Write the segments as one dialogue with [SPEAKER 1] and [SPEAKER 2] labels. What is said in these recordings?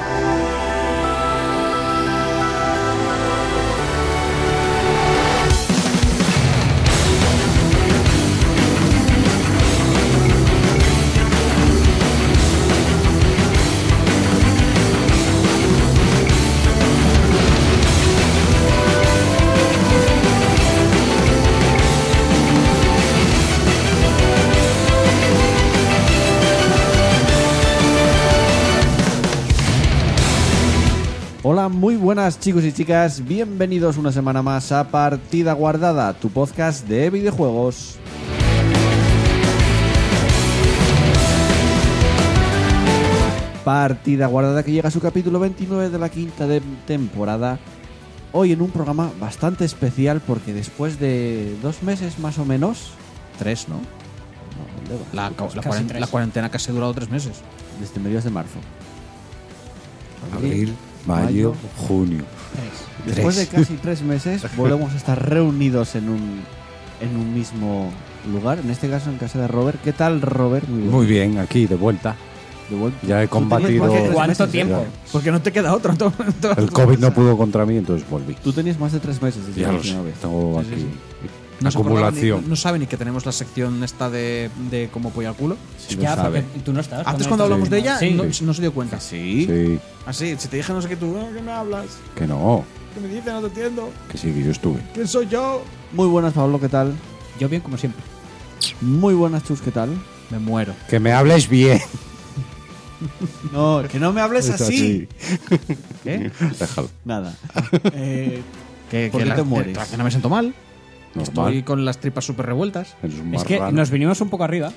[SPEAKER 1] Hola, muy buenas chicos y chicas, bienvenidos una semana más a Partida Guardada, tu podcast de videojuegos. Partida Guardada que llega a su capítulo 29 de la quinta de temporada. Hoy en un programa bastante especial porque después de dos meses más o menos, tres, ¿no? No, ¿dónde va?
[SPEAKER 2] La, la cuaren- la cuarentena, casi ha durado tres meses.
[SPEAKER 1] Desde mediados de marzo.
[SPEAKER 3] Abril, mayo,
[SPEAKER 1] mayo,
[SPEAKER 3] junio.
[SPEAKER 1] Después
[SPEAKER 3] Tres.
[SPEAKER 1] de casi tres meses volvemos a estar reunidos en un, en un mismo lugar, en este caso en casa de Robert. ¿Qué tal, Robert? Muy bien.
[SPEAKER 3] Muy bien, aquí de vuelta.
[SPEAKER 1] De vuelta.
[SPEAKER 3] Ya he
[SPEAKER 1] Tú tenías
[SPEAKER 3] combatido-
[SPEAKER 1] más de tres
[SPEAKER 2] ¿Cuánto
[SPEAKER 1] meses,
[SPEAKER 2] tiempo?
[SPEAKER 1] ¿verdad?
[SPEAKER 2] Porque no te queda otro. to- to-
[SPEAKER 3] El COVID no pudo contra mí, entonces volví.
[SPEAKER 1] Tú tenías más de tres meses desde
[SPEAKER 3] Ya
[SPEAKER 1] la
[SPEAKER 3] lo sé,
[SPEAKER 1] última vez.
[SPEAKER 3] tengo
[SPEAKER 2] Sí, sí,
[SPEAKER 3] aquí.
[SPEAKER 2] no se acordaba ni-
[SPEAKER 3] acumulación.
[SPEAKER 2] No, sabe ni que tenemos la sección esta de, de como pollo al culo.
[SPEAKER 3] Sí,
[SPEAKER 4] ya,
[SPEAKER 3] lo sabe.
[SPEAKER 4] porque tú no estabas.
[SPEAKER 2] Antes cuando hablamos de ella
[SPEAKER 4] Sí.
[SPEAKER 2] no, no se dio cuenta.
[SPEAKER 1] Sí.
[SPEAKER 3] Sí,
[SPEAKER 2] Así, si te dije no sé qué tú, "Ah, ¿qué me hablas?
[SPEAKER 3] que no,
[SPEAKER 2] ¿Qué me dices? No te entiendo.
[SPEAKER 3] que sí, que yo estuve.
[SPEAKER 2] ¿Quién soy yo?
[SPEAKER 1] Muy buenas, Pablo, ¿qué tal?
[SPEAKER 4] Yo bien como siempre.
[SPEAKER 1] Muy buenas, Chus, ¿qué tal?
[SPEAKER 2] Me muero.
[SPEAKER 3] Que me hables bien.
[SPEAKER 1] No, que no me hables
[SPEAKER 3] Eso
[SPEAKER 1] así. ¿Eh?
[SPEAKER 3] Déjalo.
[SPEAKER 1] Nada.
[SPEAKER 2] Que,
[SPEAKER 1] ¿Por
[SPEAKER 2] que
[SPEAKER 1] qué
[SPEAKER 2] la-
[SPEAKER 1] te mueres?
[SPEAKER 2] eh, Que no me siento mal. Estoy
[SPEAKER 3] Normal.
[SPEAKER 2] con las tripas súper revueltas.
[SPEAKER 3] Eres un
[SPEAKER 4] es que
[SPEAKER 3] marrano.
[SPEAKER 4] nos vinimos un poco arriba.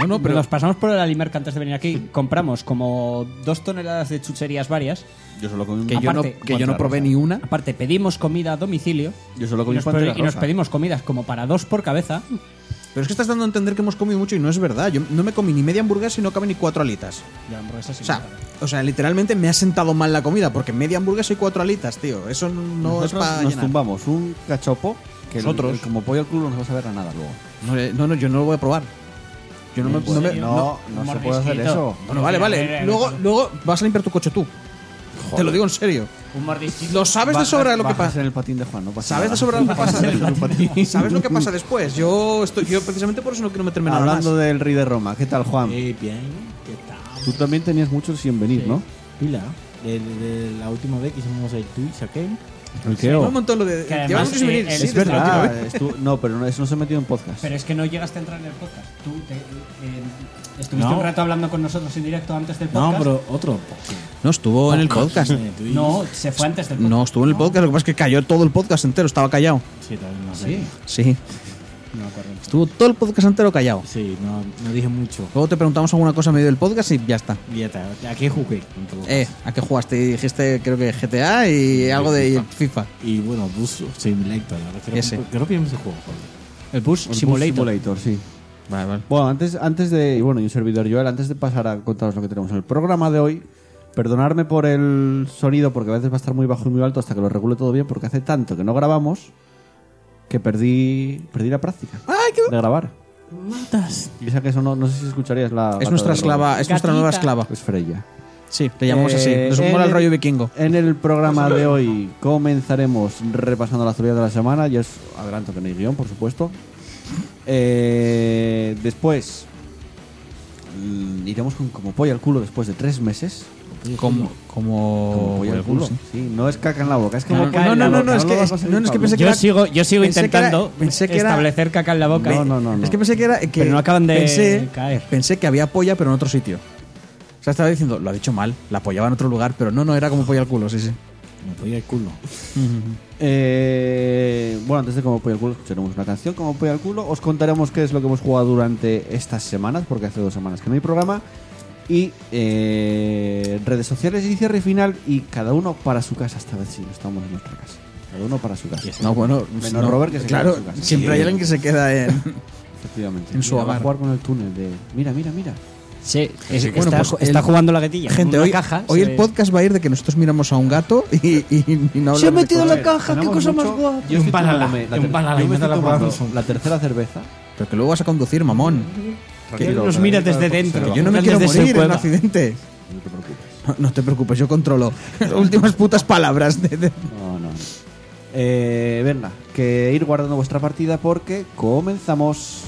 [SPEAKER 2] No, no, pero
[SPEAKER 4] Nos pasamos por el Alimerca antes de venir aquí. Compramos como dos toneladas de chucherías varias.
[SPEAKER 1] Yo solo comí un-
[SPEAKER 2] que, yo, no,
[SPEAKER 4] aparte-
[SPEAKER 2] que yo no probé ni una.
[SPEAKER 4] Aparte, pedimos comida a domicilio.
[SPEAKER 1] Yo solo
[SPEAKER 4] Y
[SPEAKER 1] comí
[SPEAKER 4] nos,
[SPEAKER 1] Pantera
[SPEAKER 4] pe- y nos
[SPEAKER 1] Rosa.
[SPEAKER 4] pedimos comidas como para dos por cabeza.
[SPEAKER 2] Pero es que estás dando a entender que hemos comido mucho y no es verdad. Yo no me comí ni media hamburguesa y no cabe ni cuatro alitas.
[SPEAKER 4] Y hamburguesas
[SPEAKER 2] O sea, o sea, literalmente me ha sentado mal la comida porque media hamburguesa y cuatro alitas, tío. Eso no es
[SPEAKER 1] Nosotros
[SPEAKER 2] para
[SPEAKER 1] nos
[SPEAKER 2] llenar.
[SPEAKER 1] tumbamos un cachopo que el-
[SPEAKER 2] Nosotros.
[SPEAKER 1] el como pollo al culo no se va a saber a nada luego.
[SPEAKER 2] No, eh, no, no, yo no lo voy a probar. Yo no me.
[SPEAKER 1] Pues
[SPEAKER 2] no me-
[SPEAKER 1] sí,
[SPEAKER 2] no-
[SPEAKER 1] no, no se puede hacer eso.
[SPEAKER 2] Bueno, vale, vale. Luego, luego vas a limpiar tu coche tú. Te lo digo en serio.
[SPEAKER 4] Un mordisquito.
[SPEAKER 2] Lo sabes de sobra lo que
[SPEAKER 1] Bajas
[SPEAKER 2] pasa.
[SPEAKER 1] en el patín de Juan, no pasa
[SPEAKER 2] ¿Sabes
[SPEAKER 1] nada.
[SPEAKER 2] de sobra lo que pasa?
[SPEAKER 1] Bajas en el patín.
[SPEAKER 2] ¿Sabes lo que pasa después? Yo estoy, yo precisamente por eso no quiero meterme en nada
[SPEAKER 1] Hablando
[SPEAKER 2] más.
[SPEAKER 1] del rey de Roma, ¿qué tal, Juan?
[SPEAKER 5] Eh, bien, ¿qué tal?
[SPEAKER 1] Tú también tenías mucho sin venir, ¿no?
[SPEAKER 5] Pila, de, de la última vez que hicimos el Twitch aquel.
[SPEAKER 1] El
[SPEAKER 2] No me montón lo de.
[SPEAKER 4] Que además,
[SPEAKER 2] llevamos sin venir,
[SPEAKER 4] eh, el-
[SPEAKER 2] sí,
[SPEAKER 1] es
[SPEAKER 2] desde la última vez.
[SPEAKER 1] verdad. estu- no, pero no, eso no se ha metido en podcast.
[SPEAKER 4] Pero es que no llegaste a entrar en el podcast. Tú te- eh, estuviste
[SPEAKER 5] No.
[SPEAKER 4] un rato hablando con nosotros en directo antes del
[SPEAKER 5] No,
[SPEAKER 4] podcast.
[SPEAKER 5] pero otro.
[SPEAKER 2] No estuvo en el podcast.
[SPEAKER 5] En el Twitch.
[SPEAKER 4] No, se fue antes del podcast.
[SPEAKER 2] No, estuvo en el podcast. Lo que pasa es que cayó todo el podcast entero. Estaba callado.
[SPEAKER 5] Sí, también no sé.
[SPEAKER 2] Sí.
[SPEAKER 5] No me acuerdo.
[SPEAKER 2] Estuvo todo el podcast entero callado.
[SPEAKER 5] Sí, no, no dije mucho.
[SPEAKER 2] Luego te preguntamos alguna cosa en medio del podcast y ya está.
[SPEAKER 5] Ya está, ¿a qué jugué? En todo
[SPEAKER 2] Eh, ¿a qué jugaste? Dijiste, creo que GTA y algo de FIFA.
[SPEAKER 5] caso. Y bueno, Bus Simulator, la verdad, creo,
[SPEAKER 2] Ese.
[SPEAKER 5] creo que vimos el juego. joder.
[SPEAKER 2] El Bus
[SPEAKER 1] El Bus Simulator, sí.
[SPEAKER 2] Vale, vale.
[SPEAKER 1] Bueno, antes, antes de. y Bueno, y un servidor Joel, antes de pasar a contaros lo que tenemos en el programa de hoy, perdonadme por el sonido, porque a veces va a estar muy bajo y muy alto hasta que lo regule todo bien, porque hace tanto que no grabamos que perdí, perdí la práctica de grabar.
[SPEAKER 5] Matas.
[SPEAKER 1] Y esa que eso no, no sé si escucharías la.
[SPEAKER 2] Es
[SPEAKER 1] gata
[SPEAKER 2] nuestra
[SPEAKER 1] de Robert.
[SPEAKER 2] esclava, es nuestra
[SPEAKER 4] Gatita.
[SPEAKER 2] nueva esclava.
[SPEAKER 1] Es Freya.
[SPEAKER 2] Sí, le llamamos
[SPEAKER 1] Eh,
[SPEAKER 2] así. Nos
[SPEAKER 1] en
[SPEAKER 2] mola el
[SPEAKER 1] el-
[SPEAKER 2] rollo vikingo.
[SPEAKER 1] En el programa de hoy comenzaremos repasando la actualidad de la semana. Ya os adelanto que no hay guión, por supuesto. Eh, después mm, iremos con como pollo al culo después de tres meses.
[SPEAKER 2] Como,
[SPEAKER 1] Como
[SPEAKER 2] como,
[SPEAKER 1] pollo al culo.
[SPEAKER 2] sí.
[SPEAKER 1] Sí, no es caca en la boca, es como
[SPEAKER 4] No,
[SPEAKER 1] caca
[SPEAKER 2] no,
[SPEAKER 1] en la
[SPEAKER 2] no,
[SPEAKER 1] boca.
[SPEAKER 2] no, no, es
[SPEAKER 1] lo
[SPEAKER 2] que-
[SPEAKER 1] vas a
[SPEAKER 2] es-
[SPEAKER 1] conseguir,
[SPEAKER 2] no, es que
[SPEAKER 1] Pablo.
[SPEAKER 2] pensé que-
[SPEAKER 4] Yo sigo, yo sigo
[SPEAKER 2] pensé que era-
[SPEAKER 4] intentando
[SPEAKER 2] pensé que era-
[SPEAKER 4] establecer caca en la boca.
[SPEAKER 1] No, no, no, no.
[SPEAKER 2] Es que pensé que era. Que
[SPEAKER 4] Pero no acaban de
[SPEAKER 2] pensé,
[SPEAKER 4] caer.
[SPEAKER 2] Pensé que había polla, pero en otro sitio. O sea, estaba diciendo, lo ha dicho mal, la apoyaba en otro lugar, pero no, no, era como polla al culo, sí, sí.
[SPEAKER 5] Me podía el culo.
[SPEAKER 1] Eh, bueno, antes de como pollo al culo escucharemos una canción como pollo al culo. Os contaremos qué es lo que hemos jugado durante estas semanas, porque hace dos semanas que no hay programa. Y eh, redes sociales y cierre final y cada uno para su casa esta vez sí, no estamos en nuestra casa. Cada uno para su casa.
[SPEAKER 2] No, bueno,
[SPEAKER 1] Menos
[SPEAKER 2] no,
[SPEAKER 1] Robert, que se queda
[SPEAKER 2] Claro,
[SPEAKER 1] en su casa.
[SPEAKER 2] siempre hay alguien que se queda en.
[SPEAKER 1] Efectivamente.
[SPEAKER 2] en su
[SPEAKER 1] Mira, va a
[SPEAKER 2] hogar.
[SPEAKER 1] jugar con el túnel de... Mira, mira, mira.
[SPEAKER 4] Sí, es-
[SPEAKER 2] Sí,
[SPEAKER 4] está,
[SPEAKER 2] bueno, pues
[SPEAKER 4] está
[SPEAKER 2] el-
[SPEAKER 4] jugando la gatilla.
[SPEAKER 2] Gente,
[SPEAKER 4] Una
[SPEAKER 2] hoy,
[SPEAKER 4] caja,
[SPEAKER 2] hoy
[SPEAKER 4] se
[SPEAKER 2] el
[SPEAKER 4] ve-
[SPEAKER 2] podcast va a ir de que nosotros miramos a un gato y, y- y no hablamos de cosas.
[SPEAKER 1] caja, qué cosa más guapa. Yo estoy
[SPEAKER 5] Un panala,
[SPEAKER 1] tomándome la,
[SPEAKER 5] un
[SPEAKER 1] ter-
[SPEAKER 5] panala,
[SPEAKER 1] yo me
[SPEAKER 5] inventa
[SPEAKER 1] estoy
[SPEAKER 5] la
[SPEAKER 1] tomando
[SPEAKER 5] programación.
[SPEAKER 1] la tercera cerveza.
[SPEAKER 2] Pero que luego vas a conducir, mamón.
[SPEAKER 4] Él
[SPEAKER 1] Tranquilo,
[SPEAKER 4] nos
[SPEAKER 1] tranquilo.
[SPEAKER 4] mira desde dentro.
[SPEAKER 2] Que yo no me
[SPEAKER 4] Él
[SPEAKER 2] quiero
[SPEAKER 4] desde su
[SPEAKER 2] morir en un
[SPEAKER 4] cueva.
[SPEAKER 2] accidente.
[SPEAKER 1] No te preocupes.
[SPEAKER 2] No, no te preocupes, yo controlo. Últimas putas palabras. de- de-
[SPEAKER 1] No, no. no. Eh, venga, que ir guardando vuestra partida porque comenzamos.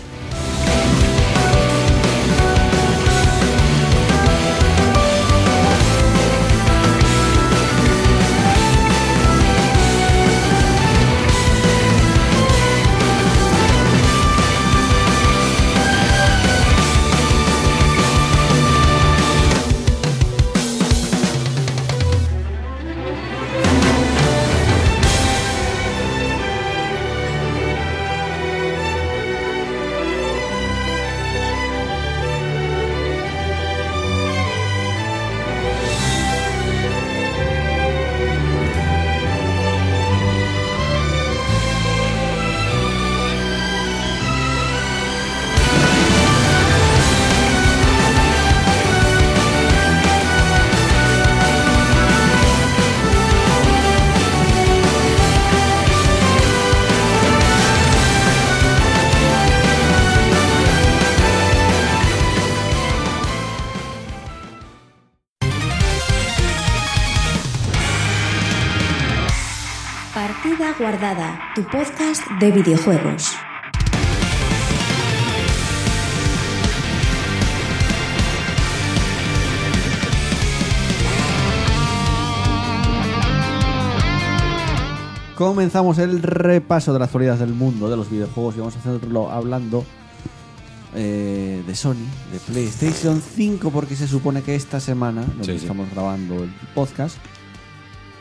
[SPEAKER 6] Partida guardada, tu podcast de videojuegos.
[SPEAKER 1] Comenzamos el repaso de la actualidad del mundo de los videojuegos y vamos a hacerlo hablando eh, de Sony, de PlayStation 5, porque se supone que esta semana, donde
[SPEAKER 3] Sí, sí.
[SPEAKER 1] estamos grabando el podcast,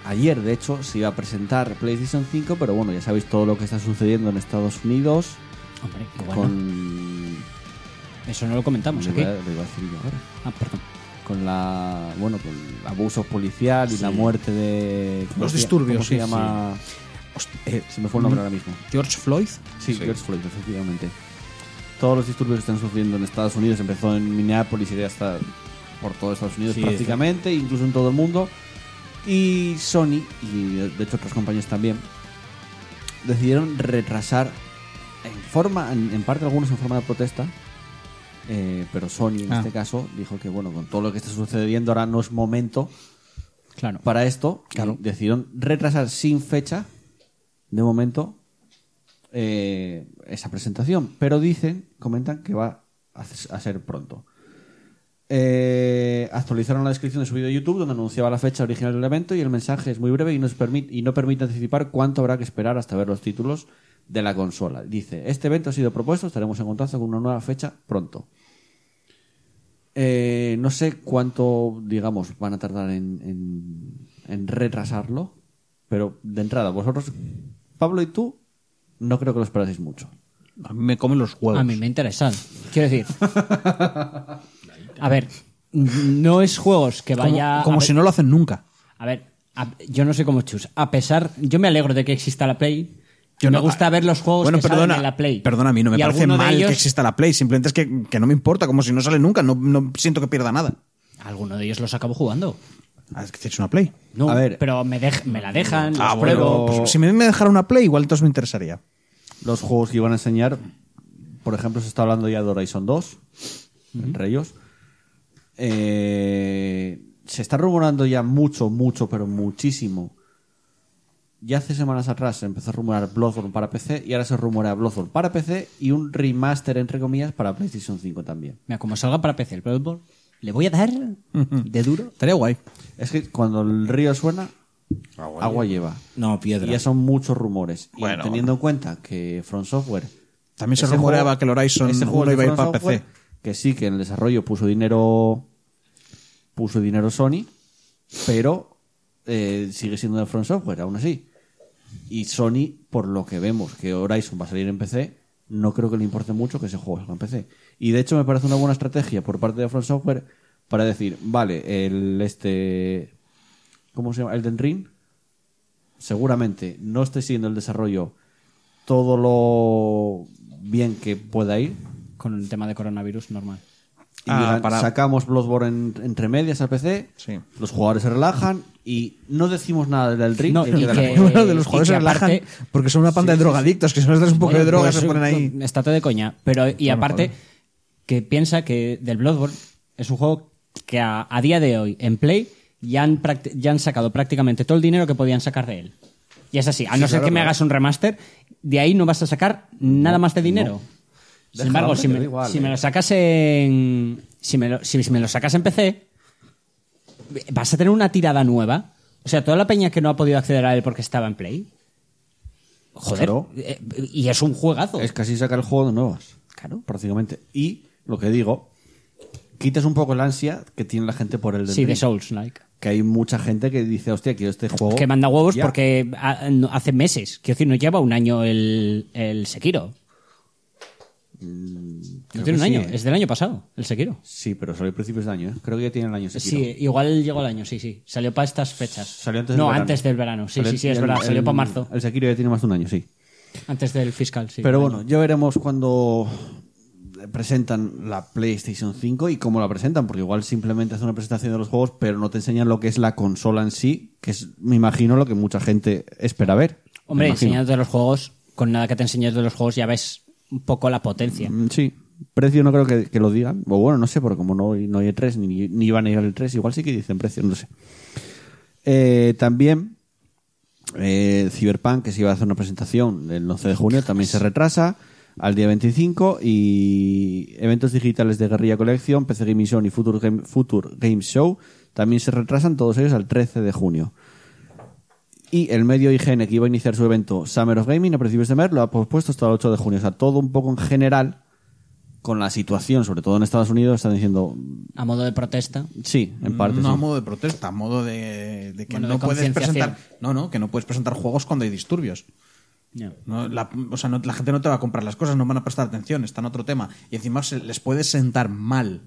[SPEAKER 1] ayer de hecho se iba a presentar PlayStation 5, pero bueno, ya sabéis todo lo que está sucediendo en Estados Unidos
[SPEAKER 4] Hombre, qué bueno.
[SPEAKER 1] con...
[SPEAKER 4] Eso no lo comentamos
[SPEAKER 1] Lo
[SPEAKER 4] aquí.
[SPEAKER 1] iba a- lo iba a decir yo ahora.
[SPEAKER 4] Ah, perdón.
[SPEAKER 1] con la bueno con el abuso policial y la muerte de ¿cómo
[SPEAKER 2] Los
[SPEAKER 1] se-
[SPEAKER 2] disturbios,
[SPEAKER 1] ¿cómo se
[SPEAKER 2] sí,
[SPEAKER 1] llama
[SPEAKER 2] Host- eh,
[SPEAKER 1] se me fue el nombre ahora mismo
[SPEAKER 2] George Floyd.
[SPEAKER 1] sí, George Floyd efectivamente todos los disturbios que están sufriendo en Estados Unidos empezó en Minneapolis y ya está por todo Estados Unidos
[SPEAKER 5] Sí,
[SPEAKER 1] prácticamente incluso en todo el mundo y Sony y de hecho otras compañías también decidieron retrasar en forma en, en parte algunos en forma de protesta eh, pero Sony en
[SPEAKER 2] Ah.
[SPEAKER 1] este caso dijo que bueno con todo lo que está sucediendo ahora no es momento
[SPEAKER 4] Claro.
[SPEAKER 1] para esto y decidieron retrasar sin fecha de momento eh, esa presentación pero dicen comentan que va a c- a ser pronto Eh, actualizaron la descripción de su vídeo de YouTube donde anunciaba la fecha original del evento y el mensaje es muy breve y, nos permite, y no permite anticipar cuánto habrá que esperar hasta ver los títulos de la consola dice este evento ha sido propuesto estaremos en contacto con una nueva fecha pronto eh, no sé cuánto, digamos, van a tardar en, en- en retrasarlo, pero de entrada, vosotros, Pablo y tú, no creo que lo esperaseis mucho.
[SPEAKER 2] A mí me comen los huevos.
[SPEAKER 4] A mí me interesan. Quiero decir. A ver, no es juegos que
[SPEAKER 2] Como,
[SPEAKER 4] vaya.
[SPEAKER 2] como
[SPEAKER 4] a ver-
[SPEAKER 2] si no lo hacen nunca.
[SPEAKER 4] A ver, a- yo no sé cómo chus. A pesar, yo me alegro de que exista la Play. Yo me
[SPEAKER 2] no-
[SPEAKER 4] gusta ver los juegos
[SPEAKER 2] bueno,
[SPEAKER 4] que
[SPEAKER 2] perdona,
[SPEAKER 4] salen en la Play.
[SPEAKER 2] Perdona, a mí no me
[SPEAKER 4] Y
[SPEAKER 2] parece
[SPEAKER 4] alguno de
[SPEAKER 2] mal
[SPEAKER 4] ellos-
[SPEAKER 2] que exista la Play. Simplemente es que, que no me importa, como si no sale nunca. No, no siento que pierda nada.
[SPEAKER 4] Alguno de ellos los acabo jugando.
[SPEAKER 2] Ah, Es que es una Play.
[SPEAKER 4] No,
[SPEAKER 1] A ver.
[SPEAKER 4] pero me, dej- me la dejan,
[SPEAKER 2] Ah,
[SPEAKER 4] los
[SPEAKER 2] bueno,
[SPEAKER 4] pruebo.
[SPEAKER 2] pues si me, me dejara una Play, igual entonces me interesaría.
[SPEAKER 1] Los juegos que iban a enseñar, por ejemplo, se está hablando ya de Horizon 2, entre ellos. Eh, se está rumorando ya mucho, mucho, pero muchísimo. Ya hace semanas atrás se empezó a rumorar Bloodborne para PC y ahora se rumorea Bloodborne para PC y un remaster, entre comillas, para PlayStation 5 también.
[SPEAKER 4] Mira, como salga para PC el Bloodborne, le voy a dar de duro.
[SPEAKER 2] Estaría guay.
[SPEAKER 1] Es que cuando el río suena, agua, lleva.
[SPEAKER 5] No,
[SPEAKER 1] Y
[SPEAKER 5] piedra.
[SPEAKER 1] ya son muchos rumores. y
[SPEAKER 2] Bueno,
[SPEAKER 1] teniendo en cuenta que From Software.
[SPEAKER 2] También se
[SPEAKER 1] ese
[SPEAKER 2] rumoreaba
[SPEAKER 1] juego-
[SPEAKER 2] que el Horizon
[SPEAKER 1] ese juego
[SPEAKER 2] 1
[SPEAKER 1] de
[SPEAKER 2] iba a ir
[SPEAKER 1] From
[SPEAKER 2] para
[SPEAKER 1] Software,
[SPEAKER 2] PC.
[SPEAKER 1] Que sí, que en el desarrollo puso dinero. Puso dinero Sony, pero eh, sigue siendo de From Software, aún así. Y Sony, por lo que vemos que Horizon va a salir en PC, no creo que le importe mucho que ese juego salga en PC. Y de hecho me parece una buena estrategia por parte de From Software para decir, vale, el este ¿cómo se llama? Elden Ring seguramente no esté siguiendo el desarrollo todo lo bien que pueda ir.
[SPEAKER 4] Con el tema de coronavirus normal.
[SPEAKER 1] Y
[SPEAKER 2] Ah,
[SPEAKER 1] digan,
[SPEAKER 2] para-
[SPEAKER 1] sacamos Bloodborne en- entre medias al PC,
[SPEAKER 2] Sí.
[SPEAKER 1] los jugadores se relajan y no decimos nada del Elden Ring.
[SPEAKER 4] No,
[SPEAKER 1] y
[SPEAKER 4] y
[SPEAKER 1] queda la
[SPEAKER 4] que-
[SPEAKER 1] cosa.
[SPEAKER 2] Bueno, de los
[SPEAKER 4] Pues, y
[SPEAKER 2] jugadores
[SPEAKER 4] que
[SPEAKER 2] se relajan
[SPEAKER 4] aparte-
[SPEAKER 2] porque son una panda de drogadictos que se les das un poco de
[SPEAKER 4] Oye,
[SPEAKER 2] drogas
[SPEAKER 4] pues,
[SPEAKER 2] se ponen ahí.
[SPEAKER 4] Está todo de coña. Pero, y
[SPEAKER 2] Bueno,
[SPEAKER 4] aparte,
[SPEAKER 2] joder.
[SPEAKER 4] que piensa que del Bloodborne es un juego que a, a día de hoy en Play ya han, práct- ya han sacado prácticamente todo el dinero que podían sacar de él. Y es así, a no ser que me hagas un remaster, de ahí no vas a sacar nada más de dinero. Sin
[SPEAKER 1] Déjalo,
[SPEAKER 4] embargo,
[SPEAKER 1] hombre, te
[SPEAKER 4] si me,
[SPEAKER 1] da igual,
[SPEAKER 4] si
[SPEAKER 1] eh.
[SPEAKER 4] me lo sacas en. Si me lo, si- si me lo sacas en PC, vas a tener una tirada nueva. O sea, toda la peña que no ha podido acceder a él porque estaba en Play. Joder.
[SPEAKER 1] Claro.
[SPEAKER 4] eh, Y es un juegazo.
[SPEAKER 1] Es casi sacar el juego de nuevas.
[SPEAKER 4] Claro.
[SPEAKER 1] Prácticamente. Y lo que digo, quitas un poco el ansia que tiene la gente por el Elden
[SPEAKER 4] sí, de
[SPEAKER 1] Ring.
[SPEAKER 4] Souls, like.
[SPEAKER 1] Que hay mucha gente que dice, hostia, quiero este juego.
[SPEAKER 4] Que manda huevos
[SPEAKER 1] ya.
[SPEAKER 4] porque ha- no- hace meses. Quiero decir, no lleva un año el, el Sekiro. No
[SPEAKER 1] Mm, Creo
[SPEAKER 4] tiene un
[SPEAKER 1] que
[SPEAKER 4] año,
[SPEAKER 1] sí, ¿eh?
[SPEAKER 4] es del año pasado, el Sekiro.
[SPEAKER 1] Sí, pero salió a principios de año, ¿eh? Creo que ya tiene el año. Sekiro.
[SPEAKER 4] Sí, igual llegó al año, sí, sí. Salió para estas fechas.
[SPEAKER 1] Salió antes
[SPEAKER 4] no,
[SPEAKER 1] del verano.
[SPEAKER 4] antes del verano. Sí,
[SPEAKER 1] Salió
[SPEAKER 4] sí, sí, es
[SPEAKER 1] el-
[SPEAKER 4] verdad.
[SPEAKER 1] el-
[SPEAKER 4] Salió para marzo.
[SPEAKER 1] El Sekiro ya tiene más de un año, sí.
[SPEAKER 4] Antes del fiscal, sí.
[SPEAKER 1] Pero bueno, ya veremos cuando presentan la PlayStation 5 y cómo la presentan, porque igual simplemente hacen una presentación de los juegos, pero no te enseñan lo que es la consola en sí, que es, me imagino, lo que mucha gente espera ver.
[SPEAKER 4] Hombre,
[SPEAKER 1] Me imagino.
[SPEAKER 4] enseñándote los juegos, con nada que te enseñes de los juegos ya ves un poco la potencia.
[SPEAKER 1] Mm, Sí, precio no creo que, que lo digan, o bueno, no sé, porque como no, no hay E3, ni, ni iban a ir al E3, igual sí que dicen precio, no sé. Eh, también, eh, Cyberpunk, que se iba a hacer una presentación el 11 de junio, también se retrasa al día 25 y eventos digitales de Guerrilla Collection, PC Gaming Show y Future Game, Future Game Show también se retrasan todos ellos al 13 de junio. Y el medio IGN que iba a iniciar su evento Summer of Gaming a principios de mes lo ha pospuesto hasta el 8 de junio. O sea, todo un poco en general con la situación, sobre todo en Estados Unidos, están diciendo
[SPEAKER 4] A modo de protesta.
[SPEAKER 1] sí, en parte.
[SPEAKER 2] no
[SPEAKER 1] sí.
[SPEAKER 2] a modo de protesta, a modo de, de que
[SPEAKER 4] Bueno,
[SPEAKER 2] no
[SPEAKER 4] de
[SPEAKER 2] puedes
[SPEAKER 4] concienciación.
[SPEAKER 2] presentar. No, no, que no puedes presentar juegos cuando hay disturbios. No, la, o sea, no- la gente no te va a comprar las cosas, no van a prestar atención, está en otro tema. Y encima se les puede sentar mal.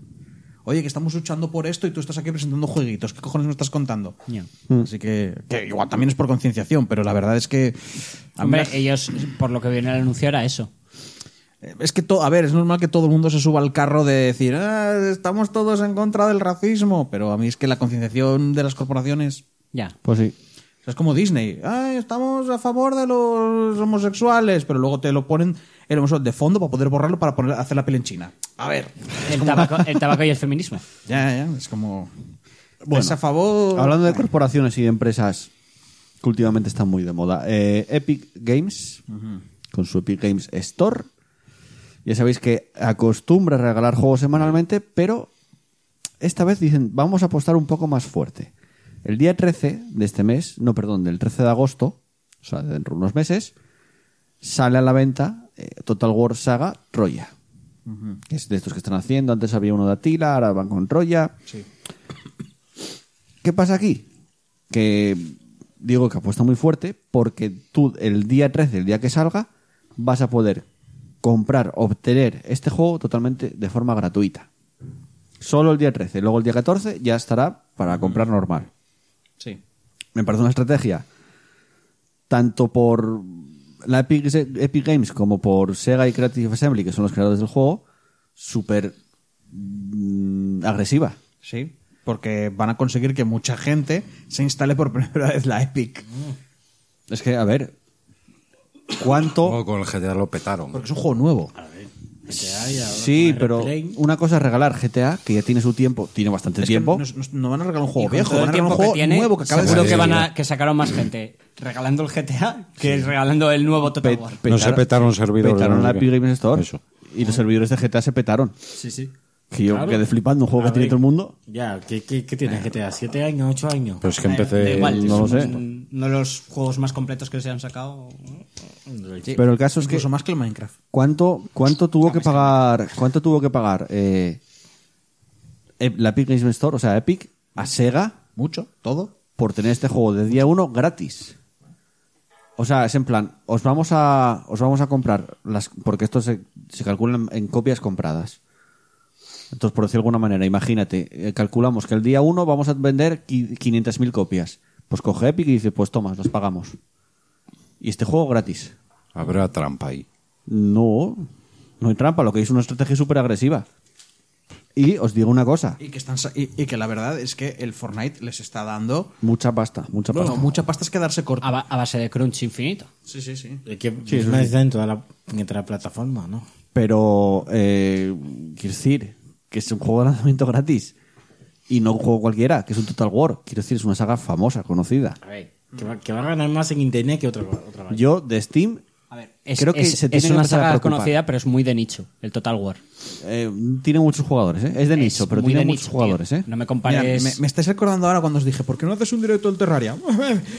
[SPEAKER 2] Oye, que estamos luchando por esto y tú estás aquí presentando jueguitos. ¿Qué cojones me estás contando?
[SPEAKER 4] Ya.
[SPEAKER 2] Así que, que igual también es por concienciación, pero la verdad es que. a mí
[SPEAKER 4] Hombre,
[SPEAKER 2] las-
[SPEAKER 4] ellos, por lo que vienen a anunciar, a eso.
[SPEAKER 2] Eh, es que, to- a ver, es normal que todo el mundo se suba al carro de decir, "Ah, estamos todos en contra del racismo. Pero a mí es que la concienciación de las corporaciones.
[SPEAKER 4] Ya.
[SPEAKER 1] Pues sí.
[SPEAKER 2] O sea, es como Disney. "Ay, estamos a favor de los homosexuales, pero luego te lo ponen el homosexual de fondo para poder borrarlo para poner, hacer la peli en China. A ver.
[SPEAKER 4] El tabaco, el tabaco y el feminismo.
[SPEAKER 2] Ya, ya, es como...
[SPEAKER 1] Bueno,
[SPEAKER 2] es a favor...
[SPEAKER 1] Hablando de corporaciones y de empresas que últimamente están muy de moda, eh, Epic Games, con su Epic Games Store, ya sabéis que acostumbra a regalar juegos semanalmente, pero esta vez dicen, vamos a apostar un poco más fuerte. El día 13 de este mes, no, perdón, del 13 de agosto, o sea, dentro de unos meses, sale a la venta eh, Total War Saga Troya. Que es de estos que están haciendo. Antes había uno de Atila, ahora van con Troya. ¿Qué pasa aquí? Que digo que apuesta muy fuerte porque tú el día 13, el día que salga, vas a poder comprar, obtener este juego totalmente de forma gratuita. Solo el día 13, luego el día 14 ya estará para comprar normal.
[SPEAKER 2] Sí.
[SPEAKER 1] Me parece una estrategia tanto por la Epic, Epic Games como por Sega y Creative Assembly, que son los creadores del juego, súper mm, agresiva.
[SPEAKER 2] Sí, porque van a conseguir que mucha gente se instale por primera vez la Epic.
[SPEAKER 1] Es que, a ver, ¿cuánto...
[SPEAKER 3] Oh, con el GTA lo petaron.
[SPEAKER 2] Porque es un juego nuevo.
[SPEAKER 1] Sí, pero una cosa es regalar GTA, que ya tiene su tiempo, tiene bastante
[SPEAKER 2] Es que
[SPEAKER 1] tiempo.
[SPEAKER 2] no, no- no van a regalar un
[SPEAKER 4] Y
[SPEAKER 2] juego
[SPEAKER 4] con
[SPEAKER 2] viejo,
[SPEAKER 4] todo el
[SPEAKER 2] van a regalar
[SPEAKER 4] tiempo
[SPEAKER 2] un
[SPEAKER 4] que
[SPEAKER 2] juego
[SPEAKER 4] tiene,
[SPEAKER 2] nuevo que acaba de
[SPEAKER 4] seguro
[SPEAKER 2] salir.
[SPEAKER 4] que, van a, que sacaron más gente regalando el GTA que regalando el nuevo Total
[SPEAKER 1] Pe-
[SPEAKER 4] War.
[SPEAKER 1] petar-
[SPEAKER 3] se petaron servidores,
[SPEAKER 1] Petaron
[SPEAKER 3] no
[SPEAKER 1] la
[SPEAKER 3] sé qué.
[SPEAKER 1] Epic Games Store.
[SPEAKER 3] Eso.
[SPEAKER 1] Y los servidores de GTA se petaron.
[SPEAKER 5] Sí, sí.
[SPEAKER 1] Que yo quedé flipando, un juego que tiene todo el mundo.
[SPEAKER 5] Ya, ¿qué, qué, qué tienes? ¿Qué te da? ¿Siete años? ¿Ocho años?
[SPEAKER 3] Pero es que empecé...
[SPEAKER 4] Da igual,
[SPEAKER 1] no lo
[SPEAKER 4] es
[SPEAKER 1] sé.
[SPEAKER 4] un- uno de los juegos más completos que se han sacado.
[SPEAKER 1] Pero el caso es que
[SPEAKER 2] Incluso más que el Minecraft.
[SPEAKER 1] ¿cuánto, cuánto tuvo que pagar, cuánto tuvo que pagar eh, eh, la Epic Games Store, o sea, Epic a Sega
[SPEAKER 2] Mucho, todo.
[SPEAKER 1] por tener este juego de día 1 gratis. O sea, es en plan, os vamos a, os vamos a comprar, las, porque esto se, se calcula en, en copias compradas. Entonces, por decir de alguna manera, imagínate, eh, calculamos que el día 1 vamos a vender qui- 500.000 copias. Pues coge Epic y dice, pues toma, los pagamos. Y este juego gratis.
[SPEAKER 3] Habrá trampa ahí.
[SPEAKER 1] No, no hay trampa, lo que es una estrategia súper agresiva. Y os digo una cosa,
[SPEAKER 2] Y que, están, sa- y, y que la verdad es que el Fortnite les está dando...
[SPEAKER 1] mucha pasta, mucha
[SPEAKER 2] Bueno,
[SPEAKER 1] pasta.
[SPEAKER 2] mucha pasta Ah. es quedarse corto.
[SPEAKER 4] A, ba- a base de crunch infinito.
[SPEAKER 2] Sí, sí, sí.
[SPEAKER 5] Es que no es dentro de la, dentro de la plataforma, ¿no?
[SPEAKER 1] Pero, eh, quiero decir, que es un juego de lanzamiento gratis. Y no un juego cualquiera, que es un Total War. Quiero decir, es una saga famosa, conocida.
[SPEAKER 5] A ver, que va, que va a ganar más en internet que otra, otra vaina.
[SPEAKER 1] Yo, de Steam,
[SPEAKER 4] Es,
[SPEAKER 1] creo que
[SPEAKER 4] es-
[SPEAKER 1] se tiene
[SPEAKER 4] es
[SPEAKER 1] que
[SPEAKER 4] una
[SPEAKER 1] empezar a
[SPEAKER 4] saga
[SPEAKER 1] preocupar.
[SPEAKER 4] conocida, pero es muy de nicho, el Total War.
[SPEAKER 1] eh, tiene muchos jugadores, ¿eh? Es de nicho,
[SPEAKER 4] Es
[SPEAKER 1] pero
[SPEAKER 4] muy
[SPEAKER 1] tiene
[SPEAKER 4] de
[SPEAKER 1] muchos
[SPEAKER 4] nicho, tío.
[SPEAKER 1] jugadores, ¿eh?
[SPEAKER 4] No me
[SPEAKER 2] Mira,
[SPEAKER 4] compares.
[SPEAKER 2] me, me estáis recordando ahora cuando os dije, ¿por qué no haces un directo del Terraria?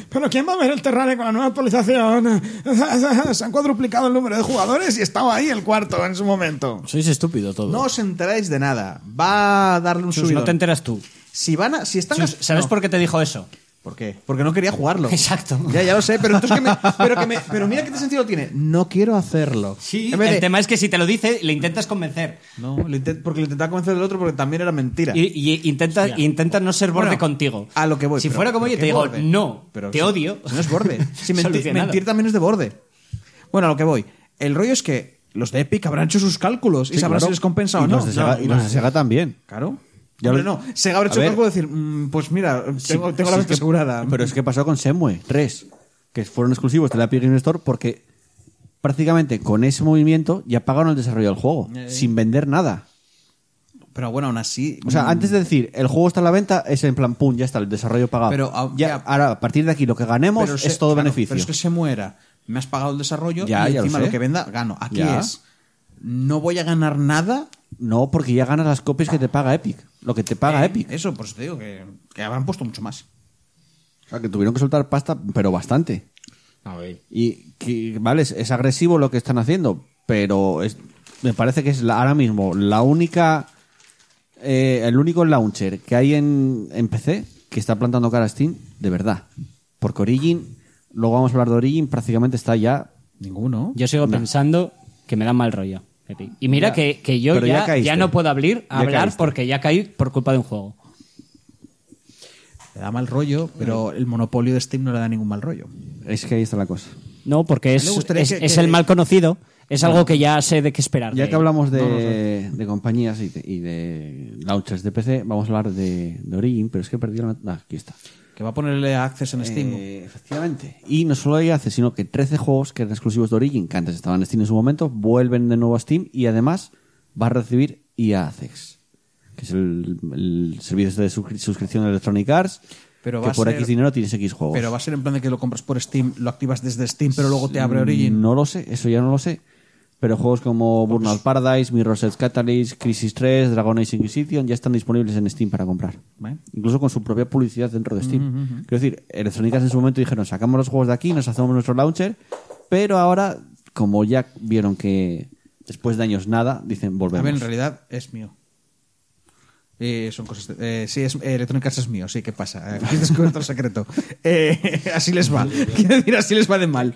[SPEAKER 2] Pero ¿quién va a ver el Terraria con la nueva actualización? Se han cuadruplicado el número de jugadores y estaba ahí el cuarto en su momento.
[SPEAKER 5] Sois estúpido todo.
[SPEAKER 2] No os enteráis de nada. Va a darle un
[SPEAKER 4] Chus,
[SPEAKER 2] subidón.
[SPEAKER 4] no te enteras tú.
[SPEAKER 2] Si van a- si están
[SPEAKER 4] Chus, ¿Sabes
[SPEAKER 2] no.
[SPEAKER 4] por qué te dijo eso?
[SPEAKER 2] ¿Por qué? Porque no quería jugarlo.
[SPEAKER 4] Exacto.
[SPEAKER 2] Ya, ya lo sé, pero entonces que me- pero que me- pero mira qué sentido tiene. No quiero hacerlo. En vez
[SPEAKER 4] el
[SPEAKER 2] de-
[SPEAKER 4] tema es que si te lo dice, le intentas convencer.
[SPEAKER 2] No, lo intent- porque lo intentaba convencer del otro porque también era mentira.
[SPEAKER 4] Y, y intenta,
[SPEAKER 5] Hostia.
[SPEAKER 4] intenta no ser borde
[SPEAKER 2] Bueno,
[SPEAKER 4] contigo.
[SPEAKER 2] A lo que voy.
[SPEAKER 4] Si
[SPEAKER 2] pero-
[SPEAKER 4] fuera como
[SPEAKER 2] pero
[SPEAKER 4] yo, te
[SPEAKER 2] qué
[SPEAKER 4] digo,
[SPEAKER 2] borde.
[SPEAKER 4] no,
[SPEAKER 2] Pero
[SPEAKER 4] te
[SPEAKER 2] si-
[SPEAKER 4] odio.
[SPEAKER 2] si No es borde. Si menti-
[SPEAKER 4] Solucionado.
[SPEAKER 2] mentir también es de borde. Bueno, a lo que voy. El rollo es que los de Epic habrán hecho sus cálculos y
[SPEAKER 1] Sí,
[SPEAKER 2] sabrán
[SPEAKER 1] claro.
[SPEAKER 2] si les compensa
[SPEAKER 1] Y
[SPEAKER 2] o no.
[SPEAKER 1] los de Sega- y los de Sega también.
[SPEAKER 2] Claro.
[SPEAKER 1] Ya
[SPEAKER 2] Hombre,
[SPEAKER 1] lo-
[SPEAKER 2] no. Sega habrá
[SPEAKER 1] A
[SPEAKER 2] hecho el
[SPEAKER 1] ver.
[SPEAKER 2] cálculo de decir, mm, pues mira, tengo,
[SPEAKER 1] Sí,
[SPEAKER 2] tengo
[SPEAKER 1] sí,
[SPEAKER 2] la
[SPEAKER 1] es que-
[SPEAKER 2] venta asegurada.
[SPEAKER 1] Pero es que pasó con Semue 3, que fueron exclusivos de la Epic Games Store porque prácticamente con ese movimiento ya pagaron el desarrollo del juego,
[SPEAKER 4] Eh,
[SPEAKER 1] sin vender nada.
[SPEAKER 2] Pero bueno, aún así.
[SPEAKER 1] O sea,
[SPEAKER 2] mm,
[SPEAKER 1] antes de decir, el juego está a la venta, es en plan, pum, ya está, el desarrollo pagado.
[SPEAKER 2] Pero, ah,
[SPEAKER 1] Ya,
[SPEAKER 2] ya.
[SPEAKER 1] ahora, a partir de aquí, lo que ganemos
[SPEAKER 2] pero
[SPEAKER 1] es
[SPEAKER 2] se-
[SPEAKER 1] todo
[SPEAKER 2] claro,
[SPEAKER 1] beneficio.
[SPEAKER 2] Pero es que se muera. Me has pagado el desarrollo
[SPEAKER 1] Ya,
[SPEAKER 2] y
[SPEAKER 1] ya lo
[SPEAKER 2] encima lo,
[SPEAKER 1] sé.
[SPEAKER 2] que venda gano. Aquí
[SPEAKER 1] Ya.
[SPEAKER 2] es. No voy a ganar nada.
[SPEAKER 1] No, porque ya ganas las copias que te paga Epic. Lo que te paga
[SPEAKER 2] Eh,
[SPEAKER 1] Epic.
[SPEAKER 2] Eso, pues te digo que, que habrán puesto mucho más.
[SPEAKER 1] O sea, que tuvieron que soltar pasta, pero bastante.
[SPEAKER 5] A ver.
[SPEAKER 1] Y que, vale, es, es agresivo lo que están haciendo, pero es- me parece que es la- ahora mismo la única, eh, el único launcher que hay en, en PC que está plantando cara a Steam de verdad. Porque Origin, luego vamos a hablar de Origin, prácticamente está ya.
[SPEAKER 2] Ninguno.
[SPEAKER 4] Yo sigo pensando que me da mal rollo. Epi. Y mira
[SPEAKER 1] Ya.
[SPEAKER 4] que, que yo
[SPEAKER 1] Pero ya
[SPEAKER 4] ya, ya,
[SPEAKER 1] caíste.
[SPEAKER 4] no puedo abrir,
[SPEAKER 1] Ya
[SPEAKER 4] hablar
[SPEAKER 1] caíste.
[SPEAKER 4] porque ya caí por culpa de un juego.
[SPEAKER 2] Le da mal rollo, pero el monopolio de Steam no le da ningún mal rollo.
[SPEAKER 1] Es que ahí está la cosa.
[SPEAKER 4] No, porque
[SPEAKER 2] me
[SPEAKER 4] es,
[SPEAKER 2] gustaría
[SPEAKER 4] es-
[SPEAKER 2] que-
[SPEAKER 4] es
[SPEAKER 2] que-
[SPEAKER 4] el mal conocido, es algo que ya sé de qué esperar.
[SPEAKER 1] Ya
[SPEAKER 4] de
[SPEAKER 2] Eh,
[SPEAKER 1] que
[SPEAKER 4] él.
[SPEAKER 1] hablamos de, de compañías y de, y de launchers de PC, vamos a hablar de, de Origin, pero es que perdí la... ah, aquí está.
[SPEAKER 2] Que va a ponerle Access en Steam.
[SPEAKER 1] Eh, efectivamente. Y no solo hay hace, sino que 13 juegos que eran exclusivos de Origin, que antes estaban en Steam en su momento, vuelven de nuevo a Steam y además va a recibir EA Access, que es el, el servicio este de suscri- suscripción de Electronic Arts,
[SPEAKER 2] Pero va
[SPEAKER 1] que
[SPEAKER 2] a
[SPEAKER 1] por
[SPEAKER 2] ser-
[SPEAKER 1] X dinero tienes X juegos.
[SPEAKER 2] Pero va a ser en plan de que lo compras por Steam, lo activas desde Steam, pero luego te abre Origin.
[SPEAKER 1] No lo sé, eso ya no lo sé. Pero juegos como Burnout Paradise, Mirror's Edge Catalyst, Crisis 3, Dragon Age Inquisition ya están disponibles en Steam para comprar.
[SPEAKER 2] Vale.
[SPEAKER 1] Incluso con su propia publicidad dentro de Steam. Quiero decir, Electronic Arts en su momento dijeron, sacamos los juegos de aquí, nos hacemos nuestro launcher, pero ahora, como ya vieron que después de años nada, dicen,
[SPEAKER 2] A
[SPEAKER 1] volvemos.
[SPEAKER 2] ver, en realidad es mío. Eh, son cosas. de- eh, sí, es, eh, Electronic Arts es mío, sí, ¿qué pasa? Eh, Aquí descubierto el secreto. Eh, así les va. Quiero decir, así les va de mal.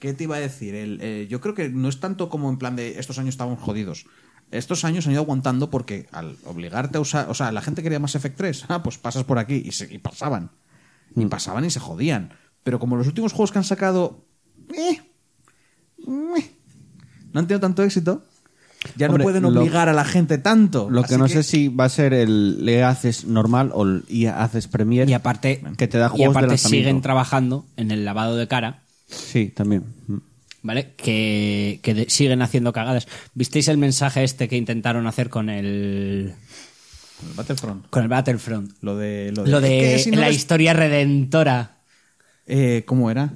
[SPEAKER 2] ¿Qué te iba a decir? El, eh, yo creo que no es tanto como en plan de estos años estábamos jodidos. Estos años han ido aguantando porque al obligarte a usar. O sea, la gente quería más Effect 3. Ah, pues pasas por aquí y, se- y pasaban. Y pasaban y se jodían. Pero como los últimos juegos que han sacado. eh, eh, no han tenido tanto éxito. Ya
[SPEAKER 1] Hombre,
[SPEAKER 2] no pueden
[SPEAKER 1] lo-
[SPEAKER 2] obligar a la gente tanto.
[SPEAKER 1] Lo que
[SPEAKER 2] Así
[SPEAKER 1] no sé si va a ser el le haces normal o el y haces Premier.
[SPEAKER 4] Y aparte,
[SPEAKER 1] que te da
[SPEAKER 4] y
[SPEAKER 1] juegos de
[SPEAKER 4] aparte
[SPEAKER 1] lanzamiento.
[SPEAKER 4] siguen trabajando en el lavado de cara,
[SPEAKER 1] Sí, también. Mm.
[SPEAKER 4] ¿vale? Que, que de- siguen haciendo cagadas. ¿Visteis el mensaje este que intentaron hacer con el,
[SPEAKER 2] El Battlefront.
[SPEAKER 4] con el Battlefront?
[SPEAKER 2] Lo de. Lo de.
[SPEAKER 4] Lo de
[SPEAKER 2] que si no
[SPEAKER 4] la
[SPEAKER 2] les-
[SPEAKER 4] historia redentora.
[SPEAKER 2] Eh, ¿Cómo era?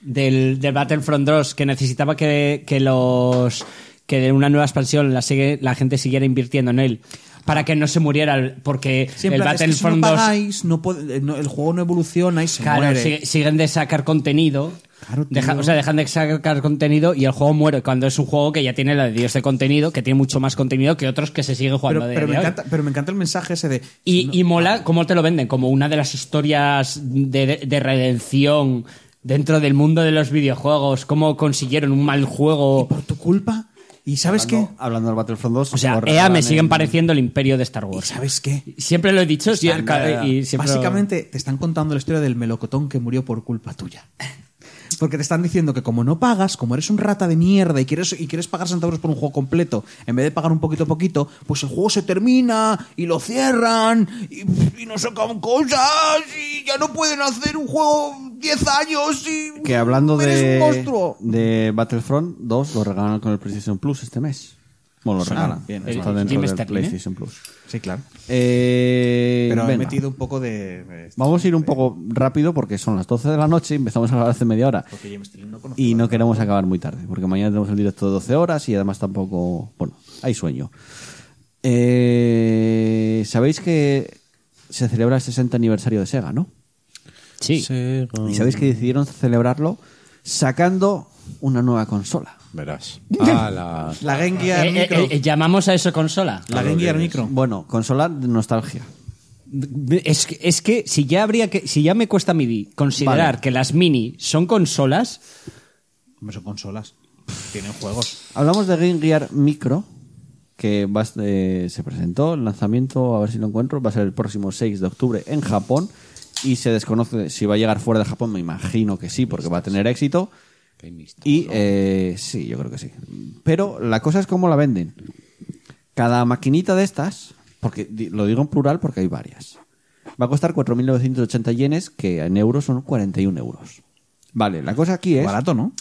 [SPEAKER 4] del, del Battlefront 2 que necesitaba que, que los que de una nueva expansión la sigue la gente siguiera invirtiendo en él para que no se muriera el- porque
[SPEAKER 2] Ah. Siempre
[SPEAKER 4] el
[SPEAKER 2] es que si no
[SPEAKER 4] Battlefront 2
[SPEAKER 2] pagáis, no puede- eh, no- el juego no evoluciona y se
[SPEAKER 4] claro,
[SPEAKER 2] muere.
[SPEAKER 4] sigue- siguen de sacar contenido
[SPEAKER 2] Claro, tío.
[SPEAKER 4] Deja- o sea, dejan de sacar contenido y el juego muere cuando es un juego que ya tiene la de Dios de contenido, que tiene mucho más contenido que otros que se sigue jugando
[SPEAKER 2] pero,
[SPEAKER 4] a día
[SPEAKER 2] pero me
[SPEAKER 4] de hoy.
[SPEAKER 2] encanta, pero me encanta el mensaje ese de.
[SPEAKER 4] Y, y mola cómo te lo venden, como una de las historias de, de redención dentro del mundo de los videojuegos, cómo consiguieron un mal juego.
[SPEAKER 2] Por tu culpa. ¿Y sabes qué?
[SPEAKER 1] Hablando- Hablando del Battlefront 2.
[SPEAKER 4] O sea,
[SPEAKER 1] lo
[SPEAKER 4] EA
[SPEAKER 1] regalan
[SPEAKER 4] me siguen
[SPEAKER 1] en-
[SPEAKER 4] pareciendo el imperio de Star
[SPEAKER 2] ¿Y
[SPEAKER 4] Wars.
[SPEAKER 2] sabes qué?
[SPEAKER 4] Siempre lo he dicho sí,
[SPEAKER 2] Están-
[SPEAKER 4] y siempre-
[SPEAKER 2] Básicamente te están contando la historia del melocotón que murió por culpa tuya. Porque te están diciendo que como no pagas, como eres un rata de mierda y quieres, y quieres pagar centavos por un juego completo, en vez de pagar un poquito a poquito, pues el juego se termina y lo cierran y, y no sacan cosas y ya no pueden hacer un juego 10 años y.
[SPEAKER 1] Que hablando
[SPEAKER 2] Eres un
[SPEAKER 1] de,
[SPEAKER 2] monstruo.
[SPEAKER 1] de Battlefront 2, lo regalan con el PlayStation Plus este mes. Bueno, lo
[SPEAKER 2] Ah,
[SPEAKER 1] regalan.
[SPEAKER 2] bien,
[SPEAKER 1] está
[SPEAKER 4] el
[SPEAKER 1] dentro
[SPEAKER 4] Steam
[SPEAKER 1] del
[SPEAKER 4] está bien, ¿eh?
[SPEAKER 1] PlayStation Plus.
[SPEAKER 2] Sí, claro.
[SPEAKER 1] Eh,
[SPEAKER 2] Pero he
[SPEAKER 1] venga.
[SPEAKER 2] metido un poco de.
[SPEAKER 1] Vamos a ir un poco rápido porque son las 12 de la noche y empezamos a hablar hace media hora.
[SPEAKER 2] Porque James Sterling no conoce.
[SPEAKER 1] Y no queremos acabar muy tarde, porque mañana tenemos el directo de 12 horas y además tampoco. Bueno, hay sueño. Eh, Sabéis que se celebra el 60 aniversario de Sega, ¿no?
[SPEAKER 4] Sí.
[SPEAKER 1] Y sabéis que decidieron celebrarlo sacando una nueva consola.
[SPEAKER 3] Verás. Ah, la...
[SPEAKER 2] La Game Gear
[SPEAKER 4] Eh, eh,
[SPEAKER 2] Micro.
[SPEAKER 4] eh, ¿Llamamos a eso consola?
[SPEAKER 2] la Game Gear Micro.
[SPEAKER 1] Bueno, consola de nostalgia.
[SPEAKER 4] Es que, es que si ya habría que si ya me cuesta midi considerar
[SPEAKER 1] Vale.
[SPEAKER 4] que las mini son consolas,
[SPEAKER 2] Hombre, son consolas. Tienen juegos.
[SPEAKER 1] Hablamos de Game Gear Micro, que va a s- eh, se presentó, el lanzamiento, a ver si lo encuentro, va a ser el próximo 6 de octubre en Japón y se desconoce si va a llegar fuera de Japón, me imagino que sí, porque va a tener éxito. Y eh, sí, yo creo que sí. Pero la cosa es cómo la venden. Cada maquinita de estas, porque di- lo digo en plural porque hay varias, va a costar 4.980 yenes, que en euros son 41 euros. Vale, la cosa aquí es...
[SPEAKER 2] Barato, ¿no?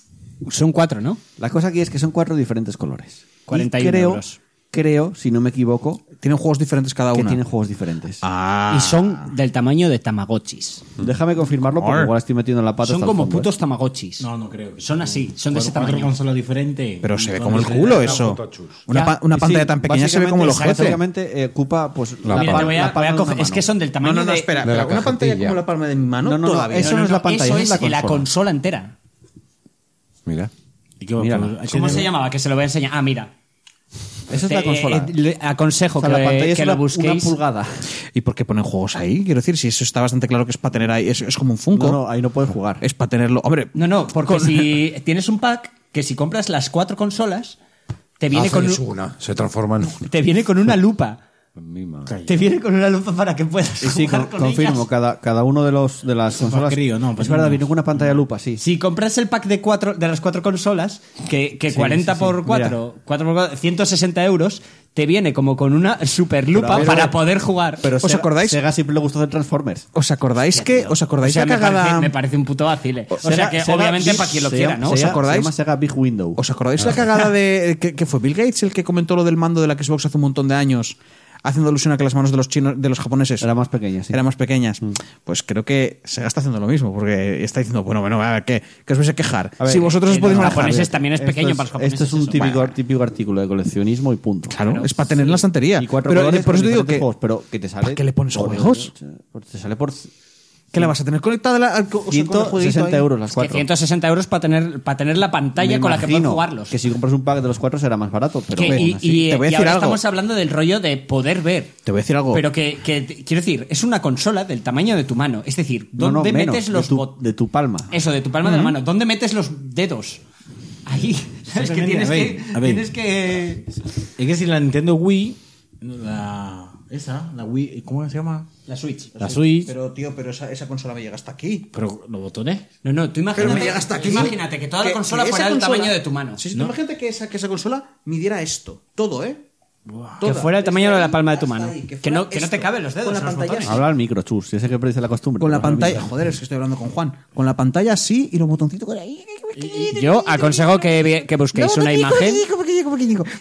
[SPEAKER 4] son cuatro, ¿no?
[SPEAKER 1] La cosa aquí es que son cuatro diferentes colores.
[SPEAKER 4] 41
[SPEAKER 1] y creo,
[SPEAKER 4] euros.
[SPEAKER 1] creo, si no me equivoco,
[SPEAKER 2] Tienen juegos diferentes cada
[SPEAKER 1] que
[SPEAKER 2] una.
[SPEAKER 1] tienen juegos diferentes.
[SPEAKER 2] Ah.
[SPEAKER 4] Y son del tamaño de Tamagotchis.
[SPEAKER 1] Déjame confirmarlo porque
[SPEAKER 2] Arr.
[SPEAKER 1] igual estoy metiendo la pata.
[SPEAKER 4] Son
[SPEAKER 1] hasta el
[SPEAKER 4] como
[SPEAKER 1] fondo, ¿eh?
[SPEAKER 4] putos Tamagotchis.
[SPEAKER 5] No, no creo.
[SPEAKER 4] Son así, son de ese
[SPEAKER 5] Cuatro- cuatro
[SPEAKER 4] tamaño.
[SPEAKER 5] consolas diferentes.
[SPEAKER 2] Pero se ve
[SPEAKER 5] Son
[SPEAKER 2] como el
[SPEAKER 5] diferentes.
[SPEAKER 2] culo eso. Una,
[SPEAKER 4] Ya.
[SPEAKER 2] pa- una
[SPEAKER 1] ¿eh?
[SPEAKER 2] pantalla
[SPEAKER 1] Sí,
[SPEAKER 2] tan pequeña se ve
[SPEAKER 1] básicamente-
[SPEAKER 2] como el ojete.
[SPEAKER 1] Básicamente eh, ocupa pues la,
[SPEAKER 4] Mira,
[SPEAKER 1] pal-
[SPEAKER 4] te voy a-
[SPEAKER 1] la palma
[SPEAKER 4] voy a
[SPEAKER 1] de una
[SPEAKER 4] coger- es
[SPEAKER 1] mano.
[SPEAKER 4] que son del
[SPEAKER 2] No,
[SPEAKER 4] tamaño
[SPEAKER 2] no, no,
[SPEAKER 4] de-
[SPEAKER 2] espera.
[SPEAKER 3] de la
[SPEAKER 2] pero una pantalla
[SPEAKER 3] cajetilla.
[SPEAKER 2] como la palma de mi mano
[SPEAKER 1] No, no, no,
[SPEAKER 2] todavía.
[SPEAKER 1] eso no es la pantalla,
[SPEAKER 4] eso
[SPEAKER 1] es la
[SPEAKER 4] la
[SPEAKER 1] consola.
[SPEAKER 4] consola entera.
[SPEAKER 3] Mira.
[SPEAKER 5] ¿Y qué va a
[SPEAKER 1] Mírala.
[SPEAKER 5] poner?
[SPEAKER 4] ¿Cómo
[SPEAKER 5] HDMI.
[SPEAKER 4] se llamaba? Que se lo voy a enseñar. Ah, mira.
[SPEAKER 1] Esa es la
[SPEAKER 4] Eh,
[SPEAKER 1] consola.
[SPEAKER 4] eh, le aconsejo
[SPEAKER 1] O sea,
[SPEAKER 4] que,
[SPEAKER 1] la pantalla
[SPEAKER 4] que
[SPEAKER 1] es una,
[SPEAKER 4] lo busquéis.
[SPEAKER 1] una pulgada.
[SPEAKER 2] ¿Y por qué ponen juegos ahí? Quiero decir, si eso está bastante claro que es para tener ahí. Es, es como un Funko.
[SPEAKER 1] No, no, ahí no puedes jugar.
[SPEAKER 2] Es para tenerlo. Hombre.
[SPEAKER 4] No, no, porque si tienes un pack que si compras las cuatro consolas,
[SPEAKER 1] Ah,
[SPEAKER 4] te viene, con,
[SPEAKER 3] Haces
[SPEAKER 4] un-
[SPEAKER 3] una. Se transforma en una.
[SPEAKER 4] te viene con una lupa.
[SPEAKER 3] Mi madre.
[SPEAKER 4] Te viene con una lupa para que puedas
[SPEAKER 1] Y Eh, sí,
[SPEAKER 4] jugar
[SPEAKER 1] con-
[SPEAKER 4] con
[SPEAKER 1] confirmo,
[SPEAKER 4] ellas.
[SPEAKER 1] cada, cada uno de los de las
[SPEAKER 5] Eso fue
[SPEAKER 1] consolas.
[SPEAKER 5] crío, no, pues
[SPEAKER 1] es verdad,
[SPEAKER 5] no.
[SPEAKER 1] viene con una pantalla lupa, sí.
[SPEAKER 4] Si compras el pack de cuatro de las cuatro consolas, que, que 40
[SPEAKER 1] sí, sí.
[SPEAKER 4] por 4, 4 por 4, 160 euros, te viene como con una super lupa
[SPEAKER 1] a ver, a
[SPEAKER 4] para
[SPEAKER 1] ver.
[SPEAKER 4] poder jugar.
[SPEAKER 1] Pero
[SPEAKER 2] ¿Os
[SPEAKER 1] Sega-
[SPEAKER 2] acordáis?
[SPEAKER 1] Sega siempre le gustó hacer Transformers.
[SPEAKER 2] ¿Os acordáis
[SPEAKER 4] Hostia,
[SPEAKER 2] que.?
[SPEAKER 4] tío.
[SPEAKER 2] ¿Os acordáis
[SPEAKER 4] O sea,
[SPEAKER 2] la
[SPEAKER 4] me
[SPEAKER 2] cagada.?
[SPEAKER 4] parece, me parece un puto vacile. O sea,
[SPEAKER 1] Sega-
[SPEAKER 4] que
[SPEAKER 1] Sega
[SPEAKER 4] obviamente
[SPEAKER 1] Big-
[SPEAKER 4] para quien lo
[SPEAKER 1] se
[SPEAKER 4] quiera,
[SPEAKER 1] llama-
[SPEAKER 4] ¿no?
[SPEAKER 1] se
[SPEAKER 4] O sea,
[SPEAKER 1] llama-
[SPEAKER 2] acordáis?
[SPEAKER 1] Se llama Sega Big Window.
[SPEAKER 2] ¿Os acordáis la cagada de que, que fue Bill Gates el que comentó lo del mando de la Xbox hace un montón de años, haciendo alusión a que las manos de los chinos, de los japoneses
[SPEAKER 1] Era más pequeña, sí.
[SPEAKER 2] eran más pequeñas?
[SPEAKER 1] Mm.
[SPEAKER 2] Pues creo que Sega está haciendo lo mismo, porque está diciendo, bueno, bueno, a ver, ¿qué, que os vais a quejar?
[SPEAKER 1] A ver,
[SPEAKER 2] si vosotros
[SPEAKER 4] eh,
[SPEAKER 2] os podéis
[SPEAKER 4] los
[SPEAKER 2] manejar.
[SPEAKER 4] japoneses también es
[SPEAKER 1] Esto
[SPEAKER 4] pequeño
[SPEAKER 1] es-
[SPEAKER 4] para los japoneses.
[SPEAKER 1] Esto es un
[SPEAKER 4] eso.
[SPEAKER 1] típico, típico artículo de coleccionismo y punto.
[SPEAKER 2] Claro, es para tener en la estantería.
[SPEAKER 1] Y cuatro
[SPEAKER 2] Pero eh,
[SPEAKER 4] eh,
[SPEAKER 1] colores
[SPEAKER 2] por eso
[SPEAKER 1] con
[SPEAKER 2] te digo
[SPEAKER 1] diferentes
[SPEAKER 2] que-
[SPEAKER 1] juegos, pero que te sale
[SPEAKER 2] ¿Para qué le pones
[SPEAKER 1] por-
[SPEAKER 2] juegos?
[SPEAKER 1] por- te sale por
[SPEAKER 2] ¿Qué la vas a tener conectada? La, al- o sea, con el jueguito
[SPEAKER 1] 160
[SPEAKER 2] ahí?
[SPEAKER 1] euros las
[SPEAKER 4] Es que
[SPEAKER 1] cuatro.
[SPEAKER 4] 160 euros para tener, para tener la pantalla
[SPEAKER 1] Me
[SPEAKER 4] con la que puedes
[SPEAKER 1] imagino
[SPEAKER 4] jugarlos.
[SPEAKER 1] Que si compras un pack de los cuatro será más barato, pero
[SPEAKER 4] Que-
[SPEAKER 1] aún
[SPEAKER 4] y,
[SPEAKER 1] así.
[SPEAKER 4] y,
[SPEAKER 2] te voy a
[SPEAKER 4] y
[SPEAKER 2] decir
[SPEAKER 4] ahora
[SPEAKER 2] algo.
[SPEAKER 4] estamos hablando del rollo de poder ver.
[SPEAKER 2] Te voy a decir algo.
[SPEAKER 4] Pero que, que te- quiero decir, es una consola del tamaño de tu mano. Es decir,
[SPEAKER 1] No, no,
[SPEAKER 4] ¿dónde
[SPEAKER 1] menos,
[SPEAKER 4] metes los
[SPEAKER 1] de tu,
[SPEAKER 4] bot-
[SPEAKER 1] de tu palma.
[SPEAKER 4] Eso, de tu palma de la mano. ¿Dónde metes los dedos? Ahí. ¿Sabes que tienes
[SPEAKER 5] Exactamente, a ver,
[SPEAKER 4] que,
[SPEAKER 5] a ver.
[SPEAKER 4] tienes que.
[SPEAKER 5] Es que si la Nintendo Wii, la esa, la Wii, ¿cómo se llama?
[SPEAKER 4] La Switch.
[SPEAKER 5] La Switch. Pero,
[SPEAKER 2] Pero, tío, pero esa, esa consola me llega hasta aquí.
[SPEAKER 5] los botones.
[SPEAKER 4] No, no, tú imagínate,
[SPEAKER 2] Pero me llega hasta aquí.
[SPEAKER 4] imagínate que toda la consola
[SPEAKER 2] que esa
[SPEAKER 4] fuera del
[SPEAKER 2] consola-
[SPEAKER 4] tamaño de tu mano.
[SPEAKER 2] Sí, sí, tú Imagínate que esa, que esa consola midiera esto. Todo, ¿eh?
[SPEAKER 4] Que fuera el tamaño de la palma de tu mano.
[SPEAKER 2] que
[SPEAKER 4] Que no,
[SPEAKER 2] fuera
[SPEAKER 4] que no te
[SPEAKER 2] esto.
[SPEAKER 4] caben los dedos.
[SPEAKER 2] Con la
[SPEAKER 4] en los
[SPEAKER 2] pantalla
[SPEAKER 4] botones.
[SPEAKER 1] Habla al micro, chus. Ya sé que perdiste la costumbre.
[SPEAKER 2] Con la
[SPEAKER 1] pero
[SPEAKER 2] pantalla. Joder, es que estoy hablando con Juan. Con la pantalla así y los botoncitos por ahí.
[SPEAKER 4] Yo aconsejo que, que busquéis una imagen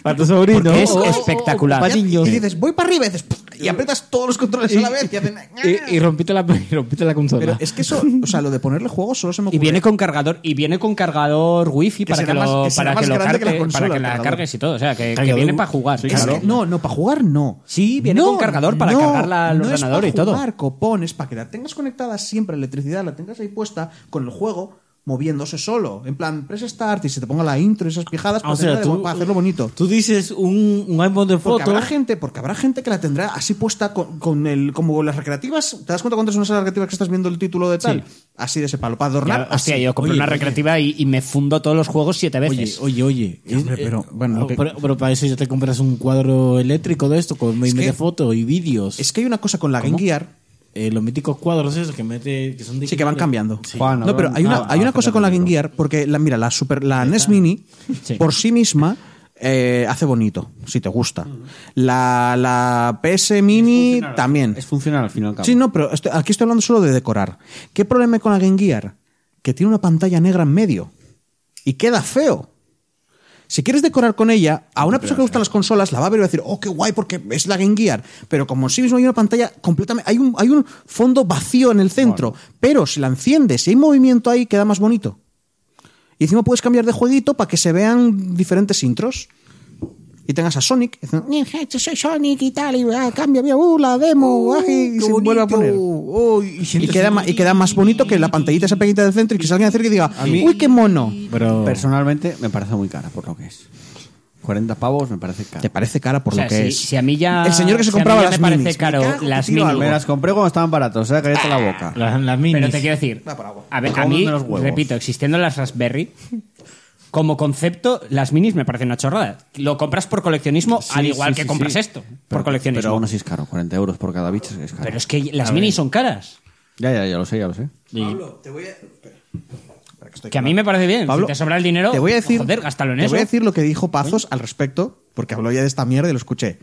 [SPEAKER 5] Para tu sobrino.
[SPEAKER 4] que es
[SPEAKER 2] Oh,
[SPEAKER 5] O- o-
[SPEAKER 4] espectacular.
[SPEAKER 5] para niños.
[SPEAKER 2] Y dices, voy para arriba. Y, dices, "Pff", y aprietas todos los controles a la vez. Y hacen.
[SPEAKER 5] Eh, Y, y rompiste la, y rompiste la consola.
[SPEAKER 2] Pero es que eso. O sea, lo de ponerle juegos solo se me ocurre.
[SPEAKER 4] Y viene con cargador y viene con cargador wifi
[SPEAKER 2] Que
[SPEAKER 4] para que
[SPEAKER 2] será
[SPEAKER 4] lo
[SPEAKER 2] más- que será
[SPEAKER 4] para que
[SPEAKER 2] más
[SPEAKER 4] lo
[SPEAKER 2] grande que la
[SPEAKER 4] cargue-
[SPEAKER 2] consola,
[SPEAKER 4] para que
[SPEAKER 2] el
[SPEAKER 4] la
[SPEAKER 2] cargador.
[SPEAKER 4] cargues y todo, o sea, que, que
[SPEAKER 5] Cargador.
[SPEAKER 4] viene para jugar.
[SPEAKER 5] Sí,
[SPEAKER 2] Es
[SPEAKER 5] claro.
[SPEAKER 2] que- no, no, para jugar no.
[SPEAKER 4] Sí, viene con cargador para cargar la- el ordenador
[SPEAKER 2] es
[SPEAKER 4] y todo.
[SPEAKER 2] Para jugar, copón, es para que la tengas conectada siempre, electricidad, la tengas ahí puesta con el juego moviéndose solo. En plan, press start y se te ponga la intro y esas pijadas
[SPEAKER 5] Ah,
[SPEAKER 2] para,
[SPEAKER 5] o sea,
[SPEAKER 2] tenerla de-
[SPEAKER 5] tú,
[SPEAKER 2] para hacerlo bonito.
[SPEAKER 5] Tú dices un, un iPhone de
[SPEAKER 2] Porque
[SPEAKER 5] foto.
[SPEAKER 2] habrá, gente, porque habrá gente que la tendrá así puesta con, con el, como las recreativas. ¿Te das cuenta cuántas son las recreativas que estás viendo el título de tal? Así de ese palo, para adornar.
[SPEAKER 4] Ya, hostia, yo compré
[SPEAKER 5] Oye,
[SPEAKER 4] una
[SPEAKER 5] oye.
[SPEAKER 4] recreativa y, y me fundo todos los juegos siete
[SPEAKER 5] Oye,
[SPEAKER 4] veces.
[SPEAKER 5] oye, oye.
[SPEAKER 2] Ya, hombre,
[SPEAKER 5] Es- eh,
[SPEAKER 2] pero, bueno, lo que-
[SPEAKER 5] pero, pero para eso ya te compras un cuadro eléctrico de esto con
[SPEAKER 2] Es
[SPEAKER 5] mete
[SPEAKER 2] que-
[SPEAKER 5] foto y vídeos.
[SPEAKER 2] Es que hay una cosa con la Game Gear
[SPEAKER 5] Eh, los míticos cuadros esos que mete que son
[SPEAKER 2] Sí, que van
[SPEAKER 5] digitales.
[SPEAKER 2] cambiando.
[SPEAKER 5] Sí.
[SPEAKER 1] Juan,
[SPEAKER 2] no, pero hay
[SPEAKER 1] ah,
[SPEAKER 2] una,
[SPEAKER 1] ah,
[SPEAKER 2] hay una cosa con la Game
[SPEAKER 1] perfecto.
[SPEAKER 2] Gear, porque la, mira, la, super, la NES Mini
[SPEAKER 5] Sí.
[SPEAKER 2] por sí misma eh, hace bonito, si te gusta. La, la PS Mini también.
[SPEAKER 1] Es funcional al final.
[SPEAKER 2] Sí, no, pero estoy- aquí estoy hablando solo de decorar. ¿Qué problema hay con la Game Gear? que tiene una pantalla negra en medio. Y queda feo. Si quieres decorar con ella, a una persona que le gustan las consolas la va a ver y va a decir, oh, qué guay, porque es la Game Gear. Pero como en sí mismo hay una pantalla completamente. Hay un, hay un fondo vacío en el centro. Pero si la enciendes, si hay movimiento ahí, queda más bonito. Y encima puedes cambiar de jueguito para que se vean diferentes intros. Y tengas a Sonic. diciendo, "Mira, yo soy Sonic y tal, y ah, cambia, mira, uh, la demo, ah, y se vuelve a poner. Y queda, ma- y queda más bonito que la pantallita esa pequeñita del centro y que salga a decir que diga,
[SPEAKER 1] mí-
[SPEAKER 2] uy, qué mono.
[SPEAKER 5] Pero
[SPEAKER 1] Personalmente me parece muy cara por lo que es. 40 pavos me parece cara.
[SPEAKER 2] Te parece cara por
[SPEAKER 4] O sea,
[SPEAKER 2] lo que
[SPEAKER 4] si,
[SPEAKER 2] es.
[SPEAKER 4] si a mí ya.
[SPEAKER 2] El señor que se
[SPEAKER 4] si a mí
[SPEAKER 2] compraba
[SPEAKER 4] ya
[SPEAKER 2] las
[SPEAKER 4] me parece
[SPEAKER 2] minis. Me
[SPEAKER 4] caro
[SPEAKER 2] cago, Ah.
[SPEAKER 4] las
[SPEAKER 2] tío,
[SPEAKER 4] minis.
[SPEAKER 1] Me las compré cuando estaban baratos, o sea, cállate la boca.
[SPEAKER 5] las, las minis.
[SPEAKER 4] Pero te quiero decir, a, ver, a
[SPEAKER 1] Como
[SPEAKER 4] mí,
[SPEAKER 1] de los huevos.
[SPEAKER 4] repito, existiendo las Raspberry, como concepto, las minis me parecen una chorrada. Lo compras por coleccionismo al igual que compras esto, por coleccionismo.
[SPEAKER 1] Pero
[SPEAKER 4] Pero,
[SPEAKER 1] aún así es caro, 40 euros por cada bicho es caro.
[SPEAKER 4] es que las minis son caras.
[SPEAKER 1] Ya, ya, ya lo sé, ya lo sé.
[SPEAKER 4] Que a mí me parece bien.
[SPEAKER 2] Pablo,
[SPEAKER 4] si te sobra el dinero, pues
[SPEAKER 2] te voy a decir,
[SPEAKER 4] joder, gástalo en
[SPEAKER 2] te
[SPEAKER 4] eso.
[SPEAKER 2] voy a decir lo que dijo Pazos al respecto, porque habló ya de esta mierda y lo escuché.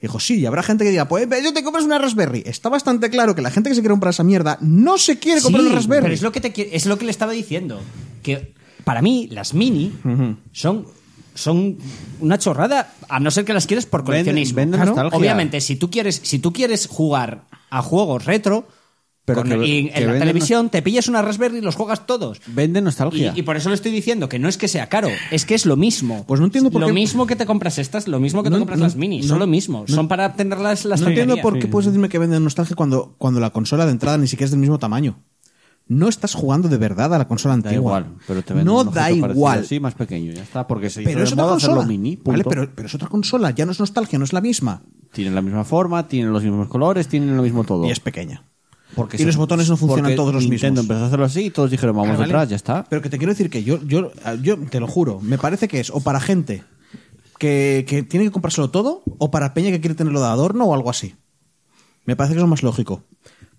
[SPEAKER 2] Dijo, sí, y habrá gente que diga, pues ve, yo te compras una Raspberry. Está bastante claro que la gente que se quiere comprar esa mierda no se quiere comprar
[SPEAKER 4] Sí,
[SPEAKER 2] una Raspberry.
[SPEAKER 4] Pero es lo que te qui- es lo que le estaba diciendo. Que para mí, las mini son, son una chorrada, a no ser que las quieres por
[SPEAKER 1] Venden-
[SPEAKER 4] coleccionismo.
[SPEAKER 1] venden nostalgia.
[SPEAKER 4] Obviamente, si tú quieres, si tú quieres jugar a juegos retro,
[SPEAKER 1] Pero
[SPEAKER 4] con-
[SPEAKER 1] que-
[SPEAKER 4] y en
[SPEAKER 1] que
[SPEAKER 4] la
[SPEAKER 1] venden
[SPEAKER 4] televisión te pillas una Raspberry y los juegas todos.
[SPEAKER 1] Vende nostalgia.
[SPEAKER 4] Y, y por eso le estoy diciendo que no es que sea caro, es que es lo mismo.
[SPEAKER 2] Pues no entiendo por
[SPEAKER 4] lo
[SPEAKER 2] qué-
[SPEAKER 4] mismo que te compras estas, lo mismo que
[SPEAKER 2] No,
[SPEAKER 4] te compras
[SPEAKER 2] no,
[SPEAKER 4] las minis, son
[SPEAKER 2] no,
[SPEAKER 4] lo mismo. son para tenerlas las
[SPEAKER 2] no entiendo por qué puedes decirme que venden nostalgia cuando, cuando la consola de entrada ni siquiera es del mismo tamaño. No estás jugando de verdad a la consola
[SPEAKER 1] Da
[SPEAKER 2] antigua.
[SPEAKER 1] igual, pero te venden
[SPEAKER 2] no
[SPEAKER 1] un objeto
[SPEAKER 2] da
[SPEAKER 1] parecido
[SPEAKER 2] igual.
[SPEAKER 1] así, más pequeño, ya está. Porque se hizo
[SPEAKER 2] pero
[SPEAKER 1] de
[SPEAKER 2] es otra
[SPEAKER 1] moda
[SPEAKER 2] consola.
[SPEAKER 1] hacerlo mini,
[SPEAKER 2] Vale,
[SPEAKER 1] punto.
[SPEAKER 2] pero, pero es otra consola, ya no es nostalgia, no es la misma.
[SPEAKER 1] Tienen la misma forma, tienen los mismos colores, tienen lo mismo todo.
[SPEAKER 2] Y es pequeña.
[SPEAKER 1] porque
[SPEAKER 2] y los botones no funcionan
[SPEAKER 1] porque
[SPEAKER 2] todos los
[SPEAKER 1] Nintendo
[SPEAKER 2] mismos.
[SPEAKER 1] empezó a hacerlo así y todos dijeron, vamos
[SPEAKER 2] Ah, vale.
[SPEAKER 1] detrás, ya está.
[SPEAKER 2] Pero que te quiero decir que yo, yo, yo te lo juro, me parece que es o para gente que, que tiene que comprárselo todo o para peña que quiere tenerlo de adorno o algo así. Me parece que es lo más lógico.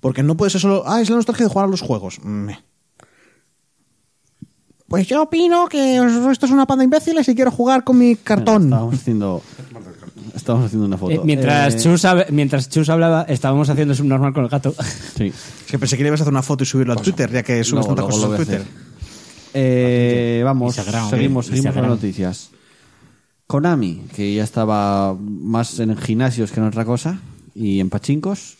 [SPEAKER 2] Porque no puede ser solo, ah, es la nostalgia de jugar a los juegos. Mm. Pues yo opino que os- esto es una panda imbéciles y quiero jugar con mi cartón.
[SPEAKER 1] Estábamos haciendo, estábamos haciendo una foto.
[SPEAKER 4] Eh, mientras,
[SPEAKER 1] Eh,
[SPEAKER 4] Chus hab- mientras Chus hablaba, estábamos haciendo subnormal con el gato.
[SPEAKER 1] Sí.
[SPEAKER 2] Es que pensé que le ibas a hacer una foto y subirlo a Twitter, ya que subes
[SPEAKER 1] Luego,
[SPEAKER 2] tantas
[SPEAKER 1] luego
[SPEAKER 2] cosas
[SPEAKER 1] lo
[SPEAKER 2] a
[SPEAKER 1] voy a
[SPEAKER 2] Twitter.
[SPEAKER 1] hacer. Eh, vamos,
[SPEAKER 5] Instagram,
[SPEAKER 1] seguimos, seguimos
[SPEAKER 5] eh,
[SPEAKER 1] con las
[SPEAKER 5] Instagram.
[SPEAKER 1] noticias. Konami, que ya estaba más en gimnasios que en otra cosa, y en pachincos,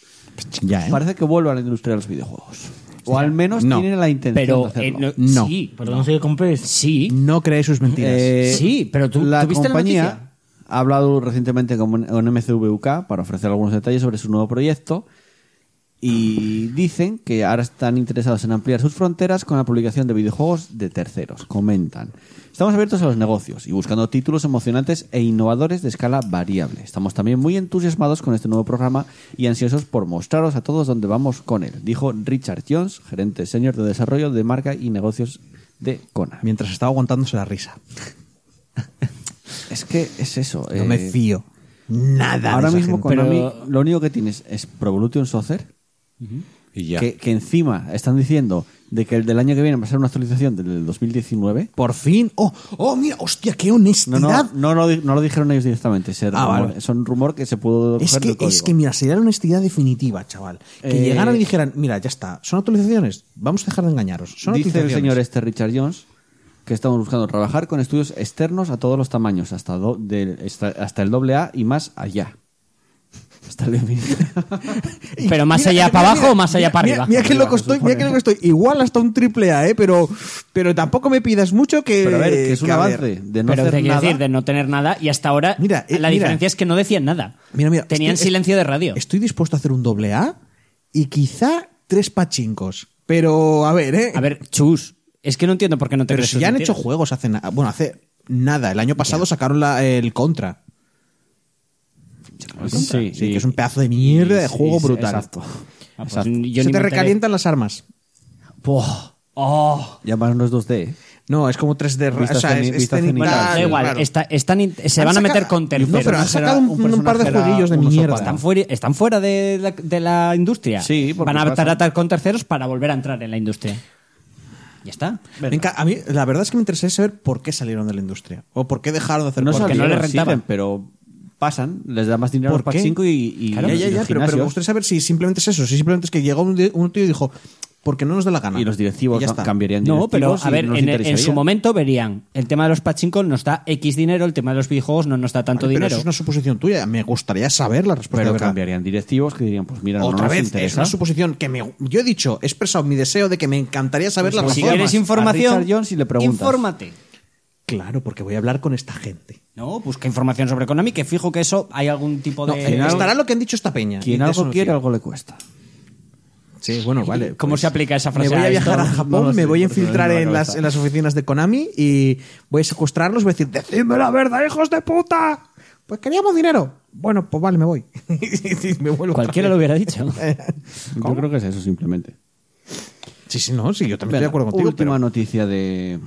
[SPEAKER 2] Ya, ¿eh?
[SPEAKER 1] parece que vuelve a la industria de los videojuegos. O al menos
[SPEAKER 2] no.
[SPEAKER 1] tienen la intención de
[SPEAKER 4] Pero,
[SPEAKER 1] hacerlo.
[SPEAKER 4] eh, no,
[SPEAKER 2] No.
[SPEAKER 4] Sí,
[SPEAKER 5] Pero no sé qué compres.
[SPEAKER 4] sí.
[SPEAKER 2] No creéis sus mentiras.
[SPEAKER 1] Eh,
[SPEAKER 4] Sí, pero tú-
[SPEAKER 1] la
[SPEAKER 4] ¿tú viste la
[SPEAKER 1] compañía
[SPEAKER 4] noticia?
[SPEAKER 1] ha hablado recientemente con, con MCVUK para ofrecer algunos detalles sobre su nuevo proyecto y dicen que ahora están interesados en ampliar sus fronteras con la publicación de videojuegos de terceros. Comentan. Estamos abiertos a los negocios y buscando títulos emocionantes e innovadores de escala variable. Estamos también muy entusiasmados con este nuevo programa y ansiosos por mostraros a todos dónde vamos con él, dijo Richard Jones, gerente senior de desarrollo de marca y negocios de Konami.
[SPEAKER 2] Mientras estaba aguantándose la risa.
[SPEAKER 1] Es que es eso.
[SPEAKER 2] No me
[SPEAKER 1] eh,
[SPEAKER 2] fío. Nada. de
[SPEAKER 1] Ahora
[SPEAKER 2] esa
[SPEAKER 1] mismo
[SPEAKER 2] gente.
[SPEAKER 1] Konami
[SPEAKER 4] Pero-
[SPEAKER 1] lo único que tienes es Pro Evolution Soccer,
[SPEAKER 3] Y ya.
[SPEAKER 1] que, que encima están diciendo de que el del año que viene va a ser una actualización del del 2019.
[SPEAKER 2] Por fin. Oh, oh, mira, hostia, qué
[SPEAKER 1] No,
[SPEAKER 2] honestidad.
[SPEAKER 1] no, no, lo, di- no lo dijeron ellos directamente. ese rumor-
[SPEAKER 2] Ah, vale.
[SPEAKER 1] Son rumor que se pudo
[SPEAKER 2] es,
[SPEAKER 1] coger
[SPEAKER 2] que,
[SPEAKER 1] del código.
[SPEAKER 2] es que, mira, sería la honestidad definitiva, chaval. Que
[SPEAKER 1] Eh,
[SPEAKER 2] llegaran y dijeran, mira, ya está, son actualizaciones, vamos a dejar de engañaros. Son
[SPEAKER 1] Dice el
[SPEAKER 2] actualizaciones.
[SPEAKER 1] señor este Richard Jones que estamos buscando trabajar con estudios externos a todos los tamaños, hasta, do- del- hasta, hasta el doble A y más allá. Hasta el infinito.
[SPEAKER 4] Pero más allá para abajo o más allá para
[SPEAKER 2] mira,
[SPEAKER 4] arriba.
[SPEAKER 2] Mira qué
[SPEAKER 1] Arriba,
[SPEAKER 2] loco
[SPEAKER 1] se
[SPEAKER 2] estoy,
[SPEAKER 1] supone.
[SPEAKER 2] mira qué loco estoy. Igual hasta un triple A, ¿eh? Pero, pero tampoco me pidas mucho que.
[SPEAKER 1] Pero a ver, que es un
[SPEAKER 2] a ver.
[SPEAKER 1] avance de no
[SPEAKER 4] pero te
[SPEAKER 1] hacer
[SPEAKER 4] quiero
[SPEAKER 1] nada.
[SPEAKER 4] decir, de no tener nada, y hasta ahora
[SPEAKER 2] Mira, eh, mira.
[SPEAKER 4] la diferencia es que no decían nada.
[SPEAKER 2] Mira, mira,
[SPEAKER 4] Tenían
[SPEAKER 2] estoy-
[SPEAKER 4] silencio de radio.
[SPEAKER 2] Estoy dispuesto a hacer un doble A y quizá tres pachincos. Pero, a ver, ¿eh?
[SPEAKER 4] A ver, Chus, es que no entiendo por qué no te
[SPEAKER 2] Pero
[SPEAKER 4] crees
[SPEAKER 2] si
[SPEAKER 4] sus
[SPEAKER 2] ya han hecho
[SPEAKER 4] mentiras.
[SPEAKER 2] juegos hace na- bueno, hace nada. El año pasado sacaron la- el Contra.
[SPEAKER 1] Sí,
[SPEAKER 2] Sí,
[SPEAKER 1] y-
[SPEAKER 2] que es un pedazo de mierda de
[SPEAKER 1] sí,
[SPEAKER 2] juego
[SPEAKER 1] sí,
[SPEAKER 2] brutal.
[SPEAKER 1] Exacto.
[SPEAKER 4] Ah, pues
[SPEAKER 1] exacto.
[SPEAKER 4] yo
[SPEAKER 2] Se
[SPEAKER 4] ni
[SPEAKER 2] te
[SPEAKER 4] me enteré.
[SPEAKER 2] recalientan las armas.
[SPEAKER 4] Buah. Oh.
[SPEAKER 1] Ya más no es 2D. ¿eh?
[SPEAKER 2] No, es como 3D. ra-
[SPEAKER 1] Vistas
[SPEAKER 2] o sea,
[SPEAKER 1] ceni-
[SPEAKER 2] es- es
[SPEAKER 1] vistas
[SPEAKER 2] cenital,
[SPEAKER 4] Bueno,
[SPEAKER 1] Ah,
[SPEAKER 4] da
[SPEAKER 1] sí,
[SPEAKER 4] igual.
[SPEAKER 2] claro.
[SPEAKER 4] está- están in- se
[SPEAKER 2] Han
[SPEAKER 4] van a meter
[SPEAKER 2] sacado-
[SPEAKER 4] con terceros.
[SPEAKER 2] No, pero han
[SPEAKER 1] Será
[SPEAKER 2] sacado un,
[SPEAKER 1] un
[SPEAKER 2] un par de
[SPEAKER 1] personaje era
[SPEAKER 2] jueguillos de
[SPEAKER 1] un oso
[SPEAKER 2] mierda.
[SPEAKER 1] panda.
[SPEAKER 4] están, fuera, están fuera de la, de la industria.
[SPEAKER 1] Sí, porque
[SPEAKER 4] van a
[SPEAKER 1] pasan-
[SPEAKER 4] tratar con terceros para volver a entrar en la industria. Ya está.
[SPEAKER 2] Me enca- a mí, la verdad es que me interesa saber por qué salieron de la industria. O por qué dejaron de hacer
[SPEAKER 1] No
[SPEAKER 2] cosas.
[SPEAKER 4] porque
[SPEAKER 1] porque
[SPEAKER 4] no le
[SPEAKER 1] no
[SPEAKER 4] rentaba.
[SPEAKER 1] pero pasan, les da más dinero a los
[SPEAKER 2] ¿Por qué?
[SPEAKER 1] Pack 5 y, y,
[SPEAKER 2] Claro,
[SPEAKER 1] y
[SPEAKER 2] ya, ya,
[SPEAKER 1] los
[SPEAKER 2] ya, pero, pero me
[SPEAKER 1] gimnasios.
[SPEAKER 2] gustaría saber si simplemente es eso, si simplemente es que llegó un, di- un tío y dijo, porque no nos dé la gana.
[SPEAKER 1] Y los directivos
[SPEAKER 2] Y ya
[SPEAKER 1] ca-
[SPEAKER 2] está.
[SPEAKER 1] cambiarían
[SPEAKER 4] No, pero
[SPEAKER 1] directivos
[SPEAKER 4] a
[SPEAKER 1] y
[SPEAKER 4] ver,
[SPEAKER 1] no nos
[SPEAKER 4] en, en
[SPEAKER 1] interesaría.
[SPEAKER 4] su momento verían, el tema de los pachinko nos da X dinero, el tema de los videojuegos no nos da tanto
[SPEAKER 2] Vale, pero
[SPEAKER 4] dinero.
[SPEAKER 2] eso es una suposición tuya. Me gustaría saber la respuesta.
[SPEAKER 1] Pero
[SPEAKER 2] de verdad.
[SPEAKER 1] cambiarían directivos que dirían, pues mira, no,
[SPEAKER 2] Otra
[SPEAKER 1] no nos
[SPEAKER 2] vez, es
[SPEAKER 1] interesa.
[SPEAKER 2] una suposición que me, yo he dicho, he expresado mi deseo de que me encantaría saber
[SPEAKER 1] Pues
[SPEAKER 2] la
[SPEAKER 4] si
[SPEAKER 2] respuesta.
[SPEAKER 4] quieres información,
[SPEAKER 1] Richard Jones y le preguntas.
[SPEAKER 4] infórmate.
[SPEAKER 2] Claro, porque voy a hablar con esta gente.
[SPEAKER 4] No, busca información sobre Konami, que fijo que eso hay algún tipo
[SPEAKER 2] No,
[SPEAKER 4] de...
[SPEAKER 2] eh, estará lo que han dicho esta peña.
[SPEAKER 1] Quien
[SPEAKER 2] y de eso
[SPEAKER 1] algo
[SPEAKER 2] me
[SPEAKER 1] quiere,
[SPEAKER 2] fío.
[SPEAKER 1] algo le cuesta.
[SPEAKER 2] Sí, bueno, vale. pues
[SPEAKER 4] ¿Cómo se aplica esa frase
[SPEAKER 2] Me voy
[SPEAKER 4] a
[SPEAKER 2] a viajar a
[SPEAKER 4] esto?
[SPEAKER 2] Japón,
[SPEAKER 1] No lo sé,
[SPEAKER 2] me voy a
[SPEAKER 1] por eso me
[SPEAKER 2] infiltrar
[SPEAKER 1] vino a la
[SPEAKER 2] en las,
[SPEAKER 1] cabeza.
[SPEAKER 2] en las oficinas de Konami y voy a secuestrarlos, voy a decir, decidme la verdad, hijos de puta. Pues queríamos dinero. Bueno, pues vale, me voy. Y me vuelvo
[SPEAKER 4] Cualquiera lo
[SPEAKER 2] otra
[SPEAKER 4] hubiera dicho.
[SPEAKER 2] vez.
[SPEAKER 1] Yo creo que es eso simplemente.
[SPEAKER 2] Sí, sí, no, sí, yo también estoy de
[SPEAKER 1] Venga,
[SPEAKER 2] acuerdo contigo.
[SPEAKER 1] Última
[SPEAKER 2] pero-
[SPEAKER 1] noticia de,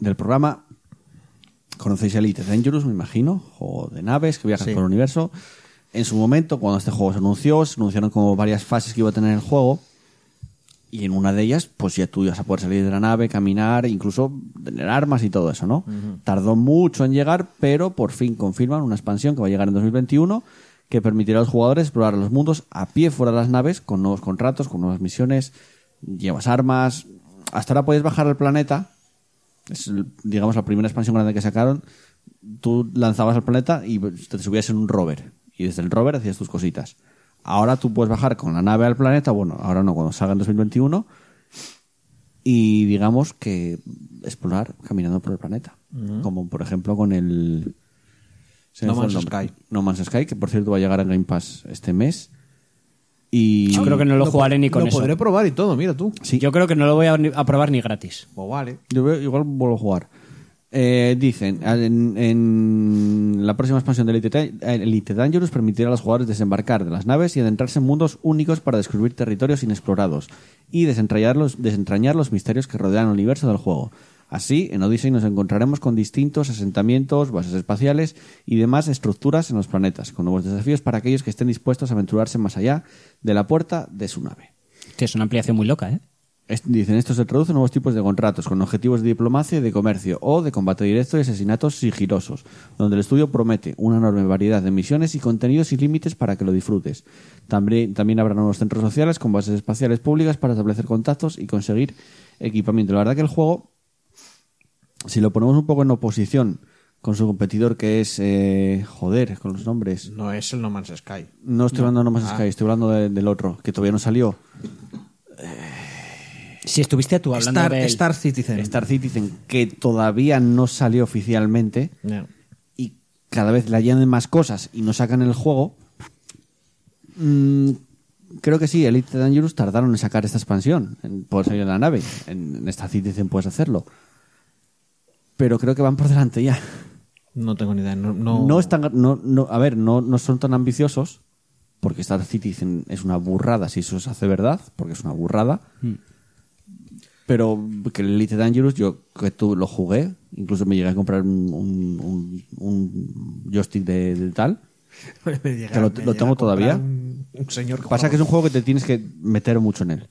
[SPEAKER 1] del programa. Conocéis Elite Dangerous, me imagino, juego de naves que viajan
[SPEAKER 2] Sí.
[SPEAKER 1] por el universo. En su momento, cuando este juego se anunció, se anunciaron como varias fases que iba a tener el juego. Y en una de ellas, pues ya tú ibas a poder salir de la nave, caminar, incluso tener armas y todo eso, ¿no? Tardó mucho en llegar, pero por fin confirman una expansión que va a llegar en 2021 que permitirá a los jugadores explorar los mundos a pie fuera de las naves con nuevos contratos, con nuevas misiones, llevas armas. Hasta ahora podías bajar al planeta, es digamos la primera expansión grande que sacaron tú lanzabas al planeta y te subías en un rover y desde el rover hacías tus cositas ahora tú puedes bajar con la nave al planeta bueno ahora no cuando salga en 2021 y digamos que explorar caminando por el planeta como por ejemplo con el se me
[SPEAKER 2] No
[SPEAKER 1] fue el
[SPEAKER 2] Man's
[SPEAKER 1] nombre.
[SPEAKER 2] Sky.
[SPEAKER 1] No Man's Sky que por cierto va a llegar a Game Pass este mes y
[SPEAKER 2] Ah,
[SPEAKER 4] Yo creo que no lo jugaré ni con
[SPEAKER 2] lo
[SPEAKER 4] eso.
[SPEAKER 2] podré probar y todo, mira tú.
[SPEAKER 1] Sí.
[SPEAKER 4] Yo creo que no lo voy a, ni- a probar ni gratis.
[SPEAKER 2] Pues vale.
[SPEAKER 1] Yo veo- igual vuelvo a jugar. Eh, dicen, en, en la próxima expansión de Elite, Dan- Elite Dangerous permitirá a los jugadores desembarcar de las naves y adentrarse en mundos únicos para descubrir territorios inexplorados y desentrañar los, desentrañar los misterios que rodean el universo del juego. Así, en Odyssey nos encontraremos con distintos asentamientos, bases espaciales y demás estructuras en los planetas, con nuevos desafíos para aquellos que estén dispuestos a aventurarse más allá de la puerta de su nave.
[SPEAKER 4] Que es una ampliación muy loca, ¿eh?
[SPEAKER 1] Est- Dicen, esto se traduce en nuevos tipos de contratos, con objetivos de diplomacia y de comercio, o de combate directo y asesinatos sigilosos, donde el estudio promete una enorme variedad de misiones y contenidos sin límites para que lo disfrutes. También, también habrá nuevos centros sociales con bases espaciales públicas para establecer contactos y conseguir equipamiento. La verdad que el juego, si lo ponemos un poco en oposición con su competidor que es... eh, joder, con los nombres.
[SPEAKER 2] No es el No Man's Sky.
[SPEAKER 1] No estoy hablando de No Man's Sky, estoy hablando de- del otro, que todavía no salió.
[SPEAKER 4] Si estuviste tú hablando
[SPEAKER 2] Star,
[SPEAKER 4] de... él.
[SPEAKER 2] Star Citizen.
[SPEAKER 1] Star Citizen, que todavía no salió oficialmente
[SPEAKER 2] No.
[SPEAKER 1] y cada vez le añaden más cosas y no sacan el juego, mm, creo que sí, Elite Dangerous tardaron en sacar esta expansión, en poder salir de la nave. En, en Star Citizen puedes hacerlo. Pero creo que van por delante ya.
[SPEAKER 2] No tengo ni idea. No, no-
[SPEAKER 1] No, están, no, no- a ver, no, no son tan ambiciosos, porque Star Citizen es una burrada, si eso se hace verdad, porque es una burrada.
[SPEAKER 4] Hmm.
[SPEAKER 1] Pero que el Elite Dangerous, yo que tú lo jugué, incluso me llegué a comprar un, un- un- un joystick de, de tal.
[SPEAKER 2] Me llega-
[SPEAKER 1] Que lo- lo
[SPEAKER 2] me llega
[SPEAKER 1] tengo
[SPEAKER 2] a comprar
[SPEAKER 1] todavía.
[SPEAKER 2] Un, un señor que
[SPEAKER 1] Pasa
[SPEAKER 2] jugaba-
[SPEAKER 1] que es un juego que te tienes que meter mucho en él.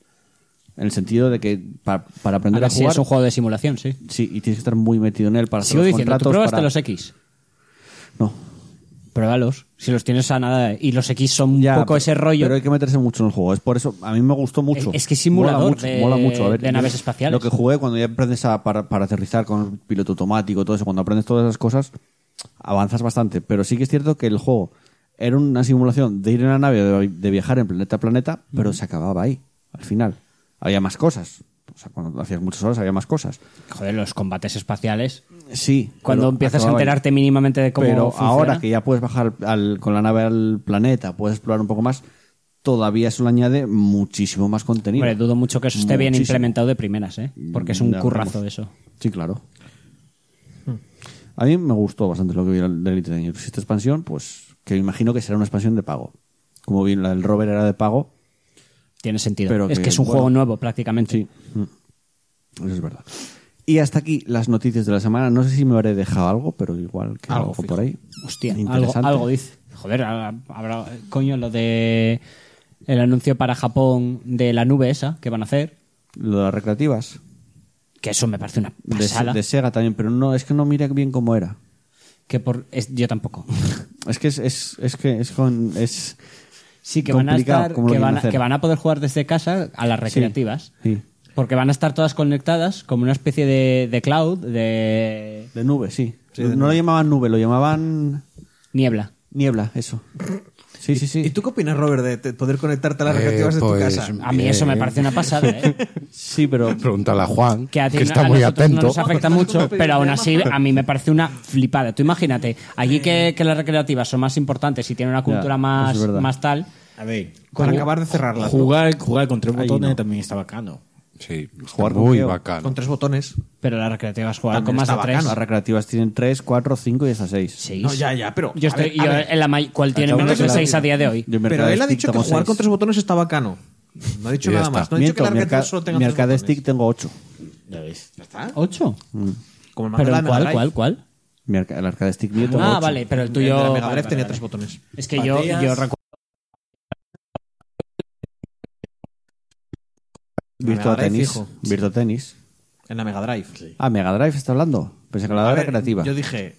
[SPEAKER 1] En el sentido de que pa- para
[SPEAKER 4] A
[SPEAKER 1] aprender a,
[SPEAKER 4] ver si
[SPEAKER 1] jugar.
[SPEAKER 4] es un juego de simulación, sí.
[SPEAKER 1] Sí, y tienes que estar muy metido en él para hacer
[SPEAKER 4] Sigo
[SPEAKER 1] los
[SPEAKER 4] diciendo, tú
[SPEAKER 1] contratos.
[SPEAKER 4] probaste
[SPEAKER 1] para-
[SPEAKER 4] los X.
[SPEAKER 1] No,
[SPEAKER 4] Pruébalos. Si los tienes a nada... Y los X son un
[SPEAKER 1] Ya,
[SPEAKER 4] poco
[SPEAKER 1] pero-
[SPEAKER 4] ese rollo.
[SPEAKER 1] Pero hay que meterse mucho en el juego. Es por eso, a mí me gustó mucho.
[SPEAKER 4] Es- es que es simulador
[SPEAKER 1] mola mucho,
[SPEAKER 4] de-
[SPEAKER 1] mola mucho. A ver,
[SPEAKER 4] de naves
[SPEAKER 1] yo-
[SPEAKER 4] espaciales.
[SPEAKER 1] Lo que jugué cuando ya aprendes a, para, para aterrizar con el piloto automático, todo eso, cuando aprendes todas esas cosas, avanzas bastante. Pero sí que es cierto que el juego era una simulación de ir en la nave, de, de viajar en planeta a planeta, pero se acababa ahí, al final. Había más cosas. O sea, cuando hacías muchas horas había más cosas.
[SPEAKER 4] Joder, los combates espaciales.
[SPEAKER 1] Sí.
[SPEAKER 4] Cuando
[SPEAKER 1] pero
[SPEAKER 4] empiezas a
[SPEAKER 1] acababa ahí.
[SPEAKER 4] enterarte mínimamente de cómo
[SPEAKER 1] Pero
[SPEAKER 4] funciona.
[SPEAKER 1] ahora que ya puedes bajar al- con la nave al planeta, puedes explorar un poco más, todavía eso le añade muchísimo más contenido.
[SPEAKER 4] Hombre, dudo mucho que eso esté bien
[SPEAKER 1] Muchísimo.
[SPEAKER 4] implementado de primeras, ¿eh? Porque es un
[SPEAKER 1] Ya
[SPEAKER 4] currazo
[SPEAKER 1] veremos.
[SPEAKER 4] eso. Hmm.
[SPEAKER 1] Sí, claro. A mí me gustó bastante lo que vi del Elite Dangerous. Esta expansión, pues, que me imagino que será una expansión de pago. Como bien el rover era de pago,
[SPEAKER 4] Tiene sentido.
[SPEAKER 1] Pero
[SPEAKER 4] es
[SPEAKER 1] que,
[SPEAKER 4] que es un
[SPEAKER 1] bueno.
[SPEAKER 4] juego nuevo prácticamente.
[SPEAKER 1] Sí. Mm. Eso es verdad. Y hasta aquí las noticias de la semana. No sé si me habré dejado algo, pero igual que algo,
[SPEAKER 2] Algo,
[SPEAKER 1] por ahí.
[SPEAKER 4] Hostia, algo,
[SPEAKER 1] Interesante.
[SPEAKER 4] algo dice. Joder, ha- habrá, coño, lo de el anuncio para Japón de la nube esa que van a hacer,
[SPEAKER 1] Lo de las recreativas.
[SPEAKER 4] que eso me parece una
[SPEAKER 1] De,
[SPEAKER 4] pasada.
[SPEAKER 1] de Sega también, pero no, es que no mira bien cómo era.
[SPEAKER 4] que por es- yo tampoco.
[SPEAKER 1] Es que es, es, es que es con es
[SPEAKER 4] Sí, que van a
[SPEAKER 1] complicado
[SPEAKER 4] estar,
[SPEAKER 1] como lo
[SPEAKER 4] que
[SPEAKER 1] quieren
[SPEAKER 4] van a,
[SPEAKER 1] hacer.
[SPEAKER 4] que van a poder jugar desde casa a las recreativas.
[SPEAKER 1] sí.
[SPEAKER 4] Porque van a estar todas conectadas como una especie de, de cloud, de
[SPEAKER 1] De nube, sí. no lo llamaban nube, lo llamaban
[SPEAKER 4] niebla.
[SPEAKER 1] niebla, eso. Sí, sí, sí.
[SPEAKER 2] ¿Y tú qué opinas, Robert, de te- poder conectarte a las
[SPEAKER 3] Eh,
[SPEAKER 2] recreativas de tu
[SPEAKER 3] pues,
[SPEAKER 2] casa?
[SPEAKER 4] A mí eso me parece una pasada, ¿eh?
[SPEAKER 1] Sí, pero
[SPEAKER 3] Pregúntale a Juan,
[SPEAKER 4] Que,
[SPEAKER 3] que,
[SPEAKER 4] a ti no-
[SPEAKER 3] está
[SPEAKER 4] a
[SPEAKER 3] muy
[SPEAKER 4] nosotros
[SPEAKER 3] atento.
[SPEAKER 4] No nos afecta mucho, pero aún así a mí me parece una flipada. Tú imagínate, allí que, que las recreativas son más importantes y tienen una cultura
[SPEAKER 1] eso
[SPEAKER 4] más,
[SPEAKER 1] es verdad.
[SPEAKER 4] más tal,
[SPEAKER 5] A ver,
[SPEAKER 2] Para acabar de cerrarlas. ¿no?
[SPEAKER 5] jugar, jugar con tres
[SPEAKER 1] Ahí
[SPEAKER 5] botones
[SPEAKER 1] no.
[SPEAKER 5] también está bacano.
[SPEAKER 3] Sí, está
[SPEAKER 1] Jugar con
[SPEAKER 3] muy
[SPEAKER 1] Geo.
[SPEAKER 3] bacano.
[SPEAKER 2] Con tres botones.
[SPEAKER 4] pero las recreativas juegan
[SPEAKER 2] También
[SPEAKER 4] con más
[SPEAKER 2] está
[SPEAKER 4] de tres.
[SPEAKER 1] las recreativas tienen 3, 4, 5 y hasta 6.
[SPEAKER 4] Seis.
[SPEAKER 2] No, ya, ya, pero.
[SPEAKER 4] Yo
[SPEAKER 2] a
[SPEAKER 4] estoy,
[SPEAKER 2] ver, a
[SPEAKER 4] yo
[SPEAKER 2] ver.
[SPEAKER 4] en la may- ¿Cuál tiene
[SPEAKER 1] Acabo
[SPEAKER 4] menos
[SPEAKER 1] de
[SPEAKER 4] de
[SPEAKER 1] hablar.
[SPEAKER 4] seis a día de hoy?
[SPEAKER 1] Yo en
[SPEAKER 2] Pero
[SPEAKER 1] Mercado
[SPEAKER 2] él ha
[SPEAKER 1] Stick
[SPEAKER 2] dicho que
[SPEAKER 1] tengo
[SPEAKER 2] jugar
[SPEAKER 1] seis.
[SPEAKER 2] con tres botones está bacano. No ha dicho
[SPEAKER 3] Ya
[SPEAKER 2] nada
[SPEAKER 3] está.
[SPEAKER 2] más. No ha dicho que
[SPEAKER 1] Miento,
[SPEAKER 2] las
[SPEAKER 1] mi, arca-
[SPEAKER 2] recreativas solo tengan
[SPEAKER 1] mi
[SPEAKER 2] tres
[SPEAKER 1] arcade
[SPEAKER 2] botones.
[SPEAKER 1] stick tengo 8.
[SPEAKER 5] Ya ves.
[SPEAKER 2] Ya está.
[SPEAKER 4] ¿Ocho?
[SPEAKER 2] Como el mando
[SPEAKER 4] ¿Pero
[SPEAKER 2] de la
[SPEAKER 4] en
[SPEAKER 2] Mega
[SPEAKER 4] cuál,
[SPEAKER 2] Drive.
[SPEAKER 4] cuál, cuál?
[SPEAKER 1] Mi arca- el arcade stick mío tengo
[SPEAKER 4] Ah,
[SPEAKER 1] 8.
[SPEAKER 4] vale, pero el
[SPEAKER 2] El de la
[SPEAKER 4] tuyo...
[SPEAKER 2] Mega
[SPEAKER 4] vale,
[SPEAKER 2] Drive tenía
[SPEAKER 4] vale,
[SPEAKER 2] tres
[SPEAKER 4] vale.
[SPEAKER 2] botones.
[SPEAKER 4] Es que yo, yo
[SPEAKER 5] Bateas.
[SPEAKER 4] recuerdo...
[SPEAKER 1] Virtua
[SPEAKER 2] Mega Drive,
[SPEAKER 1] Tennis.
[SPEAKER 2] fijo.
[SPEAKER 1] Virtua Tennis.
[SPEAKER 2] En la Mega Drive. Sí.
[SPEAKER 1] Ah, Mega Drive está hablando. Pensé que hablaba de recreativa.
[SPEAKER 2] Yo dije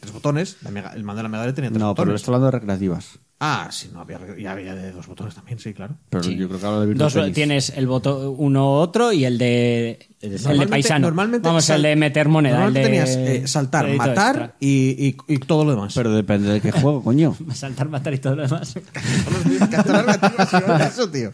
[SPEAKER 2] tres botones. la Mega- el mando de la Mega Drive tenía tres
[SPEAKER 1] No, pero
[SPEAKER 2] botones.
[SPEAKER 1] está hablando de recreativas.
[SPEAKER 2] Ah, sí, no había, ya había de dos botones también, sí, claro.
[SPEAKER 1] Pero yo creo que habla de Virtua
[SPEAKER 4] Dos,
[SPEAKER 1] Tennis.
[SPEAKER 4] tienes el voto uno otro y el de el de,
[SPEAKER 2] Normalmente-
[SPEAKER 4] paisano.
[SPEAKER 2] normalmente
[SPEAKER 4] Vamos,
[SPEAKER 2] sal-
[SPEAKER 4] el de meter moneda. El de
[SPEAKER 2] normalmente tenías eh, saltar,
[SPEAKER 4] crédito
[SPEAKER 2] matar y, y- y todo lo demás.
[SPEAKER 1] Pero depende de qué juego, coño.
[SPEAKER 4] extra. Saltar, matar y todo lo demás.
[SPEAKER 2] eso, tío.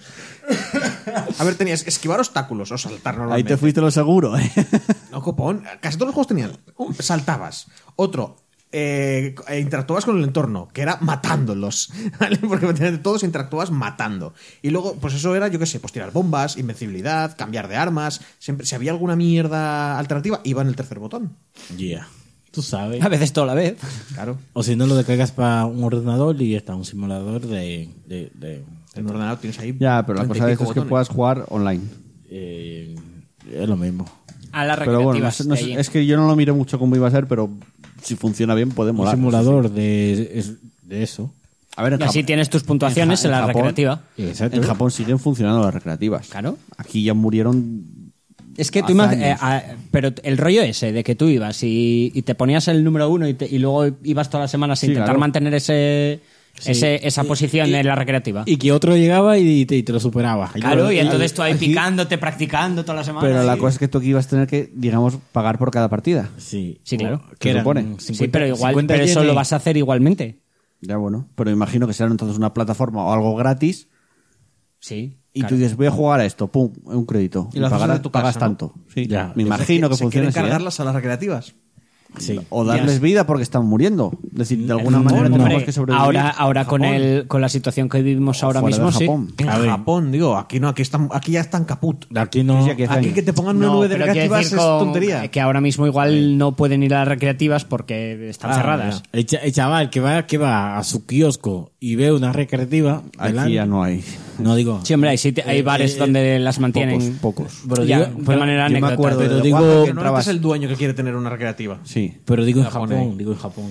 [SPEAKER 2] A ver, tenías esquivar obstáculos o saltar
[SPEAKER 1] Ahí
[SPEAKER 2] normalmente.
[SPEAKER 1] te fuiste lo seguro, ¿eh?
[SPEAKER 2] No, copón. Casi todos los juegos tenían. un, Saltabas. Otro. eh, eh, interactuabas con el entorno, que era matándolos. ¿vale? Porque de todos interactuabas matando. Y luego, pues eso era, yo qué sé, pues tirar bombas, invencibilidad, cambiar de armas. Siempre, si había alguna mierda alternativa, iba en el tercer botón.
[SPEAKER 5] Yeah. Tú sabes.
[SPEAKER 4] A veces todo a la vez.
[SPEAKER 2] Claro.
[SPEAKER 5] O si no, lo descargas para un ordenador y está un simulador de. de, de-
[SPEAKER 2] En un ordenador tienes ahí.
[SPEAKER 1] Ya, pero la
[SPEAKER 2] 30 y
[SPEAKER 1] cosa de eso
[SPEAKER 2] pico
[SPEAKER 1] es que
[SPEAKER 2] botones.
[SPEAKER 1] puedas jugar online.
[SPEAKER 5] eh, es lo mismo.
[SPEAKER 4] A las
[SPEAKER 1] Pero bueno, no
[SPEAKER 4] recreativas.
[SPEAKER 1] sé- no
[SPEAKER 4] de
[SPEAKER 1] sé-
[SPEAKER 4] allí.
[SPEAKER 1] es que yo no lo miré mucho cómo iba a ser, pero si funciona bien, puede
[SPEAKER 5] Un
[SPEAKER 1] molar.
[SPEAKER 5] simulador de, es- de eso.
[SPEAKER 1] A ver, en,
[SPEAKER 4] Y así
[SPEAKER 1] Jap-
[SPEAKER 4] tienes tus puntuaciones en,
[SPEAKER 1] en
[SPEAKER 4] la
[SPEAKER 1] Japón-
[SPEAKER 4] recreativa.
[SPEAKER 5] Exacto.
[SPEAKER 1] en Japón siguen funcionando las recreativas.
[SPEAKER 4] Claro.
[SPEAKER 1] Aquí ya murieron.
[SPEAKER 4] Es que tú
[SPEAKER 1] Hace
[SPEAKER 4] ima-
[SPEAKER 1] años.
[SPEAKER 4] eh, a- pero el rollo ese de que tú ibas y, y te ponías el número uno y, te- y luego ibas todas las semanas a
[SPEAKER 1] Sí,
[SPEAKER 4] intentar
[SPEAKER 1] claro.
[SPEAKER 4] mantener ese, ese- esa
[SPEAKER 5] Y-
[SPEAKER 4] posición
[SPEAKER 5] y-
[SPEAKER 4] en la recreativa.
[SPEAKER 5] Y que otro llegaba y te, y te lo superaba.
[SPEAKER 4] claro, y entonces tú ahí
[SPEAKER 5] Aquí-
[SPEAKER 4] picándote, practicando todas las semanas.
[SPEAKER 1] Pero la
[SPEAKER 4] y-
[SPEAKER 1] cosa es que tú aquí ibas a tener que, digamos, pagar por cada partida.
[SPEAKER 5] Sí,
[SPEAKER 4] Sí, claro.
[SPEAKER 1] Se supone.
[SPEAKER 4] sí, pero igual, pero eso lo vas a hacer igualmente.
[SPEAKER 1] Ya bueno. Pero imagino que serán entonces una plataforma o algo gratis.
[SPEAKER 4] Sí.
[SPEAKER 1] Y
[SPEAKER 4] claro.
[SPEAKER 1] tú dices, voy a jugar a esto, pum, un crédito.
[SPEAKER 2] Y lo haces
[SPEAKER 1] pagarás-
[SPEAKER 2] desde tu casa,
[SPEAKER 1] pagas
[SPEAKER 2] ¿no?
[SPEAKER 1] tanto. Sí.
[SPEAKER 5] Ya.
[SPEAKER 1] Me imagino que
[SPEAKER 2] Se
[SPEAKER 1] funciona
[SPEAKER 2] quieren
[SPEAKER 1] así. ¿eh?
[SPEAKER 2] cargarlas a las recreativas.
[SPEAKER 5] Sí.
[SPEAKER 1] O darles vida porque están muriendo. Es decir, de alguna
[SPEAKER 4] Mm, Hombre,
[SPEAKER 1] manera tenemos que sobrevivir.
[SPEAKER 4] ahora, ahora con el, con la situación que vivimos ahora
[SPEAKER 1] Fuera
[SPEAKER 4] mismo,
[SPEAKER 1] de
[SPEAKER 4] sí.
[SPEAKER 1] Japón.
[SPEAKER 2] En
[SPEAKER 5] A ver.
[SPEAKER 2] Japón, digo, aquí no, aquí están, aquí ya están caput.
[SPEAKER 5] Aquí no.
[SPEAKER 1] Sí, sí, que-
[SPEAKER 2] Aquí que te pongan una
[SPEAKER 4] No,
[SPEAKER 2] nube de
[SPEAKER 4] pero quiero
[SPEAKER 2] recreativas
[SPEAKER 4] decir
[SPEAKER 2] es
[SPEAKER 4] con-
[SPEAKER 2] tontería.
[SPEAKER 4] Que ahora mismo igual no pueden ir a las recreativas porque están
[SPEAKER 2] Ah,
[SPEAKER 4] cerradas.
[SPEAKER 2] ya.
[SPEAKER 5] El, cha- el chaval que va, que va a su kiosco y ve una recreativa.
[SPEAKER 1] Aquí
[SPEAKER 5] delante-
[SPEAKER 1] ya no hay.
[SPEAKER 5] No digo.
[SPEAKER 4] Sí, hombre, hay, siti- hay
[SPEAKER 5] Eh,
[SPEAKER 4] bares
[SPEAKER 5] eh,
[SPEAKER 4] donde las mantienen.
[SPEAKER 1] Pocos, pocos.
[SPEAKER 5] Pero
[SPEAKER 4] Ya,
[SPEAKER 5] digo-
[SPEAKER 4] de
[SPEAKER 5] pero
[SPEAKER 4] manera
[SPEAKER 1] yo me
[SPEAKER 4] anécdota.
[SPEAKER 1] acuerdo
[SPEAKER 5] Pero
[SPEAKER 1] de
[SPEAKER 5] digo-
[SPEAKER 1] Guapo
[SPEAKER 2] Porque
[SPEAKER 1] que
[SPEAKER 2] normalmente
[SPEAKER 1] entrabas-
[SPEAKER 2] es el dueño que quiere tener una recreativa.
[SPEAKER 1] Sí,
[SPEAKER 5] Pero digo en
[SPEAKER 2] Japón,
[SPEAKER 5] Japón,
[SPEAKER 2] eh.
[SPEAKER 5] digo en Japón.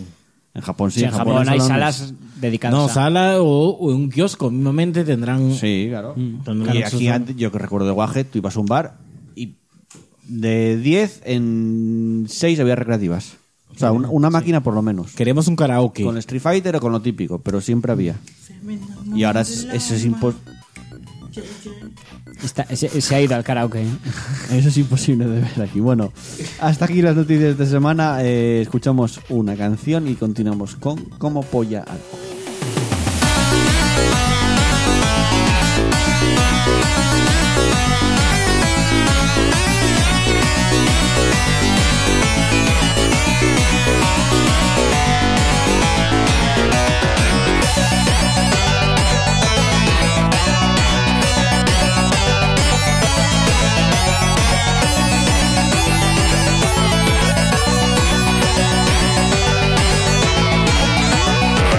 [SPEAKER 1] en Japón sí.
[SPEAKER 4] Sí, en Japón, hay
[SPEAKER 1] salones.
[SPEAKER 4] salas dedicadas
[SPEAKER 5] No,
[SPEAKER 4] a...
[SPEAKER 5] sala o, o un kiosco, mismamente tendrán.
[SPEAKER 1] Sí, claro.
[SPEAKER 5] tendrán
[SPEAKER 1] Mm. Y
[SPEAKER 5] sus-
[SPEAKER 1] aquí antes, yo que recuerdo de Guaje, tú ibas a un bar y de 10 en 6 había recreativas. O sea, una, una máquina por lo menos.
[SPEAKER 5] Queremos un karaoke.
[SPEAKER 1] Con Street Fighter o con lo típico, pero siempre había. Y ahora es- eso es, impo-
[SPEAKER 4] Está- se, se ha ido al karaoke.
[SPEAKER 1] eso es imposible de ver aquí. Bueno, hasta aquí las noticias de semana. Eh, escuchamos una canción y continuamos con Como Polla Algo.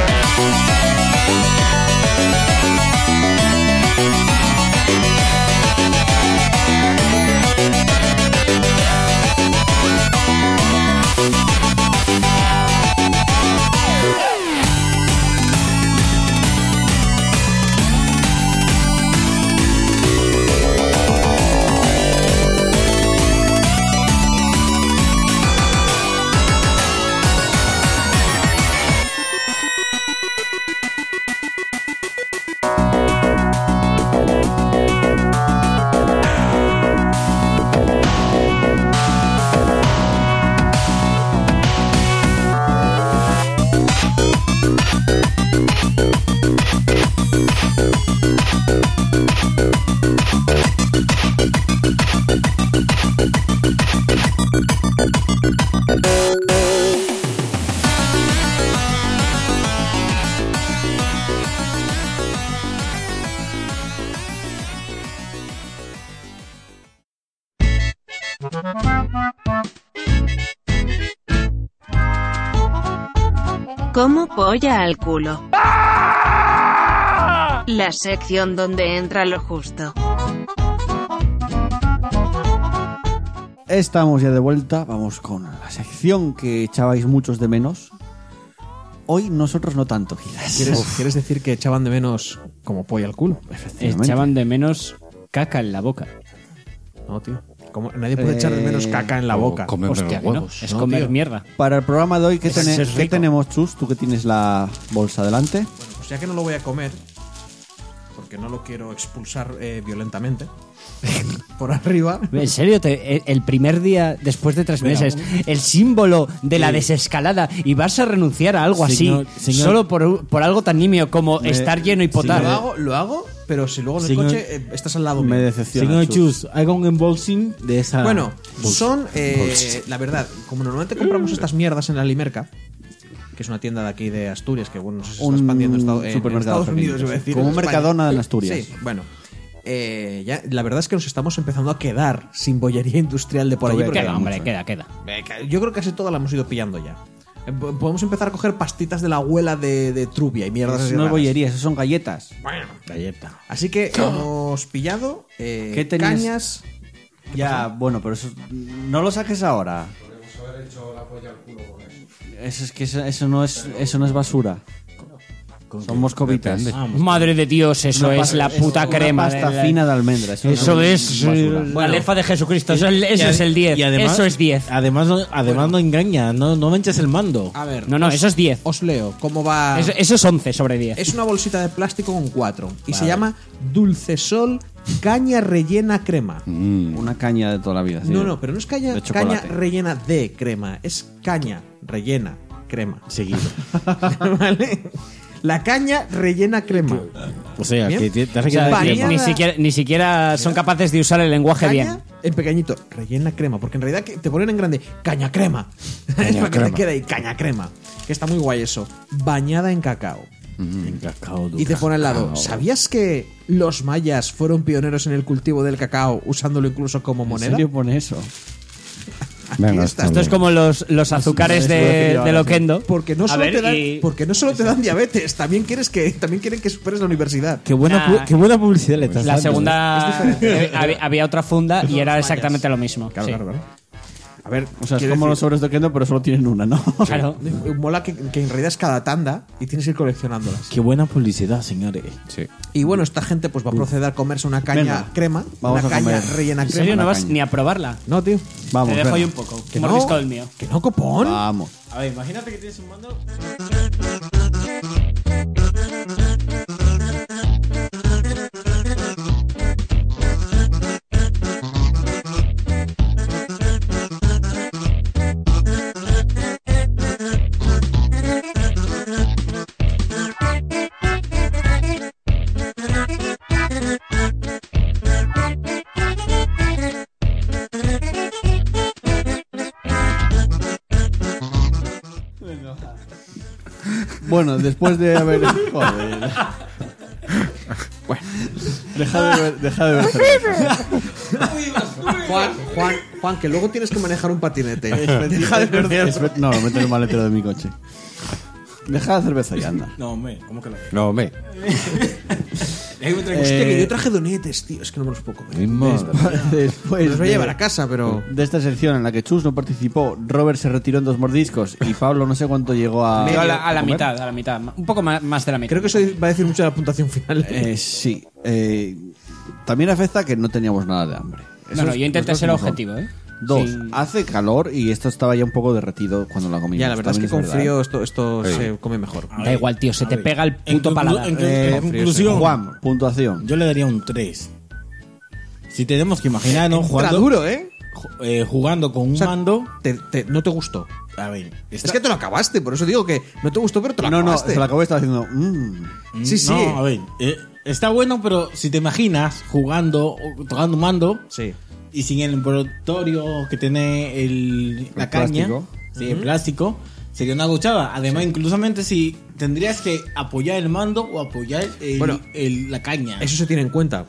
[SPEAKER 7] Como polla Como polla al culo. La sección donde entra lo justo.
[SPEAKER 1] Estamos ya de vuelta, vamos con la sección que echabais muchos de menos. Hoy nosotros no tanto, quizás.
[SPEAKER 2] ¿Quieres, quieres decir que echaban de menos como polla al culo?
[SPEAKER 1] Efectivamente.
[SPEAKER 4] Echaban de menos caca en la boca.
[SPEAKER 2] No, tío. Como- Nadie puede echar de menos caca en la boca.
[SPEAKER 3] Comerme
[SPEAKER 4] Hostia,
[SPEAKER 3] los
[SPEAKER 4] que no,
[SPEAKER 3] huevos.
[SPEAKER 4] Es
[SPEAKER 2] No,
[SPEAKER 4] comer
[SPEAKER 2] tío.
[SPEAKER 4] mierda.
[SPEAKER 1] Para el programa de hoy, ¿qué,
[SPEAKER 4] Ese
[SPEAKER 1] tene-
[SPEAKER 4] es
[SPEAKER 1] qué
[SPEAKER 4] rico.
[SPEAKER 1] tenemos, Chus? Tú que tienes la bolsa delante.
[SPEAKER 2] Bueno, pues ya que no lo voy a comer, porque no lo quiero expulsar eh, violentamente, por arriba.
[SPEAKER 4] En serio, Te- eh, el- el primer día después de tres meses, el símbolo de la desescalada y vas a renunciar a algo
[SPEAKER 5] Señor-
[SPEAKER 4] así
[SPEAKER 5] señor-
[SPEAKER 4] solo por, un- por algo tan nimio como estar lleno y potar.
[SPEAKER 2] Lo hago, lo hago, pero si luego en el
[SPEAKER 5] Señor-
[SPEAKER 2] coche eh, estás al lado
[SPEAKER 1] Me
[SPEAKER 2] mío.
[SPEAKER 1] decepciona.
[SPEAKER 5] Señor
[SPEAKER 1] Chus.
[SPEAKER 5] Chus, haga un unboxing de
[SPEAKER 1] Ah,
[SPEAKER 5] esa.
[SPEAKER 2] Bueno,
[SPEAKER 5] bolsa.
[SPEAKER 2] son, eh, la verdad, como normalmente compramos estas mierdas en la Limerca, que es una tienda de aquí de Asturias, que bueno, no sé si se está
[SPEAKER 1] Un
[SPEAKER 2] expandiendo en Estado- en
[SPEAKER 1] supermercado
[SPEAKER 2] Estados Unidos,
[SPEAKER 1] pequeño,
[SPEAKER 2] iba a decir,
[SPEAKER 1] como
[SPEAKER 2] en
[SPEAKER 1] un
[SPEAKER 2] España.
[SPEAKER 1] Mercadona en Asturias.
[SPEAKER 2] Sí, bueno. eh, ya, la verdad es que nos estamos empezando a quedar sin bollería industrial de por allí.
[SPEAKER 1] Todavía
[SPEAKER 2] porque-
[SPEAKER 4] Queda,
[SPEAKER 1] queda
[SPEAKER 4] hombre,
[SPEAKER 1] mucho,
[SPEAKER 4] queda, queda.
[SPEAKER 2] Eh, ca- Yo creo que casi todas la hemos ido pillando ya. Eh, po- Podemos empezar a coger pastitas de la abuela de, de Trubia y mierdas
[SPEAKER 1] Esas
[SPEAKER 2] así
[SPEAKER 1] no es
[SPEAKER 2] raras.
[SPEAKER 1] bollería, esas son galletas.
[SPEAKER 2] Galleta. Así que hemos pillado eh,
[SPEAKER 1] ¿Qué tenías?
[SPEAKER 2] cañas.
[SPEAKER 1] Ya, bueno, pero eso no lo saques ahora. Eso es que eso, eso no es eso no es basura. Son moscovitas.
[SPEAKER 3] Depende.
[SPEAKER 4] Madre de Dios, eso
[SPEAKER 1] Una
[SPEAKER 4] es
[SPEAKER 1] pasta-
[SPEAKER 4] la
[SPEAKER 1] eso,
[SPEAKER 4] puta
[SPEAKER 1] una
[SPEAKER 4] crema.
[SPEAKER 1] Pasta
[SPEAKER 4] de la-
[SPEAKER 1] fina de almendra. Eso,
[SPEAKER 4] Eso
[SPEAKER 1] no
[SPEAKER 4] es eh,
[SPEAKER 1] basura.
[SPEAKER 4] la lefa de Jesucristo. Eso, es el- eso
[SPEAKER 5] Y ade-
[SPEAKER 4] es el 10.
[SPEAKER 5] y además-
[SPEAKER 4] Eso es 10.
[SPEAKER 5] Además, no- además no engaña, no, no manches el mando.
[SPEAKER 4] Ah,
[SPEAKER 2] A ver, ah.
[SPEAKER 4] No, no, eso es 10.
[SPEAKER 2] os leo cómo va.
[SPEAKER 4] Eso, eso es 11 sobre 10.
[SPEAKER 2] Es una bolsita de plástico con cuatro. Y se llama Dulce Sol Caña Rellena Crema.
[SPEAKER 1] Una caña de toda la vida. sí.
[SPEAKER 2] No, no, pero no es caña,
[SPEAKER 1] De
[SPEAKER 2] caña
[SPEAKER 1] chocolate.
[SPEAKER 2] rellena de crema. Es caña rellena crema.
[SPEAKER 5] Seguido.
[SPEAKER 2] ¿Vale? La caña rellena crema.
[SPEAKER 5] O sea,
[SPEAKER 2] Bien.
[SPEAKER 5] que te, te hace
[SPEAKER 4] O sea,
[SPEAKER 5] quedar
[SPEAKER 2] Varía
[SPEAKER 5] crema.
[SPEAKER 4] ni, siquiera, ni siquiera son capaces de usar el lenguaje bien.
[SPEAKER 2] Caña en pequeñito, rellena crema, porque en realidad que te ponen en grande caña crema. es para que te
[SPEAKER 3] crema.
[SPEAKER 2] quede ahí, caña crema. Que está muy guay eso. Bañada en cacao.
[SPEAKER 5] En cacao duro.
[SPEAKER 2] Y te pone al
[SPEAKER 3] Ah,
[SPEAKER 2] lado, ¿sabías que los mayas fueron pioneros en el cultivo del cacao, usándolo incluso como
[SPEAKER 1] ¿En
[SPEAKER 2] moneda?
[SPEAKER 1] serio pone eso?
[SPEAKER 3] Venga,
[SPEAKER 2] está.
[SPEAKER 3] está
[SPEAKER 4] Esto es
[SPEAKER 3] bien.
[SPEAKER 4] como los, los azúcares
[SPEAKER 1] lo decía
[SPEAKER 4] de,
[SPEAKER 1] ahora,
[SPEAKER 4] de
[SPEAKER 1] sí.
[SPEAKER 4] Loquendo.
[SPEAKER 2] Porque no,
[SPEAKER 4] A
[SPEAKER 2] solo
[SPEAKER 4] ver,
[SPEAKER 2] te dan,
[SPEAKER 4] y-
[SPEAKER 2] porque no solo te dan diabetes, también, quieres que, también quieren que superes la universidad.
[SPEAKER 5] Qué buena,
[SPEAKER 4] Nah.
[SPEAKER 5] pu- qué buena publicidad le estás
[SPEAKER 4] La
[SPEAKER 5] dando,
[SPEAKER 4] segunda eh, había, había otra funda y era exactamente lo mismo.
[SPEAKER 2] Claro,
[SPEAKER 4] sí.
[SPEAKER 2] claro, claro. A ver,
[SPEAKER 1] O sea, es
[SPEAKER 2] quiero
[SPEAKER 1] como los
[SPEAKER 2] decir,
[SPEAKER 1] sobres de Kendo, pero solo tienen una, ¿no?
[SPEAKER 4] Claro.
[SPEAKER 2] Mola que, que en realidad es cada tanda y tienes que ir coleccionándolas.
[SPEAKER 5] Qué buena publicidad, señores.
[SPEAKER 3] Sí.
[SPEAKER 2] Y bueno, esta gente pues va a proceder a comerse una caña
[SPEAKER 1] Venga,
[SPEAKER 2] crema,
[SPEAKER 1] vamos
[SPEAKER 2] una
[SPEAKER 1] a
[SPEAKER 2] caña
[SPEAKER 1] comer.
[SPEAKER 2] rellena
[SPEAKER 4] ¿En serio
[SPEAKER 2] crema.
[SPEAKER 4] no
[SPEAKER 1] la
[SPEAKER 4] vas
[SPEAKER 1] caña.
[SPEAKER 4] ni a probarla?
[SPEAKER 2] No, tío.
[SPEAKER 1] Vamos.
[SPEAKER 4] Te dejo
[SPEAKER 1] venga.
[SPEAKER 4] ahí un poco.
[SPEAKER 2] Que no.
[SPEAKER 4] Mordisco el mío.
[SPEAKER 2] Que no, copón.
[SPEAKER 1] Vamos.
[SPEAKER 5] A ver, imagínate que tienes un mando.
[SPEAKER 1] Bueno, después de haber. Joder. Bueno. Deja de ver. Deja de ver.
[SPEAKER 2] Juan, Juan, Juan, que luego tienes que manejar un patinete. Deja de perder.
[SPEAKER 1] Espe- No, meto en el maletero de mi coche. Deja la cerveza y anda.
[SPEAKER 5] No, hombre, ¿cómo que la
[SPEAKER 3] No, hombre.
[SPEAKER 2] Hostia, que yo traje donetes, tío. Es que no me los puedo comer.
[SPEAKER 3] Mismo.
[SPEAKER 1] Después.
[SPEAKER 2] Me Pues los voy
[SPEAKER 1] de-
[SPEAKER 2] a llevar a casa, pero.
[SPEAKER 1] De esta sección en la que Chus no participó, Robert se retiró en dos mordiscos y Pablo no sé cuánto llegó a.
[SPEAKER 4] Yo a la, a la
[SPEAKER 1] comer.
[SPEAKER 4] mitad, a la mitad. Un poco más, más de la mitad.
[SPEAKER 2] Creo que eso va a decir mucho de la puntuación final.
[SPEAKER 1] Eh, sí. Eh, también afecta que no teníamos nada de hambre. Eso
[SPEAKER 4] No, no,
[SPEAKER 1] es-
[SPEAKER 4] yo intenté
[SPEAKER 1] las cosas
[SPEAKER 4] ser
[SPEAKER 1] como son.
[SPEAKER 4] objetivo, ¿eh?
[SPEAKER 1] Dos,
[SPEAKER 4] Sin-
[SPEAKER 1] hace calor y esto estaba ya un poco derretido cuando la comimos.
[SPEAKER 2] ya, la verdad es que con
[SPEAKER 1] También ¿eh?
[SPEAKER 2] frío esto, esto
[SPEAKER 3] Sí.
[SPEAKER 2] se come mejor.
[SPEAKER 5] Ah,
[SPEAKER 4] Da igual, tío, se te pega el puto paladar.
[SPEAKER 5] En,
[SPEAKER 1] Eh,
[SPEAKER 5] en conclusión,
[SPEAKER 1] Juan, puntuación.
[SPEAKER 5] yo le daría un 3. Si tenemos que imaginarnos jugando,
[SPEAKER 2] duro, ¿eh?
[SPEAKER 5] ju- eh, jugando con un
[SPEAKER 2] sea,
[SPEAKER 5] mando.
[SPEAKER 2] Te- te- no te gustó.
[SPEAKER 5] A ver,
[SPEAKER 2] Es que te lo acabaste, por eso digo que no te gustó, pero te lo
[SPEAKER 1] No, no,
[SPEAKER 2] acabaste.
[SPEAKER 1] se la acabó y estaba diciendo. "Mm".
[SPEAKER 2] Sí, sí.
[SPEAKER 5] No, a ver, eh, está bueno, pero si te imaginas jugando, o tocando un mando
[SPEAKER 2] Sí.
[SPEAKER 5] y sin el envoltorio que tiene el, la
[SPEAKER 1] El
[SPEAKER 5] caña,
[SPEAKER 1] plástico.
[SPEAKER 5] sí, el plástico, sería una gochada. Además, inclusamente si tendrías que apoyar el mando o apoyar el-
[SPEAKER 2] Bueno,
[SPEAKER 5] el- la caña.
[SPEAKER 2] Eso se tiene en cuenta.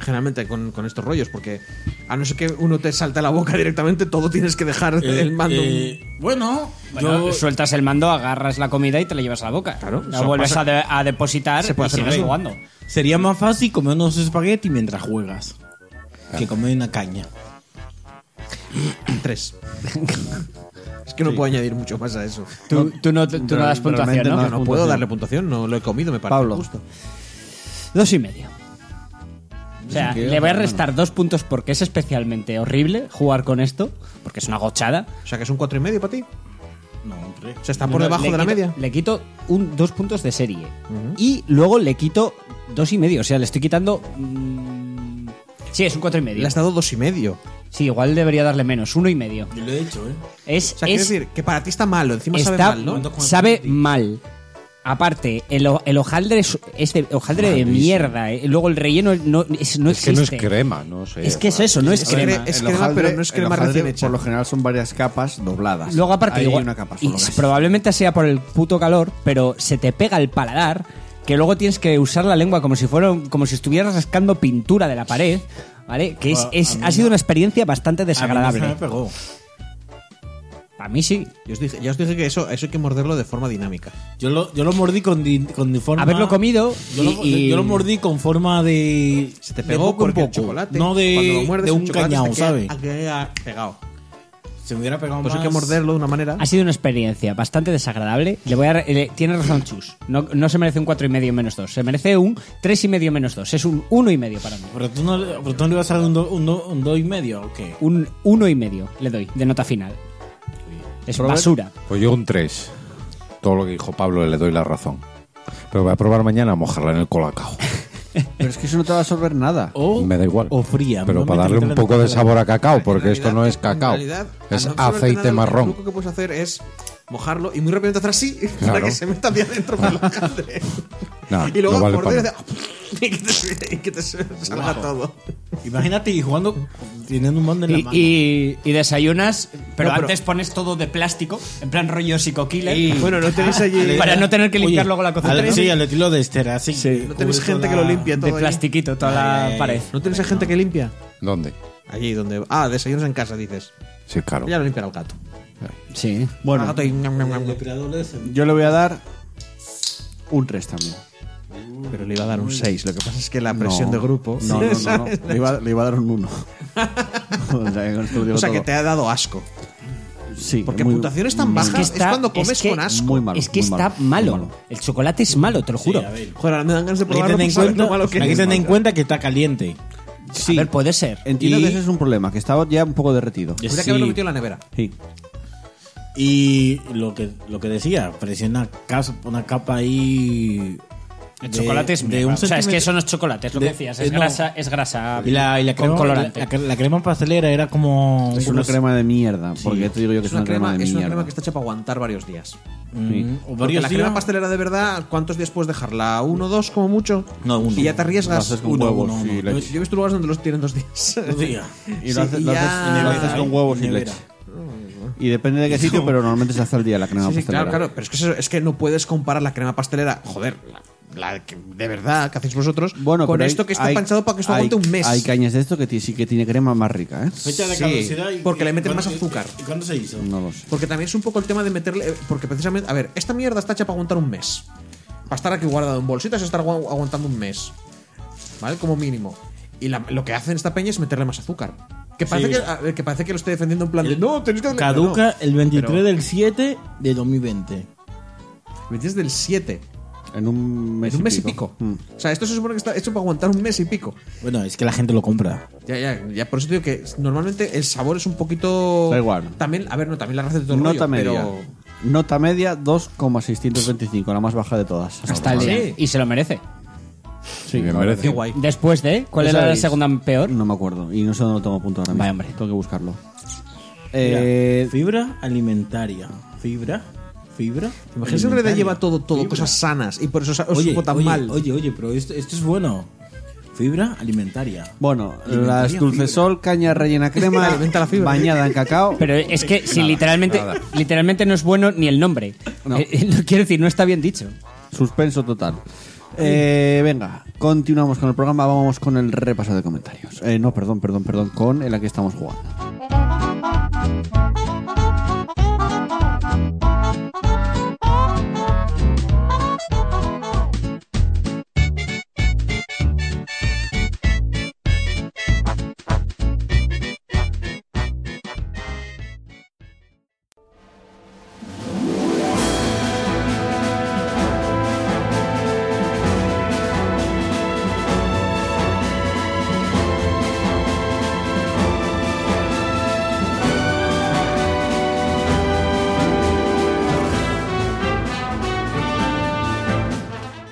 [SPEAKER 2] Generalmente con, con estos rollos, porque a no ser que uno te salte a la boca directamente, todo tienes que dejar
[SPEAKER 5] Eh,
[SPEAKER 2] el mando.
[SPEAKER 5] eh, bueno,
[SPEAKER 4] Bueno,
[SPEAKER 5] yo-
[SPEAKER 4] sueltas el mando, agarras la comida y te la llevas a la boca.
[SPEAKER 2] Claro,
[SPEAKER 4] La
[SPEAKER 2] eso
[SPEAKER 4] vuelves
[SPEAKER 2] pasa.
[SPEAKER 4] a, de- a depositar
[SPEAKER 2] Se puede
[SPEAKER 4] y
[SPEAKER 2] hacer
[SPEAKER 4] sigues
[SPEAKER 2] eso.
[SPEAKER 4] jugando.
[SPEAKER 5] sería más fácil comer unos espagueti mientras juegas
[SPEAKER 2] Ah.
[SPEAKER 5] que comer una caña.
[SPEAKER 2] Tres. es que no puedo añadir mucho más a eso.
[SPEAKER 4] Tú, tú no, tú no das puntuación,
[SPEAKER 1] realmente
[SPEAKER 4] ¿no?
[SPEAKER 1] no.
[SPEAKER 2] Yo no puedo
[SPEAKER 1] puntuación.
[SPEAKER 2] darle puntuación, no lo he comido, me parece
[SPEAKER 1] Pablo.
[SPEAKER 2] justo.
[SPEAKER 4] Dos y medio. O sea,
[SPEAKER 1] que,
[SPEAKER 4] le voy a
[SPEAKER 1] bueno.
[SPEAKER 4] restar dos puntos porque es especialmente horrible jugar con esto, porque es una gochada.
[SPEAKER 2] O sea, que es un cuatro y medio para ti.
[SPEAKER 5] No, hombre.
[SPEAKER 2] O sea, está por debajo
[SPEAKER 4] Le
[SPEAKER 2] de la
[SPEAKER 4] quito-
[SPEAKER 2] media.
[SPEAKER 4] Le quito un, dos puntos de serie. Y luego le quito dos y medio. O sea, le estoy quitando. mm, sí, es un cuatro y
[SPEAKER 2] Le
[SPEAKER 4] medio.
[SPEAKER 2] has dado dos y medio.
[SPEAKER 4] Sí, igual debería darle menos, uno y medio.
[SPEAKER 5] Yo lo he hecho, ¿eh?
[SPEAKER 4] Es,
[SPEAKER 2] O sea,
[SPEAKER 4] es-
[SPEAKER 2] quiero decir, que para ti está malo, encima sabe
[SPEAKER 4] está,
[SPEAKER 2] mal, ¿no?
[SPEAKER 4] sabe mal. Aparte, el, ho- el hojaldre es, es de, hojaldre de mierda. eh. Luego el relleno no, es, no
[SPEAKER 3] Es que no es
[SPEAKER 4] existe.
[SPEAKER 3] crema, no sé.
[SPEAKER 4] Es que es eso, no es,
[SPEAKER 2] Es
[SPEAKER 4] crema.
[SPEAKER 2] cre- es
[SPEAKER 1] El
[SPEAKER 2] crema,
[SPEAKER 1] hojaldre-
[SPEAKER 2] pero no es
[SPEAKER 1] el
[SPEAKER 2] crema
[SPEAKER 1] hojaldre,
[SPEAKER 2] recién hecha.
[SPEAKER 1] Por lo general son varias capas dobladas.
[SPEAKER 4] Luego aparte
[SPEAKER 1] Ahí hay
[SPEAKER 4] igual-
[SPEAKER 1] una capa
[SPEAKER 4] y
[SPEAKER 1] solo que es.
[SPEAKER 4] probablemente sea por el puto calor, pero se te pega el paladar que luego tienes que usar la lengua como si fuera como si estuvieras rascando pintura de la pared, ¿vale? Que es,
[SPEAKER 5] Bueno,
[SPEAKER 4] es-
[SPEAKER 5] a mí
[SPEAKER 4] ha sido
[SPEAKER 5] no.
[SPEAKER 4] una experiencia bastante
[SPEAKER 5] A mí
[SPEAKER 4] desagradable.
[SPEAKER 5] no se me pegó.
[SPEAKER 4] Para mí sí.
[SPEAKER 2] Yo os dije, ya os dije que eso, eso hay que morderlo de forma dinámica.
[SPEAKER 5] Yo lo, yo lo mordí con, di- con di- forma.
[SPEAKER 4] Haberlo comido
[SPEAKER 5] Yo, lo,
[SPEAKER 4] y- y-
[SPEAKER 5] yo lo mordí con forma de.
[SPEAKER 2] Se te
[SPEAKER 5] de
[SPEAKER 2] pegó
[SPEAKER 5] poco en
[SPEAKER 2] porque el
[SPEAKER 5] poco.
[SPEAKER 2] chocolate.
[SPEAKER 5] No
[SPEAKER 2] cuando
[SPEAKER 5] de,
[SPEAKER 2] lo muerdes,
[SPEAKER 5] de
[SPEAKER 2] el
[SPEAKER 5] un
[SPEAKER 2] chocolate
[SPEAKER 5] cañao,
[SPEAKER 2] te queda-
[SPEAKER 5] ¿sabes?
[SPEAKER 2] queda pegado.
[SPEAKER 5] Se me hubiera pegado
[SPEAKER 2] Pues
[SPEAKER 5] más.
[SPEAKER 2] hay que morderlo de una manera.
[SPEAKER 4] Ha sido una experiencia bastante desagradable. Le voy a, le- tiene razón Chus. No, no se merece un 4,5 y medio menos 2. Se merece un 3,5 y medio menos 2. Es un 1,5 y medio para mí.
[SPEAKER 5] Pero tú, no, pero tú no le ibas a dar un 2 un do- un do y medio, ¿o qué?
[SPEAKER 4] Un 1,5 y medio le doy de nota final. Es basura.
[SPEAKER 3] Pues yo un 3. Todo lo que dijo Pablo le doy la razón. Pero voy a probar mañana a mojarla en el colacao.
[SPEAKER 1] Pero es que eso no te va a resolver nada.
[SPEAKER 4] Oh.
[SPEAKER 5] O,
[SPEAKER 3] me da igual.
[SPEAKER 5] O fría.
[SPEAKER 3] Pero
[SPEAKER 5] No
[SPEAKER 3] para
[SPEAKER 5] me
[SPEAKER 3] darle un
[SPEAKER 5] metas la
[SPEAKER 3] poco de
[SPEAKER 5] nata en la
[SPEAKER 3] sabor a cacao,
[SPEAKER 2] En
[SPEAKER 3] porque esto
[SPEAKER 2] realidad-
[SPEAKER 3] no es cacao.
[SPEAKER 2] en realidad, al
[SPEAKER 3] es
[SPEAKER 2] no absorberte
[SPEAKER 3] aceite
[SPEAKER 2] nada,
[SPEAKER 3] marrón.
[SPEAKER 2] Lo único que puedes hacer es mojarlo y muy rápidamente hacer así para
[SPEAKER 3] Claro.
[SPEAKER 2] que se meta bien dentro por el hojaldre.
[SPEAKER 3] No,
[SPEAKER 2] y luego
[SPEAKER 3] no vale
[SPEAKER 2] morder
[SPEAKER 3] para
[SPEAKER 2] y hacer- y que te, salga todo.
[SPEAKER 5] cara. Imagínate y jugando teniendo un mando en la
[SPEAKER 4] Y,
[SPEAKER 5] mano.
[SPEAKER 4] y- y desayunas, pero,
[SPEAKER 2] No, pero-
[SPEAKER 4] antes pones todo de plástico, en plan rollo psicoquiller.
[SPEAKER 2] Bueno, no tenéis allí.
[SPEAKER 4] para no tener que limpiar luego la cocina.
[SPEAKER 5] al- Sí, al estilo de Esther, así.
[SPEAKER 2] No tenéis gente que lo limpie todo.
[SPEAKER 4] de
[SPEAKER 2] ahí.
[SPEAKER 4] plastiquito toda la
[SPEAKER 5] Ay, ay, ay.
[SPEAKER 4] pared.
[SPEAKER 2] No tenéis gente que limpia.
[SPEAKER 3] ¿Dónde?
[SPEAKER 2] Allí donde. Ah, desayunos en casa, dices.
[SPEAKER 3] Sí, claro.
[SPEAKER 2] Ya lo limpiará el gato.
[SPEAKER 4] Sí.
[SPEAKER 2] El
[SPEAKER 1] Bueno,
[SPEAKER 2] gato ahí, ñam, ñam,
[SPEAKER 5] El
[SPEAKER 2] ñam.
[SPEAKER 5] depredador ese.
[SPEAKER 1] yo le voy a dar un 3 también.
[SPEAKER 2] Pero le iba a dar un 6. Lo que pasa es que la presión
[SPEAKER 1] No.
[SPEAKER 2] de grupo.
[SPEAKER 1] No, no, no. no. Le, iba, le iba a dar un 1. o sea, que con esto lo digo
[SPEAKER 2] O sea, que
[SPEAKER 1] todo.
[SPEAKER 2] te ha dado asco.
[SPEAKER 1] Sí,
[SPEAKER 2] Porque
[SPEAKER 1] muy-
[SPEAKER 2] puntuaciones tan
[SPEAKER 1] muy-
[SPEAKER 2] bajas es,
[SPEAKER 4] que está-
[SPEAKER 2] cuando
[SPEAKER 4] es
[SPEAKER 2] comes
[SPEAKER 4] que-
[SPEAKER 2] con asco.
[SPEAKER 1] Muy malo.
[SPEAKER 4] es que
[SPEAKER 1] muy
[SPEAKER 4] está malo.
[SPEAKER 1] muy malo.
[SPEAKER 4] El chocolate es malo, te lo juro.
[SPEAKER 5] a ver.
[SPEAKER 2] Joder, ahora me dan ganas de
[SPEAKER 5] Hay que
[SPEAKER 2] probarlo.
[SPEAKER 5] tener
[SPEAKER 2] por
[SPEAKER 5] en
[SPEAKER 2] saber lo
[SPEAKER 5] cuenta-
[SPEAKER 2] malo que
[SPEAKER 5] hay que
[SPEAKER 2] es.
[SPEAKER 5] tener en cuenta que está caliente.
[SPEAKER 4] A ver, puede ser.
[SPEAKER 1] Entiendo
[SPEAKER 5] Y-
[SPEAKER 1] que ese es un problema, que estaba ya un poco derretido.
[SPEAKER 2] Tendría
[SPEAKER 5] Sí.
[SPEAKER 2] Pues que haberlo metido en la nevera.
[SPEAKER 1] Sí.
[SPEAKER 5] Y lo que, lo que decía, parecía una, casa- una capa ahí.
[SPEAKER 4] El
[SPEAKER 5] de-
[SPEAKER 4] chocolate es
[SPEAKER 5] de
[SPEAKER 4] mierda.
[SPEAKER 5] un
[SPEAKER 4] O sea, es que
[SPEAKER 5] centímetro-
[SPEAKER 4] eso no es chocolate, es lo
[SPEAKER 5] de-
[SPEAKER 4] que decías. Es
[SPEAKER 5] eh, no.
[SPEAKER 4] grasa, es grasa
[SPEAKER 5] Y la, y la
[SPEAKER 4] con
[SPEAKER 5] crema,
[SPEAKER 4] colorante.
[SPEAKER 5] la, la crema pastelera era como.
[SPEAKER 1] Es una crema de mierda, porque ya te digo yo que
[SPEAKER 2] Es una, crema,
[SPEAKER 1] de
[SPEAKER 2] es una
[SPEAKER 1] mierda.
[SPEAKER 2] crema que está hecha para aguantar varios días.
[SPEAKER 5] Mm, o
[SPEAKER 2] Porque
[SPEAKER 5] varios
[SPEAKER 2] la
[SPEAKER 5] días.
[SPEAKER 2] crema pastelera de verdad, ¿cuántos días puedes dejarla? ¿Uno, dos, como mucho?
[SPEAKER 5] No, uno.
[SPEAKER 2] Y ya te
[SPEAKER 1] Lo
[SPEAKER 2] arriesgas.
[SPEAKER 1] haces con huevos y
[SPEAKER 2] Yo
[SPEAKER 1] leche.
[SPEAKER 2] yo he visto lugares donde los tienen dos días.
[SPEAKER 5] Dos días.
[SPEAKER 1] Y lo
[SPEAKER 2] Sí,
[SPEAKER 1] haces- lo
[SPEAKER 2] ya-
[SPEAKER 1] haces lo haces con
[SPEAKER 5] Nevera,
[SPEAKER 1] huevos Ah, y
[SPEAKER 5] nevera.
[SPEAKER 1] leche. Y depende de qué sitio, pero normalmente se hace al día la crema
[SPEAKER 2] Sí, sí,
[SPEAKER 1] pastelera.
[SPEAKER 2] claro, claro. Pero es que, eso- es que no puedes comparar la crema pastelera, joder, la, la que- de verdad que hacéis vosotros,
[SPEAKER 1] Bueno,
[SPEAKER 2] con
[SPEAKER 1] pero
[SPEAKER 2] esto
[SPEAKER 1] hay-
[SPEAKER 2] que está
[SPEAKER 1] hay-
[SPEAKER 2] panchado para que esto
[SPEAKER 1] hay-
[SPEAKER 2] aguante un mes.
[SPEAKER 1] Hay cañas de esto que ti- sí que tiene crema más rica, ¿eh?
[SPEAKER 5] Fecha de
[SPEAKER 2] Sí,
[SPEAKER 5] caducidad y-
[SPEAKER 2] porque le
[SPEAKER 5] y
[SPEAKER 2] meten
[SPEAKER 5] cuándo-
[SPEAKER 2] más azúcar.
[SPEAKER 5] ¿Y cuándo se hizo?
[SPEAKER 1] No lo sé.
[SPEAKER 2] Porque también es un poco el tema de meterle. eh, Porque precisamente. A ver, esta mierda está hecha para aguantar un mes. Para estar aquí guardado en bolsitas, estar agu- aguantando un mes. ¿Vale? Como mínimo. Y la- lo que hacen esta peña es meterle más azúcar. Que parece,
[SPEAKER 5] Sí.
[SPEAKER 2] que, a ver, que parece que lo estoy defendiendo en plan de. No, tenéis que.
[SPEAKER 5] Caduca el 23
[SPEAKER 2] Pero-
[SPEAKER 5] del 7 de 2020.
[SPEAKER 2] Metes del 7.
[SPEAKER 1] En un mes,
[SPEAKER 2] En un mes y pico.
[SPEAKER 1] Mm.
[SPEAKER 2] O sea, esto se supone que está hecho para aguantar un mes y pico.
[SPEAKER 5] Bueno, es que la gente lo compra.
[SPEAKER 2] Ya, ya, ya. Por eso digo que normalmente el sabor es un poquito.
[SPEAKER 1] Da igual.
[SPEAKER 2] También, a ver, no, también la receta de todo el
[SPEAKER 1] Nota
[SPEAKER 2] rollo,
[SPEAKER 1] media.
[SPEAKER 2] pero-
[SPEAKER 1] Nota media 2,625, la más baja de todas.
[SPEAKER 4] Hasta el día.
[SPEAKER 2] Sí.
[SPEAKER 4] Y se lo merece.
[SPEAKER 1] Sí,
[SPEAKER 3] me
[SPEAKER 1] la
[SPEAKER 3] merece.
[SPEAKER 1] verdad.
[SPEAKER 2] guay.
[SPEAKER 4] Después de, ¿cuál
[SPEAKER 5] Pues
[SPEAKER 1] Ya
[SPEAKER 4] era la
[SPEAKER 1] sabéis.
[SPEAKER 4] segunda peor?
[SPEAKER 1] No me acuerdo. Y no sé dónde lo tengo apuntado ahora mismo.
[SPEAKER 4] Vaya hombre.
[SPEAKER 1] Tengo que buscarlo.
[SPEAKER 5] Mira,
[SPEAKER 1] Eh,
[SPEAKER 5] fibra alimentaria. Fibra. Fibra.
[SPEAKER 2] Imagínate que en realidad
[SPEAKER 5] alimentaria.
[SPEAKER 2] lleva todo, todo
[SPEAKER 5] Fibra.
[SPEAKER 2] cosas sanas y por eso os os
[SPEAKER 5] oye,
[SPEAKER 2] supo tan
[SPEAKER 5] oye,
[SPEAKER 2] mal.
[SPEAKER 5] Oye, oye, pero esto, esto es bueno. Fibra alimentaria.
[SPEAKER 1] bueno,
[SPEAKER 5] Alimentaria
[SPEAKER 1] las dulcesol, caña rellena crema,
[SPEAKER 2] Alimenta la fibra.
[SPEAKER 1] bañada en cacao.
[SPEAKER 4] Pero es que si literalmente, literalmente no es bueno ni el nombre. Eh, eh, no, quiero decir, no está bien dicho.
[SPEAKER 1] Suspenso total. Eh, venga, continuamos con el programa. Vamos con el repaso de comentarios. Eh, no, perdón, perdón, perdón. Con en la que estamos jugando.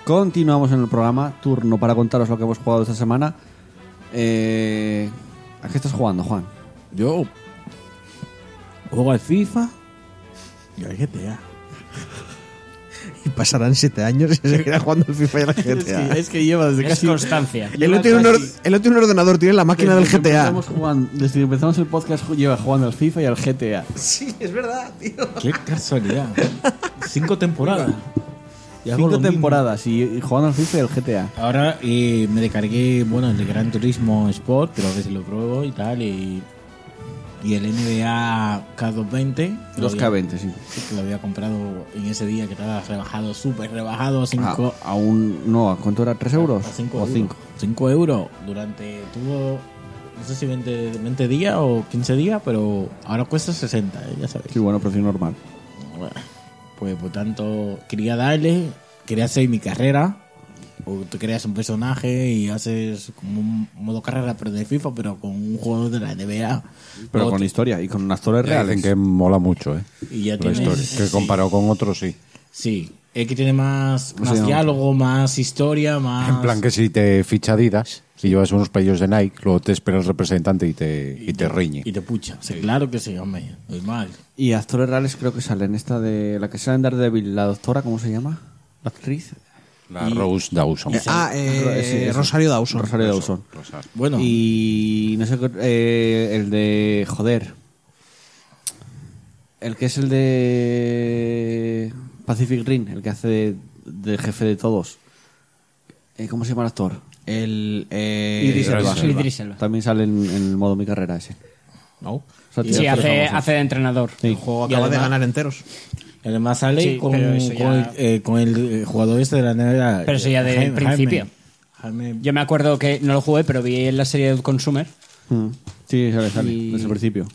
[SPEAKER 1] Continuamos en el programa. Turno para contaros lo que hemos jugado esta semana. Eh, ¿A qué estás jugando, Juan?
[SPEAKER 5] Yo juego al FIFA y al GTA.
[SPEAKER 2] Y pasarán siete años y seguirá jugando al FIFA y al
[SPEAKER 5] Es
[SPEAKER 2] GTA.
[SPEAKER 5] que, es que lleva desde
[SPEAKER 4] Es
[SPEAKER 5] casi.
[SPEAKER 4] constancia.
[SPEAKER 2] El otro, tiene un or- el otro tiene un ordenador, tiene la máquina del
[SPEAKER 8] Desde que
[SPEAKER 2] GTA.
[SPEAKER 8] empezamos jugando- desde que empezamos el podcast ju- lleva jugando al FIFA y al GTA.
[SPEAKER 2] Sí, es verdad, tío.
[SPEAKER 5] Qué casualidad. Cinco temporadas. Y hago lo
[SPEAKER 8] Cinco
[SPEAKER 5] mismo.
[SPEAKER 8] temporadas y, y jugando al FIFA y al GTA.
[SPEAKER 5] Ahora eh, me descargué, bueno, el de Gran Turismo Sport, pero a veces lo pruebo y tal. Y, y el NBA K220. que lo había-
[SPEAKER 1] 2K20, sí.
[SPEAKER 5] Que lo había comprado en ese día que estaba rebajado, súper rebajado, cinco
[SPEAKER 3] Ah,
[SPEAKER 1] Ah, A, a un, no, ¿a cuánto era? ¿3 euros?
[SPEAKER 5] a cinco
[SPEAKER 1] o
[SPEAKER 5] euros.
[SPEAKER 1] 5.
[SPEAKER 5] Cinco euros durante, tuvo, no sé si 20, 20 días o 15 días, pero ahora cuesta 60, eh, ya sabéis.
[SPEAKER 1] Sí, bueno, precio normal.
[SPEAKER 5] Pues por tanto, quería darle, quería hacer mi carrera. O tú creas un personaje y haces como un modo carrera, pero de FIFA, pero con un juego de la NBA.
[SPEAKER 1] Pero
[SPEAKER 5] O
[SPEAKER 1] con
[SPEAKER 5] te-
[SPEAKER 1] historia y con unas torres
[SPEAKER 3] Ya
[SPEAKER 1] reales.
[SPEAKER 3] Dicen que mola mucho, ¿eh?
[SPEAKER 5] Y ya
[SPEAKER 3] La
[SPEAKER 5] tienes-
[SPEAKER 3] historia. Que
[SPEAKER 5] sí.
[SPEAKER 3] comparado con otros, sí.
[SPEAKER 5] Sí, es que tiene más,
[SPEAKER 1] O sea,
[SPEAKER 5] más
[SPEAKER 1] no.
[SPEAKER 5] diálogo, más historia, más.
[SPEAKER 3] Pues En plan que si te ficha Adidas, si llevas unos payos de Nike, luego te espera el representante y te, y te riñe.
[SPEAKER 5] Y te pucha. Sí, claro que sí, hombre. Normal.
[SPEAKER 1] Y actores reales creo que salen. Esta de la que sale en Daredevil, la doctora, ¿cómo se llama? La actriz.
[SPEAKER 3] La Rose Dawson.
[SPEAKER 2] Ah, eh,
[SPEAKER 1] Sí, eso.
[SPEAKER 2] Rosario Dawson.
[SPEAKER 1] Rosario Dawson.
[SPEAKER 5] Bueno,
[SPEAKER 1] Y no sé, qué- eh, el de. Joder. El que es el de. Pacific Rim, el que hace de, de jefe de todos. Eh, ¿Cómo se llama el actor?
[SPEAKER 2] El, eh,
[SPEAKER 1] Idris Elba.
[SPEAKER 3] Elba.
[SPEAKER 4] Idris Elba.
[SPEAKER 1] También sale en, en el modo mi carrera ese.
[SPEAKER 5] no.
[SPEAKER 1] sea,
[SPEAKER 5] Y
[SPEAKER 1] tío,
[SPEAKER 4] Sí,
[SPEAKER 1] pero
[SPEAKER 4] hace,
[SPEAKER 1] famosos.
[SPEAKER 4] hace de entrenador.
[SPEAKER 5] el juego
[SPEAKER 2] acaba
[SPEAKER 5] acaba
[SPEAKER 2] de ganar enteros.
[SPEAKER 5] Además sale
[SPEAKER 4] Sí,
[SPEAKER 5] con,
[SPEAKER 4] pero eso
[SPEAKER 5] con
[SPEAKER 4] ya-
[SPEAKER 5] el, eh, con el, eh, jugador este de la nevera.
[SPEAKER 4] Pero eso ya del principio.
[SPEAKER 5] Jaime,
[SPEAKER 4] Yo me acuerdo que no lo jugué, pero vi en la serie de Consumer.
[SPEAKER 1] Mm. Sí, sale, sale,
[SPEAKER 4] Y-
[SPEAKER 1] desde el principio.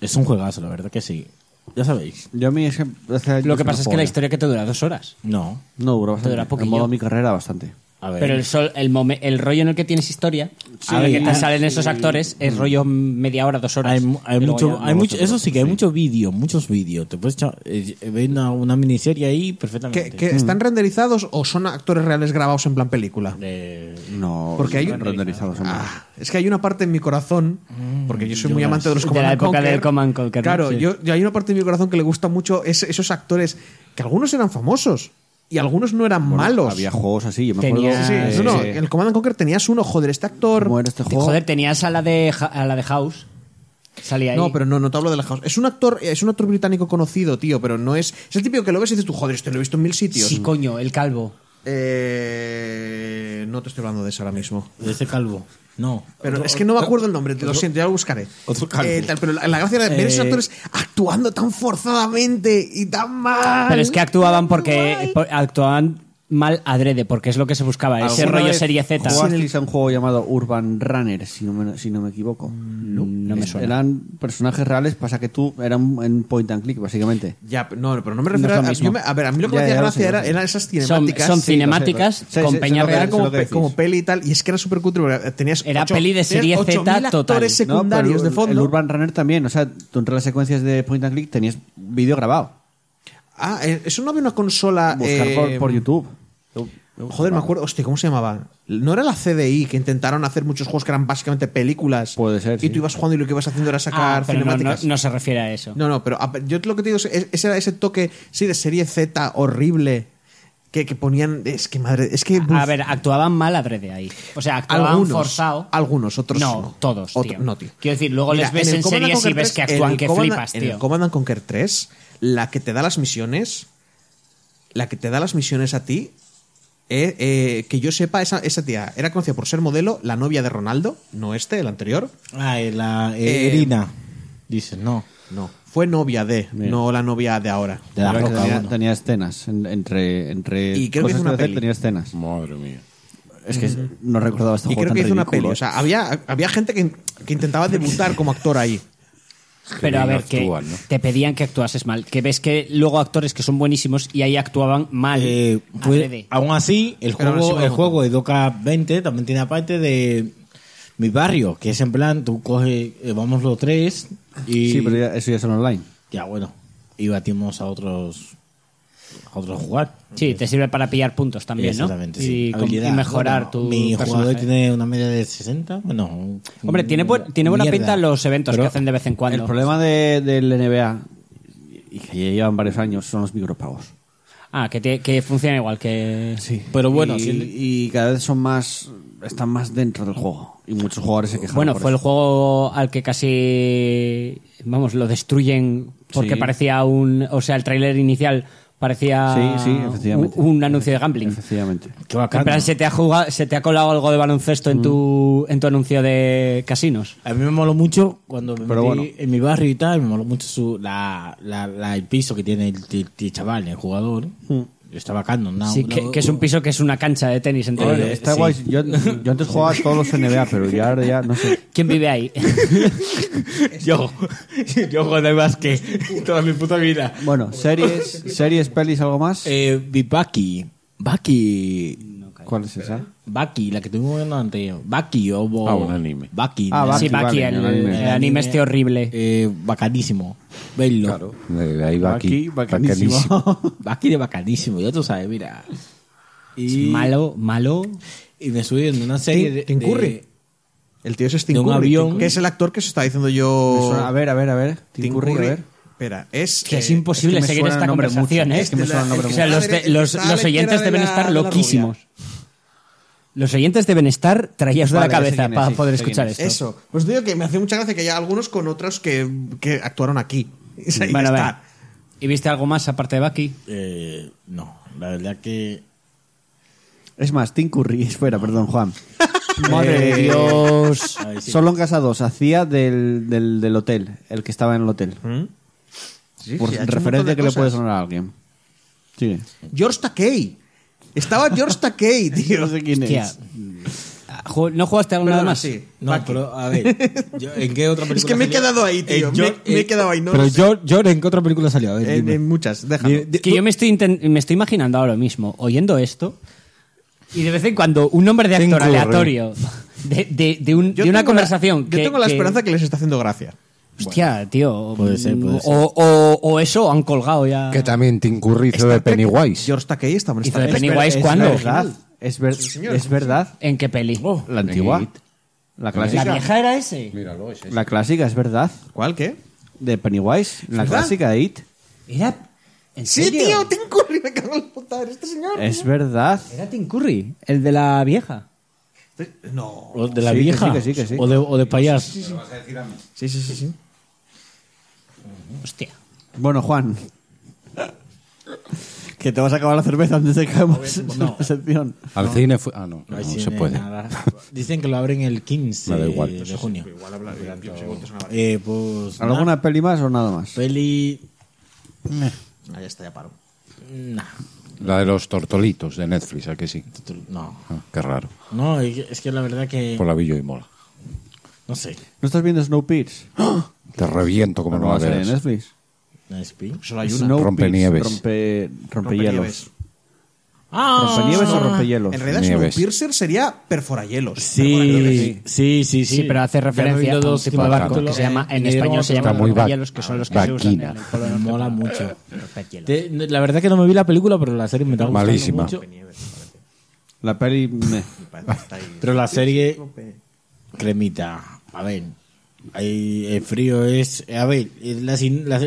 [SPEAKER 5] Es un juegazo, la verdad que sí. Ya sabéis.
[SPEAKER 1] Yo a mí es que. hace años
[SPEAKER 5] Pues
[SPEAKER 4] Lo que
[SPEAKER 1] no
[SPEAKER 4] pasa es que
[SPEAKER 1] juego
[SPEAKER 4] la
[SPEAKER 1] ya.
[SPEAKER 4] historia que te dura dos horas.
[SPEAKER 5] No.
[SPEAKER 1] No, duró bastante.
[SPEAKER 4] dura
[SPEAKER 1] el
[SPEAKER 4] poquillo.
[SPEAKER 1] modo mi carrera, bastante.
[SPEAKER 5] A ver.
[SPEAKER 4] Pero el, sol, el, momen- el rollo en el que tienes historia,
[SPEAKER 5] Sí.
[SPEAKER 4] en el que te
[SPEAKER 5] Ah,
[SPEAKER 4] salen esos actores, es rollo media hora, dos horas.
[SPEAKER 5] hay, mu- hay
[SPEAKER 4] Y luego
[SPEAKER 5] mucho,
[SPEAKER 4] ya-
[SPEAKER 5] hay mucho, eso sí que hay mucho vídeo, muchos vídeos. Te puedes echar, eh, ver una, una miniserie ahí perfectamente.
[SPEAKER 2] ¿Que, que están renderizados o son actores reales grabados en plan película?
[SPEAKER 5] Eh,
[SPEAKER 1] No,
[SPEAKER 2] Porque hay-
[SPEAKER 1] no renderizados. hombre.
[SPEAKER 2] Ah, es que hay una parte en mi corazón,
[SPEAKER 4] Mm,
[SPEAKER 2] porque yo soy muy
[SPEAKER 5] yo
[SPEAKER 2] amante de los
[SPEAKER 4] de
[SPEAKER 2] Command
[SPEAKER 4] la
[SPEAKER 2] and
[SPEAKER 4] época
[SPEAKER 2] Conquer.
[SPEAKER 4] del Command and Conquer, ¿no?
[SPEAKER 2] Claro,
[SPEAKER 4] Sí.
[SPEAKER 2] yo, yo- hay una parte de mi corazón que le gusta mucho es- esos actores, que algunos eran famosos y algunos no eran
[SPEAKER 1] Bueno,
[SPEAKER 2] malos.
[SPEAKER 1] Había juegos así, yo me
[SPEAKER 4] Tenía-
[SPEAKER 1] acuerdo.
[SPEAKER 2] Sí,
[SPEAKER 4] Eh,
[SPEAKER 2] no, no,
[SPEAKER 4] sí.
[SPEAKER 2] en el Command and Conquer tenías uno, joder, este actor.
[SPEAKER 1] ¿Cómo era este juego?
[SPEAKER 4] Joder, tenías a la de, Ja- a la de House. Salía ahí.
[SPEAKER 2] No, pero no, no te hablo de la house. Es un actor, es un actor británico conocido, tío, pero no es. Es el típico que lo ves y dices tú, joder, este lo he visto en mil sitios.
[SPEAKER 4] Sí, coño, el calvo.
[SPEAKER 2] Eh, no te estoy hablando de eso ahora mismo.
[SPEAKER 5] de ese calvo. No. Ah,
[SPEAKER 2] Pero es que no me acuerdo el nombre, lo siento, ya lo buscaré.
[SPEAKER 5] otro calvo.
[SPEAKER 2] Eh, tal, pero la, la gracia era ver esos
[SPEAKER 5] Eh,
[SPEAKER 2] actores actuando tan forzadamente y tan mal.
[SPEAKER 4] Pero es que actuaban porque eh,
[SPEAKER 2] Ay.
[SPEAKER 4] por- actuaban mal adrede, porque es lo que se buscaba, ese
[SPEAKER 1] Ah, ¿Alguna
[SPEAKER 4] rollo
[SPEAKER 1] vez
[SPEAKER 4] serie Z.
[SPEAKER 1] ¿Jugasteis a un juego llamado Urban Runner, si no me, si no me equivoco? No,
[SPEAKER 4] Mm, me suena.
[SPEAKER 1] Eran personajes reales, pasa que tú eran en point and click, básicamente.
[SPEAKER 2] Ya, no, pero no me refiero
[SPEAKER 4] No es lo
[SPEAKER 2] a,
[SPEAKER 4] mismo.
[SPEAKER 2] yo me- a ver, a mí lo que
[SPEAKER 1] Ya,
[SPEAKER 2] me hacía
[SPEAKER 1] ya lo sé,
[SPEAKER 2] gracia
[SPEAKER 1] ya lo
[SPEAKER 2] era,
[SPEAKER 1] sé.
[SPEAKER 2] eran esas
[SPEAKER 4] Son- Son,
[SPEAKER 2] cinemáticas. eh, sí,
[SPEAKER 4] cinemáticas
[SPEAKER 1] Sí, sí,
[SPEAKER 4] con
[SPEAKER 1] sí,
[SPEAKER 4] Peña
[SPEAKER 1] sé lo que-
[SPEAKER 4] Real.
[SPEAKER 2] era como,
[SPEAKER 1] lo que
[SPEAKER 2] pe-
[SPEAKER 1] decís.
[SPEAKER 2] como peli y tal, y es que era súper cutre. porque Tenías
[SPEAKER 4] Era
[SPEAKER 2] ocho-
[SPEAKER 4] peli de serie
[SPEAKER 2] tenías
[SPEAKER 4] Z
[SPEAKER 2] 8000
[SPEAKER 4] total.
[SPEAKER 2] actores
[SPEAKER 1] No, pero
[SPEAKER 2] secundarios de
[SPEAKER 1] el-
[SPEAKER 2] fondo.
[SPEAKER 1] El Urban Runner también, o sea, tú entre las secuencias de point and click tenías vídeo grabado.
[SPEAKER 2] Ah, eh, eso no había una consola.
[SPEAKER 1] Buscar
[SPEAKER 2] eh,
[SPEAKER 1] por, por YouTube.
[SPEAKER 2] Joder, me acuerdo. Hostia, ¿cómo se llamaba? ¿No era la CDI que intentaron hacer muchos juegos que eran básicamente películas?
[SPEAKER 1] Puede ser,
[SPEAKER 2] Y
[SPEAKER 1] sí.
[SPEAKER 2] tú ibas jugando y lo que ibas haciendo era sacar
[SPEAKER 4] Ah, pero no, no-
[SPEAKER 2] cinemáticas.
[SPEAKER 4] no se refiere a eso.
[SPEAKER 2] No, no, pero a- yo lo que te digo es es- ese, ese toque, sí, de serie Z horrible que, que ponían. Es que madre. Es que.
[SPEAKER 4] A
[SPEAKER 2] uf,
[SPEAKER 4] ver, actuaban mal adrede ahí. O sea, actuaban
[SPEAKER 2] algunos.
[SPEAKER 4] forzado.
[SPEAKER 2] Algunos, otros.
[SPEAKER 4] No,
[SPEAKER 2] no.
[SPEAKER 4] todos,
[SPEAKER 2] Otro-
[SPEAKER 4] tío.
[SPEAKER 2] no, tío.
[SPEAKER 4] Quiero decir, luego les ves
[SPEAKER 2] el
[SPEAKER 4] en,
[SPEAKER 2] Command and
[SPEAKER 4] series y
[SPEAKER 2] Conquer
[SPEAKER 4] ves que
[SPEAKER 2] 3,
[SPEAKER 4] actúan
[SPEAKER 2] el
[SPEAKER 4] que
[SPEAKER 2] Command-
[SPEAKER 4] flipas,
[SPEAKER 2] En el
[SPEAKER 4] tío.
[SPEAKER 2] Command and Conquer 3, la que te da las misiones. La que te da las misiones a ti. eh, eh, que yo sepa, esa, esa tía era conocida por ser modelo, la novia de Ronaldo, no este, el anterior.
[SPEAKER 5] Ah, eh, la
[SPEAKER 2] Eh,
[SPEAKER 5] eh, Irina. Dice, no.
[SPEAKER 2] No, fue novia de,
[SPEAKER 1] Mira.
[SPEAKER 2] no la novia de ahora.
[SPEAKER 5] De la
[SPEAKER 1] Creo que
[SPEAKER 5] roca,
[SPEAKER 1] tenía,
[SPEAKER 5] bueno.
[SPEAKER 1] tenía escenas en- entre, entre
[SPEAKER 2] Y creo que
[SPEAKER 1] cosas
[SPEAKER 2] hizo una
[SPEAKER 1] hacer,
[SPEAKER 2] peli.
[SPEAKER 1] tenía escenas.
[SPEAKER 3] Madre mía.
[SPEAKER 1] Es que no recordaba este
[SPEAKER 2] y
[SPEAKER 1] juego
[SPEAKER 2] creo
[SPEAKER 1] tan
[SPEAKER 2] que hizo una
[SPEAKER 1] ridículo, eh.
[SPEAKER 2] peli. O sea, había, había gente que, que intentaba debutar como actor ahí.
[SPEAKER 4] Pero a
[SPEAKER 3] bien
[SPEAKER 4] ver, que
[SPEAKER 3] actúan, ¿no?
[SPEAKER 4] te pedían que actuases mal. Que ves que luego actores que son buenísimos y ahí actuaban mal.
[SPEAKER 5] Eh, pues,
[SPEAKER 4] Adrede.
[SPEAKER 5] aún así, el
[SPEAKER 2] Pero aún así
[SPEAKER 5] juego,
[SPEAKER 2] me
[SPEAKER 5] el
[SPEAKER 2] lo
[SPEAKER 5] juego de Doca 20 también tiene aparte de mi barrio, que es en plan, tú coges, eh, vamos los tres y
[SPEAKER 1] Sí, pero ya- eso ya es online.
[SPEAKER 5] ya bueno, y batimos a otros a otros a jugar.
[SPEAKER 4] Sí, te sirve para pillar puntos también, ¿no?
[SPEAKER 5] Exactamente,
[SPEAKER 4] y,
[SPEAKER 5] sí.
[SPEAKER 4] com- y
[SPEAKER 5] Habilidad.
[SPEAKER 4] mejorar
[SPEAKER 5] Bueno,
[SPEAKER 4] tu
[SPEAKER 5] Mi jugador
[SPEAKER 4] personaje.
[SPEAKER 5] tiene una media de 60, bueno.
[SPEAKER 4] Hombre, tiene, bu- tiene buena
[SPEAKER 5] mierda.
[SPEAKER 4] pinta los eventos
[SPEAKER 5] Pero
[SPEAKER 4] que hacen de vez en cuando.
[SPEAKER 1] El problema de- del NBA, y que ya llevan varios años, son los micropagos.
[SPEAKER 4] Ah, que, te- que funciona igual que...
[SPEAKER 1] Pero bueno, y,
[SPEAKER 5] sí.
[SPEAKER 1] y cada vez son más. Están más dentro del juego. Y muchos jugadores se quejan.
[SPEAKER 4] Bueno, fue el juego al que casi, vamos, lo destruyen porque
[SPEAKER 1] Sí.
[SPEAKER 4] parecía un, o sea, el tráiler inicial parecía
[SPEAKER 1] Sí, sí, efectivamente.
[SPEAKER 4] Un, un anuncio de gambling.
[SPEAKER 1] Efectivamente.
[SPEAKER 5] Qué
[SPEAKER 4] En
[SPEAKER 5] bacano. Mm.
[SPEAKER 4] plan, se te ha jugado- se te ha colado algo de baloncesto en tu en tu anuncio de casinos.
[SPEAKER 5] A mí me moló mucho cuando me
[SPEAKER 1] Pero
[SPEAKER 5] metí
[SPEAKER 1] bueno.
[SPEAKER 5] en mi barrio y tal, me moló mucho su, la, la, la- el piso que tiene el, el- el chaval, el jugador. Está bacano. una-
[SPEAKER 4] sí,
[SPEAKER 5] una-
[SPEAKER 4] que, que es un piso que es una cancha de tenis
[SPEAKER 1] A ver,
[SPEAKER 4] entero.
[SPEAKER 1] Eh, está guay. Yo, yo antes jugaba todos los NBA, pero ya, ahora ya no sé.
[SPEAKER 4] ¿Quién vive ahí?
[SPEAKER 5] Yo, yo juego al básquet toda mi puta vida.
[SPEAKER 1] Bueno, series, series, pelis, algo más.
[SPEAKER 5] Eh, vi Bucky. Bucky.
[SPEAKER 1] ¿Cuál es esa?
[SPEAKER 5] Bucky, la que tuvimos viendo antes. Bucky o... bo-
[SPEAKER 3] Ah, un anime.
[SPEAKER 5] Bucky.
[SPEAKER 1] Ah,
[SPEAKER 5] ¿no?
[SPEAKER 1] Bucky,
[SPEAKER 4] sí, Baki,
[SPEAKER 1] vale,
[SPEAKER 4] el,
[SPEAKER 1] el
[SPEAKER 4] el
[SPEAKER 1] anime.
[SPEAKER 4] anime, este horrible.
[SPEAKER 5] Eh, bacanísimo. Veilo.
[SPEAKER 3] Eh, ahí va aquí.
[SPEAKER 1] bacanísimo.
[SPEAKER 3] bacanísimo.
[SPEAKER 5] Bucky de bacanísimo, ya tú sabes, mira.
[SPEAKER 4] Es
[SPEAKER 5] Y,
[SPEAKER 4] malo, malo.
[SPEAKER 5] y me subí en una serie
[SPEAKER 2] Tim-
[SPEAKER 5] de...
[SPEAKER 2] Tim
[SPEAKER 5] de-
[SPEAKER 2] Curry. El tío ese es Tim
[SPEAKER 5] De un
[SPEAKER 2] Curry,
[SPEAKER 5] avión.
[SPEAKER 2] Tim- Que es el actor que se está diciendo
[SPEAKER 1] Me
[SPEAKER 2] yo.
[SPEAKER 1] suena- a ver, a ver, a ver. Tim Curry, a ver.
[SPEAKER 2] Espera, es.
[SPEAKER 4] Que es
[SPEAKER 2] eh,
[SPEAKER 4] imposible
[SPEAKER 1] es que me
[SPEAKER 4] seguir
[SPEAKER 1] suena
[SPEAKER 4] esta
[SPEAKER 1] el nombre
[SPEAKER 4] conversación,
[SPEAKER 1] mucho.
[SPEAKER 4] ¿eh?
[SPEAKER 1] Es que me suena el nombre
[SPEAKER 4] o sea,
[SPEAKER 2] mucho.
[SPEAKER 4] los, de- los,
[SPEAKER 2] El que está a la
[SPEAKER 4] los oyentes
[SPEAKER 2] izquierda de
[SPEAKER 4] deben
[SPEAKER 2] la-
[SPEAKER 4] estar
[SPEAKER 2] de la rubia.
[SPEAKER 4] loquísimos. Los oyentes deben estar traídos de
[SPEAKER 1] Vale,
[SPEAKER 4] la
[SPEAKER 1] ya sé
[SPEAKER 4] cabeza
[SPEAKER 1] quién es,
[SPEAKER 4] para
[SPEAKER 1] sí,
[SPEAKER 4] poder
[SPEAKER 1] sé quién
[SPEAKER 4] escuchar
[SPEAKER 1] es.
[SPEAKER 4] esto.
[SPEAKER 2] Eso. Pues digo que me hace mucha gracia que haya algunos con otros que, que actuaron aquí. Y ya
[SPEAKER 4] Bueno,
[SPEAKER 2] está.
[SPEAKER 4] a ver. ¿Y viste algo más aparte de Bucky?
[SPEAKER 5] Eh, no, la verdad que...
[SPEAKER 1] Es más, Tim Curry. Espera, perdón, Juan. Madre de
[SPEAKER 5] Eh,
[SPEAKER 1] Dios.
[SPEAKER 5] ay, sí.
[SPEAKER 1] Solo en Casa 2 hacía del, del, del hotel, el que estaba en el hotel.
[SPEAKER 2] Sí,
[SPEAKER 1] Por
[SPEAKER 2] sí, ha hecho un montón
[SPEAKER 1] referencia
[SPEAKER 2] de
[SPEAKER 1] que le puede
[SPEAKER 2] cosas.
[SPEAKER 1] sonar a alguien. Sigue.
[SPEAKER 2] George Takei. Estaba George Takei, tío.
[SPEAKER 1] No sé quién
[SPEAKER 4] Hostia.
[SPEAKER 1] es.
[SPEAKER 4] Ah, ju- ¿No jugaste algo nada
[SPEAKER 2] Perdona,
[SPEAKER 4] más?
[SPEAKER 2] sí.
[SPEAKER 5] No,
[SPEAKER 2] Bucky.
[SPEAKER 5] pero a ver, yo- ¿en qué otra película
[SPEAKER 2] Es que me he
[SPEAKER 5] salió? Eh,
[SPEAKER 2] quedado ahí, tío, me-
[SPEAKER 5] yo-
[SPEAKER 2] me he quedado ahí, no
[SPEAKER 5] Pero
[SPEAKER 2] lo sé.
[SPEAKER 5] yo, yo, ¿en qué otra película salió? A ver,
[SPEAKER 2] En,
[SPEAKER 5] dime.
[SPEAKER 2] en muchas, déjalo.
[SPEAKER 5] Di- di-
[SPEAKER 4] Que yo me estoy, inten- me estoy imaginando ahora mismo, oyendo esto, y de vez en cuando un nombre de actor aleatorio de, de- de un-
[SPEAKER 2] Yo
[SPEAKER 4] de
[SPEAKER 2] tengo
[SPEAKER 4] una
[SPEAKER 2] la-
[SPEAKER 4] conversación.
[SPEAKER 2] yo
[SPEAKER 4] que-
[SPEAKER 2] tengo la
[SPEAKER 4] que-
[SPEAKER 2] esperanza que les está haciendo gracia.
[SPEAKER 4] Hostia, tío.
[SPEAKER 5] Puede ser, puede
[SPEAKER 4] o,
[SPEAKER 5] ser.
[SPEAKER 4] o- o eso han colgado ya.
[SPEAKER 3] Que también Tim Curry hizo de
[SPEAKER 2] Star Trek,
[SPEAKER 3] Pennywise.
[SPEAKER 2] George Takei está
[SPEAKER 4] Hizo de
[SPEAKER 2] está-
[SPEAKER 4] Pennywise. Pennywise,
[SPEAKER 1] es
[SPEAKER 4] ¿cuándo?
[SPEAKER 1] verdad. Es, ver-
[SPEAKER 2] señor.
[SPEAKER 1] es verdad.
[SPEAKER 4] ¿En qué peli?
[SPEAKER 1] La antigua. La
[SPEAKER 4] ¿La
[SPEAKER 1] clásica.
[SPEAKER 4] vieja era ese?
[SPEAKER 1] La clásica, es verdad.
[SPEAKER 2] ¿Cuál qué?
[SPEAKER 1] De Pennywise. La
[SPEAKER 2] verdad?
[SPEAKER 1] clásica de It.
[SPEAKER 4] Era. ¿En
[SPEAKER 2] Sí,
[SPEAKER 4] serio?
[SPEAKER 2] tío, Tim Curry, me cago en la puta, madre, este señor.
[SPEAKER 1] Es verdad.
[SPEAKER 4] Era Tim Curry, el de la vieja.
[SPEAKER 2] No.
[SPEAKER 5] ¿O de la
[SPEAKER 1] Sí, que
[SPEAKER 5] vieja?
[SPEAKER 1] sí, que sí, que sí.
[SPEAKER 5] ¿O de, o de payas?
[SPEAKER 2] Sí, sí, sí, sí.
[SPEAKER 4] Hostia.
[SPEAKER 1] Bueno, Juan. Que te vas a acabar la cerveza antes de que hagamos la sección.
[SPEAKER 3] Al cine fue. Ah, no, no,
[SPEAKER 5] Ay, sí,
[SPEAKER 3] se
[SPEAKER 5] de
[SPEAKER 3] puede.
[SPEAKER 5] nada. Dicen que lo abren el 15
[SPEAKER 3] Me da igual.
[SPEAKER 5] de junio. Eh, pues...
[SPEAKER 1] ¿Alguna peli más o nada más?
[SPEAKER 5] peli...
[SPEAKER 2] Ah, ya está, ya paro.
[SPEAKER 5] Nah,
[SPEAKER 3] La de los tortolitos de Netflix, ¿a que sí?
[SPEAKER 5] no.
[SPEAKER 3] Ah, qué raro.
[SPEAKER 5] No, es que la verdad que...
[SPEAKER 3] Por la Villo y Mola.
[SPEAKER 5] No sé.
[SPEAKER 1] ¿No estás viendo Snowpiercer?
[SPEAKER 3] Te reviento como no
[SPEAKER 1] va
[SPEAKER 3] la
[SPEAKER 1] a salir en
[SPEAKER 3] veas.
[SPEAKER 1] Netflix.
[SPEAKER 5] ¿No es pi?
[SPEAKER 2] Solo hay una.
[SPEAKER 1] Snowpiercer,
[SPEAKER 3] Rompenieves.
[SPEAKER 1] Rompe, rompehielos.
[SPEAKER 2] Rompehieves.
[SPEAKER 5] Ah,
[SPEAKER 1] ¿Rompenieves o rompehielos?
[SPEAKER 2] En realidad,
[SPEAKER 3] Nieves.
[SPEAKER 2] Snowpiercer sería perforahielos.
[SPEAKER 5] Sí, sí, sí, sí.
[SPEAKER 4] Sí, pero hace
[SPEAKER 5] Ya me vi
[SPEAKER 4] referencia
[SPEAKER 5] los
[SPEAKER 4] a un
[SPEAKER 5] dos
[SPEAKER 4] tipo de
[SPEAKER 3] tipos de
[SPEAKER 4] barco que
[SPEAKER 3] barco.
[SPEAKER 4] se llama, en
[SPEAKER 5] Eh,
[SPEAKER 4] español se
[SPEAKER 5] está
[SPEAKER 4] llama
[SPEAKER 3] muy va-
[SPEAKER 4] rompehielos, que son los que se usan en
[SPEAKER 3] vaquina.
[SPEAKER 4] el Polo Norte.
[SPEAKER 5] Mola mucho.
[SPEAKER 4] Rompehielos.
[SPEAKER 5] Te- la verdad que no me vi la película, pero la serie me está gustando
[SPEAKER 3] Malísima.
[SPEAKER 5] mucho.
[SPEAKER 1] La peli... meh.
[SPEAKER 5] Pero la serie
[SPEAKER 2] Eh,
[SPEAKER 5] cremita. A ver, ahí el frío es. A ver, la, sin- la,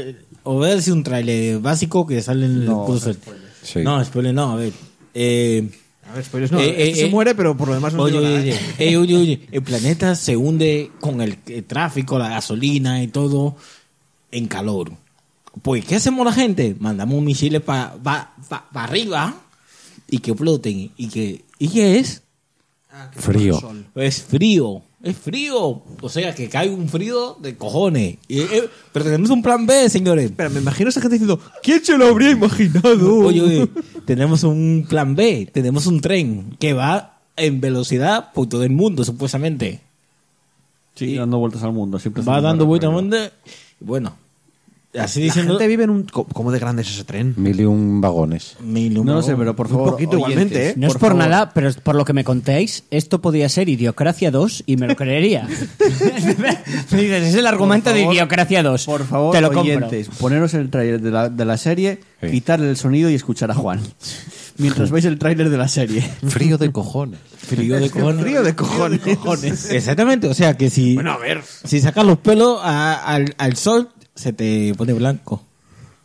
[SPEAKER 5] o ves un tráiler básico que sale en el cruce.
[SPEAKER 3] Sí.
[SPEAKER 5] No, spoiler no, a ver. Eh,
[SPEAKER 2] A ver, spoilers no.
[SPEAKER 5] Eh,
[SPEAKER 2] Este
[SPEAKER 5] eh,
[SPEAKER 2] se
[SPEAKER 5] eh.
[SPEAKER 2] muere, pero por lo demás no
[SPEAKER 5] oye,
[SPEAKER 2] digo nada.
[SPEAKER 5] oye, eh, oye, oye, el planeta se hunde con el, eh, tráfico, la gasolina y todo en calor. Pues, ¿qué hacemos la gente? Mandamos misiles para arriba y que floten y que y qué es
[SPEAKER 3] Frío.
[SPEAKER 5] es frío es frío o sea que cae un frío de cojones Y, eh, pero tenemos un plan B señores
[SPEAKER 2] Pero me imagino a esa gente diciendo, ¿quién se lo habría imaginado?
[SPEAKER 5] Oye, oye, tenemos un plan B, tenemos un tren que va en velocidad por todo el mundo, supuestamente.
[SPEAKER 1] Sí, dando vueltas al mundo. Siempre
[SPEAKER 5] Va
[SPEAKER 1] haciendo
[SPEAKER 5] dando
[SPEAKER 1] una
[SPEAKER 5] vueltas al
[SPEAKER 1] recorrida.
[SPEAKER 5] mundo. y Bueno, así
[SPEAKER 2] la
[SPEAKER 5] diciendo.
[SPEAKER 2] gente vive en un... co- ¿Cómo de grande es ese tren?
[SPEAKER 3] Mil y un vagones.
[SPEAKER 5] Mil y un
[SPEAKER 1] No lo sé,
[SPEAKER 5] vagón.
[SPEAKER 1] pero por favor.
[SPEAKER 2] un poquito igualmente, ¿eh?
[SPEAKER 4] No es por nada, pero es por lo que me contéis, esto podía ser Idiocracia 2 y me lo creería. me dices, es el argumento
[SPEAKER 1] Por
[SPEAKER 4] de
[SPEAKER 1] favor,
[SPEAKER 4] Idiocracia 2.
[SPEAKER 1] Por favor,
[SPEAKER 4] te lo compro.
[SPEAKER 1] oyentes, poneros el tráiler de la, de la serie,
[SPEAKER 3] Sí.
[SPEAKER 1] quitarle el sonido y escuchar a Juan. Mientras veis el tráiler de la serie.
[SPEAKER 3] Frío de cojones.
[SPEAKER 5] Frío de cojones. Ah,
[SPEAKER 2] Frío de cojones.
[SPEAKER 5] Exactamente, o sea que si,
[SPEAKER 2] Bueno, a ver.
[SPEAKER 5] si sacas los pelos a- al, al sol, se te pone blanco.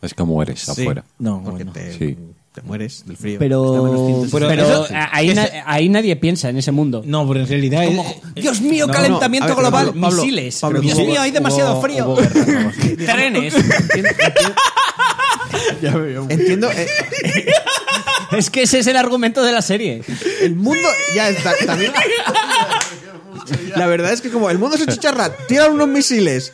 [SPEAKER 3] Es que mueres afuera.
[SPEAKER 5] No,
[SPEAKER 2] Porque
[SPEAKER 5] bueno.
[SPEAKER 2] te,
[SPEAKER 3] Sí.
[SPEAKER 2] te mueres del frío. Está menos
[SPEAKER 4] Pero,
[SPEAKER 2] 160.
[SPEAKER 4] pero,
[SPEAKER 5] eso-
[SPEAKER 4] a- ahí, na- ahí nadie piensa en ese mundo.
[SPEAKER 5] No, pero en realidad. es-
[SPEAKER 4] Dios mío,
[SPEAKER 2] No,
[SPEAKER 4] calentamiento
[SPEAKER 2] no, a ver,
[SPEAKER 4] global,
[SPEAKER 2] Pablo, Pablo,
[SPEAKER 4] misiles.
[SPEAKER 2] Pablo,
[SPEAKER 4] Dios
[SPEAKER 2] hubo-
[SPEAKER 4] mío, hay demasiado frío. Trenes.
[SPEAKER 2] Entiendo, eh,
[SPEAKER 4] es que ese es el argumento de la serie.
[SPEAKER 2] el mundo ya está también... La verdad es que como el mundo se chicharra, tiran unos misiles.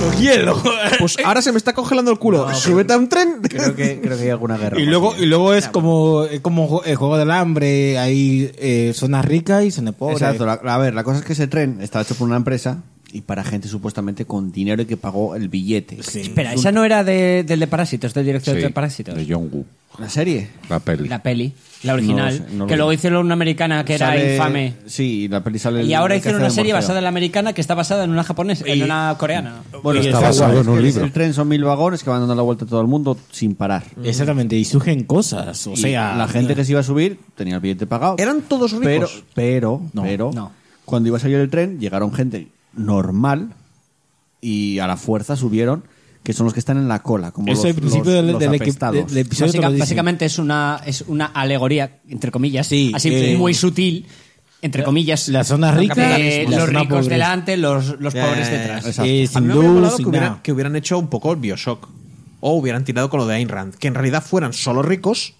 [SPEAKER 2] Con hielo. Pues ahora se me está congelando el culo. Súbete a un tren.
[SPEAKER 1] Creo que, creo que hay alguna guerra.
[SPEAKER 5] Y luego, y luego es como, es como jo- el juego del hambre, hay eh, zonas ricas y zonas pobres.
[SPEAKER 1] Exacto. la- a ver, la cosa es que ese tren está hecho por una empresa y para gente supuestamente con dinero y que pagó el billete.
[SPEAKER 4] Espera, esa no era de, del de Parásitos, del director
[SPEAKER 3] Sí,
[SPEAKER 4] de Parásitos.
[SPEAKER 3] de John Woo.
[SPEAKER 1] ¿La serie?
[SPEAKER 3] La peli.
[SPEAKER 4] La peli, la original,
[SPEAKER 1] No lo sé, no lo
[SPEAKER 4] que
[SPEAKER 1] vi.
[SPEAKER 4] luego hicieron una americana que era
[SPEAKER 1] Sale-
[SPEAKER 4] infame.
[SPEAKER 1] Sí, la peli sale.
[SPEAKER 4] Y ahora hicieron una serie basada
[SPEAKER 1] basada
[SPEAKER 4] en la americana que está basada en una japonesa, en una coreana.
[SPEAKER 1] Bueno,
[SPEAKER 3] está basado
[SPEAKER 1] guay,
[SPEAKER 3] en un
[SPEAKER 1] es que
[SPEAKER 3] libro.
[SPEAKER 1] El tren son mil vagones que van dando la vuelta a todo el mundo sin parar.
[SPEAKER 5] Exactamente, y surgen cosas. O
[SPEAKER 1] Y
[SPEAKER 5] sea,
[SPEAKER 1] la gente que se iba a subir tenía el billete pagado.
[SPEAKER 2] Eran todos
[SPEAKER 1] Pero,
[SPEAKER 2] ricos.
[SPEAKER 1] pero,
[SPEAKER 5] No,
[SPEAKER 1] pero,
[SPEAKER 4] no.
[SPEAKER 1] cuando iba a salir el tren, llegaron gente normal y a la fuerza subieron, que son los que están en la cola. Como
[SPEAKER 5] Eso
[SPEAKER 1] los-
[SPEAKER 5] al principio
[SPEAKER 1] los-
[SPEAKER 5] del,
[SPEAKER 1] los
[SPEAKER 5] del equi-
[SPEAKER 1] apestados.
[SPEAKER 5] del episodio te lo
[SPEAKER 4] Básica-
[SPEAKER 5] dicen.
[SPEAKER 4] básicamente es una, es una alegoría, entre comillas,
[SPEAKER 5] Sí,
[SPEAKER 4] así
[SPEAKER 5] eh,
[SPEAKER 4] muy sutil, entre comillas.
[SPEAKER 5] la zona
[SPEAKER 4] de
[SPEAKER 5] rica,
[SPEAKER 4] los
[SPEAKER 5] la zona
[SPEAKER 4] ricos
[SPEAKER 5] pobre.
[SPEAKER 4] delante, los, los pobres
[SPEAKER 2] Eh,
[SPEAKER 4] detrás.
[SPEAKER 1] exacto.
[SPEAKER 2] A
[SPEAKER 5] Eh,
[SPEAKER 2] mí
[SPEAKER 5] sin
[SPEAKER 2] me hubiera
[SPEAKER 5] luz,
[SPEAKER 2] molado
[SPEAKER 5] sin
[SPEAKER 2] que, hubiera-
[SPEAKER 5] nada.
[SPEAKER 2] que hubieran hecho un poco el Bioshock. O hubieran tirado con lo de Ayn Rand. Que en realidad fueran solo ricos,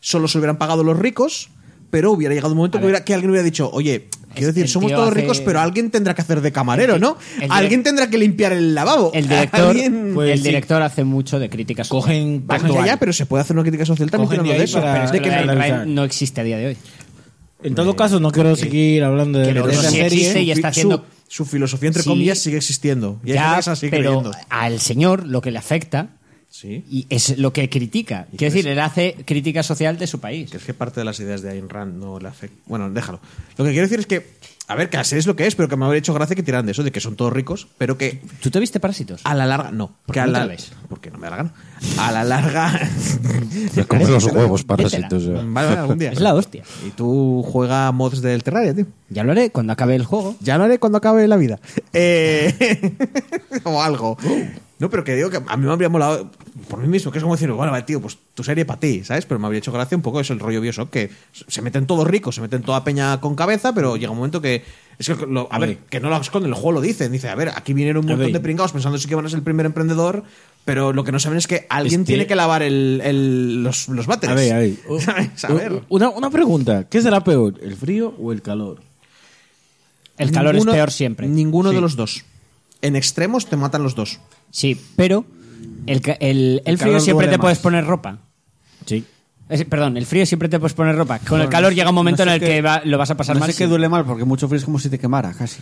[SPEAKER 2] solo se hubieran pagado los ricos, pero hubiera llegado un momento que, hubiera- que alguien hubiera dicho, oye, quiero
[SPEAKER 4] Es-
[SPEAKER 2] decir,
[SPEAKER 4] el
[SPEAKER 2] somos
[SPEAKER 4] tío
[SPEAKER 2] todos
[SPEAKER 4] hace-
[SPEAKER 2] ricos, pero alguien tendrá que hacer de camarero, ¿no?
[SPEAKER 4] el direc-
[SPEAKER 2] alguien tendrá que limpiar el lavabo.
[SPEAKER 4] El director,
[SPEAKER 2] Alguien-
[SPEAKER 5] Pues
[SPEAKER 4] el
[SPEAKER 5] sí.
[SPEAKER 4] director hace mucho de críticas.
[SPEAKER 5] cogen
[SPEAKER 2] Vale, ya, ya, pero se puede hacer una crítica social también
[SPEAKER 5] Cogen de
[SPEAKER 2] tirando de
[SPEAKER 5] ahí
[SPEAKER 2] eso.
[SPEAKER 5] para-
[SPEAKER 4] Pero es
[SPEAKER 2] De
[SPEAKER 4] que
[SPEAKER 2] que
[SPEAKER 4] lo de
[SPEAKER 2] me-
[SPEAKER 4] Ayn
[SPEAKER 5] analizar.
[SPEAKER 4] Rand no existe a día de hoy.
[SPEAKER 5] En todo caso, no quiero seguir hablando de,
[SPEAKER 4] que lo
[SPEAKER 5] de
[SPEAKER 4] de
[SPEAKER 5] esa
[SPEAKER 4] sí existe y
[SPEAKER 5] serie.
[SPEAKER 4] está
[SPEAKER 2] su-
[SPEAKER 4] haciendo-
[SPEAKER 2] Su filosofía, entre
[SPEAKER 4] Sí.
[SPEAKER 2] comillas, sigue existiendo. Y hay
[SPEAKER 4] Ya,
[SPEAKER 2] gente que se la sigue
[SPEAKER 4] pero
[SPEAKER 2] creyendo.
[SPEAKER 4] al señor lo que le afecta
[SPEAKER 2] Sí.
[SPEAKER 4] y es lo que critica. Quiero decir, él hace crítica social de su país.
[SPEAKER 2] Que es que parte de las ideas de Ayn Rand no le afectan. Bueno, déjalo. Lo que quiero decir es que, a ver, que la serie es lo que es, pero que me habría hecho gracia que tiraran de eso, de que son todos ricos, pero que
[SPEAKER 4] ¿Tú te viste Parásitos?
[SPEAKER 2] a la larga. No, que
[SPEAKER 4] ¿Por qué
[SPEAKER 2] a
[SPEAKER 4] no te
[SPEAKER 2] la.
[SPEAKER 4] la ves?
[SPEAKER 2] Porque no me da la gana. A la larga.
[SPEAKER 3] Me come los huevos,
[SPEAKER 4] Vétela.
[SPEAKER 3] parásitos. eh.
[SPEAKER 2] vale, vale, algún día.
[SPEAKER 4] Es la hostia.
[SPEAKER 2] Y tú juega a mods del Terraria, tío.
[SPEAKER 4] Ya lo haré cuando acabe el juego.
[SPEAKER 2] Ya lo haré cuando acabe la vida. Eh, o algo. No, pero que digo que a mí me habría molado por mí mismo, que es como decir, bueno, vale, tío, pues tu serie para ti, ¿sabes? Pero me habría hecho gracia un poco eso, el rollo Bioshock, que se meten todos ricos, se meten toda peña con cabeza, pero llega un momento que. Es que, lo- a ver, que no lo esconden, el juego lo dicen. Dice, a ver, aquí vinieron un montón
[SPEAKER 5] ver.
[SPEAKER 2] de pringados pensando sí que van a ser el primer emprendedor, pero lo que no saben es que alguien
[SPEAKER 5] Este-
[SPEAKER 2] tiene que lavar el, el- los, los váteres.
[SPEAKER 5] A ver, a ver.
[SPEAKER 2] ¿Sabes? A ver. Uh,
[SPEAKER 5] Una, una pregunta: ¿qué será peor, el frío o el calor?
[SPEAKER 4] El calor
[SPEAKER 2] Ninguno-
[SPEAKER 4] es peor siempre.
[SPEAKER 2] Ninguno de los dos. En extremos te matan los dos.
[SPEAKER 4] Sí, pero el, ca- el- el frío
[SPEAKER 1] calor
[SPEAKER 4] siempre
[SPEAKER 1] duele
[SPEAKER 4] te
[SPEAKER 1] más.
[SPEAKER 4] puedes poner ropa.
[SPEAKER 5] Sí.
[SPEAKER 4] Es- perdón, el frío siempre te puedes poner ropa. Con el calor llega un momento en el que, va- lo vas a pasar
[SPEAKER 1] no
[SPEAKER 4] mal.
[SPEAKER 1] sé que
[SPEAKER 4] sí.
[SPEAKER 1] duele mal porque mucho frío es como si te quemara casi.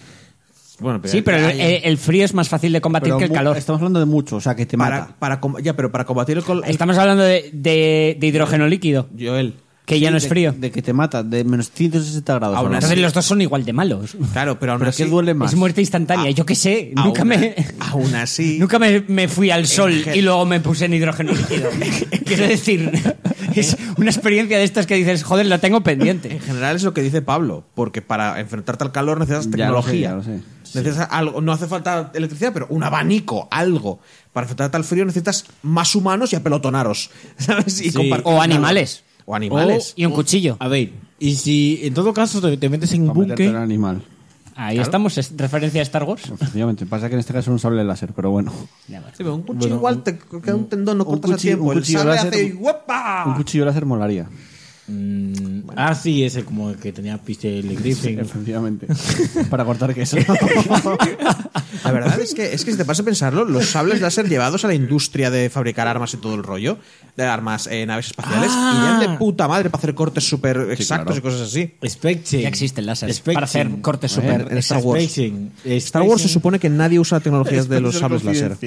[SPEAKER 2] Bueno,
[SPEAKER 4] Sí, pero el, el- el frío es más fácil de combatir
[SPEAKER 1] Pero
[SPEAKER 4] que el
[SPEAKER 1] mu-
[SPEAKER 4] calor.
[SPEAKER 1] Estamos hablando de mucho, o sea que te
[SPEAKER 2] para,
[SPEAKER 1] mata.
[SPEAKER 2] para com- ya, pero para combatir el col- el-
[SPEAKER 4] Estamos hablando de, de- de hidrógeno líquido,
[SPEAKER 2] Joel.
[SPEAKER 4] que ya no es
[SPEAKER 1] De-
[SPEAKER 4] frío.
[SPEAKER 1] De que te mata, de menos 160 grados.
[SPEAKER 2] Aún
[SPEAKER 1] hablamos.
[SPEAKER 4] Entonces los dos son igual de malos.
[SPEAKER 2] Claro, pero aún
[SPEAKER 1] Pero
[SPEAKER 2] así.
[SPEAKER 1] ¿qué duele más? Ah,
[SPEAKER 4] Es muerte instantánea. Yo qué sé,
[SPEAKER 2] Aún-
[SPEAKER 4] nunca me...
[SPEAKER 2] Aún así.
[SPEAKER 4] Nunca me, me fui al sol
[SPEAKER 2] gen-
[SPEAKER 4] y luego me puse en hidrógeno líquido. Quiero decir, es una experiencia de estas que dices, joder, la tengo pendiente.
[SPEAKER 2] En general es lo que dice Pablo, porque para enfrentarte al calor necesitas
[SPEAKER 1] Ya lo sé,
[SPEAKER 2] tecnología.
[SPEAKER 1] ya lo sé.
[SPEAKER 2] Necesitas algo, no hace falta electricidad, pero un abanico, algo. Para enfrentarte al frío necesitas más humanos y apelotonaros. ¿Sabes? Y compartir
[SPEAKER 4] O
[SPEAKER 2] calor.
[SPEAKER 4] animales.
[SPEAKER 2] O Ah, animales.
[SPEAKER 4] Y un cuchillo.
[SPEAKER 5] A ver, y si en todo caso te, te metes en un
[SPEAKER 1] Para meterte en el
[SPEAKER 5] búnker.
[SPEAKER 1] animal.
[SPEAKER 4] Ahí estamos, es referencia a Star Wars.
[SPEAKER 1] Efectivamente, pasa que en este caso es un sable láser, pero bueno.
[SPEAKER 4] Ya, bueno.
[SPEAKER 2] Sí, pero un cuchillo igual te queda un tendón, no
[SPEAKER 1] un
[SPEAKER 2] cortas a
[SPEAKER 1] cuchillo-
[SPEAKER 2] tiempo.
[SPEAKER 1] un
[SPEAKER 2] El
[SPEAKER 1] cuchillo
[SPEAKER 2] sable
[SPEAKER 1] láser-
[SPEAKER 4] Ah.
[SPEAKER 2] hace y ¡guapa!
[SPEAKER 1] Un cuchillo láser molaría.
[SPEAKER 5] Mm, Ah, sí, ese como el que tenía Pistol y Griffin.
[SPEAKER 8] Efectivamente. Para cortar queso.
[SPEAKER 2] La verdad es que, es que si te pasa a pensarlo, los sables láser llevados a la industria de fabricar armas y todo el rollo, de armas, eh, naves espaciales,
[SPEAKER 5] Ah.
[SPEAKER 2] y ya de puta madre para hacer cortes súper exactos y cosas así.
[SPEAKER 5] Spectre.
[SPEAKER 4] Ya existen láseres para hacer cortes
[SPEAKER 2] Bueno,
[SPEAKER 4] súper.
[SPEAKER 2] en Star Wars. Star Wars se supone que nadie usa tecnologías de los sables láser.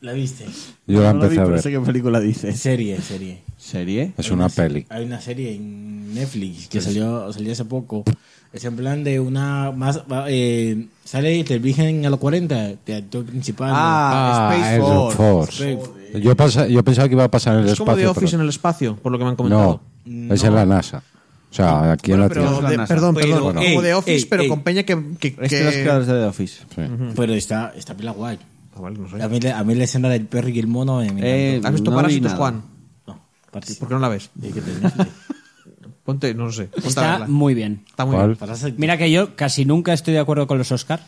[SPEAKER 5] La viste.
[SPEAKER 3] Yo la
[SPEAKER 8] No lo vi,
[SPEAKER 3] empecé a
[SPEAKER 8] pero
[SPEAKER 3] ver.
[SPEAKER 8] sé qué película dices.
[SPEAKER 5] Serie, serie.
[SPEAKER 8] ¿Serie?
[SPEAKER 3] Es una peli.
[SPEAKER 5] Hay una serie en Netflix
[SPEAKER 2] Pues
[SPEAKER 5] que salió, salió hace poco. Es en plan de una. Más, va- eh, sale y te eligen a los 40, de actor principal.
[SPEAKER 8] Ah, Space
[SPEAKER 3] Iron
[SPEAKER 8] Force.
[SPEAKER 5] Space-
[SPEAKER 3] Yo, pasa- yo pensaba que iba a pasar en el
[SPEAKER 2] Es como
[SPEAKER 3] espacio.
[SPEAKER 2] de
[SPEAKER 3] pero-
[SPEAKER 2] Office en el espacio, por lo que me han comentado.
[SPEAKER 3] no, es en la NASA. O sea, aquí en la
[SPEAKER 2] Pero
[SPEAKER 3] Tierra.
[SPEAKER 2] de-
[SPEAKER 1] NASA.
[SPEAKER 2] perdón,
[SPEAKER 5] Pero,
[SPEAKER 2] perdón.
[SPEAKER 5] ey,
[SPEAKER 2] como de Office,
[SPEAKER 5] ey,
[SPEAKER 2] pero
[SPEAKER 5] ey.
[SPEAKER 2] con Peña que. que,
[SPEAKER 1] Es que
[SPEAKER 2] que-
[SPEAKER 1] los creadores de The Office.
[SPEAKER 3] Sí.
[SPEAKER 5] Pero está, está pila guay.
[SPEAKER 2] Ah, vale, no sé.
[SPEAKER 5] A mí, la- a mí la escena del perro y el mono me me
[SPEAKER 1] Eh,
[SPEAKER 5] encantó.
[SPEAKER 2] ¿Has visto
[SPEAKER 1] no vi
[SPEAKER 2] Parásitos,
[SPEAKER 1] nada.
[SPEAKER 2] Juan?
[SPEAKER 5] No, parece-
[SPEAKER 2] ¿Por qué no la ves?
[SPEAKER 5] Eh, que te- Netflix.
[SPEAKER 2] Ponte, no lo sé. Ponte a
[SPEAKER 4] Está
[SPEAKER 2] verla.
[SPEAKER 4] muy bien.
[SPEAKER 2] Está muy
[SPEAKER 3] ¿Cuál?
[SPEAKER 2] bien.
[SPEAKER 5] Parece-
[SPEAKER 4] Mira que yo casi nunca estoy de acuerdo con los Oscar.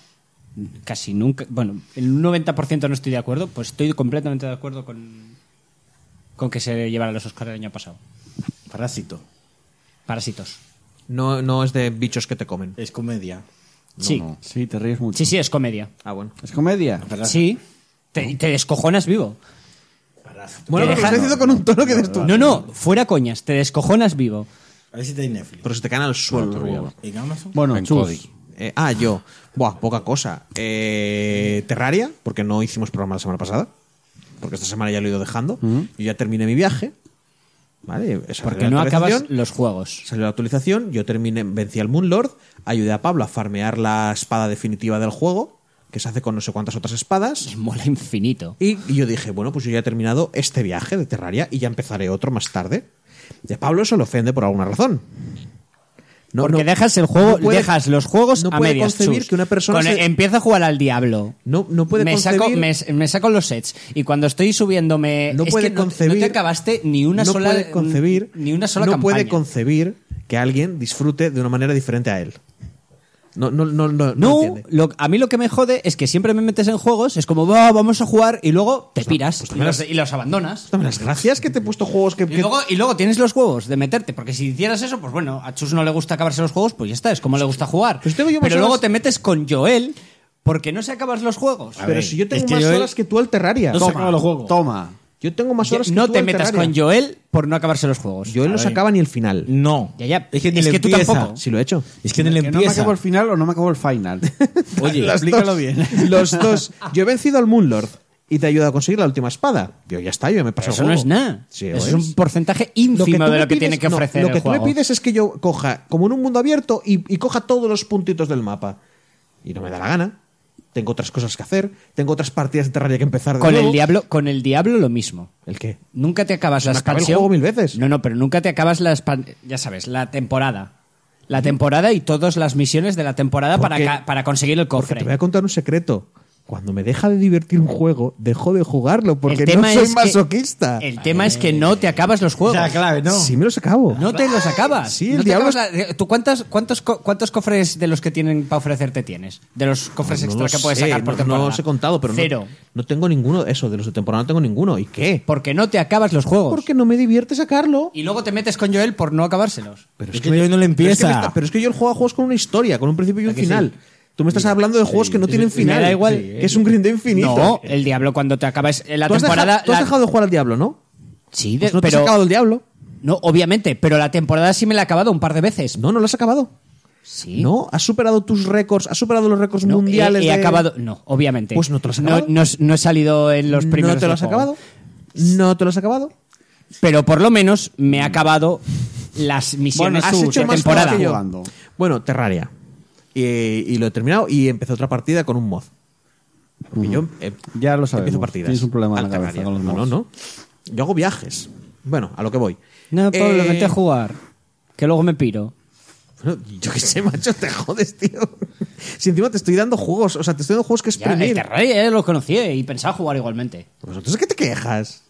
[SPEAKER 4] Casi nunca. Bueno, el 90% no estoy de acuerdo. Pues estoy completamente de acuerdo con, con que se llevaran los Oscar el año pasado.
[SPEAKER 5] Parásito.
[SPEAKER 4] Parásitos.
[SPEAKER 2] No, no es de bichos que te comen.
[SPEAKER 5] Es comedia.
[SPEAKER 4] sí.
[SPEAKER 1] Sí, te ríes mucho.
[SPEAKER 4] sí, sí, es comedia.
[SPEAKER 2] Ah, bueno.
[SPEAKER 1] ¿Es comedia?
[SPEAKER 4] Sí. Te, te descojonas vivo.
[SPEAKER 5] Parásito.
[SPEAKER 2] Bueno,
[SPEAKER 4] Te
[SPEAKER 2] pero lo
[SPEAKER 4] deja-
[SPEAKER 2] estás diciendo con un tono que des tú.
[SPEAKER 4] No, no, fuera coñas. Te descojonas vivo.
[SPEAKER 5] A ver si te hay Netflix.
[SPEAKER 2] Pero se te caen al suelo. los huevos.
[SPEAKER 5] En Amazon.
[SPEAKER 1] Bueno,
[SPEAKER 3] En
[SPEAKER 1] chus.
[SPEAKER 3] Cody.
[SPEAKER 2] Eh, ah, yo. Buah, poca cosa. Eh, Terraria, porque no hicimos programa la semana pasada. Porque esta semana ya lo he ido dejando. Yo ya terminé mi viaje. ¿Vale? Esa
[SPEAKER 4] Porque
[SPEAKER 2] fue la
[SPEAKER 4] no acabas
[SPEAKER 2] actualización.
[SPEAKER 4] los juegos.
[SPEAKER 2] Salió la actualización, yo terminé, vencí al Moonlord, ayudé a Pablo a farmear la espada definitiva del juego, que se hace con no sé cuántas otras espadas.
[SPEAKER 4] Y mola infinito.
[SPEAKER 2] Y, y yo dije, bueno, pues yo ya he terminado este viaje de Terraria y ya empezaré otro más tarde. Y a Pablo eso le ofende por alguna razón. No,
[SPEAKER 4] Porque
[SPEAKER 2] no.
[SPEAKER 4] dejas el juego,
[SPEAKER 2] No puede-
[SPEAKER 4] dejas los juegos
[SPEAKER 2] no
[SPEAKER 4] a
[SPEAKER 2] puede
[SPEAKER 4] medias.
[SPEAKER 2] concebir
[SPEAKER 4] chus.
[SPEAKER 2] que una persona
[SPEAKER 4] Con- em-
[SPEAKER 2] se-
[SPEAKER 4] Empieza a jugar al diablo.
[SPEAKER 2] No- no puede
[SPEAKER 4] me saco,
[SPEAKER 2] concebir-
[SPEAKER 4] me, me saco los sets y cuando estoy subiéndome
[SPEAKER 2] no
[SPEAKER 4] es
[SPEAKER 2] puede
[SPEAKER 4] que no,
[SPEAKER 2] concebir
[SPEAKER 4] no te acabaste ni una
[SPEAKER 2] no
[SPEAKER 4] sola
[SPEAKER 2] puede concebir
[SPEAKER 4] ni una sola
[SPEAKER 2] no
[SPEAKER 4] campaña.
[SPEAKER 2] puede concebir que alguien disfrute de una manera diferente a él no no no no, no
[SPEAKER 4] no,
[SPEAKER 2] entiende.
[SPEAKER 4] lo- a mí lo que me jode es que siempre me metes en juegos, es como, "Va, vamos a jugar y luego
[SPEAKER 2] Pues
[SPEAKER 4] te piras y, los, y los abandonas.
[SPEAKER 2] Dame las gracias que te he puesto juegos que,
[SPEAKER 4] Y
[SPEAKER 2] que-
[SPEAKER 4] luego, y luego tienes los huevos de meterte, porque si hicieras eso, pues bueno, a Chus no le gusta acabarse los juegos, pues ya está, es como le gusta jugar.
[SPEAKER 2] Pues tengo yo más
[SPEAKER 4] Pero luego
[SPEAKER 2] horas-
[SPEAKER 4] te metes con Joel porque no se acabas los juegos.
[SPEAKER 2] pero si yo tengo
[SPEAKER 5] es que
[SPEAKER 2] más
[SPEAKER 5] yo-
[SPEAKER 2] horas que tú al Terraria
[SPEAKER 5] No se acaba los juegos.
[SPEAKER 1] Toma.
[SPEAKER 2] yo tengo más
[SPEAKER 4] Ya-
[SPEAKER 2] horas que
[SPEAKER 4] no
[SPEAKER 2] tú
[SPEAKER 4] te
[SPEAKER 2] al
[SPEAKER 4] metas
[SPEAKER 2] Terraria.
[SPEAKER 4] con Joel por no acabarse los juegos.
[SPEAKER 2] Joel no
[SPEAKER 5] A
[SPEAKER 2] se
[SPEAKER 5] ver.
[SPEAKER 2] acaba ni el final
[SPEAKER 5] No.
[SPEAKER 4] Ya, ya.
[SPEAKER 5] Es que, ni
[SPEAKER 4] Es
[SPEAKER 5] le
[SPEAKER 4] que tú
[SPEAKER 5] empieza.
[SPEAKER 4] tampoco.
[SPEAKER 2] si lo he hecho
[SPEAKER 5] Es que ni le
[SPEAKER 1] Que no me
[SPEAKER 5] empieza.
[SPEAKER 1] acabo el final o no me acabo el final.
[SPEAKER 5] Oye,
[SPEAKER 2] Las
[SPEAKER 5] explícalo
[SPEAKER 2] dos.
[SPEAKER 5] bien.
[SPEAKER 2] los dos yo he vencido al Moonlord y te ayuda a conseguir la última espada yo ya está yo me paso el
[SPEAKER 4] Eso no
[SPEAKER 2] juego.
[SPEAKER 4] es nada.
[SPEAKER 2] Sí,
[SPEAKER 4] Eso
[SPEAKER 2] o
[SPEAKER 4] es un porcentaje ínfimo
[SPEAKER 2] tú
[SPEAKER 4] de
[SPEAKER 2] me
[SPEAKER 4] lo que
[SPEAKER 2] pides-
[SPEAKER 4] tiene que
[SPEAKER 2] no,
[SPEAKER 4] ofrecer
[SPEAKER 2] Lo que
[SPEAKER 4] el
[SPEAKER 2] tú me
[SPEAKER 4] juego.
[SPEAKER 2] pides es que yo coja, como en un mundo abierto, y, y coja todos los puntitos del mapa. Y no me da la gana. Tengo otras cosas que hacer. Tengo otras partidas de Terraria que empezar de
[SPEAKER 4] con
[SPEAKER 2] nuevo.
[SPEAKER 4] el diablo, con el diablo lo mismo.
[SPEAKER 2] ¿El qué?
[SPEAKER 4] Nunca te acabas la
[SPEAKER 2] me acabé el
[SPEAKER 4] expansión.
[SPEAKER 2] juego mil veces.
[SPEAKER 4] No, no, pero nunca te acabas la expan- ya sabes, la temporada. La temporada y todas las misiones de la temporada para,
[SPEAKER 2] Porque-
[SPEAKER 4] ca- para conseguir el
[SPEAKER 2] Porque te voy
[SPEAKER 4] cofre.
[SPEAKER 2] a contar un secreto. Cuando me deja de divertir un juego, dejo de jugarlo porque
[SPEAKER 4] el tema
[SPEAKER 2] no soy
[SPEAKER 4] es que-
[SPEAKER 2] masoquista.
[SPEAKER 4] el tema es que no te acabas los juegos.
[SPEAKER 5] Esa es la clave, ¿no?
[SPEAKER 2] Sí me los acabo.
[SPEAKER 4] No te los acabas.
[SPEAKER 2] Sí, el
[SPEAKER 4] No te
[SPEAKER 2] diablo
[SPEAKER 4] acabas la- ¿Tú cuántas- cuántos, co- cuántos cofres de los que tienen para ofrecerte tienes? De los cofres
[SPEAKER 2] No
[SPEAKER 4] extra
[SPEAKER 2] lo
[SPEAKER 4] que puedes
[SPEAKER 2] sé,
[SPEAKER 4] sacar
[SPEAKER 2] no,
[SPEAKER 4] por
[SPEAKER 2] no
[SPEAKER 4] temporada.
[SPEAKER 2] los he contado, pero no-
[SPEAKER 4] Cero.
[SPEAKER 2] No, tengo ninguno. Eso, de los de temporada no tengo ninguno. ¿Y qué?
[SPEAKER 4] Porque no te acabas los juegos.
[SPEAKER 2] Porque no me divierte sacarlo.
[SPEAKER 4] Y luego te metes con Joel por no acabárselos.
[SPEAKER 2] Pero
[SPEAKER 5] Es que yo no le
[SPEAKER 2] pero es que me
[SPEAKER 5] empieza.
[SPEAKER 2] está- Pero es que, yo juego a juegos con una historia, con un principio y un
[SPEAKER 5] ¿A que sí?
[SPEAKER 2] final. Tú me estás hablando de juegos que no tienen final.
[SPEAKER 4] Me da igual.
[SPEAKER 2] Que es un grindeo infinito.
[SPEAKER 4] No, el diablo cuando te acabas eh, la
[SPEAKER 2] tú has,
[SPEAKER 4] temporada.
[SPEAKER 2] dejado, tú has
[SPEAKER 4] la-
[SPEAKER 2] dejado de jugar al Diablo, ¿no?
[SPEAKER 4] Sí, de-
[SPEAKER 2] Pues no te has
[SPEAKER 4] pero.
[SPEAKER 2] acabado el Diablo.
[SPEAKER 4] No, obviamente, pero la temporada sí me la he acabado un par de veces.
[SPEAKER 2] No, no lo has acabado.
[SPEAKER 4] Sí.
[SPEAKER 2] No, has superado tus récords, has superado los récords
[SPEAKER 4] No,
[SPEAKER 2] mundiales.
[SPEAKER 4] He, he
[SPEAKER 2] de-
[SPEAKER 4] acabado. No, obviamente.
[SPEAKER 2] Pues no te lo has
[SPEAKER 4] no,
[SPEAKER 2] acabado.
[SPEAKER 4] no, no he salido en los primeros.
[SPEAKER 2] ¿No te lo
[SPEAKER 4] del
[SPEAKER 2] has
[SPEAKER 4] juego.
[SPEAKER 2] acabado? ¿No te lo has acabado?
[SPEAKER 4] Pero por lo menos me he acabado las misiones
[SPEAKER 2] has
[SPEAKER 4] de
[SPEAKER 2] hecho más
[SPEAKER 4] temporada.
[SPEAKER 2] cosas que yo.
[SPEAKER 1] Jugando.
[SPEAKER 2] Bueno, Terraria. Y, y lo he terminado y empecé otra partida con un mod. Porque yo eh,
[SPEAKER 1] Mm. Ya lo sabemos.
[SPEAKER 2] empiezo partidas.
[SPEAKER 1] Tienes un problema en
[SPEAKER 2] al
[SPEAKER 1] la cabeza
[SPEAKER 2] Terraria.
[SPEAKER 1] con los
[SPEAKER 2] No,
[SPEAKER 1] mods.
[SPEAKER 2] No, no. Yo hago viajes. Bueno, a lo que voy.
[SPEAKER 4] No, Pablo,
[SPEAKER 2] Eh,
[SPEAKER 4] vete a jugar. Que luego me piro.
[SPEAKER 2] Bueno, yo qué sé, macho, te jodes, tío. Si encima te estoy dando juegos, o sea, te estoy dando juegos que
[SPEAKER 4] Ya, el
[SPEAKER 2] exprimir.
[SPEAKER 4] Terraria ya lo conocí eh, y pensaba jugar igualmente.
[SPEAKER 2] Pues entonces, ¿qué te quejas?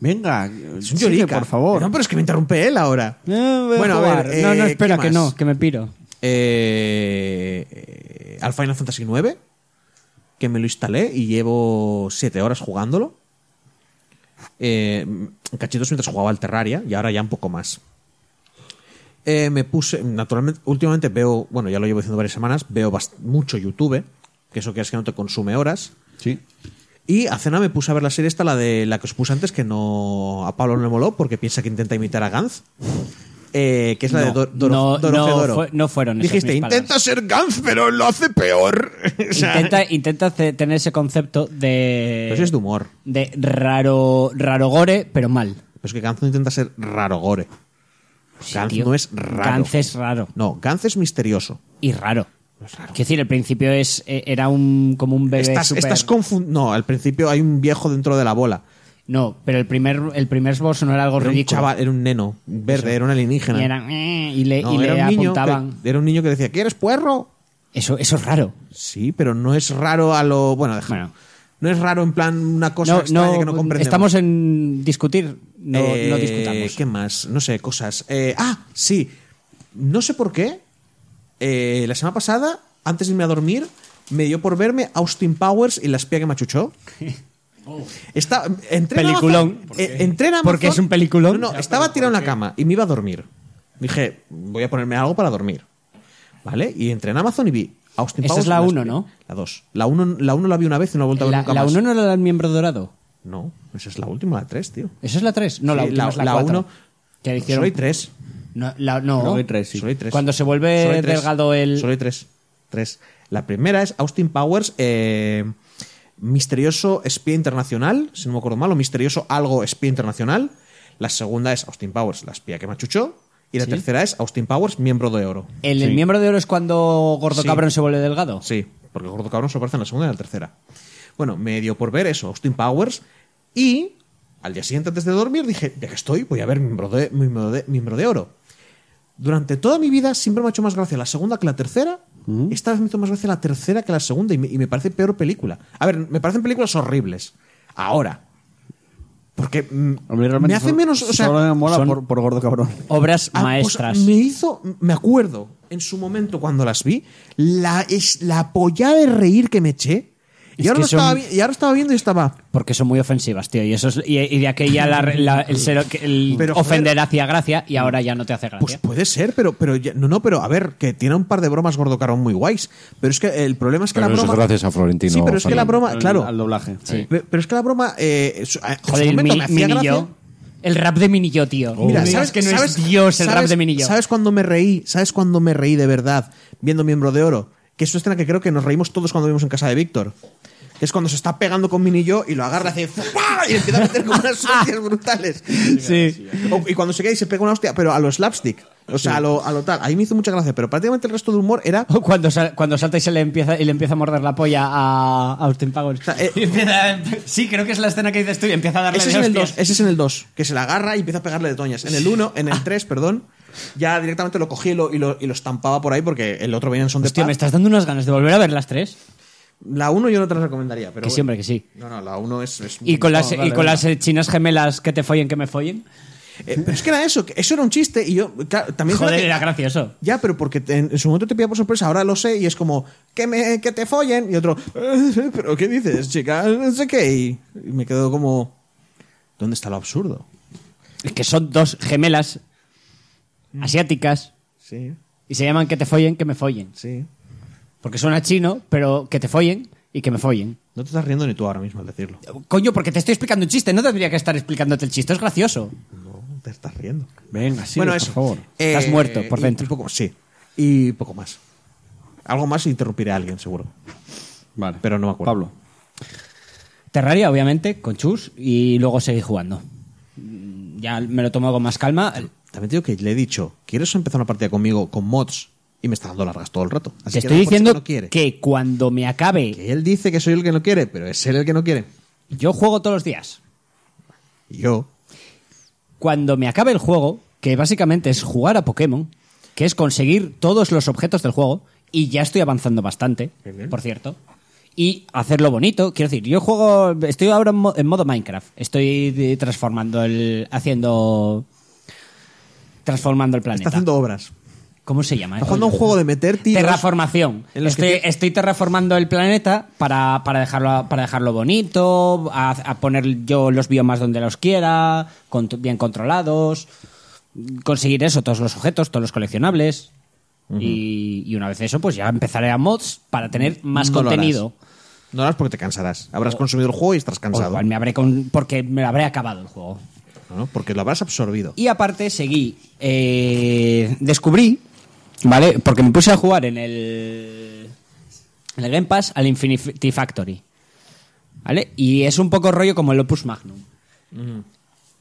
[SPEAKER 1] Venga,
[SPEAKER 2] Es un
[SPEAKER 1] sigue,
[SPEAKER 2] llorica.
[SPEAKER 1] por favor. Eh,
[SPEAKER 2] No, pero es que me interrumpe él ahora.
[SPEAKER 4] No, voy a
[SPEAKER 2] bueno, a
[SPEAKER 4] jugar.
[SPEAKER 2] ver.
[SPEAKER 4] no,
[SPEAKER 2] eh,
[SPEAKER 4] no,
[SPEAKER 2] ¿qué
[SPEAKER 4] espera, que
[SPEAKER 2] más?
[SPEAKER 4] no, que me piro.
[SPEAKER 2] Eh, eh, al Final Fantasy IX, que me lo instalé y llevo 7 horas jugándolo. Eh, cachitos mientras jugaba al Terraria y ahora ya un poco más. eh, me puse, naturalmente, últimamente veo, bueno, ya lo llevo diciendo varias semanas, veo bast- mucho YouTube, que eso que es que no te consume horas.
[SPEAKER 1] Sí.
[SPEAKER 2] Y a cena me puse a ver la serie esta, la de la que os puse antes, que no a Pablo no le moló porque piensa que intenta imitar a Gantz. Eh, que es la de Do- Doro,
[SPEAKER 4] no,
[SPEAKER 2] Doro
[SPEAKER 4] no
[SPEAKER 2] Fedoro.
[SPEAKER 4] fue- no fueron esas
[SPEAKER 2] Dijiste,
[SPEAKER 4] mis
[SPEAKER 2] intenta ser Gantz, pero lo hace peor. O sea, eh.
[SPEAKER 4] Intenta, eh, intenta ce- tener ese concepto de.
[SPEAKER 2] Pero eso es de humor.
[SPEAKER 4] De raro, raro gore, pero mal.
[SPEAKER 2] Pero es que Gantz no intenta ser raro gore.
[SPEAKER 4] Sí,
[SPEAKER 2] Gantz
[SPEAKER 4] tío.
[SPEAKER 2] no es raro.
[SPEAKER 4] Gantz es raro.
[SPEAKER 2] No, Gantz es misterioso.
[SPEAKER 4] Y raro. Quiero decir, al principio es, eh, era un, como un bebé.
[SPEAKER 2] Estás,
[SPEAKER 4] súper-
[SPEAKER 2] estás confundido. No, al principio hay un viejo dentro de la bola.
[SPEAKER 4] No, pero el primer, el primer boss no era algo
[SPEAKER 2] Era un
[SPEAKER 4] ridículo.
[SPEAKER 2] chaval, era un neno, un verde, era un alienígena.
[SPEAKER 4] y, era, "Eh", y le,
[SPEAKER 2] No,
[SPEAKER 4] y le
[SPEAKER 2] era un niño
[SPEAKER 4] apuntaban.
[SPEAKER 2] que- era un niño que decía, ¿quieres puerro?
[SPEAKER 4] Eso, eso es raro.
[SPEAKER 2] Sí, pero no es raro a lo. Bueno, deja.
[SPEAKER 4] Bueno.
[SPEAKER 2] No es raro en plan una cosa extraña que no comprendemos.
[SPEAKER 4] estamos en discutir, no,
[SPEAKER 2] Eh,
[SPEAKER 4] no discutamos.
[SPEAKER 2] ¿Qué más? No sé, cosas. Eh, ah, sí. No sé por qué. eh, la semana pasada, antes de irme a dormir, me dio por verme Austin Powers y la espía que machuchó. Está, entré en
[SPEAKER 4] Peliculón.
[SPEAKER 2] Amazon-
[SPEAKER 4] Oh. ¿Por qué?
[SPEAKER 2] eh, entré en Amazon-
[SPEAKER 4] Porque es un peliculón.
[SPEAKER 2] No, no, estaba tirado en la cama y me iba a dormir. Dije, voy a ponerme algo para dormir. ¿Vale? Y entré en Amazon y vi Austin
[SPEAKER 4] Esa
[SPEAKER 2] Powers.
[SPEAKER 4] es la
[SPEAKER 2] y
[SPEAKER 4] uno,
[SPEAKER 2] espía-
[SPEAKER 4] ¿no?
[SPEAKER 2] La 2. La 1 la uno la vi una vez y no la he vuelto a ver
[SPEAKER 4] La,
[SPEAKER 2] nunca
[SPEAKER 4] la
[SPEAKER 2] más.
[SPEAKER 4] uno no era el miembro dorado.
[SPEAKER 2] No, esa es la última, la 3, tío.
[SPEAKER 4] ¿Esa es la 3? No, la
[SPEAKER 2] Sí,
[SPEAKER 4] última
[SPEAKER 2] la-
[SPEAKER 4] es la
[SPEAKER 2] la
[SPEAKER 4] 4.
[SPEAKER 2] uno-
[SPEAKER 4] Que
[SPEAKER 2] Solo
[SPEAKER 4] hicieron...
[SPEAKER 2] hay 3.
[SPEAKER 4] No, la- no.
[SPEAKER 1] Solo hay tres, sí.
[SPEAKER 2] Solo hay tres.
[SPEAKER 4] Cuando se vuelve
[SPEAKER 2] Solo hay tres.
[SPEAKER 4] delgado el-
[SPEAKER 2] Solo hay tres. Tres. La primera es Austin Powers, eh, misterioso espía internacional, si no me acuerdo mal, o misterioso algo espía internacional. La segunda es Austin Powers, la espía que machuchó. Y la tercera es Austin Powers, miembro de oro.
[SPEAKER 4] El, el miembro de oro es cuando Gordo
[SPEAKER 2] Sí.
[SPEAKER 4] Cabrón se vuelve delgado.
[SPEAKER 2] Sí, porque el gordo cabrón se aparece en la segunda y en la tercera. Bueno, me dio por ver eso, Austin Powers. Y al día siguiente, antes de dormir, dije, ya que estoy, voy a ver miembro de, miembro de, miembro de oro. Durante toda mi vida siempre me ha hecho más gracia la segunda que la tercera.
[SPEAKER 1] Mm.
[SPEAKER 2] Esta vez me hizo más gracia la tercera que la segunda y me, y me parece peor película. A ver, me parecen películas horribles. Ahora. Porque mm,
[SPEAKER 1] A mí realmente
[SPEAKER 2] me hace
[SPEAKER 1] solo-
[SPEAKER 2] menos... O sea,
[SPEAKER 1] solo me mola
[SPEAKER 4] son-
[SPEAKER 1] por, por gordo cabrón.
[SPEAKER 4] Obras
[SPEAKER 2] Ah, pues,
[SPEAKER 4] maestras.
[SPEAKER 2] me hizo, me acuerdo en su momento cuando las vi, la, es, la polla de reír que me eché. Y,
[SPEAKER 4] Es
[SPEAKER 2] ahora,
[SPEAKER 4] que
[SPEAKER 2] lo estaba,
[SPEAKER 4] son-
[SPEAKER 2] vi- y ahora estaba viendo y estaba.
[SPEAKER 4] Porque son muy ofensivas, tío. Y, eso es- y, y de aquella la, la- el, ser- el
[SPEAKER 2] Pero, joder.
[SPEAKER 4] ofender hacía gracia y ahora ya no te hace gracia.
[SPEAKER 2] Pues puede ser, pero, pero ya- no, no, pero a ver, que tiene un par de bromas gordocarón muy guays. Pero es que el problema es que
[SPEAKER 3] Pero
[SPEAKER 2] la
[SPEAKER 3] eso es
[SPEAKER 2] broma.
[SPEAKER 3] gracias a Florentino
[SPEAKER 2] Sí, pero es que la
[SPEAKER 3] Fernández.
[SPEAKER 2] broma,
[SPEAKER 1] Al-
[SPEAKER 2] Ah, claro.
[SPEAKER 1] Al doblaje.
[SPEAKER 2] Pe- Pero es que la broma. eh, su- a- en su
[SPEAKER 4] Joder, el
[SPEAKER 2] momento
[SPEAKER 4] mi-
[SPEAKER 2] me hacía gracia.
[SPEAKER 4] Minillo. El rap de Minillo, tío.
[SPEAKER 2] Oh. Mira,
[SPEAKER 4] No me
[SPEAKER 2] ¿sabes
[SPEAKER 4] digas que no Oh, es Dios el rap
[SPEAKER 2] sabes-
[SPEAKER 4] de Minillo?
[SPEAKER 2] ¿Sabes cuándo me reí? ¿Sabes cuándo me reí de verdad viendo Miembro de Oro? Que es una escena que creo que nos reímos todos cuando vimos en casa de Víctor. Que es cuando se está pegando con Minillo y lo agarra y hace ¡fua! y le empieza a meter como unas hostias brutales.
[SPEAKER 4] Sí.
[SPEAKER 2] O- y cuando se queda y se pega una hostia, pero a lo slapstick. O sea, a, lo, a lo tal. Ahí me hizo mucha gracia, pero prácticamente el resto de humor era.
[SPEAKER 4] O Cuando, sal- cuando salta y se le empieza, y le empieza a morder la polla a, a Austin Powers.
[SPEAKER 2] sea, eh,
[SPEAKER 4] Y empieza- sí, creo que es la escena que dices tú y empieza a darle
[SPEAKER 2] Ese es,
[SPEAKER 4] de
[SPEAKER 2] en el
[SPEAKER 4] hostias.
[SPEAKER 2] 2, ese es en el 2, que se la agarra y empieza a pegarle de toñas. En el 1, en el 3, perdón, ya directamente lo cogí y lo, y lo, y lo estampaba por ahí porque el otro venía en son de
[SPEAKER 4] Hostia,
[SPEAKER 2] paz.
[SPEAKER 4] me estás dando unas ganas de volver a ver las tres.
[SPEAKER 2] La 1 yo no te la recomendaría, pero.
[SPEAKER 4] que sí, hombre, que sí.
[SPEAKER 2] No, no, la 1 es. es
[SPEAKER 4] Y con
[SPEAKER 2] no,
[SPEAKER 4] las,
[SPEAKER 2] vale,
[SPEAKER 4] y con
[SPEAKER 2] venga.
[SPEAKER 4] las eh, chinas gemelas que te follen, que me follen.
[SPEAKER 2] Eh, pero es que era eso, que eso era un chiste y yo. claro, también.
[SPEAKER 4] Joder,
[SPEAKER 2] que-
[SPEAKER 4] era gracioso.
[SPEAKER 2] Ya, pero porque te- en su momento te pilla por sorpresa, ahora lo sé y es como, que, me, que te follen. Y otro, "Eh, ¿pero qué dices, chica? No sé qué. Y, y me quedo como, ¿dónde está lo absurdo?
[SPEAKER 4] Es que son dos gemelas
[SPEAKER 2] Mm.
[SPEAKER 4] asiáticas
[SPEAKER 2] Sí,
[SPEAKER 4] y se llaman que te follen, que me follen.
[SPEAKER 2] sí.
[SPEAKER 4] Porque suena chino, pero que te follen y que me follen.
[SPEAKER 2] No te estás riendo ni tú ahora mismo al decirlo.
[SPEAKER 4] Coño, porque te estoy explicando un chiste, no tendría que estar explicándote el chiste, es gracioso.
[SPEAKER 2] No, te estás riendo.
[SPEAKER 1] Venga, sí,
[SPEAKER 2] bueno,
[SPEAKER 1] por
[SPEAKER 2] eso.
[SPEAKER 1] favor.
[SPEAKER 4] Estás muerto por
[SPEAKER 2] Eh, y-
[SPEAKER 4] dentro.
[SPEAKER 2] y poco- sí, y poco más. Algo más e interrumpiré a alguien, seguro.
[SPEAKER 1] Vale.
[SPEAKER 2] Pero no me acuerdo.
[SPEAKER 1] Pablo.
[SPEAKER 4] Terraria, obviamente, con chus, y luego seguir jugando. Mm, Ya me lo tomo con más calma.
[SPEAKER 2] También te digo que le he dicho, ¿quieres empezar una partida conmigo con mods? Y me está dando largas todo el rato. Así
[SPEAKER 4] Te
[SPEAKER 2] que
[SPEAKER 4] estoy
[SPEAKER 2] no me
[SPEAKER 4] diciendo
[SPEAKER 2] pones que no quiere.
[SPEAKER 4] que cuando me acabe,
[SPEAKER 2] Que él dice que soy el que no quiere, pero es él el que no quiere.
[SPEAKER 4] yo juego todos los días.
[SPEAKER 2] Y yo.
[SPEAKER 4] Cuando me acabe el juego, que básicamente es jugar a Pokémon, que es conseguir todos los objetos del juego, y ya estoy avanzando bastante, por cierto, y hacerlo bonito. Quiero decir, yo juego, estoy ahora en, mo- en modo Minecraft, estoy de- transformando el, haciendo, transformando el
[SPEAKER 2] Está
[SPEAKER 4] planeta.
[SPEAKER 2] haciendo obras.
[SPEAKER 4] ¿Cómo se llama?
[SPEAKER 2] Está jugando a un juego de meter tiros.
[SPEAKER 4] Terraformación.
[SPEAKER 2] en los que
[SPEAKER 4] Estoy, estoy terraformando el planeta para, para dejarlo, para dejarlo bonito, a, a poner yo los biomas donde los quiera, con- bien controlados. conseguir eso, todos los objetos, todos los coleccionables. y, y una vez eso, pues ya empezaré a mods para tener más
[SPEAKER 2] No lo harás.
[SPEAKER 4] contenido.
[SPEAKER 2] No lo harás porque te cansarás. Habrás consumido el juego y estarás
[SPEAKER 4] O
[SPEAKER 2] cansado.
[SPEAKER 4] igual me habré con- porque me lo habré acabado el juego.
[SPEAKER 2] ¿no? Porque lo habrás absorbido.
[SPEAKER 4] Y aparte seguí, eh, descubrí, ¿vale? Porque me puse a jugar en el, en el Game Pass al Infinity Factory, ¿vale? Y es un poco rollo como el Opus Magnum,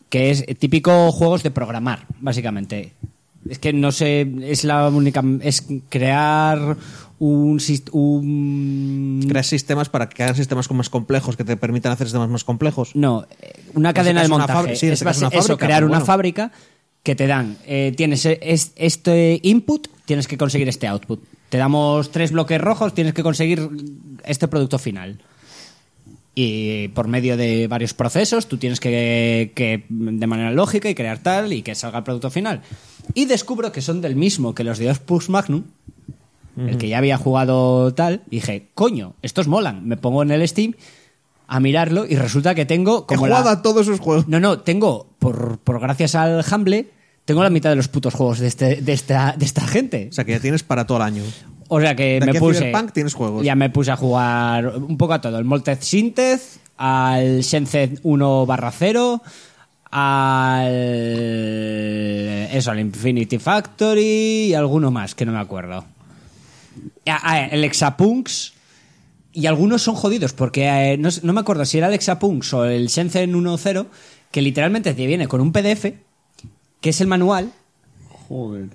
[SPEAKER 4] que es típico juegos de programar, básicamente. Es que no sé, es la única, es crear un, sist- un
[SPEAKER 2] Creas sistemas para que hagas sistemas con más complejos, que te permitan hacer sistemas más complejos.
[SPEAKER 4] No, eh, una
[SPEAKER 2] En
[SPEAKER 4] cadena
[SPEAKER 2] este caso
[SPEAKER 4] de
[SPEAKER 2] una
[SPEAKER 4] montaje.
[SPEAKER 2] fabri- sí, en
[SPEAKER 4] es
[SPEAKER 2] este caso
[SPEAKER 4] base-
[SPEAKER 2] una
[SPEAKER 4] eso,
[SPEAKER 2] fábrica,
[SPEAKER 4] crear
[SPEAKER 2] pero
[SPEAKER 4] una
[SPEAKER 2] bueno.
[SPEAKER 4] fábrica que te dan, eh, tienes eh, es- este input, tienes que conseguir este output. Te damos tres bloques rojos, tienes que conseguir este producto final. Y por medio de varios procesos, tú tienes que, que, de manera lógica y crear tal y que salga el producto final. Y descubro que son del mismo que los de Opus Magnum, el que ya había jugado tal. y Dije, coño, estos molan. Me pongo en el Steam a mirarlo y resulta que tengo como
[SPEAKER 2] He
[SPEAKER 4] la-
[SPEAKER 2] jugado a todos esos juegos.
[SPEAKER 4] no, no, tengo, por, por gracias al Humble, tengo la mitad de los putos juegos de, este, de, esta, de esta gente.
[SPEAKER 2] O sea, que ya tienes para todo el año.
[SPEAKER 4] O sea
[SPEAKER 2] de
[SPEAKER 4] que me
[SPEAKER 2] aquí a
[SPEAKER 4] puse.
[SPEAKER 2] Cyberpunk tienes juegos.
[SPEAKER 4] Ya me puse a jugar un poco a todo. El Moltez Synthes, al Shenzhen 1 barra 0, al. Eso, al Infinity Factory y alguno más que no me acuerdo. Ah, ah, el Exapunks. Y algunos son jodidos, porque eh, no, sé- no me acuerdo si era el Exapunks o el Shenzhen 1.0, que literalmente te viene con un PDF, que es el manual,
[SPEAKER 1] Joder.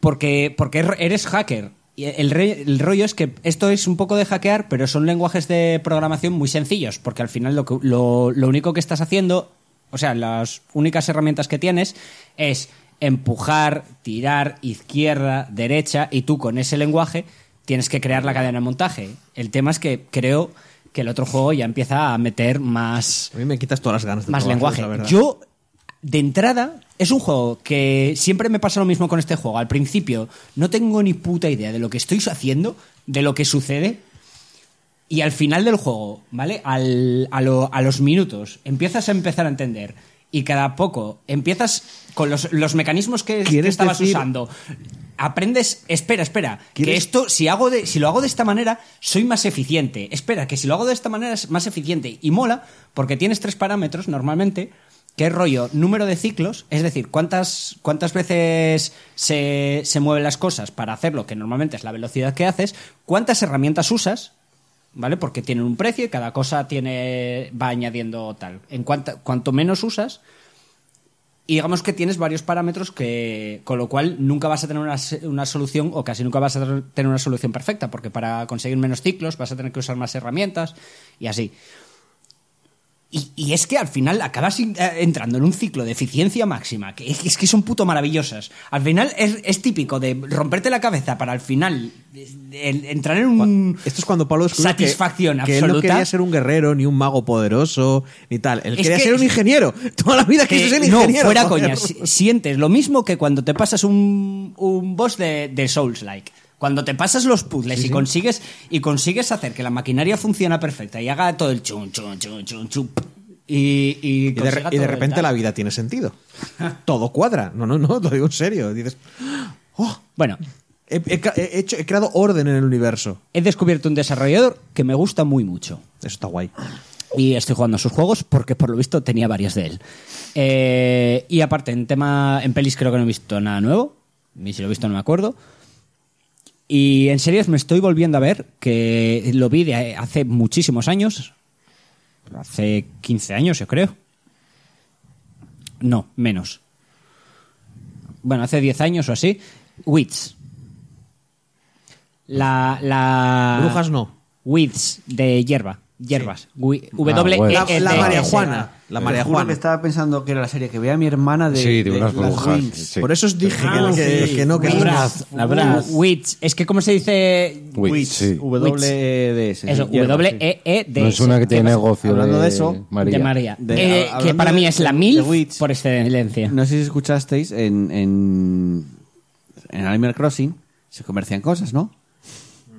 [SPEAKER 4] porque, porque er- eres hacker. Y el, re- el rollo es que esto es un poco de hackear, pero son lenguajes de programación muy sencillos, porque al final lo, que- lo, lo único que estás haciendo, o sea, las únicas herramientas que tienes es empujar, tirar, izquierda, derecha, y tú con ese lenguaje tienes que crear la cadena de montaje. El tema es que creo que el otro juego ya empieza a meter más,
[SPEAKER 2] A mí me quitas todas las ganas de
[SPEAKER 4] más
[SPEAKER 2] probarlo,
[SPEAKER 4] lenguaje.
[SPEAKER 2] la verdad.
[SPEAKER 4] Yo, de entrada, es un juego que siempre me pasa lo mismo con este juego. Al principio no tengo ni puta idea de lo que estoy haciendo, de lo que sucede. Y al final del juego, ¿vale? Al- a, lo- a los minutos, empiezas a empezar a entender. Y cada poco empiezas con los, los mecanismos que, que
[SPEAKER 2] ¿Quieres
[SPEAKER 4] estabas
[SPEAKER 2] decir-
[SPEAKER 4] usando. Aprendes, espera, espera, que
[SPEAKER 2] ¿Quieres-
[SPEAKER 4] esto, si, hago de, si lo hago de esta manera, soy más eficiente. Espera, que si lo hago de esta manera es más eficiente. Y mola, porque tienes tres parámetros normalmente, que es rollo número de ciclos, es decir, cuántas, cuántas veces se, se mueven las cosas para hacerlo, que normalmente es la velocidad que haces, cuántas herramientas usas, ¿vale? Porque tienen un precio y cada cosa tiene va añadiendo tal. En cuanta- cuanto menos usas, y digamos que tienes varios parámetros que con lo cual nunca vas a tener una, se- una solución o casi nunca vas a ter- tener una solución perfecta, porque para conseguir menos ciclos vas a tener que usar más herramientas y así. Y, y es que al final acabas in- eh, entrando en un ciclo de eficiencia máxima, que es es que son puto maravillosas. Al final es, es típico de romperte la cabeza para al final eh, el- entrar en un...
[SPEAKER 2] Esto es cuando Pablo descubrió que-
[SPEAKER 4] Satisfacción
[SPEAKER 2] que, él no
[SPEAKER 4] absoluta.
[SPEAKER 2] quería ser un guerrero ni un mago poderoso ni tal. Él
[SPEAKER 4] Es
[SPEAKER 2] quería
[SPEAKER 4] que-
[SPEAKER 2] ser un ingeniero. Toda la vida quiso
[SPEAKER 4] que-
[SPEAKER 2] ser
[SPEAKER 4] Eh, no,
[SPEAKER 2] ingeniero.
[SPEAKER 4] fuera
[SPEAKER 2] joder.
[SPEAKER 4] coña, si- sientes lo mismo que cuando te pasas un, un boss de, de Souls-like. Cuando te pasas los puzzles y consigues y consigues hacer que la maquinaria funcione perfecta y haga todo el chun chun chun chun chun y, y,
[SPEAKER 2] Y de, y de repente la vida tiene sentido. Todo cuadra. No, no, no, lo digo en serio. Dices, oh,
[SPEAKER 4] Bueno,
[SPEAKER 2] he, he ca- he hecho- he creado orden en el universo.
[SPEAKER 4] he descubierto un desarrollador que me gusta muy mucho.
[SPEAKER 2] Eso está guay.
[SPEAKER 4] Ah. Y estoy jugando a sus juegos porque por lo visto tenía varias de él. Eh, y aparte, en tema. En pelis creo que no he visto nada nuevo. Ni si lo he visto no me acuerdo. Y en series me estoy volviendo a ver, que lo vi de hace muchísimos años. Hace 15 años, yo creo. No, menos. Bueno, hace 10 años o así. Wits. La, la.
[SPEAKER 2] Brujas no.
[SPEAKER 4] Wits de hierba. Hierbas. Wi-
[SPEAKER 1] Ah,
[SPEAKER 3] bueno.
[SPEAKER 4] W. E
[SPEAKER 2] La, la
[SPEAKER 3] Eh,
[SPEAKER 2] María
[SPEAKER 3] eh,
[SPEAKER 2] Juana. La María
[SPEAKER 1] Juan
[SPEAKER 2] Juana.
[SPEAKER 1] estaba pensando que era la serie que veía mi hermana de,
[SPEAKER 3] Sí, de
[SPEAKER 1] las
[SPEAKER 3] unas brujas.
[SPEAKER 1] Wings.
[SPEAKER 3] sí.
[SPEAKER 2] Por eso os dije
[SPEAKER 4] Ah,
[SPEAKER 2] que, que- que no, que
[SPEAKER 5] La
[SPEAKER 2] no.
[SPEAKER 5] Braz, la Braz.
[SPEAKER 4] Wits. Es que, ¿cómo se dice?
[SPEAKER 3] Witch,
[SPEAKER 1] Witch,
[SPEAKER 3] sí.
[SPEAKER 1] W-E-D-S.
[SPEAKER 4] Eso, E
[SPEAKER 1] sí, hierba, sí.
[SPEAKER 4] W-E-E-D.
[SPEAKER 3] No es una que tiene negocio
[SPEAKER 1] Hablando
[SPEAKER 3] de,
[SPEAKER 1] de eso,
[SPEAKER 3] María.
[SPEAKER 4] De María.
[SPEAKER 1] De- Ah,
[SPEAKER 4] Eh,
[SPEAKER 1] hablando
[SPEAKER 4] que para
[SPEAKER 1] de-
[SPEAKER 4] mí es la
[SPEAKER 1] de
[SPEAKER 4] mil
[SPEAKER 1] Witch.
[SPEAKER 4] por excelencia.
[SPEAKER 1] Eh, No sé si escuchasteis en, en, en Animal Crossing se comercian cosas, ¿no?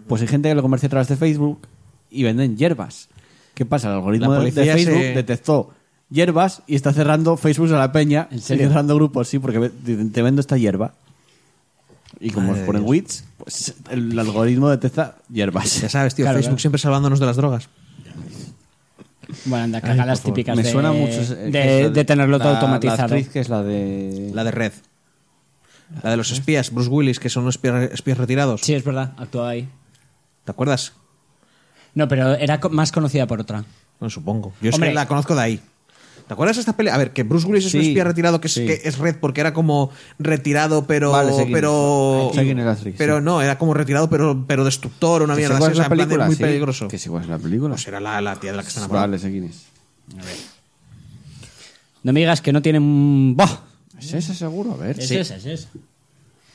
[SPEAKER 1] Pues hay gente que lo comercia a través de Facebook y venden hierbas. ¿Qué pasa? El algoritmo
[SPEAKER 2] La
[SPEAKER 1] de, de
[SPEAKER 2] policía
[SPEAKER 1] Facebook
[SPEAKER 2] se-
[SPEAKER 1] detectó hierbas y está cerrando Facebook a la peña.
[SPEAKER 4] ¿En serio?
[SPEAKER 1] Y cerrando grupos, sí, porque ve- dicen, te vendo esta hierba. Y como os
[SPEAKER 2] Madre de
[SPEAKER 1] ponen
[SPEAKER 2] Dios.
[SPEAKER 1] wits, pues el algoritmo detecta
[SPEAKER 2] Ya
[SPEAKER 1] hierbas.
[SPEAKER 2] sabes, tío,
[SPEAKER 4] Claro,
[SPEAKER 2] Facebook
[SPEAKER 4] claro.
[SPEAKER 2] siempre salvándonos de las drogas.
[SPEAKER 4] Bueno, anda, caga las
[SPEAKER 2] favor.
[SPEAKER 4] típicas
[SPEAKER 1] Me
[SPEAKER 4] de,
[SPEAKER 1] suena mucho. ese-
[SPEAKER 4] de, de tenerlo todo
[SPEAKER 1] la- La
[SPEAKER 4] automatizado.
[SPEAKER 1] actriz que es la de.
[SPEAKER 2] La de Red. La de los espías, Bruce Willis, que son los espías, espías retirados.
[SPEAKER 4] Sí, es verdad, actuaba ahí.
[SPEAKER 2] ¿Te acuerdas?
[SPEAKER 4] No, pero era co- más conocida por otra.
[SPEAKER 2] Bueno, supongo. Yo es
[SPEAKER 4] Hombre.
[SPEAKER 2] que la conozco de ahí. ¿Te acuerdas de esta pelea? A ver, que Bruce Willis es un
[SPEAKER 1] Sí,
[SPEAKER 2] espía retirado que es,
[SPEAKER 1] sí.
[SPEAKER 2] que es red porque era como retirado, pero.
[SPEAKER 1] Vale, sé quién
[SPEAKER 2] pero
[SPEAKER 1] es. Sé quién es la actriz,
[SPEAKER 2] pero
[SPEAKER 1] sí.
[SPEAKER 2] no, era como retirado, pero, pero destructor, una
[SPEAKER 1] ¿Que se
[SPEAKER 2] mierda. así,
[SPEAKER 1] acuerdas
[SPEAKER 2] o sea,
[SPEAKER 1] la
[SPEAKER 2] en plan de
[SPEAKER 1] película?
[SPEAKER 2] muy
[SPEAKER 1] Sí,
[SPEAKER 2] peligroso.
[SPEAKER 1] Que se acuerdas la película.
[SPEAKER 2] Pues era la, la tía de la que se enamoró.
[SPEAKER 1] Vale, sé quién es.
[SPEAKER 4] No me digas que no tienen... un- ¡Bah!
[SPEAKER 1] ¿Es ese seguro? A ver.
[SPEAKER 4] Es
[SPEAKER 2] Sí.
[SPEAKER 4] esa, es esa.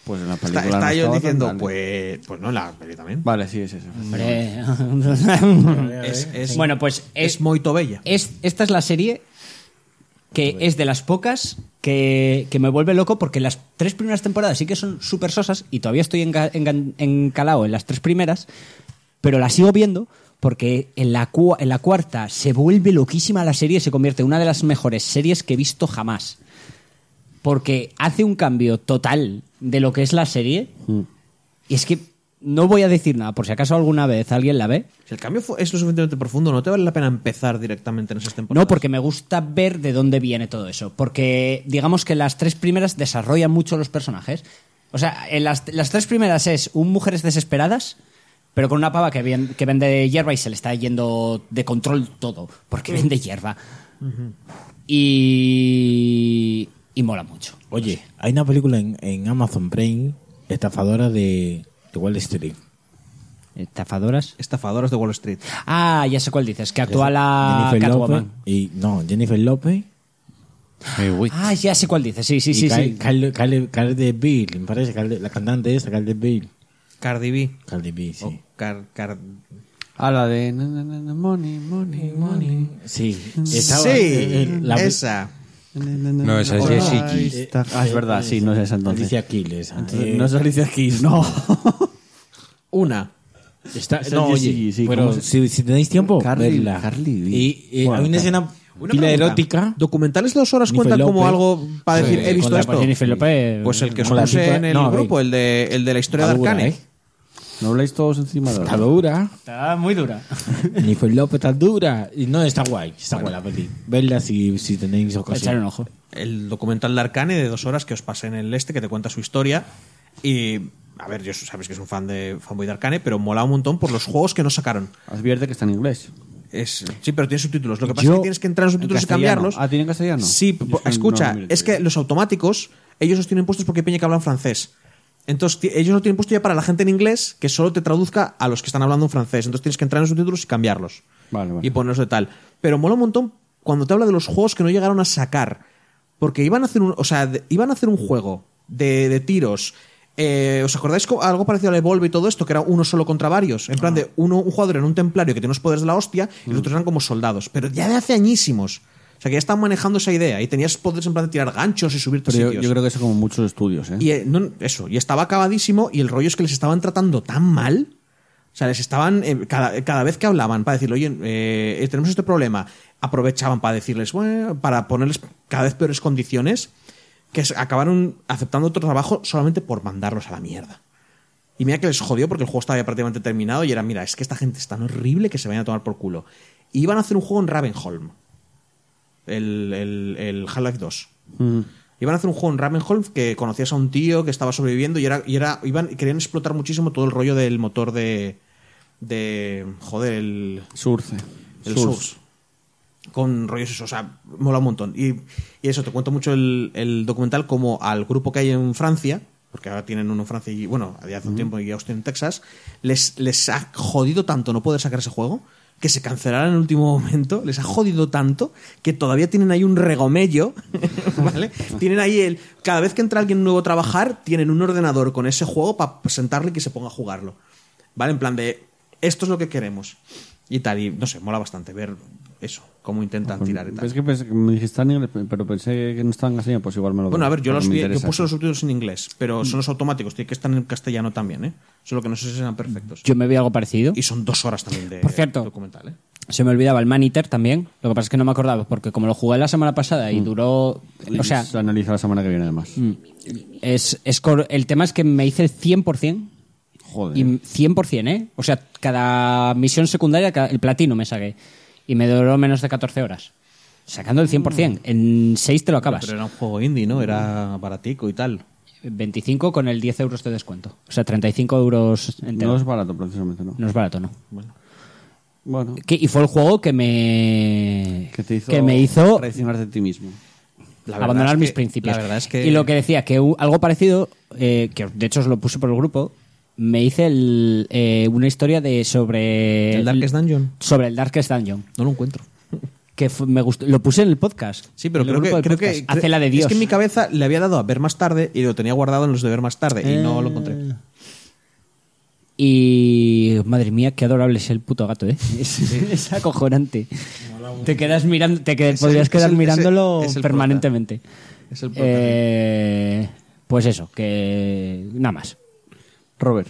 [SPEAKER 1] Pues en la película.
[SPEAKER 2] Está, está
[SPEAKER 1] no
[SPEAKER 2] yo
[SPEAKER 1] estaba tan
[SPEAKER 2] diciendo,
[SPEAKER 1] grande.
[SPEAKER 2] pues, pues no, la peli también.
[SPEAKER 1] Vale, sí, es ese.
[SPEAKER 3] Mm.
[SPEAKER 4] Hombre.
[SPEAKER 2] Es, es-
[SPEAKER 4] bueno, pues eh.
[SPEAKER 2] es,
[SPEAKER 4] es,
[SPEAKER 2] muy bella.
[SPEAKER 4] es- esta es la serie que es de las pocas que, que me vuelve loco porque las tres primeras temporadas sí que son súper sosas y todavía estoy enga- engan- encalado en las tres primeras, pero la sigo viendo porque en la, cua- en la cuarta se vuelve loquísima la serie, se convierte en una de las mejores series que he visto jamás. Porque hace un cambio total de lo que es la serie. Y es que no voy a decir nada, por si acaso alguna vez alguien la ve,
[SPEAKER 2] Si el cambio fue- es lo suficientemente profundo, ¿no te vale la pena empezar directamente en esas temporadas?
[SPEAKER 4] No, porque me gusta ver de dónde viene todo eso. Porque digamos que las tres primeras desarrollan mucho los personajes. O sea, en las, las tres primeras es un Mujeres Desesperadas, pero con una pava que, vien- que vende hierba y se le está yendo de control todo, porque vende hierba. Y. Y mola mucho.
[SPEAKER 5] Oye, hay una película en, en Amazon Prime, estafadora de, de Wall Street.
[SPEAKER 4] ¿Estafadoras?
[SPEAKER 2] Estafadoras de Wall Street.
[SPEAKER 4] Ah, ya sé cuál dices, que actúa la
[SPEAKER 5] Jennifer
[SPEAKER 4] Catwoman.
[SPEAKER 5] López y no, Jennifer López
[SPEAKER 4] Ah, ya sé cuál dices, sí, sí,
[SPEAKER 5] y
[SPEAKER 4] sí.
[SPEAKER 5] Car-
[SPEAKER 4] sí.
[SPEAKER 5] Carl- Carl- Cardi Bill, me parece, Cardi- la cantante esa, Cardi Bill.
[SPEAKER 2] Cardi B.
[SPEAKER 5] Cardi B, sí.
[SPEAKER 2] O
[SPEAKER 4] Oh,
[SPEAKER 2] Car- Car-
[SPEAKER 1] A la de. na, na, na, na, money, money, money.
[SPEAKER 5] Sí,
[SPEAKER 2] sí,
[SPEAKER 5] eh, eh, la-
[SPEAKER 2] esa.
[SPEAKER 3] No, esa es Jessie G.
[SPEAKER 1] Está- Ah, es verdad, sí, no es esa entonces.
[SPEAKER 5] eh, Alicia Keys. esa.
[SPEAKER 1] Entonces,
[SPEAKER 5] Eh,
[SPEAKER 1] No es Alicia Keys, no.
[SPEAKER 2] Una.
[SPEAKER 5] Está,
[SPEAKER 1] Es el
[SPEAKER 5] no,
[SPEAKER 1] Jesse,
[SPEAKER 5] oye,
[SPEAKER 1] sí,
[SPEAKER 5] pero
[SPEAKER 1] ¿cómo se-
[SPEAKER 5] si, si tenéis tiempo,
[SPEAKER 1] Carly-
[SPEAKER 5] verla.
[SPEAKER 1] Carly B.
[SPEAKER 5] Y eh,
[SPEAKER 1] Bueno,
[SPEAKER 5] hay una
[SPEAKER 1] claro.
[SPEAKER 5] escena
[SPEAKER 2] Una
[SPEAKER 5] pila
[SPEAKER 2] pregunta.
[SPEAKER 5] erótica.
[SPEAKER 2] ¿Documentales de dos horas
[SPEAKER 5] Jennifer
[SPEAKER 2] cuentan como
[SPEAKER 5] López.
[SPEAKER 2] algo para decir
[SPEAKER 5] Sí,
[SPEAKER 2] he
[SPEAKER 5] con
[SPEAKER 2] visto
[SPEAKER 5] la
[SPEAKER 2] esto?
[SPEAKER 4] Jennifer López.
[SPEAKER 2] Pues el que os
[SPEAKER 5] Con la
[SPEAKER 2] puse
[SPEAKER 5] cinta-
[SPEAKER 2] en el
[SPEAKER 5] no,
[SPEAKER 2] grupo,
[SPEAKER 5] ve.
[SPEAKER 2] el de, el de la historia de
[SPEAKER 5] Está dura,
[SPEAKER 2] Arcane.
[SPEAKER 5] ¿eh?
[SPEAKER 1] No habláis todos encima de la
[SPEAKER 5] Está dura.
[SPEAKER 4] Está muy dura.
[SPEAKER 5] Jennifer López está dura. Y no, está guay. Está guay la peli. Verla si, si tenéis ocasión.
[SPEAKER 4] Echar un ojo.
[SPEAKER 2] El documental de Arcane de dos horas que os pasé en el este, que te cuenta su historia. Y, a ver, yo sabéis que es un fan de fanboy de Arcane, pero mola un montón por los juegos que no sacaron.
[SPEAKER 1] Advierte que está en inglés.
[SPEAKER 2] Es, sí, pero tiene subtítulos. Lo que pasa
[SPEAKER 1] Yo-
[SPEAKER 2] es que tienes que entrar en subtítulos y
[SPEAKER 1] castellano.
[SPEAKER 2] cambiarlos.
[SPEAKER 1] Ah, ¿tiene en castellano?
[SPEAKER 2] Sí,
[SPEAKER 1] Yo
[SPEAKER 2] po-
[SPEAKER 1] es que
[SPEAKER 2] escucha,
[SPEAKER 1] no lo miro
[SPEAKER 2] es que
[SPEAKER 1] todavía.
[SPEAKER 2] los automáticos, ellos los tienen puestos porque hay peña que hablan francés. Entonces, ti- ellos lo tienen puesto ya para la gente en inglés que solo te traduzca a los que están hablando en francés. Entonces tienes que entrar en subtítulos y cambiarlos.
[SPEAKER 1] Vale, vale.
[SPEAKER 2] Y ponerlos de tal. Pero mola un montón cuando te habla de los juegos que no llegaron a sacar. Porque iban a hacer un, o sea, de- iban a hacer un juego de, de tiros. Eh, ¿Os acordáis co- algo parecido al Evolve y todo esto? Que era uno solo contra varios. En plan
[SPEAKER 1] Ah.
[SPEAKER 2] de uno, un jugador era un templario que tiene unos poderes de la hostia y
[SPEAKER 1] Mm.
[SPEAKER 2] los otros eran como soldados. Pero ya de hace añísimos. O sea, que ya estaban manejando esa idea y tenías poderes en plan de tirar ganchos y subirte
[SPEAKER 1] Pero yo,
[SPEAKER 2] sitios.
[SPEAKER 1] yo creo que eso como muchos estudios, ¿eh?
[SPEAKER 2] Y eh, no, eso, y estaba acabadísimo y el rollo es que les estaban tratando tan mal. O sea, les estaban, eh, cada, cada vez que hablaban, para decirle, oye, eh, eh, tenemos este problema, aprovechaban para decirles, bueno, para ponerles cada vez peores condiciones, que se- acabaron aceptando otro trabajo solamente por mandarlos a la mierda. Y mira que les jodió porque el juego estaba ya prácticamente terminado y era, mira, es que esta gente es tan horrible que se vayan a tomar por culo. Y iban a hacer un juego en Ravenholm, el, el, el Half-Life 2.
[SPEAKER 1] Mm.
[SPEAKER 2] Iban a hacer un juego en Ravenholm que conocías a un tío que estaba sobreviviendo y era, y era iban, querían explotar muchísimo todo el rollo del motor de de joder el,
[SPEAKER 1] Surce.
[SPEAKER 2] el Source. Con rollos eso, o sea, mola un montón. Y, y eso, te cuento mucho el, el documental como al grupo que hay en Francia, porque ahora tienen uno en Francia y, bueno, de hace un tiempo y Austin en Texas, les, les ha jodido tanto no poder sacar ese juego que se cancelará en el último momento, les ha jodido tanto que todavía tienen ahí un regomello, ¿vale? tienen ahí el... Cada vez que entra alguien nuevo a trabajar, tienen un ordenador con ese juego para sentarle y que se ponga a jugarlo. ¿Vale? En plan de, esto es lo que queremos. Y tal, y no sé, mola bastante ver eso, cómo intentan tirar y tal.
[SPEAKER 1] Es que pensé- me dijiste en inglés, pero pensé que no estaba en castellano, pues igual me lo
[SPEAKER 2] Bueno,
[SPEAKER 1] doy,
[SPEAKER 2] a ver, yo
[SPEAKER 1] porque
[SPEAKER 2] los
[SPEAKER 1] me
[SPEAKER 2] vi, yo
[SPEAKER 1] interesa. Mm.
[SPEAKER 2] puse los subtítulos en inglés, pero son los automáticos, tiene que estar en castellano también, ¿eh? Solo que no sé si serán perfectos.
[SPEAKER 4] Yo me vi algo parecido.
[SPEAKER 2] Y son dos horas también de
[SPEAKER 4] Por cierto.
[SPEAKER 2] documental, ¿eh?
[SPEAKER 4] Se me olvidaba el Man Eater también. Lo que pasa es que no me acordaba, porque como lo jugué la semana pasada
[SPEAKER 1] Mm.
[SPEAKER 4] y duró. O sea,
[SPEAKER 1] se analiza la semana que viene, además.
[SPEAKER 4] es, es cor- el tema es que me hice el 100%.
[SPEAKER 1] Joder.
[SPEAKER 4] Y 100%, ¿eh? O sea, cada misión secundaria, cada- el platino me saqué. Y me duró menos de 14 horas. Sacando el
[SPEAKER 1] Mm.
[SPEAKER 4] 100%. En 6 te lo acabas.
[SPEAKER 2] Pero era un juego indie, ¿no? Era baratico y tal.
[SPEAKER 4] 25 con el 10 euros de descuento. O sea, 35 euros entero.
[SPEAKER 1] No es barato, precisamente, ¿no?
[SPEAKER 4] No es barato, ¿no?
[SPEAKER 1] Bueno,
[SPEAKER 4] Que- y fue el juego que me.
[SPEAKER 1] que te hizo.
[SPEAKER 4] que me hizo
[SPEAKER 1] Traicionarte a ti mismo.
[SPEAKER 2] La verdad
[SPEAKER 4] abandonar
[SPEAKER 2] es
[SPEAKER 4] mis
[SPEAKER 2] que-
[SPEAKER 4] principios.
[SPEAKER 2] la verdad es que-
[SPEAKER 4] Y lo que decía, que u- algo parecido, eh, que de hecho os lo puse por el grupo, me hice el, eh, una historia de sobre.
[SPEAKER 2] ¿El Darkest Dungeon?
[SPEAKER 4] Sobre el Darkest Dungeon.
[SPEAKER 2] No lo encuentro.
[SPEAKER 4] Que fue- me gustó, lo puse en el podcast.
[SPEAKER 2] Sí, pero
[SPEAKER 4] en el
[SPEAKER 2] creo que,
[SPEAKER 4] grupo de
[SPEAKER 2] creo que.
[SPEAKER 4] podcast. Hace la de Dios.
[SPEAKER 2] Es que en mi cabeza le había dado a ver más tarde y lo tenía guardado en los de ver más tarde y no lo encontré.
[SPEAKER 4] Y madre mía, qué adorable es el puto gato, ¿eh? Es, es acojonante. Te quedas mirando, te que-
[SPEAKER 2] Es el-
[SPEAKER 4] podrías
[SPEAKER 2] es
[SPEAKER 4] quedar
[SPEAKER 2] el-
[SPEAKER 4] mirándolo
[SPEAKER 2] es el- es el
[SPEAKER 4] permanentemente.
[SPEAKER 2] Es el prota.
[SPEAKER 4] Eh, pues eso, que nada más.
[SPEAKER 1] Robert.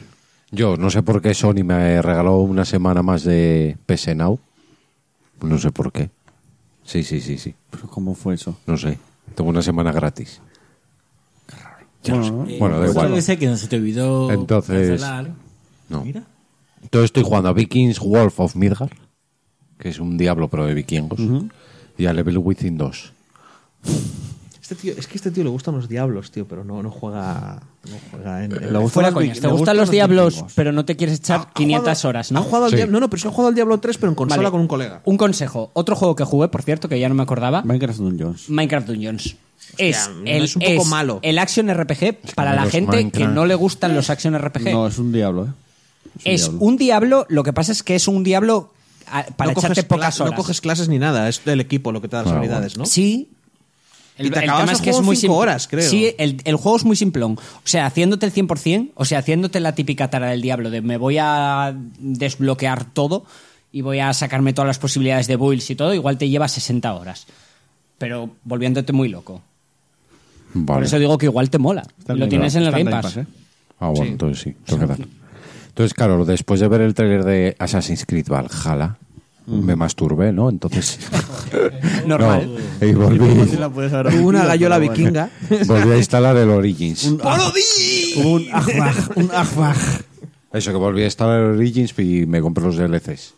[SPEAKER 3] Yo no sé por qué Sony me regaló una semana más de PS Now. No sé por qué. Sí, sí, sí, sí.
[SPEAKER 1] ¿Pero ¿Cómo fue eso?
[SPEAKER 3] No sé. Tengo una semana gratis.
[SPEAKER 1] Bueno,
[SPEAKER 3] Bueno,
[SPEAKER 5] pues
[SPEAKER 3] da igual.
[SPEAKER 5] sé que no se te olvidó
[SPEAKER 3] Entonces-
[SPEAKER 5] cancelar.
[SPEAKER 3] No. Entonces estoy jugando a Vikings Wolf of Midgar, que es un diablo pero de vikingos, y a Level Within 2.
[SPEAKER 2] Este tío, es que este tío le gustan los diablos, tío, pero no, no juega. No juega en. en-
[SPEAKER 4] Eh, Fuera coñas, te gustan los diablos, pero no te quieres echar
[SPEAKER 2] Ha- ha
[SPEAKER 4] 500
[SPEAKER 2] jugado-
[SPEAKER 4] horas, ¿no?
[SPEAKER 2] Ha jugado al
[SPEAKER 3] Sí.
[SPEAKER 2] Diablo- no, no, pero es que ha jugado al Diablo 3, pero en consola
[SPEAKER 4] Vale.
[SPEAKER 2] con un colega.
[SPEAKER 4] Un consejo, otro juego que jugué, por cierto, que ya no me acordaba,
[SPEAKER 1] Minecraft Dungeons.
[SPEAKER 4] Minecraft Dungeons. Es,
[SPEAKER 2] no
[SPEAKER 4] el,
[SPEAKER 2] es un poco malo.
[SPEAKER 4] el action RPG para la
[SPEAKER 3] los
[SPEAKER 4] gente que
[SPEAKER 3] Minecraft-
[SPEAKER 4] no le gustan los action RPG.
[SPEAKER 1] No, es un diablo, ¿eh?
[SPEAKER 4] Es
[SPEAKER 1] diablo.
[SPEAKER 4] un diablo, lo que pasa es que es un diablo a- para
[SPEAKER 2] no coges
[SPEAKER 4] echarte pocas
[SPEAKER 2] cla-
[SPEAKER 4] horas.
[SPEAKER 2] No coges clases ni nada, es del equipo lo que te da las
[SPEAKER 3] Ah,
[SPEAKER 2] habilidades, ¿no?
[SPEAKER 4] Sí.
[SPEAKER 2] Y te acabas el juego en cinco
[SPEAKER 4] simple.
[SPEAKER 2] horas, creo.
[SPEAKER 4] Sí, el, el juego es muy simplón. O sea, haciéndote el 100%, o sea, haciéndote la típica tara del diablo de me voy a desbloquear todo y voy a sacarme todas las posibilidades de builds y todo, igual te lleva 60 horas. Pero volviéndote muy loco. Por
[SPEAKER 3] Vale.
[SPEAKER 4] eso digo que igual te mola.
[SPEAKER 1] Está
[SPEAKER 4] Lo
[SPEAKER 1] Game Pass.
[SPEAKER 4] tienes en el
[SPEAKER 1] Está
[SPEAKER 4] Game Pass.
[SPEAKER 1] ¿eh?
[SPEAKER 3] Ah, bueno, entonces sí, tengo que dar. Entonces, claro, después de ver el tráiler de Assassin's Creed Valhalla,
[SPEAKER 2] Mm.
[SPEAKER 3] me masturbé, ¿no? Entonces...
[SPEAKER 4] Normal.
[SPEAKER 3] No, y volví,
[SPEAKER 4] Ah,
[SPEAKER 1] La
[SPEAKER 4] pues
[SPEAKER 1] puedes haber
[SPEAKER 2] Tuvo una
[SPEAKER 1] vendido,
[SPEAKER 2] gallola
[SPEAKER 1] pero bueno.
[SPEAKER 2] vikinga.
[SPEAKER 3] volví a instalar el Origins.
[SPEAKER 1] Un ajbaj, un ajbaj.
[SPEAKER 3] Eso, que volví a instalar el Origins y me compré los DLCs.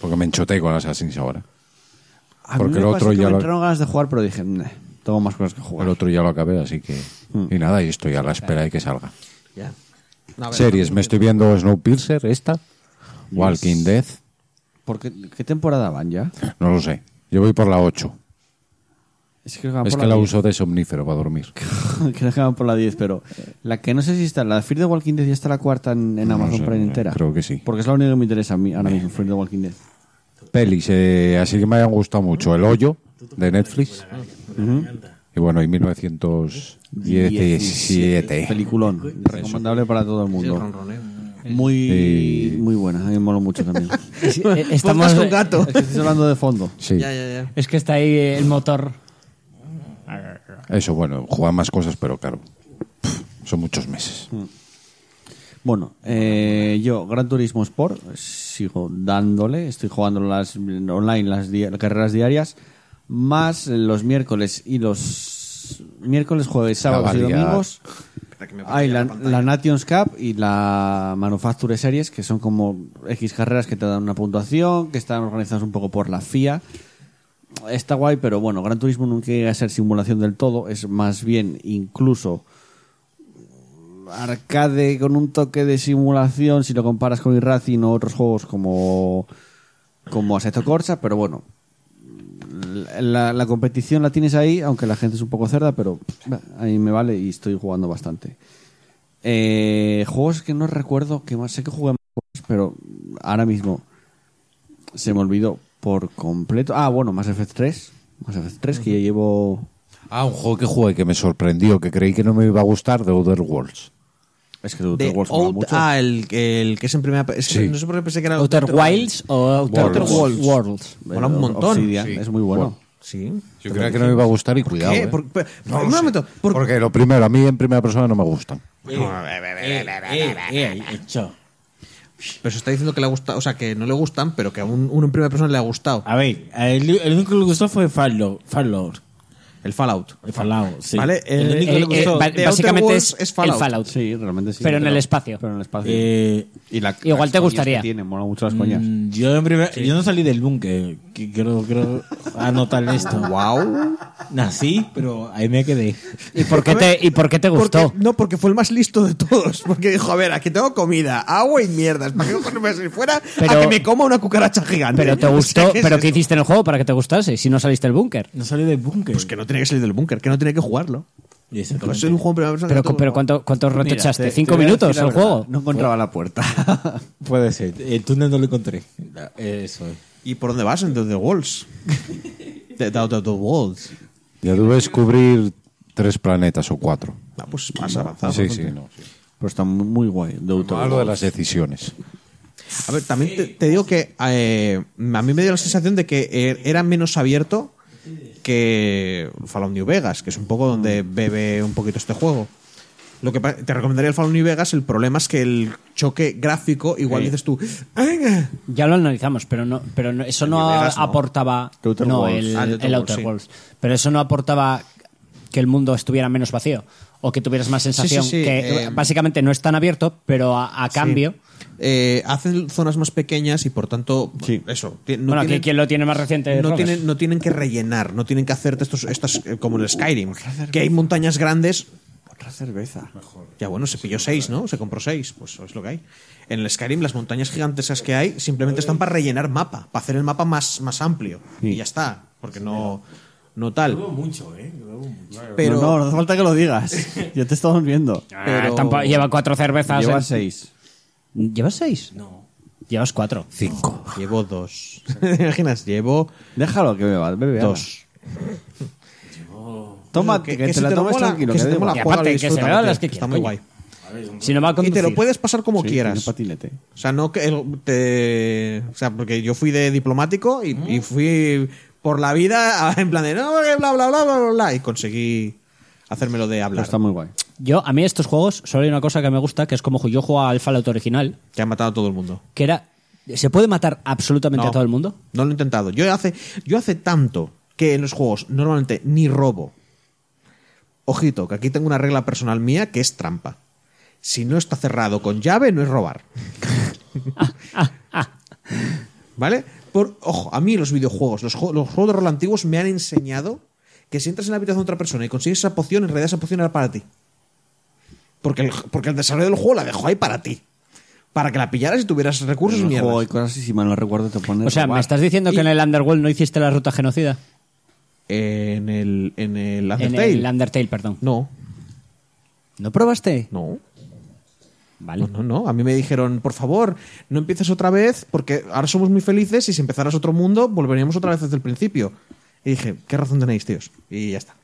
[SPEAKER 3] Porque me enchoté con Assassin's ahora.
[SPEAKER 1] A mí
[SPEAKER 3] Porque
[SPEAKER 1] me
[SPEAKER 3] el
[SPEAKER 1] pasó
[SPEAKER 3] otro
[SPEAKER 1] que
[SPEAKER 3] ya
[SPEAKER 1] me
[SPEAKER 3] lo-
[SPEAKER 1] entraron ganas de jugar, pero dije, "Nah, tengo más cosas que jugar.
[SPEAKER 3] El otro ya lo acabé, así que... Y nada, y estoy a la espera de que salga.
[SPEAKER 2] Mm. Ya. No, a ver,
[SPEAKER 3] Series, me estoy viendo Snowpiercer, esta, Walking Dead,
[SPEAKER 1] ¿Por qué, qué temporada van ya?
[SPEAKER 3] no lo sé. Yo voy por la 8.
[SPEAKER 1] Es que,
[SPEAKER 2] Ah,
[SPEAKER 1] van
[SPEAKER 3] es
[SPEAKER 1] por
[SPEAKER 3] que la
[SPEAKER 1] 10.
[SPEAKER 3] uso de somnífero para dormir.
[SPEAKER 1] Creo que van por la 10, pero la que no sé si está, la de Fear the Walking Dead ya está la cuarta en, en
[SPEAKER 3] No
[SPEAKER 1] Amazon
[SPEAKER 3] sé,
[SPEAKER 1] Prime entera.
[SPEAKER 3] creo que sí.
[SPEAKER 1] Porque es la única que me interesa a mí ahora mismo, Fear the Walking Dead.
[SPEAKER 3] Pelis, eh, así que me hayan gustado mucho. El hoyo de Netflix. Y bueno, y 1917.
[SPEAKER 1] Peliculón, recomendable para todo el mundo.
[SPEAKER 2] ronroneo.
[SPEAKER 1] Muy,
[SPEAKER 3] Sí.
[SPEAKER 1] muy buena, a mí me mola mucho también.
[SPEAKER 4] Es- eh, Estamos,
[SPEAKER 2] Podcast con gato.
[SPEAKER 1] Es que estáis hablando de fondo.
[SPEAKER 3] Sí,
[SPEAKER 2] Ya, ya, ya.
[SPEAKER 4] es que está ahí el motor.
[SPEAKER 3] eso, bueno, jugar más cosas, pero claro, pff, son muchos meses.
[SPEAKER 2] Mm.
[SPEAKER 1] Bueno, eh, yo Gran Turismo Sport sigo dándole, estoy jugando las online las di- carreras diarias, más los miércoles y los miércoles, jueves, sábados y
[SPEAKER 3] valía.
[SPEAKER 1] domingos. Hay la, la Nations Cup y la Manufacture Series, que son como X carreras que te dan una puntuación, que están organizadas un poco por la FIA. Está guay, pero bueno, Gran Turismo nunca llega a ser simulación del todo, es más bien incluso arcade con un toque de simulación si lo comparas con iRacing o otros juegos como como Assetto Corsa, pero bueno, la, la competición la tienes ahí, aunque la gente es un poco cerda, pero bah, a mí me vale y estoy jugando bastante. Eh, juegos que no recuerdo, que más sé que jugué más, juegos, pero ahora mismo se me olvidó por completo. Ah, bueno, Mass Effect 3, Mass Effect 3 que ya llevo
[SPEAKER 3] Ah, un juego que jugué que me sorprendió, que creí que no me iba a gustar, The Other Worlds.
[SPEAKER 1] es que The
[SPEAKER 2] The
[SPEAKER 1] Outer Worlds mola
[SPEAKER 2] Out-
[SPEAKER 1] mucho.
[SPEAKER 2] ah, el, el que es en primera. pe- Es que
[SPEAKER 3] Sí.
[SPEAKER 2] No sé por qué pensé que era.
[SPEAKER 4] Outer Wilds o Outer
[SPEAKER 3] Outer
[SPEAKER 4] Worlds.
[SPEAKER 3] Worlds.
[SPEAKER 2] mola un montón.
[SPEAKER 1] Eh, Obsidian,
[SPEAKER 3] Sí.
[SPEAKER 1] Es muy bueno.
[SPEAKER 3] Bueno.
[SPEAKER 2] Sí.
[SPEAKER 3] Yo creía que no me iba a gustar y cuidado.
[SPEAKER 2] ¿Qué?
[SPEAKER 3] eh.
[SPEAKER 2] Por- por-
[SPEAKER 3] No
[SPEAKER 2] un
[SPEAKER 3] lo sé.
[SPEAKER 2] momento, por-
[SPEAKER 3] Porque lo primero, a mí en primera persona no me gustan.
[SPEAKER 5] Eh, eh, eh, eh, eh, eh, eh, eh, eh, eh, eh, eh, eh, eh, eh, eh, eh,
[SPEAKER 2] Pero se está diciendo que le ha gustado, o sea, que no le gustan, pero que a un, uno en primera persona le ha gustado.
[SPEAKER 5] A ver, el, el único que le gustó fue Fallout. Fallout.
[SPEAKER 2] El Fallout.
[SPEAKER 5] El Fallout, sí.
[SPEAKER 2] ¿Vale? El,
[SPEAKER 5] El único
[SPEAKER 2] el-
[SPEAKER 5] que le gustó.
[SPEAKER 4] eh, ba-
[SPEAKER 2] The
[SPEAKER 4] básicamente
[SPEAKER 2] Outer
[SPEAKER 4] es,
[SPEAKER 2] Worlds es Fallout.
[SPEAKER 4] el Fallout.
[SPEAKER 1] Sí, realmente sí.
[SPEAKER 4] Pero en el espacio.
[SPEAKER 1] Pero en el espacio.
[SPEAKER 5] Eh,
[SPEAKER 1] y la,
[SPEAKER 4] igual
[SPEAKER 1] las
[SPEAKER 4] te
[SPEAKER 1] coñas
[SPEAKER 4] gustaría.
[SPEAKER 1] que tiene, mola mucho las coñas.
[SPEAKER 5] mm, yo, en primer- yo no salí del búnker. que Quiero, quiero anotar esto.
[SPEAKER 2] Wow.
[SPEAKER 5] Nací, pero ahí me quedé.
[SPEAKER 4] ¿Y por qué te, y por qué te gustó?
[SPEAKER 2] no, porque fue el más listo de todos. Porque dijo, a ver, aquí tengo comida, agua y mierdas. ¿Para qué cojones voy a salir fuera
[SPEAKER 4] Pero-
[SPEAKER 2] a que me coma una cucaracha gigante?
[SPEAKER 4] Pero te
[SPEAKER 2] O sea,
[SPEAKER 4] gustó,
[SPEAKER 2] ¿qué es
[SPEAKER 4] pero
[SPEAKER 2] esto?
[SPEAKER 4] ¿qué hiciste en el juego para que te gustase? Si no saliste del búnker.
[SPEAKER 5] No salí del búnker.
[SPEAKER 2] Pues que no tenía que salir del búnker, que no tenía que jugarlo.
[SPEAKER 5] Exactamente.
[SPEAKER 2] Pues soy un juego en primera persona.
[SPEAKER 4] Pero,
[SPEAKER 2] que todo-
[SPEAKER 4] pero ¿cuánto, cuánto rato
[SPEAKER 1] Mira,
[SPEAKER 4] echaste?
[SPEAKER 1] te-
[SPEAKER 4] ¿Cinco
[SPEAKER 1] te voy a
[SPEAKER 4] minutos
[SPEAKER 1] decir la
[SPEAKER 4] el
[SPEAKER 1] verdad,
[SPEAKER 4] juego?
[SPEAKER 1] No encontraba la puerta.
[SPEAKER 5] Puede ser. El túnel no lo encontré. Eso.
[SPEAKER 2] ¿Y por dónde vas? En The, The Walls. The, the, the- the Walls.
[SPEAKER 3] Ya tuve descubrir tres planetas o cuatro.
[SPEAKER 2] Ah, pues más avanzado.
[SPEAKER 3] Sí, sí, no. sí.
[SPEAKER 1] Pero está muy guay. de autor.
[SPEAKER 3] Hablo de las decisiones.
[SPEAKER 2] A ver, también te, te digo que eh, a mí me dio la sensación de que er- era menos abierto que Fallout New Vegas, que es un poco donde bebe un poquito este juego. Lo que pa- te recomendaría el Fallout New Vegas, el problema es que el choque gráfico, igual dices tú, "Ah, "Venga".
[SPEAKER 4] Pues Ya lo analizamos, pero no, pero no- eso no,
[SPEAKER 2] El Vegas, ¿no?
[SPEAKER 4] aportaba
[SPEAKER 1] El Outer
[SPEAKER 4] no,
[SPEAKER 1] Worlds.
[SPEAKER 4] el,
[SPEAKER 2] Ah, el Outer
[SPEAKER 4] el
[SPEAKER 2] Worlds,
[SPEAKER 4] Outer
[SPEAKER 2] sí.
[SPEAKER 4] Worlds. Pero eso no aportaba que el mundo estuviera menos vacío o que tuvieras más sensación
[SPEAKER 2] sí,
[SPEAKER 4] que
[SPEAKER 2] eh,
[SPEAKER 4] básicamente no es tan abierto, pero a, a cambio.
[SPEAKER 2] Eh, hacen zonas más pequeñas y por tanto,
[SPEAKER 1] Sí.
[SPEAKER 2] eso. ti- no
[SPEAKER 4] bueno,
[SPEAKER 2] tienen-
[SPEAKER 4] que quien lo tiene más reciente es
[SPEAKER 2] no
[SPEAKER 4] Rogas.
[SPEAKER 2] tienen, no tienen que rellenar, no tienen que hacerte estos, estas eh, como en el Skyrim, que hay montañas grandes.
[SPEAKER 1] Otra cerveza.
[SPEAKER 2] Ya bueno, se pilló seis, ¿no? Se compró seis, pues eso es lo que hay. En el Skyrim las montañas gigantescas que hay simplemente están para rellenar mapa, para hacer el mapa más, más amplio. Y ya está, porque no, no tal. Pero,
[SPEAKER 1] Pero no, no hace falta que lo digas. Ya te estamos viendo.
[SPEAKER 4] Ah,
[SPEAKER 2] pero-
[SPEAKER 4] tampoco- lleva cuatro cervezas.
[SPEAKER 1] Lleva
[SPEAKER 4] en-
[SPEAKER 1] seis.
[SPEAKER 4] ¿Llevas seis? No. Llevas cuatro.
[SPEAKER 3] Cinco.
[SPEAKER 2] llevo dos. ¿Te imaginas? Llevo
[SPEAKER 1] Déjalo que beba, bebe. ala.
[SPEAKER 2] dos.
[SPEAKER 1] Toma, que,
[SPEAKER 2] Que- que
[SPEAKER 1] te
[SPEAKER 2] si
[SPEAKER 1] la
[SPEAKER 2] te
[SPEAKER 1] tomes
[SPEAKER 2] mola-
[SPEAKER 1] tranquilo.
[SPEAKER 2] que
[SPEAKER 1] Que
[SPEAKER 2] si te
[SPEAKER 1] da
[SPEAKER 2] mola,
[SPEAKER 1] igual.
[SPEAKER 4] Y
[SPEAKER 2] juégalo
[SPEAKER 4] aparte,
[SPEAKER 2] y
[SPEAKER 4] que se
[SPEAKER 2] disfrútalo,
[SPEAKER 4] vea las
[SPEAKER 2] tío,
[SPEAKER 4] que
[SPEAKER 2] Está
[SPEAKER 4] quieras,
[SPEAKER 2] muy
[SPEAKER 4] coño.
[SPEAKER 2] guay.
[SPEAKER 4] Si no va a
[SPEAKER 2] Y te
[SPEAKER 4] conducir.
[SPEAKER 2] lo puedes pasar como
[SPEAKER 1] Sí, tiene
[SPEAKER 2] quieras.
[SPEAKER 1] patinete.
[SPEAKER 2] O sea, no que el- te- o sea, porque yo fui de diplomático y, y fui por la vida en plan de no, bla, bla, bla, bla, bla, bla, y conseguí hacérmelo de
[SPEAKER 1] Pero
[SPEAKER 2] hablar.
[SPEAKER 1] está muy guay.
[SPEAKER 4] Yo, a mí estos juegos, solo hay una cosa que me gusta, que es como yo jugaba al Fallout original,
[SPEAKER 2] Que ha matado a todo el mundo.
[SPEAKER 4] que era... ¿Se puede matar absolutamente a todo el mundo?
[SPEAKER 2] No lo he intentado. Yo hace, yo hace tanto que en los juegos normalmente ni robo. Ojito, que aquí tengo una regla personal mía que es trampa. Si no está cerrado con llave, no es robar. ¿Vale? Por, ojo, a mí los videojuegos, los, jue- los juegos de rol antiguos me han enseñado que si entras en la habitación de otra persona y consigues esa poción, en realidad esa poción era para ti. Porque el, porque el desarrollo del juego la dejó ahí para ti. Para que la pillaras y tuvieras recursos
[SPEAKER 1] En el
[SPEAKER 2] mierdas.
[SPEAKER 1] juego hay cosas así, si mal no recuerdo, te ponen.
[SPEAKER 4] O sea, ¿me
[SPEAKER 1] robar.
[SPEAKER 4] estás diciendo que en el Underworld no hiciste la ruta genocida?
[SPEAKER 2] En el, en el Undertale.
[SPEAKER 4] En el Undertale, perdón.
[SPEAKER 2] No,
[SPEAKER 4] ¿No probaste?
[SPEAKER 2] no.
[SPEAKER 4] Vale.
[SPEAKER 2] No, no, no. A mí me dijeron, por favor, no empieces otra vez, porque ahora somos muy felices y si empezaras otro mundo, volveríamos otra vez desde el principio. Y dije, ¿qué razón tenéis, tíos? Y ya está.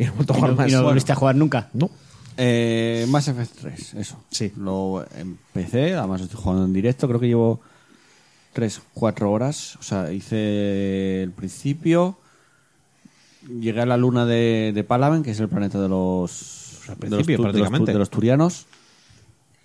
[SPEAKER 2] Y no he vuelto a
[SPEAKER 4] Y no,
[SPEAKER 2] jugar más.
[SPEAKER 4] y no
[SPEAKER 2] Bueno,
[SPEAKER 4] volviste a jugar nunca.
[SPEAKER 2] no.
[SPEAKER 1] Eh, Mass Effect 3, eso.
[SPEAKER 2] Sí.
[SPEAKER 1] Lo empecé, además estoy jugando en directo, creo que llevo 3, 4 horas. O sea, hice el principio, llegué a la luna de, de Palaven, que es el planeta de los,
[SPEAKER 2] al
[SPEAKER 1] de los,
[SPEAKER 2] principio,
[SPEAKER 1] tu- de los tu-
[SPEAKER 2] prácticamente.
[SPEAKER 1] de los turianos.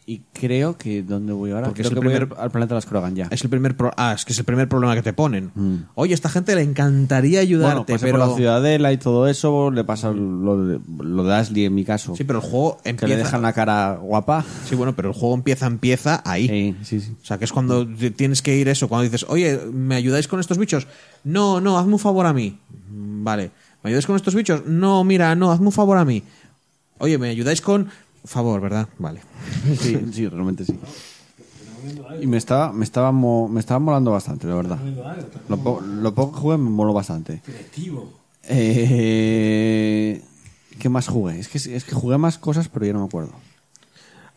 [SPEAKER 1] Y creo que, ¿dónde voy ahora?
[SPEAKER 2] Porque es
[SPEAKER 1] creo
[SPEAKER 2] el
[SPEAKER 1] que voy
[SPEAKER 2] primer-
[SPEAKER 1] al, al planeta de las Krogan ya.
[SPEAKER 2] Es el primer pro- ah, es que es el primer problema que te ponen. Oye, esta gente le encantaría ayudarte,
[SPEAKER 1] Mm. bueno, pasé
[SPEAKER 2] pero.
[SPEAKER 1] por la ciudadela y todo eso, le pasa lo de, lo de Ashley en mi caso.
[SPEAKER 2] Sí, pero el juego
[SPEAKER 1] que
[SPEAKER 2] empieza.
[SPEAKER 1] le dejan la cara guapa.
[SPEAKER 2] Sí, bueno, pero el juego empieza, empieza ahí.
[SPEAKER 1] Eh, sí, sí.
[SPEAKER 2] O sea, que es cuando te- tienes que ir eso, cuando dices, oye, ¿me ayudáis con estos bichos? No, no, hazme un favor a mí. Mm, Vale. ¿Me ayudáis con estos bichos? No, mira, no, hazme un favor a mí. Oye, ¿me ayudáis con... Favor, ¿verdad? Vale.
[SPEAKER 1] Sí, sí, realmente sí. Y me estaba, me estaba, mo- me estaba molando bastante, la verdad. Lo, po- lo poco que jugué me moló bastante. Eh, ¿Qué más jugué? Es que, es que jugué más cosas, pero ya no me acuerdo.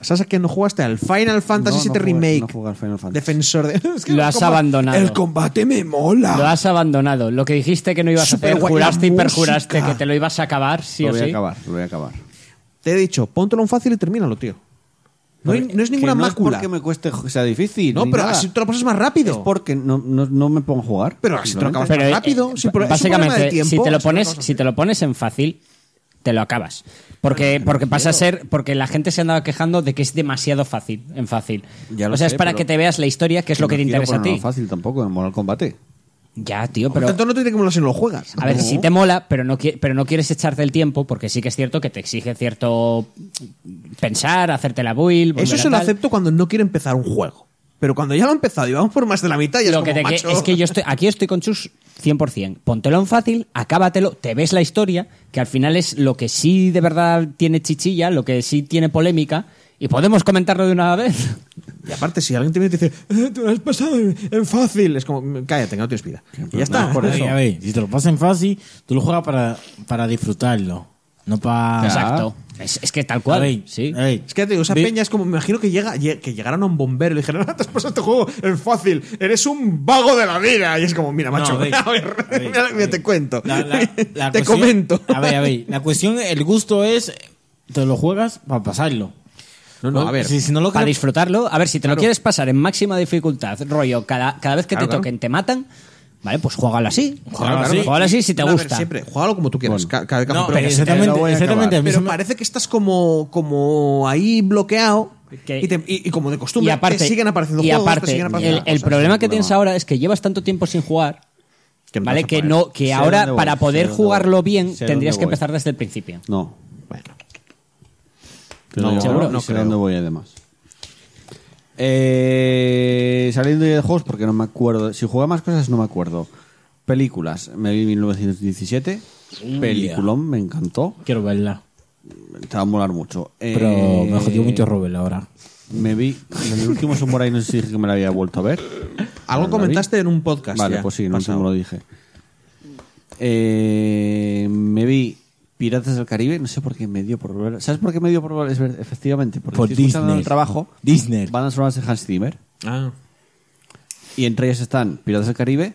[SPEAKER 2] ¿Sabes a que no jugaste al Final Fantasy
[SPEAKER 1] No, no
[SPEAKER 2] VII
[SPEAKER 1] jugué-
[SPEAKER 2] Remake?
[SPEAKER 1] no jugué al Final Fantasy.
[SPEAKER 2] Defensor de... Es que
[SPEAKER 4] Lo
[SPEAKER 2] el
[SPEAKER 4] has
[SPEAKER 2] combate-
[SPEAKER 4] abandonado.
[SPEAKER 2] El combate me mola.
[SPEAKER 4] Lo has abandonado. Lo que dijiste que no ibas a hacer,
[SPEAKER 2] Superguay, la
[SPEAKER 4] juraste y perjuraste
[SPEAKER 2] música.
[SPEAKER 4] que te lo ibas a acabar, sí
[SPEAKER 1] lo
[SPEAKER 4] o
[SPEAKER 1] voy a
[SPEAKER 4] sí.
[SPEAKER 1] acabar, lo voy a acabar.
[SPEAKER 2] Te he dicho, póntelo en fácil y termínalo, tío. No, hay- no es ninguna
[SPEAKER 1] Que no
[SPEAKER 2] mácula.
[SPEAKER 1] es porque me cueste jo- sea difícil.
[SPEAKER 2] No,
[SPEAKER 1] ni
[SPEAKER 2] pero
[SPEAKER 1] nada.
[SPEAKER 2] así te lo pasas más rápido.
[SPEAKER 1] Es porque no, no, no me pongo a jugar.
[SPEAKER 2] Pero así te lo
[SPEAKER 1] simplemente.
[SPEAKER 2] acabas más
[SPEAKER 4] eh,
[SPEAKER 2] rápido.
[SPEAKER 4] eh,
[SPEAKER 2] sí, pero es un problema
[SPEAKER 4] básicamente,
[SPEAKER 2] de tiempo,
[SPEAKER 4] si te lo
[SPEAKER 2] es una
[SPEAKER 4] pones,
[SPEAKER 2] cosa
[SPEAKER 4] si te lo pones en fácil, te lo acabas. Porque, porque pasa a ser, porque la gente se andaba quejando de que es demasiado fácil, en fácil.
[SPEAKER 1] Ya lo
[SPEAKER 4] o sea, es
[SPEAKER 1] sé,
[SPEAKER 4] para
[SPEAKER 1] pero
[SPEAKER 4] que te veas la historia, que es lo
[SPEAKER 1] No
[SPEAKER 4] que te
[SPEAKER 1] quiero
[SPEAKER 4] interesa a
[SPEAKER 1] ponerlo
[SPEAKER 4] ti.
[SPEAKER 1] fácil tampoco, en Moral Combate.
[SPEAKER 4] Ya, tío,
[SPEAKER 2] Por
[SPEAKER 4] pero
[SPEAKER 2] tanto, no tiene que molar si no lo juegas.
[SPEAKER 4] a ver, si te mola, pero no, qui- pero no quieres echarte el tiempo, porque sí que es cierto que te exige cierto pensar, hacerte la build. volver
[SPEAKER 2] Eso
[SPEAKER 4] a
[SPEAKER 2] se lo
[SPEAKER 4] tal.
[SPEAKER 2] acepto cuando no quiero empezar un juego. Pero cuando ya lo he empezado y vamos por más de la mitad, ya es
[SPEAKER 4] Lo que
[SPEAKER 2] como,
[SPEAKER 4] te- que-
[SPEAKER 2] macho.
[SPEAKER 4] es que yo estoy aquí estoy con Chus 100%. Póntelo en fácil, acábatelo, te ves la historia, que al final es lo que sí de verdad tiene chichilla, lo que sí tiene polémica, y podemos comentarlo de una vez.
[SPEAKER 2] Y aparte, si alguien te viene y te dice, "Eh, te lo has pasado en en fácil, es como, "Mm, cállate, que no tienes vida. Y ya está.
[SPEAKER 5] Por eso. si te lo pasas en fácil, tú lo juegas para, para disfrutarlo. No para.
[SPEAKER 4] Exacto. Es, es que tal cual. sí.
[SPEAKER 2] Es que ya te digo, esa peña es como, me imagino que llega lle- que llegaron a un bombero y le dijeron, no, te has pasado este juego en fácil, eres un vago de la vida. Y es como, mira, macho,
[SPEAKER 5] veis,
[SPEAKER 2] a ver,
[SPEAKER 5] veis,
[SPEAKER 2] mira, mira,
[SPEAKER 5] veis.
[SPEAKER 2] te cuento.
[SPEAKER 5] La- la- la
[SPEAKER 2] te
[SPEAKER 5] cuestión-
[SPEAKER 2] comento.
[SPEAKER 5] A ver, a ver. La cuestión, el gusto es. Te lo juegas para pasarlo.
[SPEAKER 2] No, no, a ver.
[SPEAKER 5] Si, si no lo
[SPEAKER 4] Para
[SPEAKER 5] quieres-
[SPEAKER 4] disfrutarlo, a ver, si te lo quieres pasar en máxima dificultad, rollo, cada, cada vez que
[SPEAKER 2] Claro,
[SPEAKER 4] te
[SPEAKER 2] claro.
[SPEAKER 4] toquen te matan, ¿vale? Pues juégalo así.
[SPEAKER 2] Ah,
[SPEAKER 5] Juégalo así.
[SPEAKER 4] Juégalo así si te
[SPEAKER 2] No, a ver,
[SPEAKER 4] gusta.
[SPEAKER 2] siempre, juégalo como tú quieras. ca- cada vez que hagas
[SPEAKER 5] No,
[SPEAKER 2] un
[SPEAKER 5] pero
[SPEAKER 2] programa.
[SPEAKER 5] exactamente,
[SPEAKER 1] voy a
[SPEAKER 5] exactamente. a mí se
[SPEAKER 2] Pero
[SPEAKER 5] me-
[SPEAKER 2] parece que estás como, como ahí bloqueado
[SPEAKER 4] Que-
[SPEAKER 2] y, te- y- y como de
[SPEAKER 4] y
[SPEAKER 2] costumbre
[SPEAKER 4] aparte,
[SPEAKER 2] te eh, siguen apareciendo
[SPEAKER 4] y
[SPEAKER 2] juegos, te
[SPEAKER 4] aparte,
[SPEAKER 2] siguen apareciendo
[SPEAKER 4] el, el
[SPEAKER 2] cosas.
[SPEAKER 4] problema que tienes ahora es que llevas tanto tiempo sin jugar,
[SPEAKER 2] me
[SPEAKER 4] ¿vale?
[SPEAKER 2] vas a
[SPEAKER 4] Que
[SPEAKER 2] poner.
[SPEAKER 4] no, que
[SPEAKER 1] Sé
[SPEAKER 4] ahora
[SPEAKER 1] dónde voy,
[SPEAKER 4] para
[SPEAKER 1] sé
[SPEAKER 4] poder
[SPEAKER 1] dónde
[SPEAKER 4] jugarlo
[SPEAKER 1] voy,
[SPEAKER 4] bien
[SPEAKER 1] sé
[SPEAKER 4] tendrías
[SPEAKER 1] dónde
[SPEAKER 4] que
[SPEAKER 1] voy.
[SPEAKER 4] empezar desde el principio.
[SPEAKER 1] No.
[SPEAKER 2] Bueno.
[SPEAKER 1] Te lo
[SPEAKER 2] No,
[SPEAKER 1] digo
[SPEAKER 2] seguro,
[SPEAKER 1] ahora,
[SPEAKER 2] no
[SPEAKER 1] y sé
[SPEAKER 2] creo.
[SPEAKER 1] dónde voy además. Eh, saliendo ya de juegos porque no me acuerdo. Si jugaba más cosas no me acuerdo. Películas. Me vi 1917. Peliculón, me encantó.
[SPEAKER 5] Quiero verla.
[SPEAKER 1] Te va a molar mucho.
[SPEAKER 5] Pero
[SPEAKER 1] Eh,
[SPEAKER 5] me jodió mucho Robel ahora.
[SPEAKER 1] Me vi en el último Samurai, no sé si dije que me la había vuelto a ver.
[SPEAKER 2] Algo
[SPEAKER 1] ¿La
[SPEAKER 2] comentaste
[SPEAKER 1] vi?
[SPEAKER 2] en un podcast
[SPEAKER 1] Vale,
[SPEAKER 2] ya,
[SPEAKER 1] pues sí, no sé
[SPEAKER 2] pasado.
[SPEAKER 1] cómo lo dije. Eh, me vi Piratas del Caribe, no sé por qué me dio por volver. ¿Sabes por qué me dio por volver? Es ver- efectivamente, porque
[SPEAKER 5] Por
[SPEAKER 1] estoy escuchando en
[SPEAKER 5] Disney.
[SPEAKER 1] el trabajo
[SPEAKER 5] Disney.
[SPEAKER 1] bandas sonoras de Hans Zimmer. Y entre ellas están Piratas del Caribe,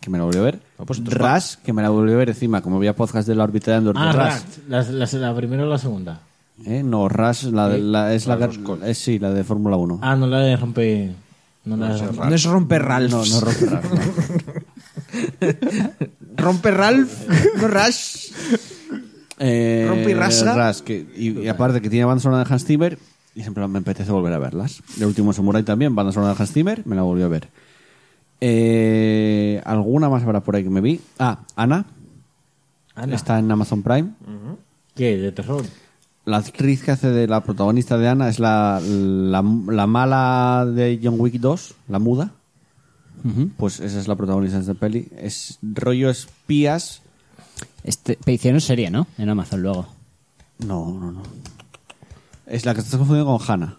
[SPEAKER 1] que me la volví a ver.
[SPEAKER 2] pues entonces Ah,
[SPEAKER 1] Ras, que me la volví a ver encima, como había podcast de la órbita de Andor. de Ras.
[SPEAKER 5] Ah, La, primera o la segunda.
[SPEAKER 1] Eh, No, Ras la, de- la- es la, gar- eh, sí, la de Fórmula 1.
[SPEAKER 5] Ah, no la de rompe. No la de
[SPEAKER 2] No es romper Ralph.
[SPEAKER 1] No, no rompe Ras. no.
[SPEAKER 2] Rompe Ralph, no Rush.
[SPEAKER 1] Eh,
[SPEAKER 2] Rompe y rasga.
[SPEAKER 1] Ras, que, y, y aparte que tiene banda sonora de Hans Zimmer, y siempre me apetece volver a verlas. El último Samurai también, banda sonora de Hans Zimmer, me la volví a ver. Eh, ¿Alguna más habrá por ahí que me vi? Ah, Ana. Está en Amazon Prime.
[SPEAKER 5] Ah, ¿Qué? ¿De terror?
[SPEAKER 1] La actriz que hace de la protagonista de Ana es la, la, la mala de John Wick 2, la muda. Pues esa es la protagonista de esta peli. Es rollo espías.
[SPEAKER 4] Este, te hicieron serie, ¿no? En Amazon luego.
[SPEAKER 1] No, no, no. Es la que estás confundiendo con Hannah.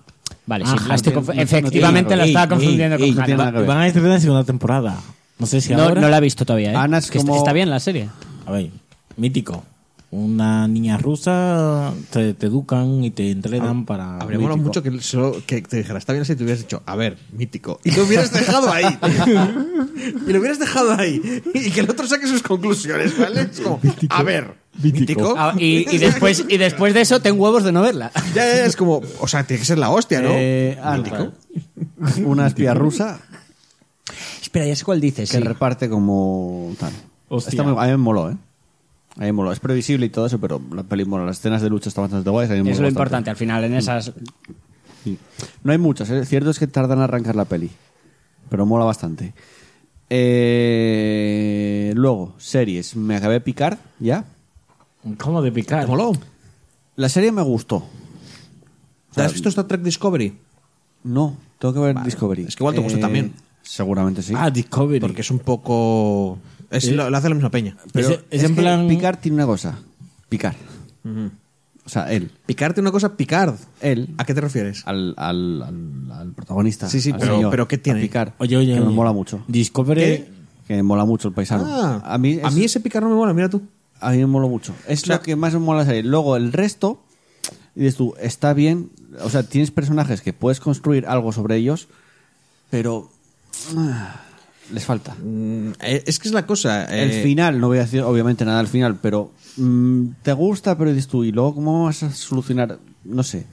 [SPEAKER 4] Vale,
[SPEAKER 5] Ah,
[SPEAKER 4] sí, la
[SPEAKER 5] no
[SPEAKER 4] estoy
[SPEAKER 5] tiene-
[SPEAKER 4] confu-
[SPEAKER 5] no tiene-
[SPEAKER 4] este efectivamente
[SPEAKER 5] ey,
[SPEAKER 4] la
[SPEAKER 5] ey,
[SPEAKER 4] estaba confundiendo
[SPEAKER 1] ey,
[SPEAKER 4] con
[SPEAKER 1] no tiene
[SPEAKER 4] Hannah.
[SPEAKER 1] nada que
[SPEAKER 5] Van a estrenar la segunda temporada. No sé si
[SPEAKER 4] No,
[SPEAKER 5] ahora.
[SPEAKER 4] no la he visto todavía, ¿eh?
[SPEAKER 1] Ana es
[SPEAKER 4] Que est-
[SPEAKER 1] como-
[SPEAKER 4] Está bien la serie.
[SPEAKER 5] A ver, mítico. Una niña rusa te, te educan y te entrenan para.
[SPEAKER 2] Ah, Habría molado mucho que, solo- que te dijera, está bien si te hubieras dicho, a ver, mítico. Y lo hubieras dejado ahí. tío. y lo hubieras dejado ahí. Y que el otro saque sus conclusiones, ¿vale? Es como, a ver, mítico.
[SPEAKER 4] Ah, y, y después, y después de eso, ten huevos de no verla.
[SPEAKER 2] Ya, ya, ya, es como, o sea, tiene que ser la hostia, ¿no?
[SPEAKER 1] Eh, Ana. Una espía rusa
[SPEAKER 4] Espera, ya sé cuál dices.
[SPEAKER 1] que
[SPEAKER 4] sí.
[SPEAKER 1] reparte como tal.
[SPEAKER 5] Hostia.
[SPEAKER 1] Está muy- a mí me moló, ¿eh? A mí me moló. Es previsible y todo eso, pero la peli mola. Las escenas de lucha están bastante guays. a mí me
[SPEAKER 4] Es
[SPEAKER 1] moló
[SPEAKER 4] lo
[SPEAKER 1] bastante.
[SPEAKER 4] importante al final, en esas.
[SPEAKER 1] No hay muchas, ¿eh? cierto es que tardan en arrancar la peli, pero mola bastante. Eh, luego, series. Me acabé de picar, ¿ya?
[SPEAKER 5] ¿Cómo de picar?
[SPEAKER 2] Moló.
[SPEAKER 1] La serie me gustó.
[SPEAKER 2] ¿Te has visto Star Trek Discovery?
[SPEAKER 1] No, tengo que ver Discovery. Eh,
[SPEAKER 2] Es que igual te gusta también.
[SPEAKER 1] Seguramente sí.
[SPEAKER 5] Ah, Discovery.
[SPEAKER 2] Porque es un poco... Es, lo, lo hace la misma peña.
[SPEAKER 1] pero
[SPEAKER 5] es-
[SPEAKER 1] es,
[SPEAKER 5] es en
[SPEAKER 1] que
[SPEAKER 5] plan-
[SPEAKER 1] Picard tiene una cosa. Picar. O sea, él.
[SPEAKER 2] Picarte una cosa, Picard.
[SPEAKER 1] Él.
[SPEAKER 2] ¿A qué te refieres?
[SPEAKER 1] Al, al, al- al protagonista.
[SPEAKER 2] Sí, sí,
[SPEAKER 1] al
[SPEAKER 2] pero-
[SPEAKER 1] señor,
[SPEAKER 2] pero ¿qué
[SPEAKER 1] a
[SPEAKER 2] tiene?
[SPEAKER 1] Picard.
[SPEAKER 5] Oye, oye.
[SPEAKER 1] Que me
[SPEAKER 5] oye.
[SPEAKER 1] mola mucho.
[SPEAKER 5] Discovery.
[SPEAKER 2] ¿Qué?
[SPEAKER 1] Que me mola mucho el paisano.
[SPEAKER 2] Ah,
[SPEAKER 1] a mí es-
[SPEAKER 2] ese Picard no me mola, mira tú.
[SPEAKER 1] A mí me mola mucho. Es
[SPEAKER 2] O sea-
[SPEAKER 1] lo que más me mola la serie. Luego, el resto, dices tú, está bien. O sea, tienes personajes que puedes construir algo sobre ellos, pero. ah, les falta.
[SPEAKER 2] Mm, eh, es que es la cosa.
[SPEAKER 1] El
[SPEAKER 2] eh,
[SPEAKER 1] final, no voy a decir obviamente nada al final, pero. mm, te gusta, pero dices tú, ¿y luego cómo vas a solucionar? No sé.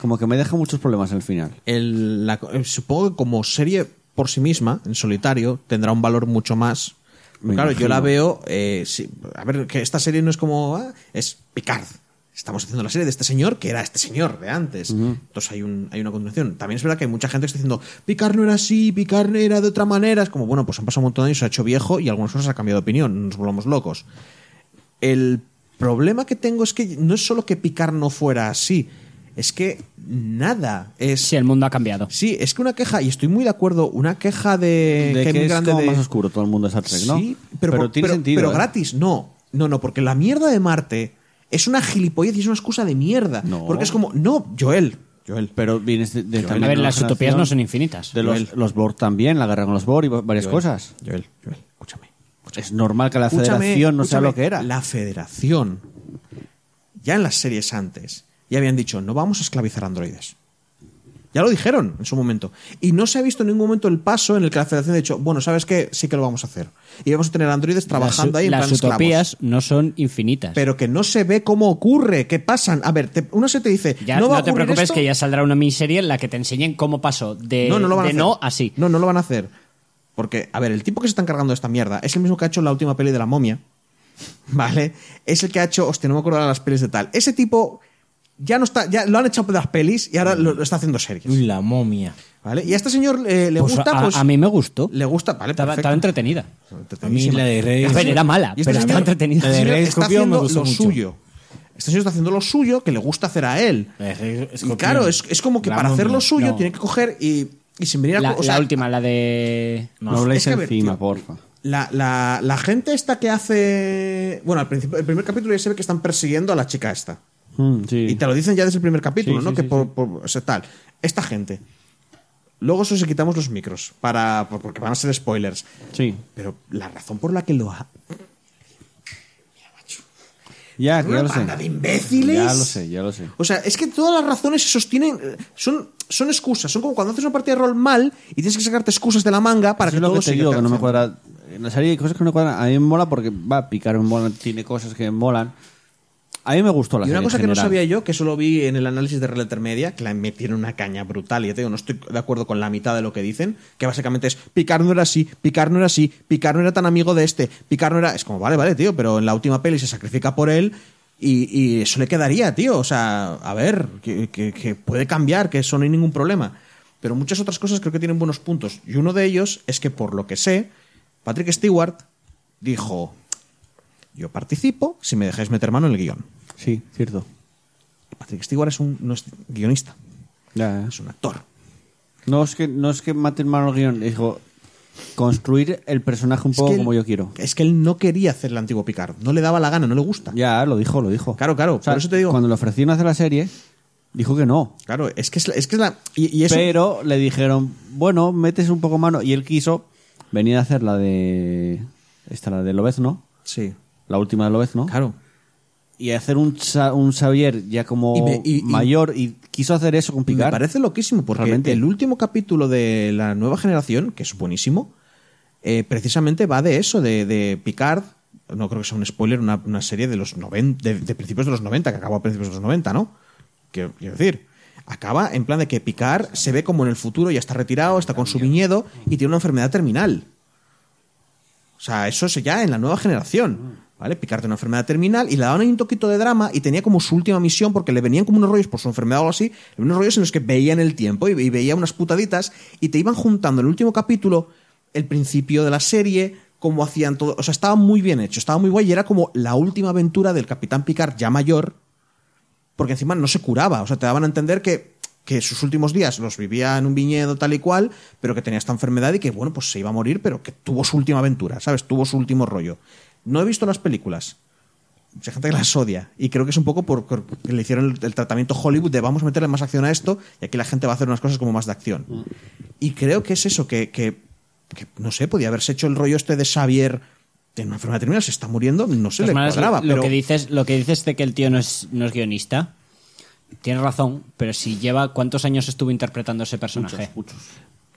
[SPEAKER 1] Como que me deja muchos problemas el final.
[SPEAKER 2] el- la- eh, supongo que como serie por sí misma, en solitario, tendrá un valor mucho más
[SPEAKER 1] Me
[SPEAKER 2] claro, yo
[SPEAKER 1] imagino.
[SPEAKER 2] la veo. eh, sí, a ver, que esta serie no es como. ah, es Picard. Estamos haciendo la serie de este señor que era este señor de antes. Entonces hay, un, hay una continuación. También es verdad que hay mucha gente que está diciendo Picard no era así, Picard era de otra manera. Es como, bueno, pues han pasado un montón de años, se ha hecho viejo y algunas cosas ha cambiado de opinión. no Nos volvamos locos. El problema que tengo es que no es solo que Picard no fuera así, es que nada es.
[SPEAKER 4] Sí, el mundo ha cambiado.
[SPEAKER 2] Sí, es que una queja, y estoy muy de acuerdo, una queja de,
[SPEAKER 1] de
[SPEAKER 2] hay
[SPEAKER 1] que,
[SPEAKER 2] muy
[SPEAKER 1] es
[SPEAKER 2] grande
[SPEAKER 1] como
[SPEAKER 2] de-
[SPEAKER 1] más oscuro todo el mundo de Star Trek, ¿no?
[SPEAKER 2] Sí, pero, por-
[SPEAKER 1] tiene
[SPEAKER 2] pero-
[SPEAKER 1] sentido.
[SPEAKER 2] pero
[SPEAKER 1] ¿eh?
[SPEAKER 2] gratis, no. No, no, porque la mierda de Marte es una gilipollez y es una excusa de mierda.
[SPEAKER 1] No.
[SPEAKER 2] Porque es como, no, Joel.
[SPEAKER 1] Joel, pero vienes de, de
[SPEAKER 4] A
[SPEAKER 1] también
[SPEAKER 4] ver,
[SPEAKER 1] una
[SPEAKER 4] las utopías no son
[SPEAKER 1] generación
[SPEAKER 4] infinitas.
[SPEAKER 1] De los, los Borg también, la guerra con los Borg y va- varias cosas.
[SPEAKER 2] Joel, Joel, escúchame.
[SPEAKER 1] Es normal que la
[SPEAKER 2] Escúchame,
[SPEAKER 1] federación no sea
[SPEAKER 2] escúchame,
[SPEAKER 1] lo que era.
[SPEAKER 2] La federación, ya en las series antes, ya habían dicho, no vamos a esclavizar androides. Ya lo dijeron en su momento. Y no se ha visto en ningún momento el paso en el que la federación ha dicho, bueno, ¿sabes qué? Sí que lo vamos a hacer. Y vamos a tener androides trabajando
[SPEAKER 4] las,
[SPEAKER 2] ahí en
[SPEAKER 4] las
[SPEAKER 2] plan esclavos.
[SPEAKER 4] utopías no son infinitas.
[SPEAKER 2] pero que no se ve cómo ocurre, qué pasan. A ver, te- uno se te dice,
[SPEAKER 4] Ya,
[SPEAKER 2] no
[SPEAKER 4] no,
[SPEAKER 2] va a
[SPEAKER 4] te
[SPEAKER 2] ocurrir
[SPEAKER 4] preocupes
[SPEAKER 2] esto.
[SPEAKER 4] que ya saldrá una miniserie en la que te enseñen cómo pasó de
[SPEAKER 2] no, no lo van
[SPEAKER 4] Eh, de
[SPEAKER 2] a hacer.
[SPEAKER 4] no a sí.
[SPEAKER 2] No, no lo van a hacer. Porque, a ver, el tipo que se está encargando de esta mierda es el mismo que ha hecho la última peli de la momia. ¿Vale? Es el que ha hecho, hostia, no me acuerdo ahora las pelis de tal. Ese tipo ya no está, ya lo han echado de las pelis y ahora lo, lo está haciendo series.
[SPEAKER 5] Uy, la momia.
[SPEAKER 2] ¿Vale? Y a este señor eh, le
[SPEAKER 4] Pues
[SPEAKER 2] gusta,
[SPEAKER 4] a,
[SPEAKER 2] pues.
[SPEAKER 4] a mí me gustó.
[SPEAKER 2] Le gusta, vale,
[SPEAKER 4] estaba,
[SPEAKER 2] perfecto.
[SPEAKER 4] estaba entretenida.
[SPEAKER 5] A mí la de Reyes.
[SPEAKER 4] A ver, era mala,
[SPEAKER 2] Y este
[SPEAKER 4] pero
[SPEAKER 2] señor-
[SPEAKER 4] estaba entretenida.
[SPEAKER 2] este
[SPEAKER 5] La de
[SPEAKER 2] señor
[SPEAKER 5] Rey
[SPEAKER 2] está
[SPEAKER 5] Escorpión me
[SPEAKER 2] haciendo
[SPEAKER 5] gustó
[SPEAKER 2] lo
[SPEAKER 5] mucho.
[SPEAKER 2] suyo. Este señor está haciendo lo suyo que le gusta hacer a él.
[SPEAKER 5] La de Rey
[SPEAKER 2] Y
[SPEAKER 5] Escorpión.
[SPEAKER 2] claro, es, es como que
[SPEAKER 5] La
[SPEAKER 2] para hacer
[SPEAKER 5] momia.
[SPEAKER 2] lo suyo
[SPEAKER 4] No.
[SPEAKER 2] tiene que coger y, y sin venir a.
[SPEAKER 4] La,
[SPEAKER 2] o sea,
[SPEAKER 4] la última, la de.
[SPEAKER 1] No,
[SPEAKER 2] no,
[SPEAKER 1] habléis
[SPEAKER 2] es que a ver,
[SPEAKER 1] encima,
[SPEAKER 2] tío.
[SPEAKER 1] porfa.
[SPEAKER 2] La, la- la gente esta que hace. Bueno, al principio, el primer capítulo ya se ve que están persiguiendo a la chica esta.
[SPEAKER 1] Mm, sí.
[SPEAKER 2] Y te lo dicen ya desde el primer capítulo,
[SPEAKER 1] Sí,
[SPEAKER 2] ¿no?
[SPEAKER 1] sí,
[SPEAKER 2] que
[SPEAKER 1] sí,
[SPEAKER 2] por, por- o sea, tal. Esta gente. Luego eso se quitamos los micros. Para, por- porque van a ser spoilers.
[SPEAKER 1] Sí.
[SPEAKER 2] Pero la razón por la que lo ha.
[SPEAKER 1] Ya, que
[SPEAKER 2] Una
[SPEAKER 1] ya lo sé.
[SPEAKER 2] banda de imbéciles.
[SPEAKER 1] Ya lo sé, ya lo sé.
[SPEAKER 2] O sea, es que todas las razones se sostienen. eh, Son, son excusas. Son como cuando haces una partida de rol mal y tienes que sacarte excusas de la manga para
[SPEAKER 1] Eso
[SPEAKER 2] que
[SPEAKER 1] es lo
[SPEAKER 2] todo
[SPEAKER 1] que te
[SPEAKER 2] siga
[SPEAKER 1] digo, que no me
[SPEAKER 2] avanzando.
[SPEAKER 1] cuadra. En la serie hay cosas que no me cuadran. A mí me mola porque va a picar, me mola, tiene cosas que me molan. A mí me gustó la
[SPEAKER 2] Y
[SPEAKER 1] serie.
[SPEAKER 2] una cosa
[SPEAKER 1] en
[SPEAKER 2] que no
[SPEAKER 1] general.
[SPEAKER 2] sabía yo, que solo vi en el análisis de Red Letter Media, que la metieron una caña brutal, y ya te digo, no estoy de acuerdo con la mitad de lo que dicen, que básicamente es Picard no era así, Picard no era así, Picard no era tan amigo de este, Picard no era. Es como, vale, vale, tío, pero en la última peli se sacrifica por él. Y, y eso le quedaría, tío. O sea, a ver, que, que- que puede cambiar, que eso no hay ningún problema. Pero muchas otras cosas creo que tienen buenos puntos. Y uno de ellos es que, por lo que sé, Patrick Stewart dijo: Yo participo si me dejáis meter mano en el guión.
[SPEAKER 1] Sí, cierto.
[SPEAKER 2] Patrick Stewart es un, no es guionista,
[SPEAKER 1] Ya,
[SPEAKER 2] es un actor.
[SPEAKER 1] No es que, no es que maten mal el guión, dijo construir el personaje un
[SPEAKER 2] Es
[SPEAKER 1] poco
[SPEAKER 2] que él-
[SPEAKER 1] como yo quiero.
[SPEAKER 2] Es que él no quería hacer el antiguo Picard, no le daba la gana, no le gusta.
[SPEAKER 1] Ya, lo dijo, lo dijo.
[SPEAKER 2] Claro, claro,
[SPEAKER 1] O sea,
[SPEAKER 2] por eso te digo.
[SPEAKER 1] Cuando le ofrecieron hacer la serie, dijo que no.
[SPEAKER 2] Claro, es que es la. Es que es la y, y eso,
[SPEAKER 1] Pero le dijeron, bueno, metes un poco mano. Y él quiso venir a hacer la de. Esta, la de Lobezno.
[SPEAKER 2] sí,
[SPEAKER 1] La última de Lobezno.
[SPEAKER 2] claro.
[SPEAKER 1] Y hacer un, Sa- un Xavier ya como
[SPEAKER 2] Y me- y- y-
[SPEAKER 1] mayor. Y quiso hacer eso con
[SPEAKER 2] Y
[SPEAKER 1] Picard.
[SPEAKER 2] Me parece loquísimo, porque
[SPEAKER 1] Realmente.
[SPEAKER 2] el último capítulo de la nueva generación, que es buenísimo, eh, precisamente va de eso, de, de Picard. No creo que sea un spoiler, una, una serie de los 90, de, de principios de los 90, que acabó a principios de los 90, ¿no? Quiero, quiero decir, acaba en plan de que Picard se ve como en el futuro, ya está retirado, está con su viñedo y tiene una enfermedad terminal. O sea, eso se ya en la nueva generación. ¿Vale? Picard tiene una enfermedad terminal y le daban ahí un toquito de drama y tenía como su última misión porque le venían como unos rollos por su enfermedad o algo así, unos rollos en los que veían el tiempo y, y veía unas putaditas y te iban juntando en el último capítulo el principio de la serie, cómo hacían todo. O sea, estaba muy bien hecho, estaba muy guay y era como la última aventura del Capitán Picard ya mayor porque encima no se curaba. O sea, te daban a entender que, que sus últimos días los vivía en un viñedo tal y cual, pero que tenía esta enfermedad y que, bueno, pues se iba a morir, pero que tuvo su última aventura, ¿sabes? Tuvo su último rollo. No he visto las películas. Mucha gente que las odia. Y creo que es un poco por- por- porque le hicieron el, el tratamiento Hollywood de vamos a meterle más acción a esto y aquí la gente va a hacer unas cosas como más de acción. Y creo que es eso, que, que- que, no sé, podía haberse hecho el rollo este de Xavier de una enfermedad terminal, se está muriendo, no se
[SPEAKER 4] De
[SPEAKER 2] le
[SPEAKER 4] todas maneras,
[SPEAKER 2] cuadraba.
[SPEAKER 4] lo, lo
[SPEAKER 2] pero...
[SPEAKER 4] que dices, lo que dices de que el tío no es, no es guionista, tienes razón, pero si lleva cuántos años estuvo interpretando ese personaje.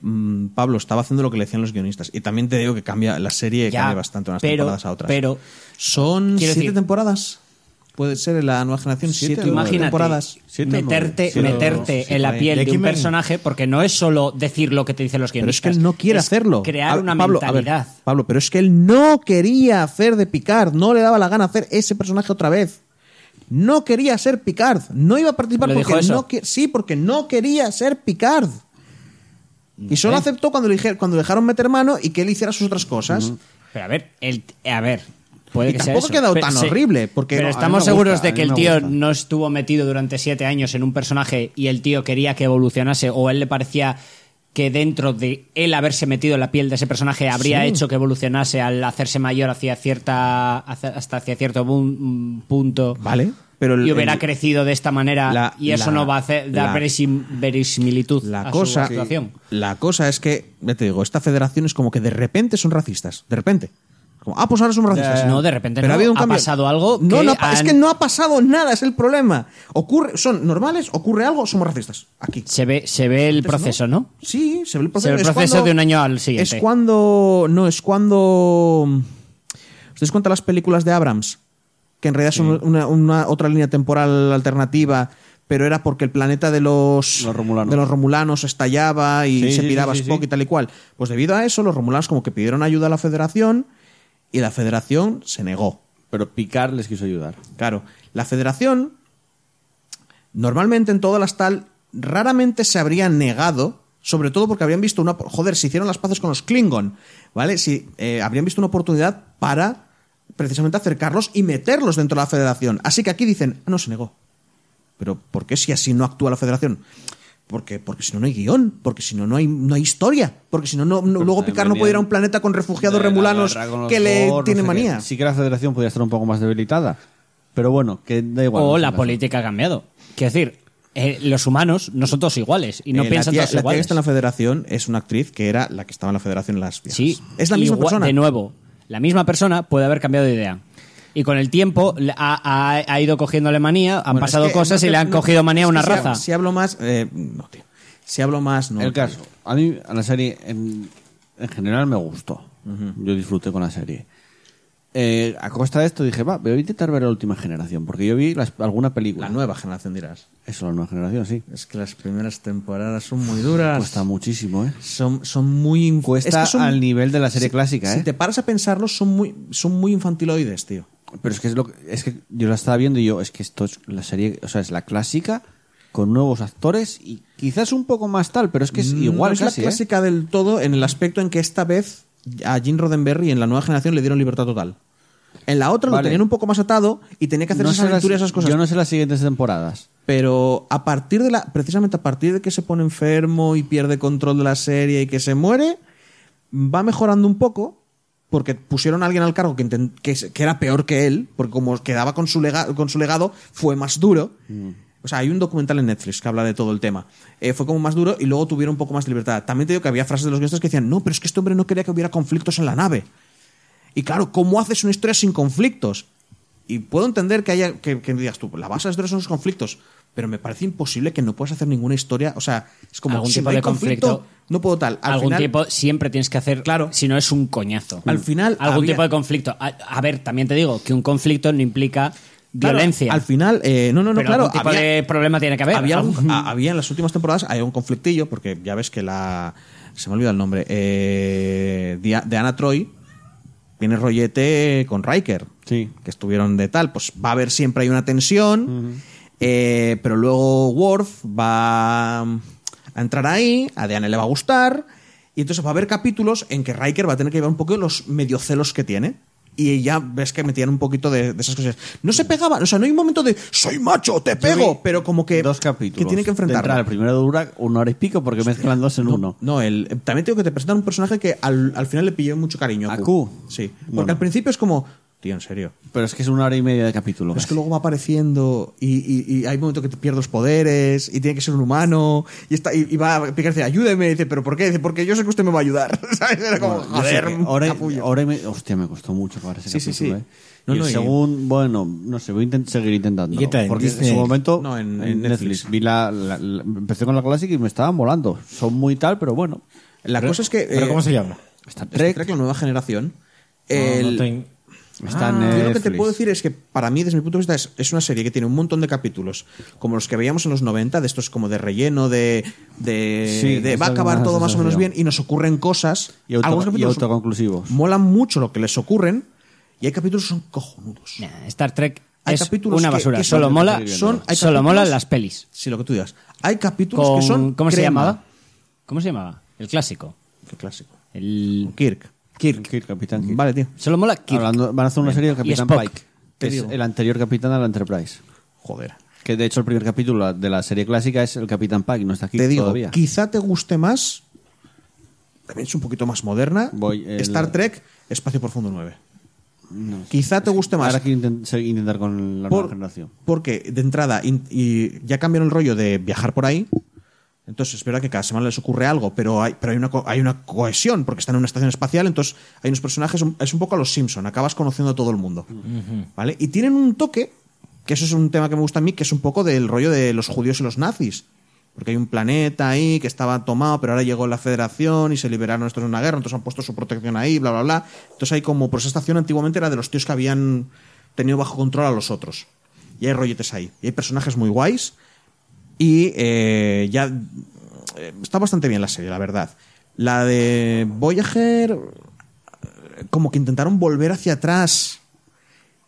[SPEAKER 2] Mm, Pablo estaba haciendo lo que le decían los guionistas. Y también te digo que cambia la serie
[SPEAKER 4] Ya,
[SPEAKER 2] cambia bastante unas
[SPEAKER 4] pero-
[SPEAKER 2] temporadas a otras.
[SPEAKER 4] pero-
[SPEAKER 2] son
[SPEAKER 4] quiero
[SPEAKER 2] siete
[SPEAKER 4] decir-
[SPEAKER 2] temporadas. puede ser en la nueva generación siete,
[SPEAKER 4] Tú
[SPEAKER 2] o nueve
[SPEAKER 4] imagínate
[SPEAKER 2] temporadas.
[SPEAKER 4] meterte,
[SPEAKER 2] Siete o nueve.
[SPEAKER 4] meterte
[SPEAKER 2] Siete
[SPEAKER 4] en la
[SPEAKER 2] años.
[SPEAKER 4] piel
[SPEAKER 2] ¿Y
[SPEAKER 4] de un
[SPEAKER 2] X-Men?
[SPEAKER 4] personaje, porque no es solo decir lo que te dicen los
[SPEAKER 2] Pero es
[SPEAKER 4] guionistas.
[SPEAKER 2] que él no quiere
[SPEAKER 4] es
[SPEAKER 2] hacerlo.
[SPEAKER 4] Crear
[SPEAKER 2] A-
[SPEAKER 4] una
[SPEAKER 2] Ah, Pablo, a ver,
[SPEAKER 4] mentalidad.
[SPEAKER 2] Pablo, pero es que él no quería hacer de Picard. No le daba la gana hacer ese personaje otra vez. No quería ser Picard. No iba a participar
[SPEAKER 4] ¿Lo
[SPEAKER 2] porque
[SPEAKER 4] dijo eso?
[SPEAKER 2] no que- sí, porque no quería ser Picard. Y solo aceptó cuando le, dije- cuando le dejaron meter mano y que él hiciera sus otras cosas.
[SPEAKER 4] Pero a ver, el, a ver. Puede
[SPEAKER 2] Y
[SPEAKER 4] que sea
[SPEAKER 2] tampoco
[SPEAKER 4] eso.
[SPEAKER 2] ha quedado
[SPEAKER 4] Pero
[SPEAKER 2] tan
[SPEAKER 4] sí.
[SPEAKER 2] horrible, porque-
[SPEAKER 4] pero
[SPEAKER 2] no, a mí
[SPEAKER 4] estamos
[SPEAKER 2] me gusta,
[SPEAKER 4] seguros
[SPEAKER 2] a
[SPEAKER 4] de
[SPEAKER 2] mí
[SPEAKER 4] que el
[SPEAKER 2] me
[SPEAKER 4] tío
[SPEAKER 2] gusta.
[SPEAKER 4] no estuvo metido durante siete años en un personaje y el tío quería que evolucionase o a él le parecía que dentro de él haberse metido en la piel de ese personaje habría hecho que evolucionase al hacerse mayor hacia cierta hacia- hasta hacia cierto bun- punto
[SPEAKER 2] Vale, pero el-
[SPEAKER 4] y hubiera
[SPEAKER 2] el-
[SPEAKER 4] crecido de esta manera
[SPEAKER 2] La-
[SPEAKER 4] y eso
[SPEAKER 2] la-
[SPEAKER 4] no va a hacer dar
[SPEAKER 2] la-
[SPEAKER 4] verisim- verisimilitud a
[SPEAKER 2] La
[SPEAKER 4] su
[SPEAKER 2] cosa,
[SPEAKER 4] actuación.
[SPEAKER 2] la cosa es que, ya te digo, esta federación es como que de repente son racistas. De repente. Como, ah, pues ahora somos racistas.
[SPEAKER 4] No, de repente
[SPEAKER 2] Pero
[SPEAKER 4] no.
[SPEAKER 2] ha habido un
[SPEAKER 4] Ha
[SPEAKER 2] cambio.
[SPEAKER 4] pasado algo
[SPEAKER 2] No,
[SPEAKER 4] que
[SPEAKER 2] no ha pa- es
[SPEAKER 4] han-
[SPEAKER 2] que no ha pasado nada, es el problema. Ocurre, son normales, ocurre algo, somos racistas. Aquí.
[SPEAKER 4] se ve se ve el
[SPEAKER 2] Antes,
[SPEAKER 4] proceso no
[SPEAKER 2] Sí, se ve el proceso.
[SPEAKER 4] Se ve el
[SPEAKER 2] Es
[SPEAKER 4] proceso
[SPEAKER 2] cuando-
[SPEAKER 4] de un año al siguiente.
[SPEAKER 2] Es cuando. No, es cuando. ¿Ustedes cuentan las películas de Abrams? Que en realidad son una, una- otra línea temporal alternativa, pero era porque el planeta de los,
[SPEAKER 1] Los romulanos.
[SPEAKER 2] de los romulanos estallaba y
[SPEAKER 1] Sí,
[SPEAKER 2] se
[SPEAKER 1] sí,
[SPEAKER 2] piraba
[SPEAKER 1] sí, sí,
[SPEAKER 2] Spock
[SPEAKER 1] sí.
[SPEAKER 2] y tal y cual. Pues debido a eso, los romulanos como que pidieron ayuda a la Federación y la Federación se negó.
[SPEAKER 1] Pero Picard les quiso ayudar.
[SPEAKER 2] Claro, la federación normalmente en todas las tal raramente se habría negado, sobre todo porque habrían visto una... Joder, se hicieron las paces con los Klingon, ¿vale? Si, eh, habrían visto una oportunidad para precisamente acercarlos y meterlos dentro de la federación. Así que aquí dicen, "Ah, no se negó. Pero ¿por qué si así no actúa la federación? Porque, porque si no, no hay guión, porque si no, no hay, no hay historia, porque si no, no, no- luego Picard no puede ir a un planeta con refugiados
[SPEAKER 1] Pues de la
[SPEAKER 2] remulanos
[SPEAKER 1] guerra con los
[SPEAKER 2] que le
[SPEAKER 1] Borg, no
[SPEAKER 2] tiene
[SPEAKER 1] sé qué.
[SPEAKER 2] manía.
[SPEAKER 1] Sí que la federación podría estar un poco más debilitada. Pero bueno, que da igual.
[SPEAKER 4] o
[SPEAKER 1] no sé
[SPEAKER 4] la
[SPEAKER 1] qué
[SPEAKER 4] política ha cambiado. Quiero decir, eh, los humanos no son todos iguales y no
[SPEAKER 2] Eh,
[SPEAKER 4] piensan
[SPEAKER 2] la tía,
[SPEAKER 4] todos
[SPEAKER 2] la tía que
[SPEAKER 4] iguales.
[SPEAKER 2] está en la federación es una actriz que era la que estaba en la federación en las viejas.
[SPEAKER 4] sí,
[SPEAKER 2] Es la misma
[SPEAKER 4] igual-
[SPEAKER 2] persona.
[SPEAKER 4] De nuevo, la misma persona puede haber cambiado de idea. Y con el tiempo la- ha, ha- ha ido cogiéndole manía, han
[SPEAKER 2] Bueno,
[SPEAKER 4] pasado
[SPEAKER 2] es que-
[SPEAKER 4] cosas
[SPEAKER 2] no
[SPEAKER 4] y
[SPEAKER 2] te-
[SPEAKER 4] le han
[SPEAKER 2] no-
[SPEAKER 4] haber cogido manía a
[SPEAKER 2] es
[SPEAKER 4] una
[SPEAKER 2] que si ha-
[SPEAKER 4] raza.
[SPEAKER 2] Si hablo más. eh, no, tío. Si hablo más, no.
[SPEAKER 1] El caso, a mí a la serie en, en general me gustó. Yo disfruté con la serie. Eh, a costa de esto dije, va, voy a intentar ver la última generación, porque yo vi las- alguna película.
[SPEAKER 2] La nueva generación dirás.
[SPEAKER 1] Eso, la nueva generación, sí.
[SPEAKER 2] Es que las primeras temporadas son muy duras.
[SPEAKER 4] Pues
[SPEAKER 1] Cuesta muchísimo, ¿eh?
[SPEAKER 2] Son, son muy. inf-
[SPEAKER 1] Cuesta
[SPEAKER 2] son-
[SPEAKER 1] al nivel de la serie
[SPEAKER 2] si-
[SPEAKER 1] clásica,
[SPEAKER 2] Si
[SPEAKER 1] ¿eh?
[SPEAKER 2] te paras a pensarlo, son muy, son muy infantiloides, tío.
[SPEAKER 1] Pero es que, es, lo que- es que yo la estaba viendo y yo, es que esto es la serie, o sea, es la clásica con nuevos actores y quizás un poco más tal, pero es que es igual
[SPEAKER 2] Mm, no es
[SPEAKER 1] casi,
[SPEAKER 2] la
[SPEAKER 1] ¿eh?
[SPEAKER 2] clásica del todo en el aspecto en que esta vez a Jim Roddenberry en la nueva generación le dieron libertad total. En la otra lo
[SPEAKER 1] Vale.
[SPEAKER 2] tenían un poco más atado y tenía que hacer
[SPEAKER 1] No sé
[SPEAKER 2] esas
[SPEAKER 1] las-
[SPEAKER 2] aventuras, esas cosas.
[SPEAKER 1] Yo no sé las siguientes temporadas.
[SPEAKER 2] Pero a partir de la, precisamente a partir de que se pone enfermo y pierde control de la serie y que se muere, va mejorando un poco porque pusieron a alguien al cargo que, inten- que, se- que era peor que él, porque como quedaba con su, lega- con su legado, fue más duro.
[SPEAKER 4] Mm.
[SPEAKER 2] O sea, hay un documental en Netflix que habla de todo el tema. Eh, fue como más duro y luego tuvieron un poco más de libertad. También te digo que había frases de los guionistas que decían, no, pero es que este hombre no quería que hubiera conflictos en la nave. Y claro, ¿cómo haces una historia sin conflictos? Y puedo entender que haya que, que digas tú, la base de la historia son los conflictos, pero me parece imposible que no puedas hacer ninguna historia. O sea, es como
[SPEAKER 4] Algún
[SPEAKER 2] si
[SPEAKER 4] tipo
[SPEAKER 2] no hay
[SPEAKER 4] de conflicto,
[SPEAKER 2] no puedo tal. Al
[SPEAKER 4] algún
[SPEAKER 2] final,
[SPEAKER 4] tipo siempre tienes que hacer
[SPEAKER 2] Claro.
[SPEAKER 4] si no es un coñazo Mm.
[SPEAKER 2] Al final
[SPEAKER 4] algún
[SPEAKER 2] había-
[SPEAKER 4] tipo de conflicto a, a ver también te digo que un conflicto no implica
[SPEAKER 2] claro,
[SPEAKER 4] violencia
[SPEAKER 2] Al final, eh, no, no, no,
[SPEAKER 4] pero
[SPEAKER 2] claro.
[SPEAKER 4] algún tipo
[SPEAKER 2] había-
[SPEAKER 4] de problema tiene que haber
[SPEAKER 2] había, algún-
[SPEAKER 4] algún-
[SPEAKER 2] a- había en las últimas temporadas hay un conflictillo porque ya ves que la se me olvida el nombre eh, Dia- de Ana Troy tiene rollete con Riker
[SPEAKER 1] Sí.
[SPEAKER 2] que estuvieron de tal pues va a haber siempre hay una tensión eh, pero luego Worf va a entrar ahí a Deanne le va a gustar y entonces va a haber capítulos en que Riker va a tener que llevar un poco los medio celos que tiene y ya ves que metían un poquito de, de esas cosas. No se pegaban, o sea, no hay un momento de soy macho, te pego, pero como que
[SPEAKER 1] dos capítulos
[SPEAKER 2] que tienen que enfrentar
[SPEAKER 1] el primero dura una hora y pico porque mezclan dos en uno
[SPEAKER 2] no, el, eh, también tengo que te presentan un personaje que al, al final le pillé mucho cariño.
[SPEAKER 1] ¿A Q?
[SPEAKER 2] Sí. Porque
[SPEAKER 1] Bueno.
[SPEAKER 2] al principio es como, tío, en serio.
[SPEAKER 1] pero es que es una hora y media de capítulo
[SPEAKER 2] Pero es
[SPEAKER 1] casi.
[SPEAKER 2] que luego va apareciendo y, y- y hay un momento que te pierdes los poderes y tiene que ser un humano y, está, y, y va a picar y dice, ayúdeme. Y dice, ¿pero por qué? Dice, porque yo sé que usted me va a ayudar. ¿Sabes? Era como,
[SPEAKER 1] Bueno, yo
[SPEAKER 2] joder,
[SPEAKER 1] sé que hora, y-
[SPEAKER 2] capullo.
[SPEAKER 1] hora y media hostia me costó mucho acabar ese
[SPEAKER 2] Sí, sí,
[SPEAKER 1] capítulo
[SPEAKER 2] sí.
[SPEAKER 1] ¿eh?
[SPEAKER 2] No,
[SPEAKER 1] y
[SPEAKER 2] no,
[SPEAKER 1] el
[SPEAKER 2] y-
[SPEAKER 1] segun- bueno no sé voy a intent- seguir intentando
[SPEAKER 5] ¿Y qué tal, en
[SPEAKER 1] porque en
[SPEAKER 5] Disney?
[SPEAKER 1] su momento
[SPEAKER 2] No, en- en Netflix.
[SPEAKER 1] vi la, la- la- empecé con la clásica y me estaban volando son muy tal pero bueno
[SPEAKER 2] La cosa es que...
[SPEAKER 5] ¿Pero
[SPEAKER 2] eh,
[SPEAKER 5] cómo se llama?
[SPEAKER 1] Star
[SPEAKER 2] Star
[SPEAKER 1] Trek
[SPEAKER 2] Trek, la nueva generación.
[SPEAKER 5] No, no
[SPEAKER 2] el-
[SPEAKER 5] te-
[SPEAKER 1] Está en
[SPEAKER 2] Ah, Yo lo que te
[SPEAKER 1] Netflix.
[SPEAKER 2] puedo decir es que para mí, desde mi punto de vista, es, es una serie que tiene un montón de capítulos, como los que veíamos en los 90, de estos como de relleno, de, de,
[SPEAKER 1] Sí,
[SPEAKER 2] de
[SPEAKER 1] es
[SPEAKER 2] va a
[SPEAKER 1] lo que me
[SPEAKER 2] acabar
[SPEAKER 1] da la
[SPEAKER 2] todo más o menos
[SPEAKER 1] sensación.
[SPEAKER 2] bien y nos ocurren cosas.
[SPEAKER 1] Y, auto-
[SPEAKER 2] Algunos
[SPEAKER 1] y
[SPEAKER 2] capítulos
[SPEAKER 1] autoconclusivos.
[SPEAKER 2] molan mucho lo que les ocurren y hay capítulos que son cojonudos.
[SPEAKER 4] Nah, Star Trek
[SPEAKER 2] Hay
[SPEAKER 4] es
[SPEAKER 2] capítulos
[SPEAKER 4] una
[SPEAKER 2] que-
[SPEAKER 4] basura.
[SPEAKER 2] que son-
[SPEAKER 4] solo mola,
[SPEAKER 2] son- hay
[SPEAKER 4] solo
[SPEAKER 2] capítulos-
[SPEAKER 4] molan las pelis.
[SPEAKER 2] Sí, lo que tú digas. Hay capítulos
[SPEAKER 4] Con-
[SPEAKER 2] que son
[SPEAKER 4] ¿Cómo se
[SPEAKER 2] crema.
[SPEAKER 4] llamaba? ¿Cómo se llamaba? El clásico.
[SPEAKER 2] Qué clásico.
[SPEAKER 4] El
[SPEAKER 2] Kirk.
[SPEAKER 1] Kirk. Capitán Kirk.
[SPEAKER 2] Vale, tío.
[SPEAKER 4] Solo mola Kirk.
[SPEAKER 1] Hablando- van a hacer una serie del
[SPEAKER 4] Y
[SPEAKER 1] Capitán
[SPEAKER 4] Spock.
[SPEAKER 1] Pike, que
[SPEAKER 2] Te
[SPEAKER 1] es
[SPEAKER 2] digo.
[SPEAKER 1] el anterior capitán de la Enterprise.
[SPEAKER 2] Joder.
[SPEAKER 1] Que de hecho el primer capítulo de la serie clásica es el Capitán Pike, no está aquí
[SPEAKER 2] te digo,
[SPEAKER 1] todavía.
[SPEAKER 2] quizá te guste más. También es un poquito más moderna.
[SPEAKER 1] Voy, el-
[SPEAKER 2] Star Trek, Espacio Profundo 9. quizá te guste más.
[SPEAKER 1] Ahora quiero inten- se- intentar con la
[SPEAKER 2] Por-
[SPEAKER 1] nueva generación.
[SPEAKER 2] porque de entrada in- y ya cambiaron el rollo de viajar por ahí. Entonces es verdad que cada semana les ocurre algo, pero hay, pero hay, una, co- hay una cohesión, porque están en una estación espacial, entonces hay unos personajes, un- es un poco a los Simpson, acabas conociendo a todo el mundo. ¿Vale? Y tienen un toque, que eso es un tema que me gusta a mí, que es un poco del rollo de los judíos y los nazis. Porque hay un planeta ahí que estaba tomado, pero ahora llegó la Federación y se liberaron estos de una guerra, entonces han puesto su protección ahí, bla, bla, bla. Entonces hay como, pues esa estación antiguamente era de los tíos que habían tenido bajo control a los otros. Y hay rolletes ahí. Y hay personajes muy guays. Y eh, ya. eh, está bastante bien la serie, la verdad. La de Voyager. eh, Como que intentaron volver hacia atrás.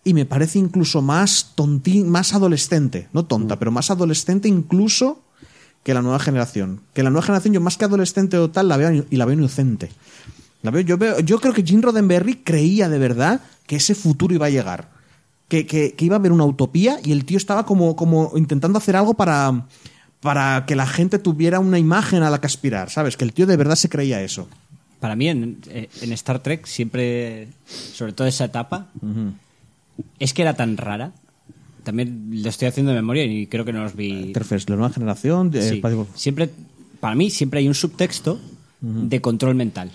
[SPEAKER 2] Y me parece incluso más tontín, más adolescente. No tonta, pero más adolescente incluso que la nueva generación. Que la nueva generación, yo más que adolescente o tal, la veo y la veo inocente. La veo- yo, veo, yo creo que Jim Roddenberry creía de verdad que ese futuro iba a llegar. Que, que- que iba a haber una utopía y el tío estaba como, como intentando hacer algo para, para que la gente tuviera una imagen a la que aspirar, ¿sabes? Que el tío de verdad se creía eso.
[SPEAKER 4] Para mí, en, eh, en Star Trek, siempre, sobre todo esa etapa, es que era tan rara. También lo estoy haciendo de memoria y creo que no los vi.
[SPEAKER 2] Interface, la nueva generación. de- eh,
[SPEAKER 4] Sí.
[SPEAKER 2] espacio-
[SPEAKER 4] Siempre, para mí, siempre hay un subtexto de control mental.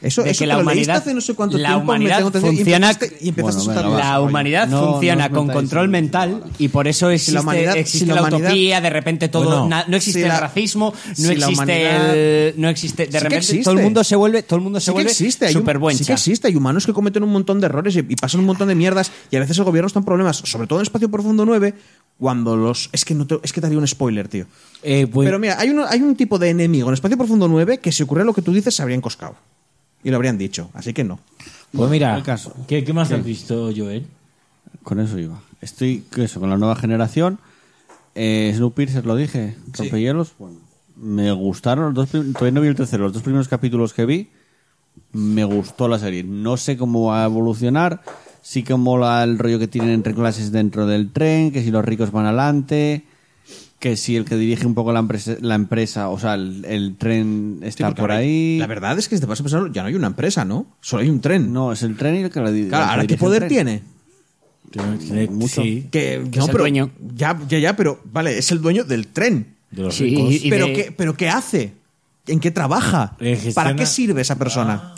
[SPEAKER 2] Eso,
[SPEAKER 4] De
[SPEAKER 2] eso
[SPEAKER 4] que
[SPEAKER 2] te
[SPEAKER 4] la
[SPEAKER 2] lo leíste
[SPEAKER 4] humanidad,
[SPEAKER 2] hace no sé cuánto
[SPEAKER 4] la
[SPEAKER 2] tiempo, me
[SPEAKER 4] humanidad
[SPEAKER 2] tengo entendido, y
[SPEAKER 4] funciona-
[SPEAKER 2] empezaste- y empezaste a
[SPEAKER 1] Bueno, venga,
[SPEAKER 2] soltar-
[SPEAKER 1] va.
[SPEAKER 4] La
[SPEAKER 1] Oye,
[SPEAKER 4] humanidad
[SPEAKER 1] no- no
[SPEAKER 4] funciona
[SPEAKER 1] os
[SPEAKER 4] con
[SPEAKER 1] metáis
[SPEAKER 4] control
[SPEAKER 1] en-
[SPEAKER 4] mental y por eso existe
[SPEAKER 2] la
[SPEAKER 4] la,
[SPEAKER 2] humanidad-
[SPEAKER 4] existe
[SPEAKER 2] si la
[SPEAKER 4] la
[SPEAKER 2] humanidad-
[SPEAKER 4] utopía, de repente todo,
[SPEAKER 2] Bueno,
[SPEAKER 4] na- no existe
[SPEAKER 2] si la-
[SPEAKER 4] el racismo, no
[SPEAKER 2] si la
[SPEAKER 4] existe
[SPEAKER 2] humanidad-
[SPEAKER 4] el- no existe,
[SPEAKER 2] Sí que
[SPEAKER 4] de repente
[SPEAKER 2] existe.
[SPEAKER 4] todo el mundo se vuelve, todo el mundo se
[SPEAKER 2] Sí que
[SPEAKER 4] vuelve
[SPEAKER 2] existe, hay hum-
[SPEAKER 4] súper
[SPEAKER 2] Sí que existe, hay humanos que cometen un montón de errores y, y pasan un montón de mierdas y a veces el gobierno está en problemas, sobre todo en Espacio Profundo 9, cuando los... Es que, no te, es que te haría un spoiler, tío.
[SPEAKER 5] Eh, pues,
[SPEAKER 2] Pero mira, hay, uno- hay un tipo de enemigo en Espacio Profundo 9 que si ocurre lo que tú dices se habrían coscado. Y lo habrían dicho, así que no.
[SPEAKER 5] pues mira,
[SPEAKER 1] el caso.
[SPEAKER 5] ¿qué, qué más has visto, Joel?
[SPEAKER 1] Con eso iba. Estoy que eso, con la nueva generación. Eh, Snowpiercer, lo dije. Rompehielos. Bueno, me gustaron los dos prim- Todavía no vi el tercero. Los dos primeros capítulos que vi, me gustó la serie. No sé cómo va a evolucionar. Sí que mola el rollo que tienen entre clases dentro del tren, que si los ricos van adelante, que si el que dirige un poco la empresa, la empresa o sea, el, el tren está
[SPEAKER 2] Porque
[SPEAKER 1] por
[SPEAKER 2] ahora-
[SPEAKER 1] ahí.
[SPEAKER 2] La verdad es que si te vas a pensarlo, ya no hay una empresa, ¿no? Solo hay un tren.
[SPEAKER 1] No, es el tren y el que la di-
[SPEAKER 2] Claro,
[SPEAKER 1] el que
[SPEAKER 2] ¿ahora qué
[SPEAKER 1] dirige el
[SPEAKER 2] poder
[SPEAKER 1] tren.
[SPEAKER 2] tiene?
[SPEAKER 1] mucho.
[SPEAKER 5] Sí,
[SPEAKER 2] Que,
[SPEAKER 4] es el dueño.
[SPEAKER 2] Ya, ya, ya, pero vale, es el dueño del tren.
[SPEAKER 5] de los
[SPEAKER 4] Sí,
[SPEAKER 5] ricos.
[SPEAKER 4] y-
[SPEAKER 2] pero,
[SPEAKER 4] de-
[SPEAKER 2] ¿qué, ¿Pero qué hace? ¿En qué trabaja?
[SPEAKER 5] Eh, gestiona-
[SPEAKER 2] ¿Para qué sirve esa persona?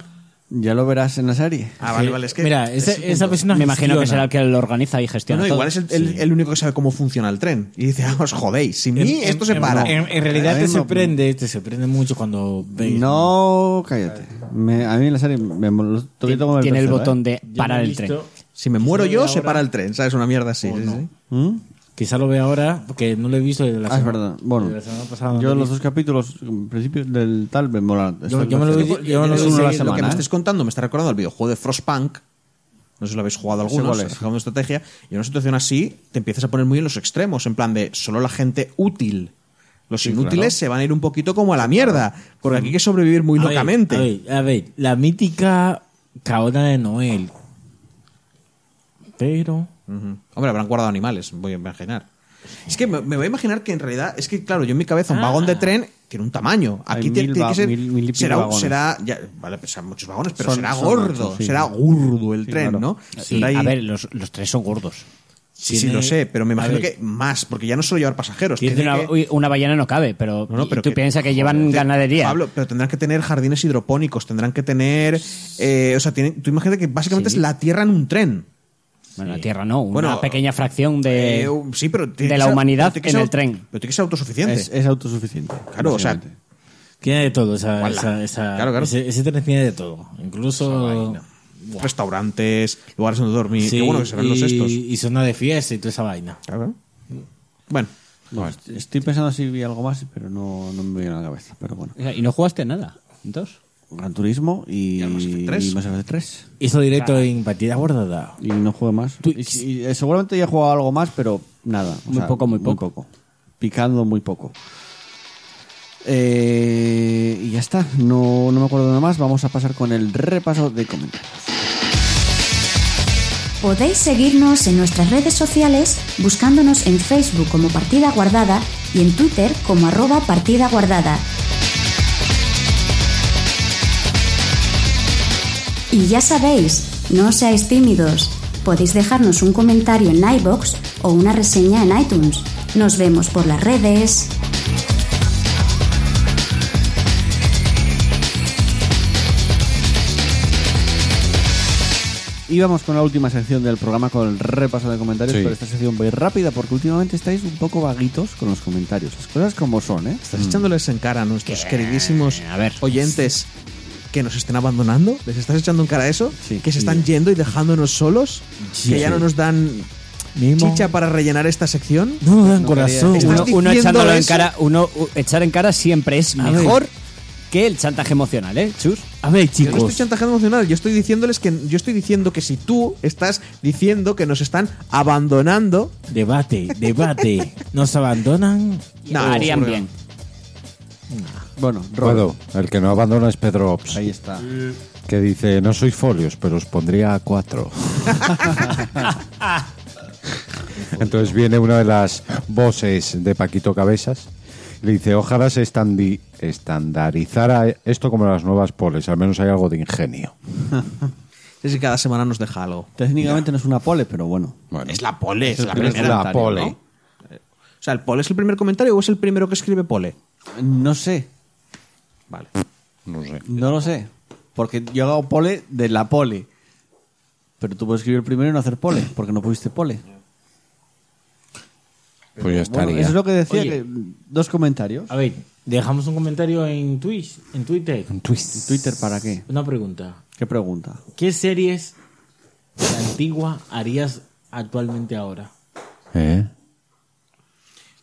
[SPEAKER 1] Ya lo verás en la serie.
[SPEAKER 2] Ah, vale, vale, es que.
[SPEAKER 5] Mira, ese-
[SPEAKER 2] es un
[SPEAKER 5] esa
[SPEAKER 2] punto.
[SPEAKER 5] persona
[SPEAKER 4] Me imagino que
[SPEAKER 5] gestiona.
[SPEAKER 4] será el que lo organiza y
[SPEAKER 2] No,
[SPEAKER 4] gestiona.
[SPEAKER 2] eh, no,
[SPEAKER 4] todo.
[SPEAKER 2] igual es el, el- el único que sabe cómo funciona el tren. Y dice, ah, os jodéis, sin mí
[SPEAKER 5] En-
[SPEAKER 2] esto se
[SPEAKER 5] en-
[SPEAKER 2] para.
[SPEAKER 5] En, en realidad este
[SPEAKER 1] Ahora
[SPEAKER 5] te
[SPEAKER 1] mismo-
[SPEAKER 5] sorprende, te sorprende mucho cuando ves.
[SPEAKER 1] No, cállate. Me- a mí la serie me molestó un poquito con
[SPEAKER 4] tiene, el
[SPEAKER 1] tercero,
[SPEAKER 4] botón
[SPEAKER 1] ¿eh?
[SPEAKER 4] de
[SPEAKER 5] Yo
[SPEAKER 4] parar
[SPEAKER 5] no he
[SPEAKER 4] el
[SPEAKER 5] visto-
[SPEAKER 4] tren.
[SPEAKER 2] si me
[SPEAKER 5] quizá
[SPEAKER 2] muero
[SPEAKER 5] lo
[SPEAKER 2] yo,
[SPEAKER 5] vea
[SPEAKER 2] se
[SPEAKER 5] ahora,
[SPEAKER 2] para el tren, ¿sabes? Una mierda así.
[SPEAKER 5] o
[SPEAKER 2] sí,
[SPEAKER 5] no.
[SPEAKER 2] sí.
[SPEAKER 1] ¿Mm?
[SPEAKER 5] Quizá lo vea ahora porque no lo he visto desde la
[SPEAKER 1] Ah, es
[SPEAKER 5] semana-
[SPEAKER 1] verdad. Bueno,
[SPEAKER 5] desde la semana pasada.
[SPEAKER 1] yo
[SPEAKER 5] no
[SPEAKER 1] los dos capítulos, en principio del tal, me molan.
[SPEAKER 5] Yo-
[SPEAKER 1] Estoy
[SPEAKER 5] yo me lo
[SPEAKER 1] bastante-
[SPEAKER 5] vi- yo me lo
[SPEAKER 1] es
[SPEAKER 5] vi
[SPEAKER 1] uno a la
[SPEAKER 2] lo que
[SPEAKER 5] seguido,
[SPEAKER 2] me
[SPEAKER 1] semana. ¿eh?
[SPEAKER 2] estáis contando me está recordando el videojuego de Frostpunk. No sé si lo habéis jugado
[SPEAKER 1] Ese
[SPEAKER 2] algunos,
[SPEAKER 1] cuál es.
[SPEAKER 2] es jugando estrategia. Y en una situación así te empiezas a poner muy en los extremos, en plan de solo la gente útil. Los inútiles se van a ir un poquito como a la mierda, porque aquí hay que sobrevivir muy
[SPEAKER 5] A ver,
[SPEAKER 2] locamente.
[SPEAKER 5] A ver, a ver, la mítica caona de Noel. Pero.
[SPEAKER 2] Ujú. Hombre, habrán guardado animales, voy a imaginar. Es que me, me voy a imaginar que en realidad, es que claro, yo en mi cabeza un vagón de tren tiene un tamaño. Aquí
[SPEAKER 1] Ah. Hay
[SPEAKER 2] tiene,
[SPEAKER 1] mil
[SPEAKER 2] tiene que
[SPEAKER 1] va-
[SPEAKER 2] ser.
[SPEAKER 1] mil- mil y pico
[SPEAKER 2] será, un-
[SPEAKER 1] vagones.
[SPEAKER 2] será- ya, vale, pues serán muchos vagones, pero
[SPEAKER 1] Son-
[SPEAKER 2] será
[SPEAKER 1] son
[SPEAKER 2] gordo,
[SPEAKER 1] muchos, sí.
[SPEAKER 2] será gordo el
[SPEAKER 1] Sí,
[SPEAKER 2] tren,
[SPEAKER 1] claro.
[SPEAKER 2] ¿no?
[SPEAKER 4] Sí,
[SPEAKER 2] Será ahí-
[SPEAKER 4] a ver, los, los tres son gordos.
[SPEAKER 2] Sí, sí, lo sé, pero me
[SPEAKER 5] A
[SPEAKER 2] imagino
[SPEAKER 5] ver.
[SPEAKER 2] que más, porque ya no solo llevar pasajeros.
[SPEAKER 4] Tiene
[SPEAKER 2] tiene
[SPEAKER 4] una,
[SPEAKER 2] que-
[SPEAKER 4] uy, una ballena no cabe, pero,
[SPEAKER 2] No, no, pero
[SPEAKER 4] tú
[SPEAKER 2] que-
[SPEAKER 4] piensas que llevan
[SPEAKER 2] joder,
[SPEAKER 4] ganadería.
[SPEAKER 2] Pablo, pero tendrán que tener jardines hidropónicos, tendrán que tener. eh, o sea, tienen, tú imagínate que básicamente es la tierra en un tren.
[SPEAKER 4] bueno, la Tierra no, una
[SPEAKER 2] Bueno,
[SPEAKER 4] pequeña fracción de,
[SPEAKER 2] Eh, um, sí, pero tiene
[SPEAKER 4] de
[SPEAKER 2] que
[SPEAKER 4] la
[SPEAKER 2] ser-
[SPEAKER 4] humanidad
[SPEAKER 2] pero tiene que
[SPEAKER 4] en
[SPEAKER 2] ser
[SPEAKER 4] el
[SPEAKER 2] au-
[SPEAKER 4] tren. eh,
[SPEAKER 2] Pero tiene que ser autosuficiente.
[SPEAKER 1] Es, es autosuficiente.
[SPEAKER 2] Claro, o sea,
[SPEAKER 1] básicamente.
[SPEAKER 5] Tiene de todo, esa,
[SPEAKER 2] Guala.
[SPEAKER 5] esa- esa-
[SPEAKER 2] Claro, claro.
[SPEAKER 5] Ese, ese tren tiene de todo. Incluso
[SPEAKER 2] restaurantes, lugares donde dormir.
[SPEAKER 5] Sí,
[SPEAKER 2] Qué bueno que serán los
[SPEAKER 5] y-
[SPEAKER 2] estos.
[SPEAKER 5] Y zona de fiesta y toda esa vaina.
[SPEAKER 2] Claro. Bueno,
[SPEAKER 1] Bueno, estoy pensando si vi algo más, pero no, no me viene a la cabeza. Pero bueno.
[SPEAKER 4] O sea, y no jugaste a nada. Entonces,
[SPEAKER 1] Gran Turismo y,
[SPEAKER 2] Y al Mass Effect 3.
[SPEAKER 1] y Mass Effect 3.
[SPEAKER 5] Hizo directo en partida guardada.
[SPEAKER 1] Y no juego más.
[SPEAKER 5] Tú-
[SPEAKER 1] Y si- y, eh, seguramente ya he jugado algo más, pero nada. o
[SPEAKER 4] Muy poco, muy poco.
[SPEAKER 1] Picando muy poco. Eh, y ya está. No, no me acuerdo nada más. Vamos a pasar con el repaso de comentarios.
[SPEAKER 6] Podéis seguirnos en nuestras redes sociales buscándonos en Facebook como Partida Guardada y en Twitter como arroba Partida Guardada. Y ya sabéis, no seáis tímidos. Podéis dejarnos un comentario en iBox o una reseña en iTunes. Nos vemos por las redes.
[SPEAKER 1] Y vamos con la última sección del programa con el repaso de comentarios.
[SPEAKER 3] Sí.
[SPEAKER 1] Pero esta sección va a ir rápida porque últimamente estáis un poco vaguitos con los comentarios. Las cosas como son, ¿eh?
[SPEAKER 2] estás echándoles en cara a nuestros queridísimos
[SPEAKER 4] a ver.
[SPEAKER 2] oyentes que nos estén abandonando. ¿Les estás echando en cara eso?
[SPEAKER 1] Sí.
[SPEAKER 2] que se están yendo y dejándonos solos. que ya no nos dan
[SPEAKER 5] Mimo.
[SPEAKER 2] chicha para rellenar esta sección.
[SPEAKER 5] No nos dan corazón.
[SPEAKER 2] ¿Estás
[SPEAKER 4] uno,
[SPEAKER 2] diciendo
[SPEAKER 4] uno echándolo en
[SPEAKER 2] eso?
[SPEAKER 4] cara, uno u- echar en cara siempre es
[SPEAKER 5] ver.
[SPEAKER 4] mejor que el chantaje emocional, ¿eh? Chus.
[SPEAKER 5] A ver,
[SPEAKER 2] Yo no estoy
[SPEAKER 5] chicos.
[SPEAKER 2] chantajeando emocional, yo estoy diciéndoles que yo estoy diciendo que si tú estás diciendo que nos están abandonando,
[SPEAKER 5] Debate, debate. Nos abandonan.
[SPEAKER 2] No,
[SPEAKER 4] harían
[SPEAKER 2] seguro que
[SPEAKER 4] bien.
[SPEAKER 1] Bueno, Robert,
[SPEAKER 3] Bueno, el que no abandona es Pedro Ops,
[SPEAKER 1] ahí está.
[SPEAKER 3] que dice, no soy folios, pero os pondría a cuatro. Entonces viene una de las voces de Paquito Cabezas, le dice, ojalá se estandi- estandarizara esto como las nuevas poles, al menos hay algo de ingenio.
[SPEAKER 2] es que cada semana nos deja algo.
[SPEAKER 1] Técnicamente no es una pole, pero bueno.
[SPEAKER 3] Bueno,
[SPEAKER 2] Es la pole, es la
[SPEAKER 3] Es la
[SPEAKER 2] primera.
[SPEAKER 3] pole.
[SPEAKER 2] ¿no? O sea, ¿el pole es el primer comentario o es el primero que escribe pole?
[SPEAKER 1] No sé.
[SPEAKER 2] Vale.
[SPEAKER 3] no sé.
[SPEAKER 1] No lo sé. Porque yo hago pole de la pole. Pero tú puedes escribir primero y no hacer pole, porque no pudiste pole.
[SPEAKER 3] Pues ya
[SPEAKER 1] Bueno,
[SPEAKER 3] estaría.
[SPEAKER 1] eso es lo que decía,
[SPEAKER 5] Oye.
[SPEAKER 1] que dos comentarios.
[SPEAKER 5] A ver, dejamos un comentario en Twitch, en Twitter.
[SPEAKER 3] Twist.
[SPEAKER 1] ¿Twitter para qué?
[SPEAKER 5] Una pregunta.
[SPEAKER 1] ¿Qué pregunta?
[SPEAKER 5] ¿Qué series de antigua harías actualmente ahora?
[SPEAKER 3] ¿Eh?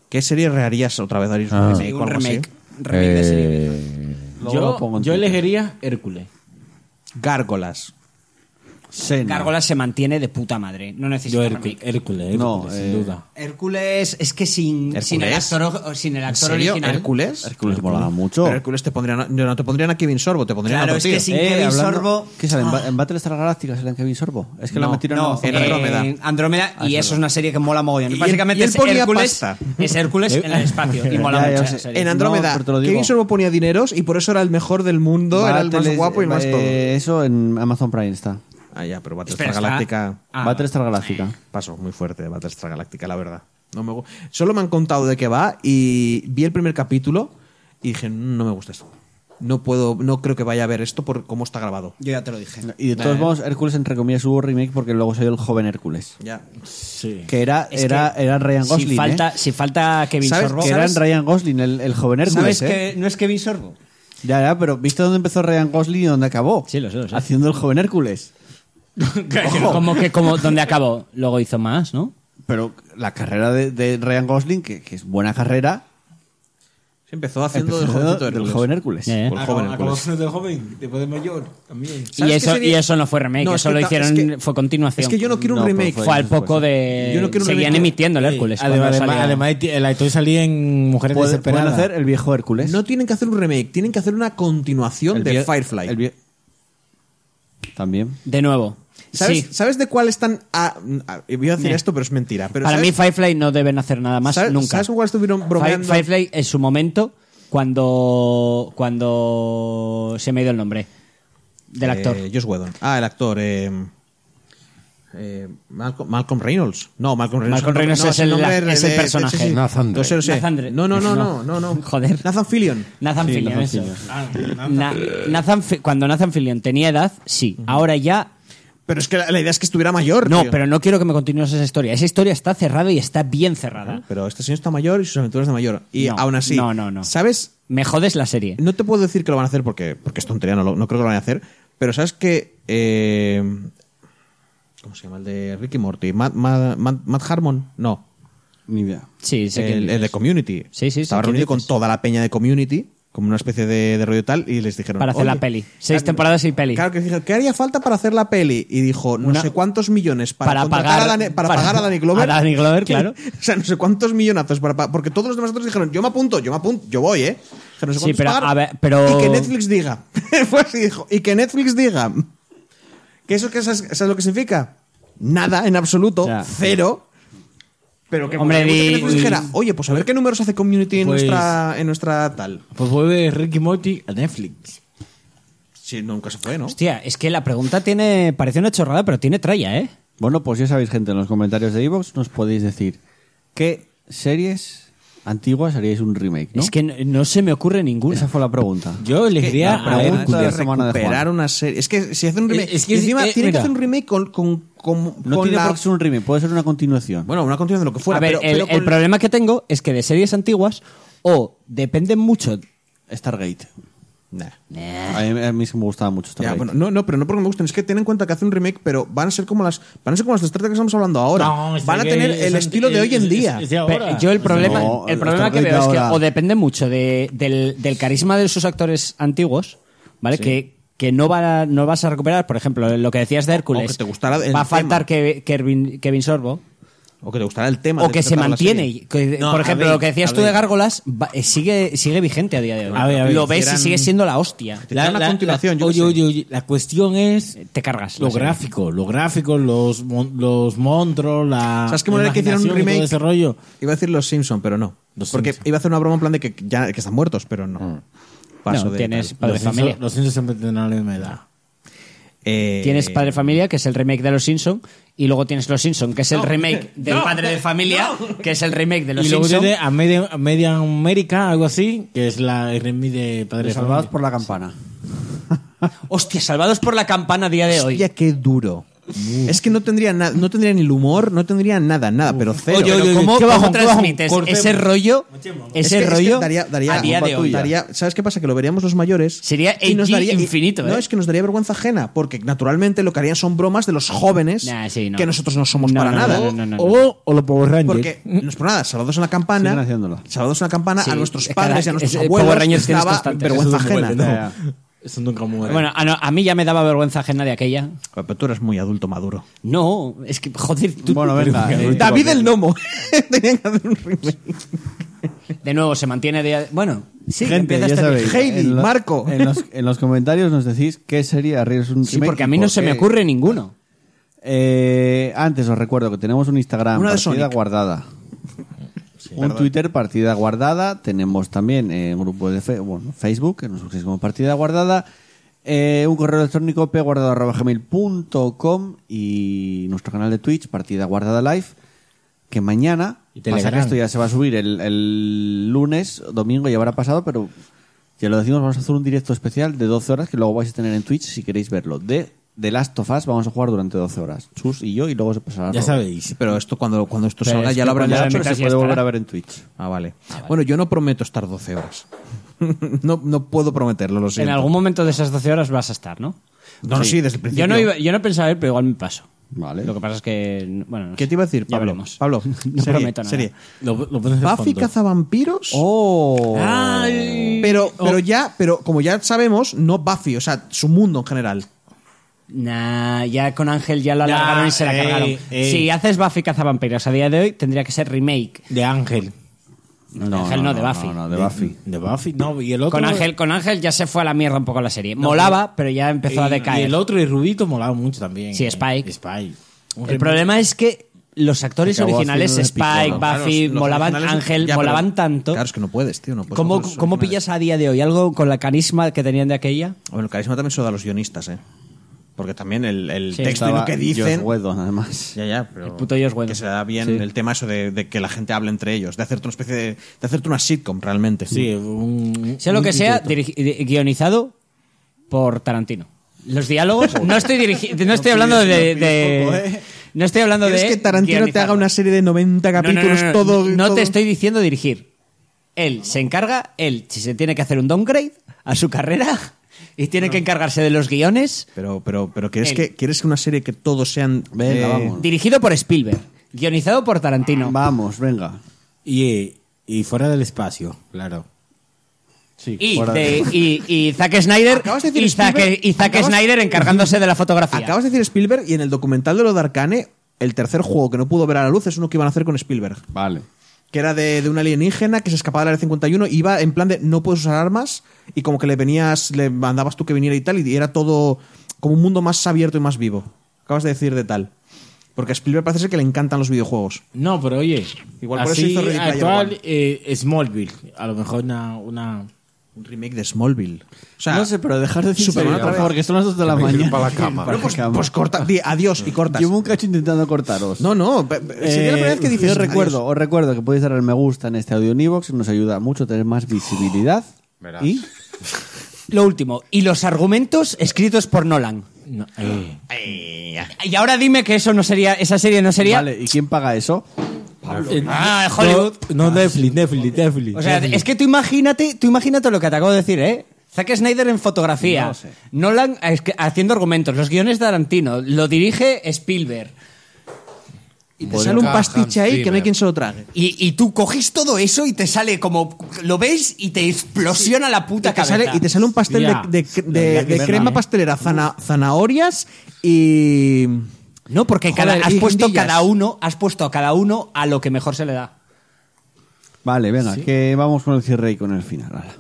[SPEAKER 2] ¿Qué serie reharías otra vez? ¿Harías un
[SPEAKER 3] Ah.
[SPEAKER 2] remake o algo así?
[SPEAKER 3] Eh,
[SPEAKER 1] Luego lo pongo
[SPEAKER 5] Yo,
[SPEAKER 1] en
[SPEAKER 5] yo
[SPEAKER 1] Twitter.
[SPEAKER 5] elegiría Hércules.
[SPEAKER 2] Gárgolas.
[SPEAKER 1] Sena.
[SPEAKER 4] Gárgola se mantiene de puta madre. No necesita
[SPEAKER 5] Yo Hércules,
[SPEAKER 4] remake.
[SPEAKER 5] Hércules,
[SPEAKER 1] No,
[SPEAKER 5] Hércules, sin
[SPEAKER 1] eh,
[SPEAKER 5] duda.
[SPEAKER 4] Hércules es que sin,
[SPEAKER 2] ¿Hércules?
[SPEAKER 4] sin el actor, o- sin el
[SPEAKER 2] ¿En
[SPEAKER 4] actor
[SPEAKER 2] serio?
[SPEAKER 4] original.
[SPEAKER 2] ¿Hércules?
[SPEAKER 1] Hércules molaba mucho.
[SPEAKER 2] Pero Hércules te pondrían a- yo no te pondrían a Kevin Sorbo, te pondrían
[SPEAKER 4] Claro,
[SPEAKER 2] a otro
[SPEAKER 4] es que
[SPEAKER 2] tío.
[SPEAKER 4] sin Kevin Sorbo.
[SPEAKER 1] Eh,
[SPEAKER 4] Ah.
[SPEAKER 1] ¿Qué sale? ¿En, Ba- en Battlestar Galactica sale en Kevin Sorbo? Es que la
[SPEAKER 2] No,
[SPEAKER 1] metieron
[SPEAKER 4] No,
[SPEAKER 1] a-
[SPEAKER 2] en
[SPEAKER 4] eh,
[SPEAKER 2] Andrómeda. Ah,
[SPEAKER 4] Andrómeda, y eso es una serie que mola mogollón.
[SPEAKER 2] Y él-
[SPEAKER 4] Básicamente
[SPEAKER 2] y él
[SPEAKER 4] es,
[SPEAKER 2] ponía
[SPEAKER 4] Hércules,
[SPEAKER 2] pasta.
[SPEAKER 4] es Hércules en el espacio y mola
[SPEAKER 1] Ya, ya
[SPEAKER 4] mucho.
[SPEAKER 1] lo
[SPEAKER 4] esa
[SPEAKER 1] sé.
[SPEAKER 4] serie.
[SPEAKER 2] En Andrómeda,
[SPEAKER 1] No, pero te lo digo.
[SPEAKER 2] Kevin Sorbo ponía dineros y por eso era el mejor del mundo, era el más
[SPEAKER 1] Battles-
[SPEAKER 2] guapo y más
[SPEAKER 1] eh,
[SPEAKER 2] todo.
[SPEAKER 1] Eso en Amazon Prime está.
[SPEAKER 2] Ah, ya, pero
[SPEAKER 4] Espera,
[SPEAKER 2] Battlestar
[SPEAKER 4] está-
[SPEAKER 2] Galáctica.
[SPEAKER 4] Ah.
[SPEAKER 1] Battlestar Galactica.
[SPEAKER 2] Paso muy fuerte de Battlestar Galáctica, la verdad. No me gu- Solo me han contado de qué va y vi el primer capítulo y dije, "Mm, no me gusta esto. No puedo, no creo que vaya a ver esto por cómo está grabado.
[SPEAKER 4] Yo ya te lo dije.
[SPEAKER 1] Y de
[SPEAKER 2] Eh.
[SPEAKER 1] todos modos, Hércules, entre comillas, hubo remake porque luego salió el joven Hércules.
[SPEAKER 2] Ya.
[SPEAKER 5] Sí.
[SPEAKER 1] Que era,
[SPEAKER 4] Es
[SPEAKER 1] era,
[SPEAKER 4] que
[SPEAKER 1] era Ryan Gosling.
[SPEAKER 4] Si
[SPEAKER 1] ¿eh?
[SPEAKER 4] falta, si falta Kevin
[SPEAKER 2] ¿Sabes
[SPEAKER 4] Sorbo.
[SPEAKER 1] Que era en Ryan Gosling, el, el joven Hércules.
[SPEAKER 4] ¿Sabes
[SPEAKER 1] ¿eh?
[SPEAKER 4] que no es Kevin Sorbo?
[SPEAKER 1] Ya, ya, pero ¿viste dónde empezó Ryan Gosling y dónde acabó?
[SPEAKER 4] Sí, lo sé, lo sé.
[SPEAKER 1] Haciendo el joven Hércules.
[SPEAKER 4] como que como donde acabó, luego hizo más, ¿no?
[SPEAKER 1] Pero la carrera de, de Ryan Gosling, que, que es buena carrera,
[SPEAKER 2] Se empezó haciendo
[SPEAKER 1] empezó
[SPEAKER 2] del jovencito
[SPEAKER 1] del
[SPEAKER 2] Hércules.
[SPEAKER 1] joven Hércules.
[SPEAKER 4] Ya, ya.
[SPEAKER 2] Por
[SPEAKER 5] Ah,
[SPEAKER 2] joven
[SPEAKER 5] pues.
[SPEAKER 2] Hércules.
[SPEAKER 5] de joven, después de mayor, también.
[SPEAKER 4] Y
[SPEAKER 2] ¿Sabes qué
[SPEAKER 4] eso,
[SPEAKER 2] serie?
[SPEAKER 4] y eso no fue remake,
[SPEAKER 2] No, es
[SPEAKER 4] eso
[SPEAKER 2] que
[SPEAKER 4] lo
[SPEAKER 2] ta-
[SPEAKER 4] hicieron,
[SPEAKER 2] es que-
[SPEAKER 4] fue continuación.
[SPEAKER 2] Es que yo no pues quiero un
[SPEAKER 1] No, pero
[SPEAKER 2] remake.
[SPEAKER 1] fue-
[SPEAKER 4] Fue al poco de.
[SPEAKER 2] ¿eh? Yo no quiero un
[SPEAKER 4] Seguían
[SPEAKER 2] remake.
[SPEAKER 4] emitiendo el Hércules. cuando
[SPEAKER 5] Además,
[SPEAKER 4] salía.
[SPEAKER 5] además, el actor salía en Mujeres
[SPEAKER 1] Pueden- Pueden
[SPEAKER 5] Desesperadas.
[SPEAKER 1] hacer el viejo Hércules.
[SPEAKER 2] No tienen que hacer un remake, tienen que hacer una continuación
[SPEAKER 1] El
[SPEAKER 2] de
[SPEAKER 1] vie-
[SPEAKER 2] Firefly.
[SPEAKER 1] el vie- También.
[SPEAKER 4] de nuevo.
[SPEAKER 2] ¿Sabes,
[SPEAKER 4] Sí.
[SPEAKER 2] ¿Sabes de cuál están.? a- a- voy a decir
[SPEAKER 4] Eh.
[SPEAKER 2] esto, pero es mentira. Pero
[SPEAKER 4] Para
[SPEAKER 2] ¿sabes-
[SPEAKER 4] mí, Firefly no deben hacer nada más
[SPEAKER 2] ¿sabes-
[SPEAKER 4] nunca.
[SPEAKER 2] ¿Sabes con cuál estuvieron
[SPEAKER 4] Fi-
[SPEAKER 2] bromeando?
[SPEAKER 4] Firefly en su momento, cuando. cuando se me ha ido el nombre del actor.
[SPEAKER 2] Eh, Josh Whedon. Ah, el actor. eh, eh, Malcolm, Malcolm Reynolds. No, Malcolm Reynolds.
[SPEAKER 4] Malcolm Reynolds es el-
[SPEAKER 2] nombre
[SPEAKER 4] la- es el personaje.
[SPEAKER 3] Nathan
[SPEAKER 2] No sé, no sé.
[SPEAKER 4] Nathan Drake.
[SPEAKER 2] No, no, no, no, no, no.
[SPEAKER 4] Joder.
[SPEAKER 2] Nathan Fillion.
[SPEAKER 4] Nathan
[SPEAKER 1] Sí,
[SPEAKER 4] Fillion,
[SPEAKER 1] Ah, Nathan
[SPEAKER 4] eso.
[SPEAKER 1] Fillion.
[SPEAKER 4] Na- Nathan Fi- cuando Nathan Fillion tenía edad, sí. Ahora ya.
[SPEAKER 2] Pero es que la, la idea es que estuviera mayor.
[SPEAKER 4] No,
[SPEAKER 2] tío.
[SPEAKER 4] pero no quiero que me continúes esa historia. Esa historia está cerrada y está bien cerrada.
[SPEAKER 2] Pero este señor está mayor y sus aventuras de mayor. Y
[SPEAKER 4] No,
[SPEAKER 2] aún así.
[SPEAKER 4] no, no, no.
[SPEAKER 2] ¿Sabes?
[SPEAKER 4] Me jodes la serie.
[SPEAKER 2] No te puedo decir que lo van a hacer porque, porque es tontería, no, lo- no creo que lo van a hacer. Pero sabes que. eh, ¿Cómo se llama? El de Ricky Morty. Matt, Matt- Matt- Matt Harmon. No.
[SPEAKER 1] Ni idea.
[SPEAKER 4] Sí, sé que
[SPEAKER 2] el, el de Community.
[SPEAKER 4] Sí, sí,
[SPEAKER 2] Estaba
[SPEAKER 4] sé quién
[SPEAKER 2] reunido con
[SPEAKER 4] dices.
[SPEAKER 2] toda la peña de Community, como una especie de, de rollo tal, y les dijeron.
[SPEAKER 4] Para hacer
[SPEAKER 2] "Oye,
[SPEAKER 4] la peli. Seis
[SPEAKER 2] claro,
[SPEAKER 4] temporadas y peli.
[SPEAKER 2] Claro que dijeron, ¿qué haría falta para hacer la peli? Y dijo, no
[SPEAKER 4] Una-
[SPEAKER 2] sé cuántos millones para,
[SPEAKER 4] para
[SPEAKER 2] contratar
[SPEAKER 4] pagar-
[SPEAKER 2] a Dani- para,
[SPEAKER 4] para-
[SPEAKER 2] pagar a Danny Glover.
[SPEAKER 4] a Danny Glover, claro.
[SPEAKER 2] o sea, no sé cuántos millonazos para, pa- porque todos los demás otros dijeron, yo me apunto, yo me apunto, yo voy, ¿eh? Dijeron, "No sé
[SPEAKER 4] Sí,
[SPEAKER 2] cuántos
[SPEAKER 4] pero,
[SPEAKER 2] pagar".
[SPEAKER 4] a ver, pero-
[SPEAKER 2] Y que Netflix diga. Fue así, dijo. Y que Netflix diga. ¿Que eso qué sabes, sabes lo que significa? Nada, en absoluto,
[SPEAKER 1] Ya.
[SPEAKER 2] cero. Pero que
[SPEAKER 4] Hombre,
[SPEAKER 2] molaría mucho
[SPEAKER 4] di-
[SPEAKER 2] que Netflix dijera, oye, pues a ver qué números hace Community en,
[SPEAKER 5] Pues-
[SPEAKER 2] nuestra, en nuestra tal.
[SPEAKER 5] Pues vuelve Ricky Morty a Netflix.
[SPEAKER 2] Si nunca se fue, ¿no?
[SPEAKER 4] Hostia, es que la pregunta tiene. Parece una chorrada, pero tiene tralla, ¿eh?
[SPEAKER 1] Bueno, pues ya sabéis, gente, en los comentarios de Evox nos podéis decir qué series antiguas haríais un remake, ¿no?
[SPEAKER 4] Es que no, no se me ocurre ninguna.
[SPEAKER 1] Esa fue la pregunta.
[SPEAKER 5] Yo
[SPEAKER 4] Eh,
[SPEAKER 5] les diría
[SPEAKER 1] la
[SPEAKER 5] a
[SPEAKER 1] pregunta de
[SPEAKER 5] Hércules.
[SPEAKER 1] semana de
[SPEAKER 2] recuperar
[SPEAKER 1] Juan.
[SPEAKER 2] una serie. Es que si hace un remake.
[SPEAKER 5] Es que
[SPEAKER 2] y
[SPEAKER 5] es-
[SPEAKER 2] encima
[SPEAKER 5] eh,
[SPEAKER 2] tiene que
[SPEAKER 5] mira.
[SPEAKER 2] hacer un remake con. con, con-
[SPEAKER 1] No
[SPEAKER 2] con
[SPEAKER 1] tiene
[SPEAKER 2] la-
[SPEAKER 1] por qué ser un remake, puede ser una continuación.
[SPEAKER 2] Bueno, una continuación de lo que fuera.
[SPEAKER 4] a ver,
[SPEAKER 2] Ah, pero,
[SPEAKER 4] el,
[SPEAKER 2] pero con-
[SPEAKER 4] el problema que tengo es que de series antiguas o dependen mucho.
[SPEAKER 1] Stargate.
[SPEAKER 2] Nah.
[SPEAKER 1] A mí, a mí sí me gustaba mucho
[SPEAKER 2] Ya,
[SPEAKER 1] Stargate.
[SPEAKER 2] bueno, no, no, pero no porque me gusten. Es que ten en cuenta que hace un remake, pero van a ser como las. Van a ser como las de Star Trek que estamos hablando ahora.
[SPEAKER 5] No, es
[SPEAKER 2] van a
[SPEAKER 5] que
[SPEAKER 2] tener
[SPEAKER 5] es
[SPEAKER 2] el
[SPEAKER 5] anti-
[SPEAKER 2] estilo de
[SPEAKER 5] es-
[SPEAKER 2] hoy en
[SPEAKER 5] es-
[SPEAKER 2] día.
[SPEAKER 5] es de ahora.
[SPEAKER 4] Pe- yo el problema,
[SPEAKER 1] No,
[SPEAKER 4] el problema que
[SPEAKER 1] Stargate
[SPEAKER 4] veo es que
[SPEAKER 1] ahora.
[SPEAKER 4] o depende mucho de- del, del carisma de sus actores antiguos, ¿vale? Que, que no, va, no vas a recuperar, por ejemplo, lo que decías de Hércules.
[SPEAKER 2] o que te gustara el
[SPEAKER 4] va a faltar
[SPEAKER 2] tema.
[SPEAKER 4] que, que Ervin- Kevin Sorbo.
[SPEAKER 2] o que te gustará el tema.
[SPEAKER 4] O
[SPEAKER 2] de
[SPEAKER 4] que se
[SPEAKER 2] tratar la
[SPEAKER 4] mantiene.
[SPEAKER 2] serie.
[SPEAKER 4] y que,
[SPEAKER 2] No,
[SPEAKER 4] por
[SPEAKER 2] a
[SPEAKER 4] ejemplo,
[SPEAKER 2] ver,
[SPEAKER 4] lo que decías
[SPEAKER 2] a
[SPEAKER 4] tú de
[SPEAKER 2] ver.
[SPEAKER 4] Gárgolas va- eh, sigue, sigue vigente a día de hoy.
[SPEAKER 5] A ver, a ver,
[SPEAKER 4] lo ves y
[SPEAKER 2] hicieran-
[SPEAKER 4] sigue siendo la hostia.
[SPEAKER 2] La- una continuación, yo qué
[SPEAKER 5] oye,
[SPEAKER 2] sé.
[SPEAKER 5] oye, oye, la cuestión es
[SPEAKER 4] Te cargas. la
[SPEAKER 5] lo
[SPEAKER 4] serie.
[SPEAKER 5] gráfico, lo gráfico, los, mon- los monstruos, la.
[SPEAKER 2] ¿Sabes qué manera que hicieron un
[SPEAKER 5] imaginación y
[SPEAKER 2] remake?
[SPEAKER 5] Todo ese rollo.
[SPEAKER 2] Iba a decir Los Simpson, pero no.
[SPEAKER 5] Los
[SPEAKER 2] porque
[SPEAKER 5] Simpson.
[SPEAKER 2] iba a hacer una broma en plan de que, ya, que están muertos, pero no. Paso
[SPEAKER 4] No,
[SPEAKER 2] de
[SPEAKER 4] tienes-
[SPEAKER 2] tal.
[SPEAKER 4] Padre
[SPEAKER 5] los
[SPEAKER 4] familia.
[SPEAKER 5] Simpsons- los Simpsons siempre tendrán la misma edad.
[SPEAKER 2] Eh,
[SPEAKER 4] Tienes Padre Familia, que es el remake de Los Simpson, y luego tienes Los Simpson, que es el remake del Padre de Familia, que es el remake de Los
[SPEAKER 5] y luego
[SPEAKER 4] Simpson.
[SPEAKER 5] tiene a Media, a Media América, algo así, que es la el remake de Padre de
[SPEAKER 1] Salvados
[SPEAKER 5] Familia.
[SPEAKER 1] por la campana.
[SPEAKER 4] Hostia, salvados por la campana a día de hoy.
[SPEAKER 2] Hostia, qué duro. Es que no tendría nada, no tendría ni el humor, no tendría nada, nada, pero cero.
[SPEAKER 4] Oye,
[SPEAKER 2] Pero
[SPEAKER 4] oye, oye,
[SPEAKER 2] ¿cómo-
[SPEAKER 4] ¿qué
[SPEAKER 2] cómo
[SPEAKER 4] bajo
[SPEAKER 2] transmites?
[SPEAKER 4] transmites? Ese rollo,
[SPEAKER 2] Es
[SPEAKER 4] ese
[SPEAKER 2] que- es que
[SPEAKER 4] rollo
[SPEAKER 2] daría- daría-
[SPEAKER 4] a día de hoy.
[SPEAKER 2] daría- ¿Sabes qué pasa? Que lo veríamos los mayores.
[SPEAKER 4] Sería AG infinito,
[SPEAKER 2] No,
[SPEAKER 4] ¿eh?
[SPEAKER 2] es que nos daría vergüenza ajena, porque naturalmente lo que harían son bromas de los jóvenes
[SPEAKER 4] Nah, sí, no.
[SPEAKER 2] que nosotros no somos
[SPEAKER 4] No,
[SPEAKER 2] para
[SPEAKER 4] no,
[SPEAKER 2] nada.
[SPEAKER 4] no, no, no, no.
[SPEAKER 5] O, o los Power Rangers.
[SPEAKER 2] Porque, no es por nada, salvados en la
[SPEAKER 1] Siguen
[SPEAKER 2] campana.
[SPEAKER 1] haciéndolo.
[SPEAKER 2] Salvados en la campana
[SPEAKER 4] Sí,
[SPEAKER 2] a nuestros
[SPEAKER 4] cada-
[SPEAKER 2] padres y a
[SPEAKER 4] ese
[SPEAKER 2] nuestros
[SPEAKER 4] Power
[SPEAKER 2] abuelos
[SPEAKER 4] Rangers
[SPEAKER 2] les
[SPEAKER 4] tienes
[SPEAKER 2] daba
[SPEAKER 4] constantes.
[SPEAKER 2] vergüenza ajena.
[SPEAKER 5] no.
[SPEAKER 1] Ya,
[SPEAKER 5] Eso nunca muere.
[SPEAKER 4] Bueno, a, no- a mí ya me daba vergüenza ajena de aquella.
[SPEAKER 2] Pero tú eres muy adulto maduro.
[SPEAKER 4] No, es que, joder, tú-
[SPEAKER 1] Bueno, venga. eh,
[SPEAKER 2] David el Nomo. Tenían que hacer un remake.
[SPEAKER 4] de nuevo se mantiene a día de... Bueno, sí,
[SPEAKER 1] Gente,
[SPEAKER 4] empieza
[SPEAKER 1] ya
[SPEAKER 4] este-
[SPEAKER 1] sabéis.
[SPEAKER 2] Heidi,
[SPEAKER 1] en lo-
[SPEAKER 2] Marco.
[SPEAKER 1] En los, en los comentarios nos decís qué sería haríais un
[SPEAKER 4] Sí,
[SPEAKER 1] remake
[SPEAKER 4] porque a
[SPEAKER 1] y
[SPEAKER 4] mí no
[SPEAKER 1] por
[SPEAKER 4] se me
[SPEAKER 1] qué.
[SPEAKER 4] ocurre ninguno.
[SPEAKER 1] Eh, antes os recuerdo que tenemos un Instagram
[SPEAKER 2] Una de
[SPEAKER 1] partida
[SPEAKER 2] Sonic.
[SPEAKER 1] guardada. un Twitter partida guardada. Tenemos también eh, un grupo de fe- bueno, Facebook que nos busquéis como partida guardada. Eh, un correo electrónico pguardado.gmail.com y nuestro canal de Twitch, partida guardada live. Que mañana,
[SPEAKER 5] Y
[SPEAKER 1] pasa que
[SPEAKER 5] Telegram.
[SPEAKER 1] esto ya se va a subir el, el lunes, domingo ya habrá pasado, pero ya lo decimos, vamos a hacer un directo especial de 12 horas que luego vais a tener en Twitch si queréis verlo. De The Last of Us vamos a jugar durante 12 horas, Chus y yo, y luego se pasará.
[SPEAKER 5] ya
[SPEAKER 1] Rob.
[SPEAKER 5] sabéis.
[SPEAKER 2] Pero esto cuando, cuando esto
[SPEAKER 4] Pero
[SPEAKER 2] salga
[SPEAKER 4] es
[SPEAKER 2] ya
[SPEAKER 4] que
[SPEAKER 2] lo habrán
[SPEAKER 4] cuando
[SPEAKER 1] Ya,
[SPEAKER 4] la
[SPEAKER 2] hecho.
[SPEAKER 1] pero
[SPEAKER 4] mitad
[SPEAKER 1] se
[SPEAKER 4] sí
[SPEAKER 1] puede
[SPEAKER 4] estará.
[SPEAKER 1] volver a ver en Twitch.
[SPEAKER 2] Ah, vale. Bueno, yo no prometo estar 12 horas. no, no puedo prometerlo, lo
[SPEAKER 4] En
[SPEAKER 2] siento.
[SPEAKER 4] algún momento de esas 12 horas vas a estar, ¿no?
[SPEAKER 2] No, no, sí, desde el principio.
[SPEAKER 4] Yo no, iba- yo no pensaba ir, pero igual me paso.
[SPEAKER 1] Vale.
[SPEAKER 4] Lo que pasa es que. Bueno, no
[SPEAKER 2] ¿Qué
[SPEAKER 4] sé.
[SPEAKER 2] te iba a decir,
[SPEAKER 4] Ya
[SPEAKER 2] Pablo?
[SPEAKER 4] veremos.
[SPEAKER 2] Pablo,
[SPEAKER 4] no
[SPEAKER 2] serie,
[SPEAKER 4] prometo nada.
[SPEAKER 2] serie.
[SPEAKER 5] Lo, lo pones de
[SPEAKER 2] Buffy
[SPEAKER 5] fondo.
[SPEAKER 2] cazavampiros.
[SPEAKER 1] ¡Oh!
[SPEAKER 2] Pero,
[SPEAKER 4] Oh.
[SPEAKER 2] pero ya, pero como ya sabemos, no Buffy, o sea, su mundo en general.
[SPEAKER 4] Nah, ya con Ángel ya la
[SPEAKER 5] Ya,
[SPEAKER 4] alargaron y se la
[SPEAKER 5] ey,
[SPEAKER 4] cargaron.
[SPEAKER 5] ey.
[SPEAKER 4] Si haces Buffy Cazavampiros a día de hoy, tendría que ser remake.
[SPEAKER 5] De Ángel.
[SPEAKER 4] Ángel no, de Buffy.
[SPEAKER 1] No, no, de Buffy.
[SPEAKER 5] De Buffy. No, y el otro.
[SPEAKER 4] Con Ángel, con Ángel ya se fue a la mierda un poco la serie. Molaba, pero ya
[SPEAKER 5] y,
[SPEAKER 4] empezó a
[SPEAKER 5] y
[SPEAKER 4] decaer.
[SPEAKER 5] el
[SPEAKER 4] El,
[SPEAKER 5] otro y Rubito molaba mucho también.
[SPEAKER 4] Sí,
[SPEAKER 5] eh.
[SPEAKER 4] Spike.
[SPEAKER 5] Spike. Un remake.
[SPEAKER 4] problema es que los actores
[SPEAKER 1] Acabó
[SPEAKER 4] originales,
[SPEAKER 1] haciendo de
[SPEAKER 4] Spike,
[SPEAKER 1] Piccolo.
[SPEAKER 4] Buffy,
[SPEAKER 2] Claro, los
[SPEAKER 4] molaban
[SPEAKER 2] originales-
[SPEAKER 4] Ángel,
[SPEAKER 2] ya, pero-
[SPEAKER 4] molaban tanto.
[SPEAKER 2] Claro, es que no puedes, tío. No puedes
[SPEAKER 4] ¿Cómo,
[SPEAKER 2] hacer los
[SPEAKER 4] ¿Cómo
[SPEAKER 2] originales.
[SPEAKER 4] pillas a día de hoy algo con la carisma que tenían de aquella?
[SPEAKER 2] Bueno, el carisma también se lo da a los guionistas, ¿eh? Porque también el, el
[SPEAKER 4] Sí.
[SPEAKER 2] texto y lo que dicen.
[SPEAKER 1] Joss Whedon, además.
[SPEAKER 2] Ya, ya, pero.
[SPEAKER 4] El puto Joss Whedon.
[SPEAKER 2] Que se da bien el tema eso de, de que la gente hable entre ellos, de hacerte una especie de. de hacerte una sitcom realmente.
[SPEAKER 5] Sí, un.
[SPEAKER 4] Sea lo
[SPEAKER 5] un
[SPEAKER 4] que sea,
[SPEAKER 5] intento.
[SPEAKER 4] dirigi- di- guionizado por Tarantino. Los diálogos, no estoy, dirigi- no estoy hablando de... de-
[SPEAKER 2] poco, ¿eh?
[SPEAKER 4] No estoy hablando de...
[SPEAKER 2] ¿Quieres que Tarantino te
[SPEAKER 4] guionizarlo.
[SPEAKER 2] haga una serie de 90
[SPEAKER 4] No, no, no,
[SPEAKER 2] capítulos
[SPEAKER 4] no, no,
[SPEAKER 2] todo.?
[SPEAKER 4] No
[SPEAKER 2] todo-
[SPEAKER 4] te estoy diciendo dirigir. Él se encarga, él si se tiene que hacer un downgrade a su carrera, Y tiene que encargarse de los guiones.
[SPEAKER 2] Pero, pero, pero ¿quieres,
[SPEAKER 4] El-
[SPEAKER 2] que, ¿quieres que una serie que todos sean. eh,
[SPEAKER 1] Venga, vamos.
[SPEAKER 4] Dirigido por Spielberg. Guionizado por Tarantino.
[SPEAKER 1] Vamos, venga.
[SPEAKER 5] Y, eh, y fuera del espacio, claro.
[SPEAKER 1] Sí,
[SPEAKER 4] Y,
[SPEAKER 1] fuera de-
[SPEAKER 4] de- y, y Zack Snyder.
[SPEAKER 2] Acabas de decir
[SPEAKER 4] Y Zack, e-,
[SPEAKER 2] Spielberg,
[SPEAKER 4] y Zack
[SPEAKER 2] acabas-
[SPEAKER 4] Snyder encargándose de la fotografía.
[SPEAKER 2] Acabas de decir Spielberg y en el documental de lo de Arcane, el tercer juego que no pudo ver a la luz es uno que iban a hacer con Spielberg.
[SPEAKER 3] Vale.
[SPEAKER 2] que era de, de un alienígena que se escapaba del área 51 iba en plan de no puedes usar armas y como que le venías le mandabas tú que viniera y tal y era todo como un mundo más abierto y más vivo acabas de decir de tal porque a Spielberg parece ser que le encantan los videojuegos
[SPEAKER 5] No, pero oye,
[SPEAKER 2] Igual por eso
[SPEAKER 5] así
[SPEAKER 2] hizo Ready Player
[SPEAKER 5] actual
[SPEAKER 2] One.
[SPEAKER 5] eh, Smallville, a lo mejor una... una
[SPEAKER 2] un remake de Smallville o sea
[SPEAKER 1] no sé, pero dejar de decir
[SPEAKER 2] Superman
[SPEAKER 1] Superman,
[SPEAKER 2] otra
[SPEAKER 1] por
[SPEAKER 2] vez.
[SPEAKER 1] favor, que son las 2 de la
[SPEAKER 3] Me quiero ir
[SPEAKER 1] mañana.
[SPEAKER 3] para la cama.
[SPEAKER 1] Para la
[SPEAKER 2] pues,
[SPEAKER 1] cama.
[SPEAKER 2] pues corta di adiós y cortas
[SPEAKER 1] Llevo un cacho intentando cortaros.
[SPEAKER 2] no no pe- pe-
[SPEAKER 1] Eh,
[SPEAKER 2] sería la primera vez que dices
[SPEAKER 1] yo
[SPEAKER 2] adiós.
[SPEAKER 1] recuerdo, os recuerdo que podéis dar el me gusta en este audio en iVoox, nos ayuda mucho a tener más visibilidad.
[SPEAKER 3] Verás.
[SPEAKER 1] Y
[SPEAKER 4] Lo último. Y los argumentos escritos por Nolan.
[SPEAKER 5] no, eh,
[SPEAKER 4] Y ahora dime que eso no sería, esa serie no sería.
[SPEAKER 1] vale, ¿y quién paga eso?
[SPEAKER 5] eh,
[SPEAKER 4] Ah, Hollywood.
[SPEAKER 5] No, no, Netflix, Netflix, Netflix.
[SPEAKER 4] O sea,
[SPEAKER 5] Netflix.
[SPEAKER 4] es que tú imagínate, tú imagínate lo que te acabo de decir, ¿eh? Zack Snyder en fotografía, Nolan eh, es que haciendo argumentos, los guiones de Tarantino, lo dirige Spielberg.
[SPEAKER 2] y te sale un
[SPEAKER 9] Podría-
[SPEAKER 2] pastiche ahí que no hay quien se lo trague
[SPEAKER 4] Y, y tú coges todo eso y te sale como lo ves y te explosiona la
[SPEAKER 2] y te,
[SPEAKER 4] puta cabeza.
[SPEAKER 2] sale, y te sale un pastel
[SPEAKER 5] Ya.
[SPEAKER 2] de, de- de-
[SPEAKER 5] Habría que
[SPEAKER 2] de
[SPEAKER 5] verla,
[SPEAKER 2] crema
[SPEAKER 5] ¿eh?
[SPEAKER 2] pastelera zana- zanahorias y
[SPEAKER 4] No, porque cada-
[SPEAKER 2] Joder,
[SPEAKER 4] has
[SPEAKER 2] y
[SPEAKER 4] puesto
[SPEAKER 2] guindillas.
[SPEAKER 4] cada uno, has puesto a cada uno a lo que mejor se le da.
[SPEAKER 1] Vale, venga, que vamos con el cierre y con el final. ala.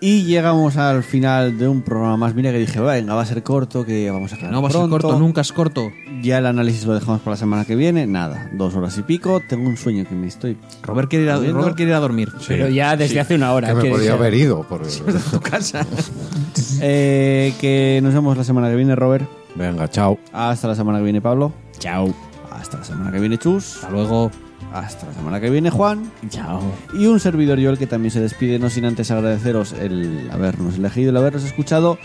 [SPEAKER 1] Y llegamos al final de un programa más. Mira que dije, venga, va a ser corto, que vamos a acabar
[SPEAKER 2] no va a ser
[SPEAKER 1] pronto.
[SPEAKER 2] corto nunca es corto
[SPEAKER 1] Ya el análisis lo dejamos para la semana que viene. Nada, dos horas y pico. Tengo un sueño que me estoy.
[SPEAKER 2] Robert quiere ir a,
[SPEAKER 1] Viendo-
[SPEAKER 2] Robert quiere ir a dormir
[SPEAKER 4] Pero ya desde hace una hora.
[SPEAKER 3] Que me
[SPEAKER 4] quiero
[SPEAKER 3] podría
[SPEAKER 4] decir.
[SPEAKER 3] haber ido. Porque...
[SPEAKER 2] tu casa.
[SPEAKER 1] Eh, que nos vemos la semana que viene, Robert.
[SPEAKER 3] Venga, chao.
[SPEAKER 1] Hasta la semana que viene, Pablo.
[SPEAKER 4] Chao.
[SPEAKER 1] Hasta la semana que viene, Chus.
[SPEAKER 2] Hasta luego.
[SPEAKER 1] Hasta la semana que viene, Juan.
[SPEAKER 5] Chao.
[SPEAKER 1] Y un servidor yo el que también se despide, no sin antes agradeceros el habernos elegido, el habernos escuchado.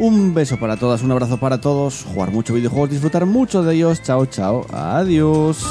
[SPEAKER 1] Un beso para todas, un abrazo para todos, jugar mucho videojuegos, disfrutar mucho de ellos. Chao, chao, adiós.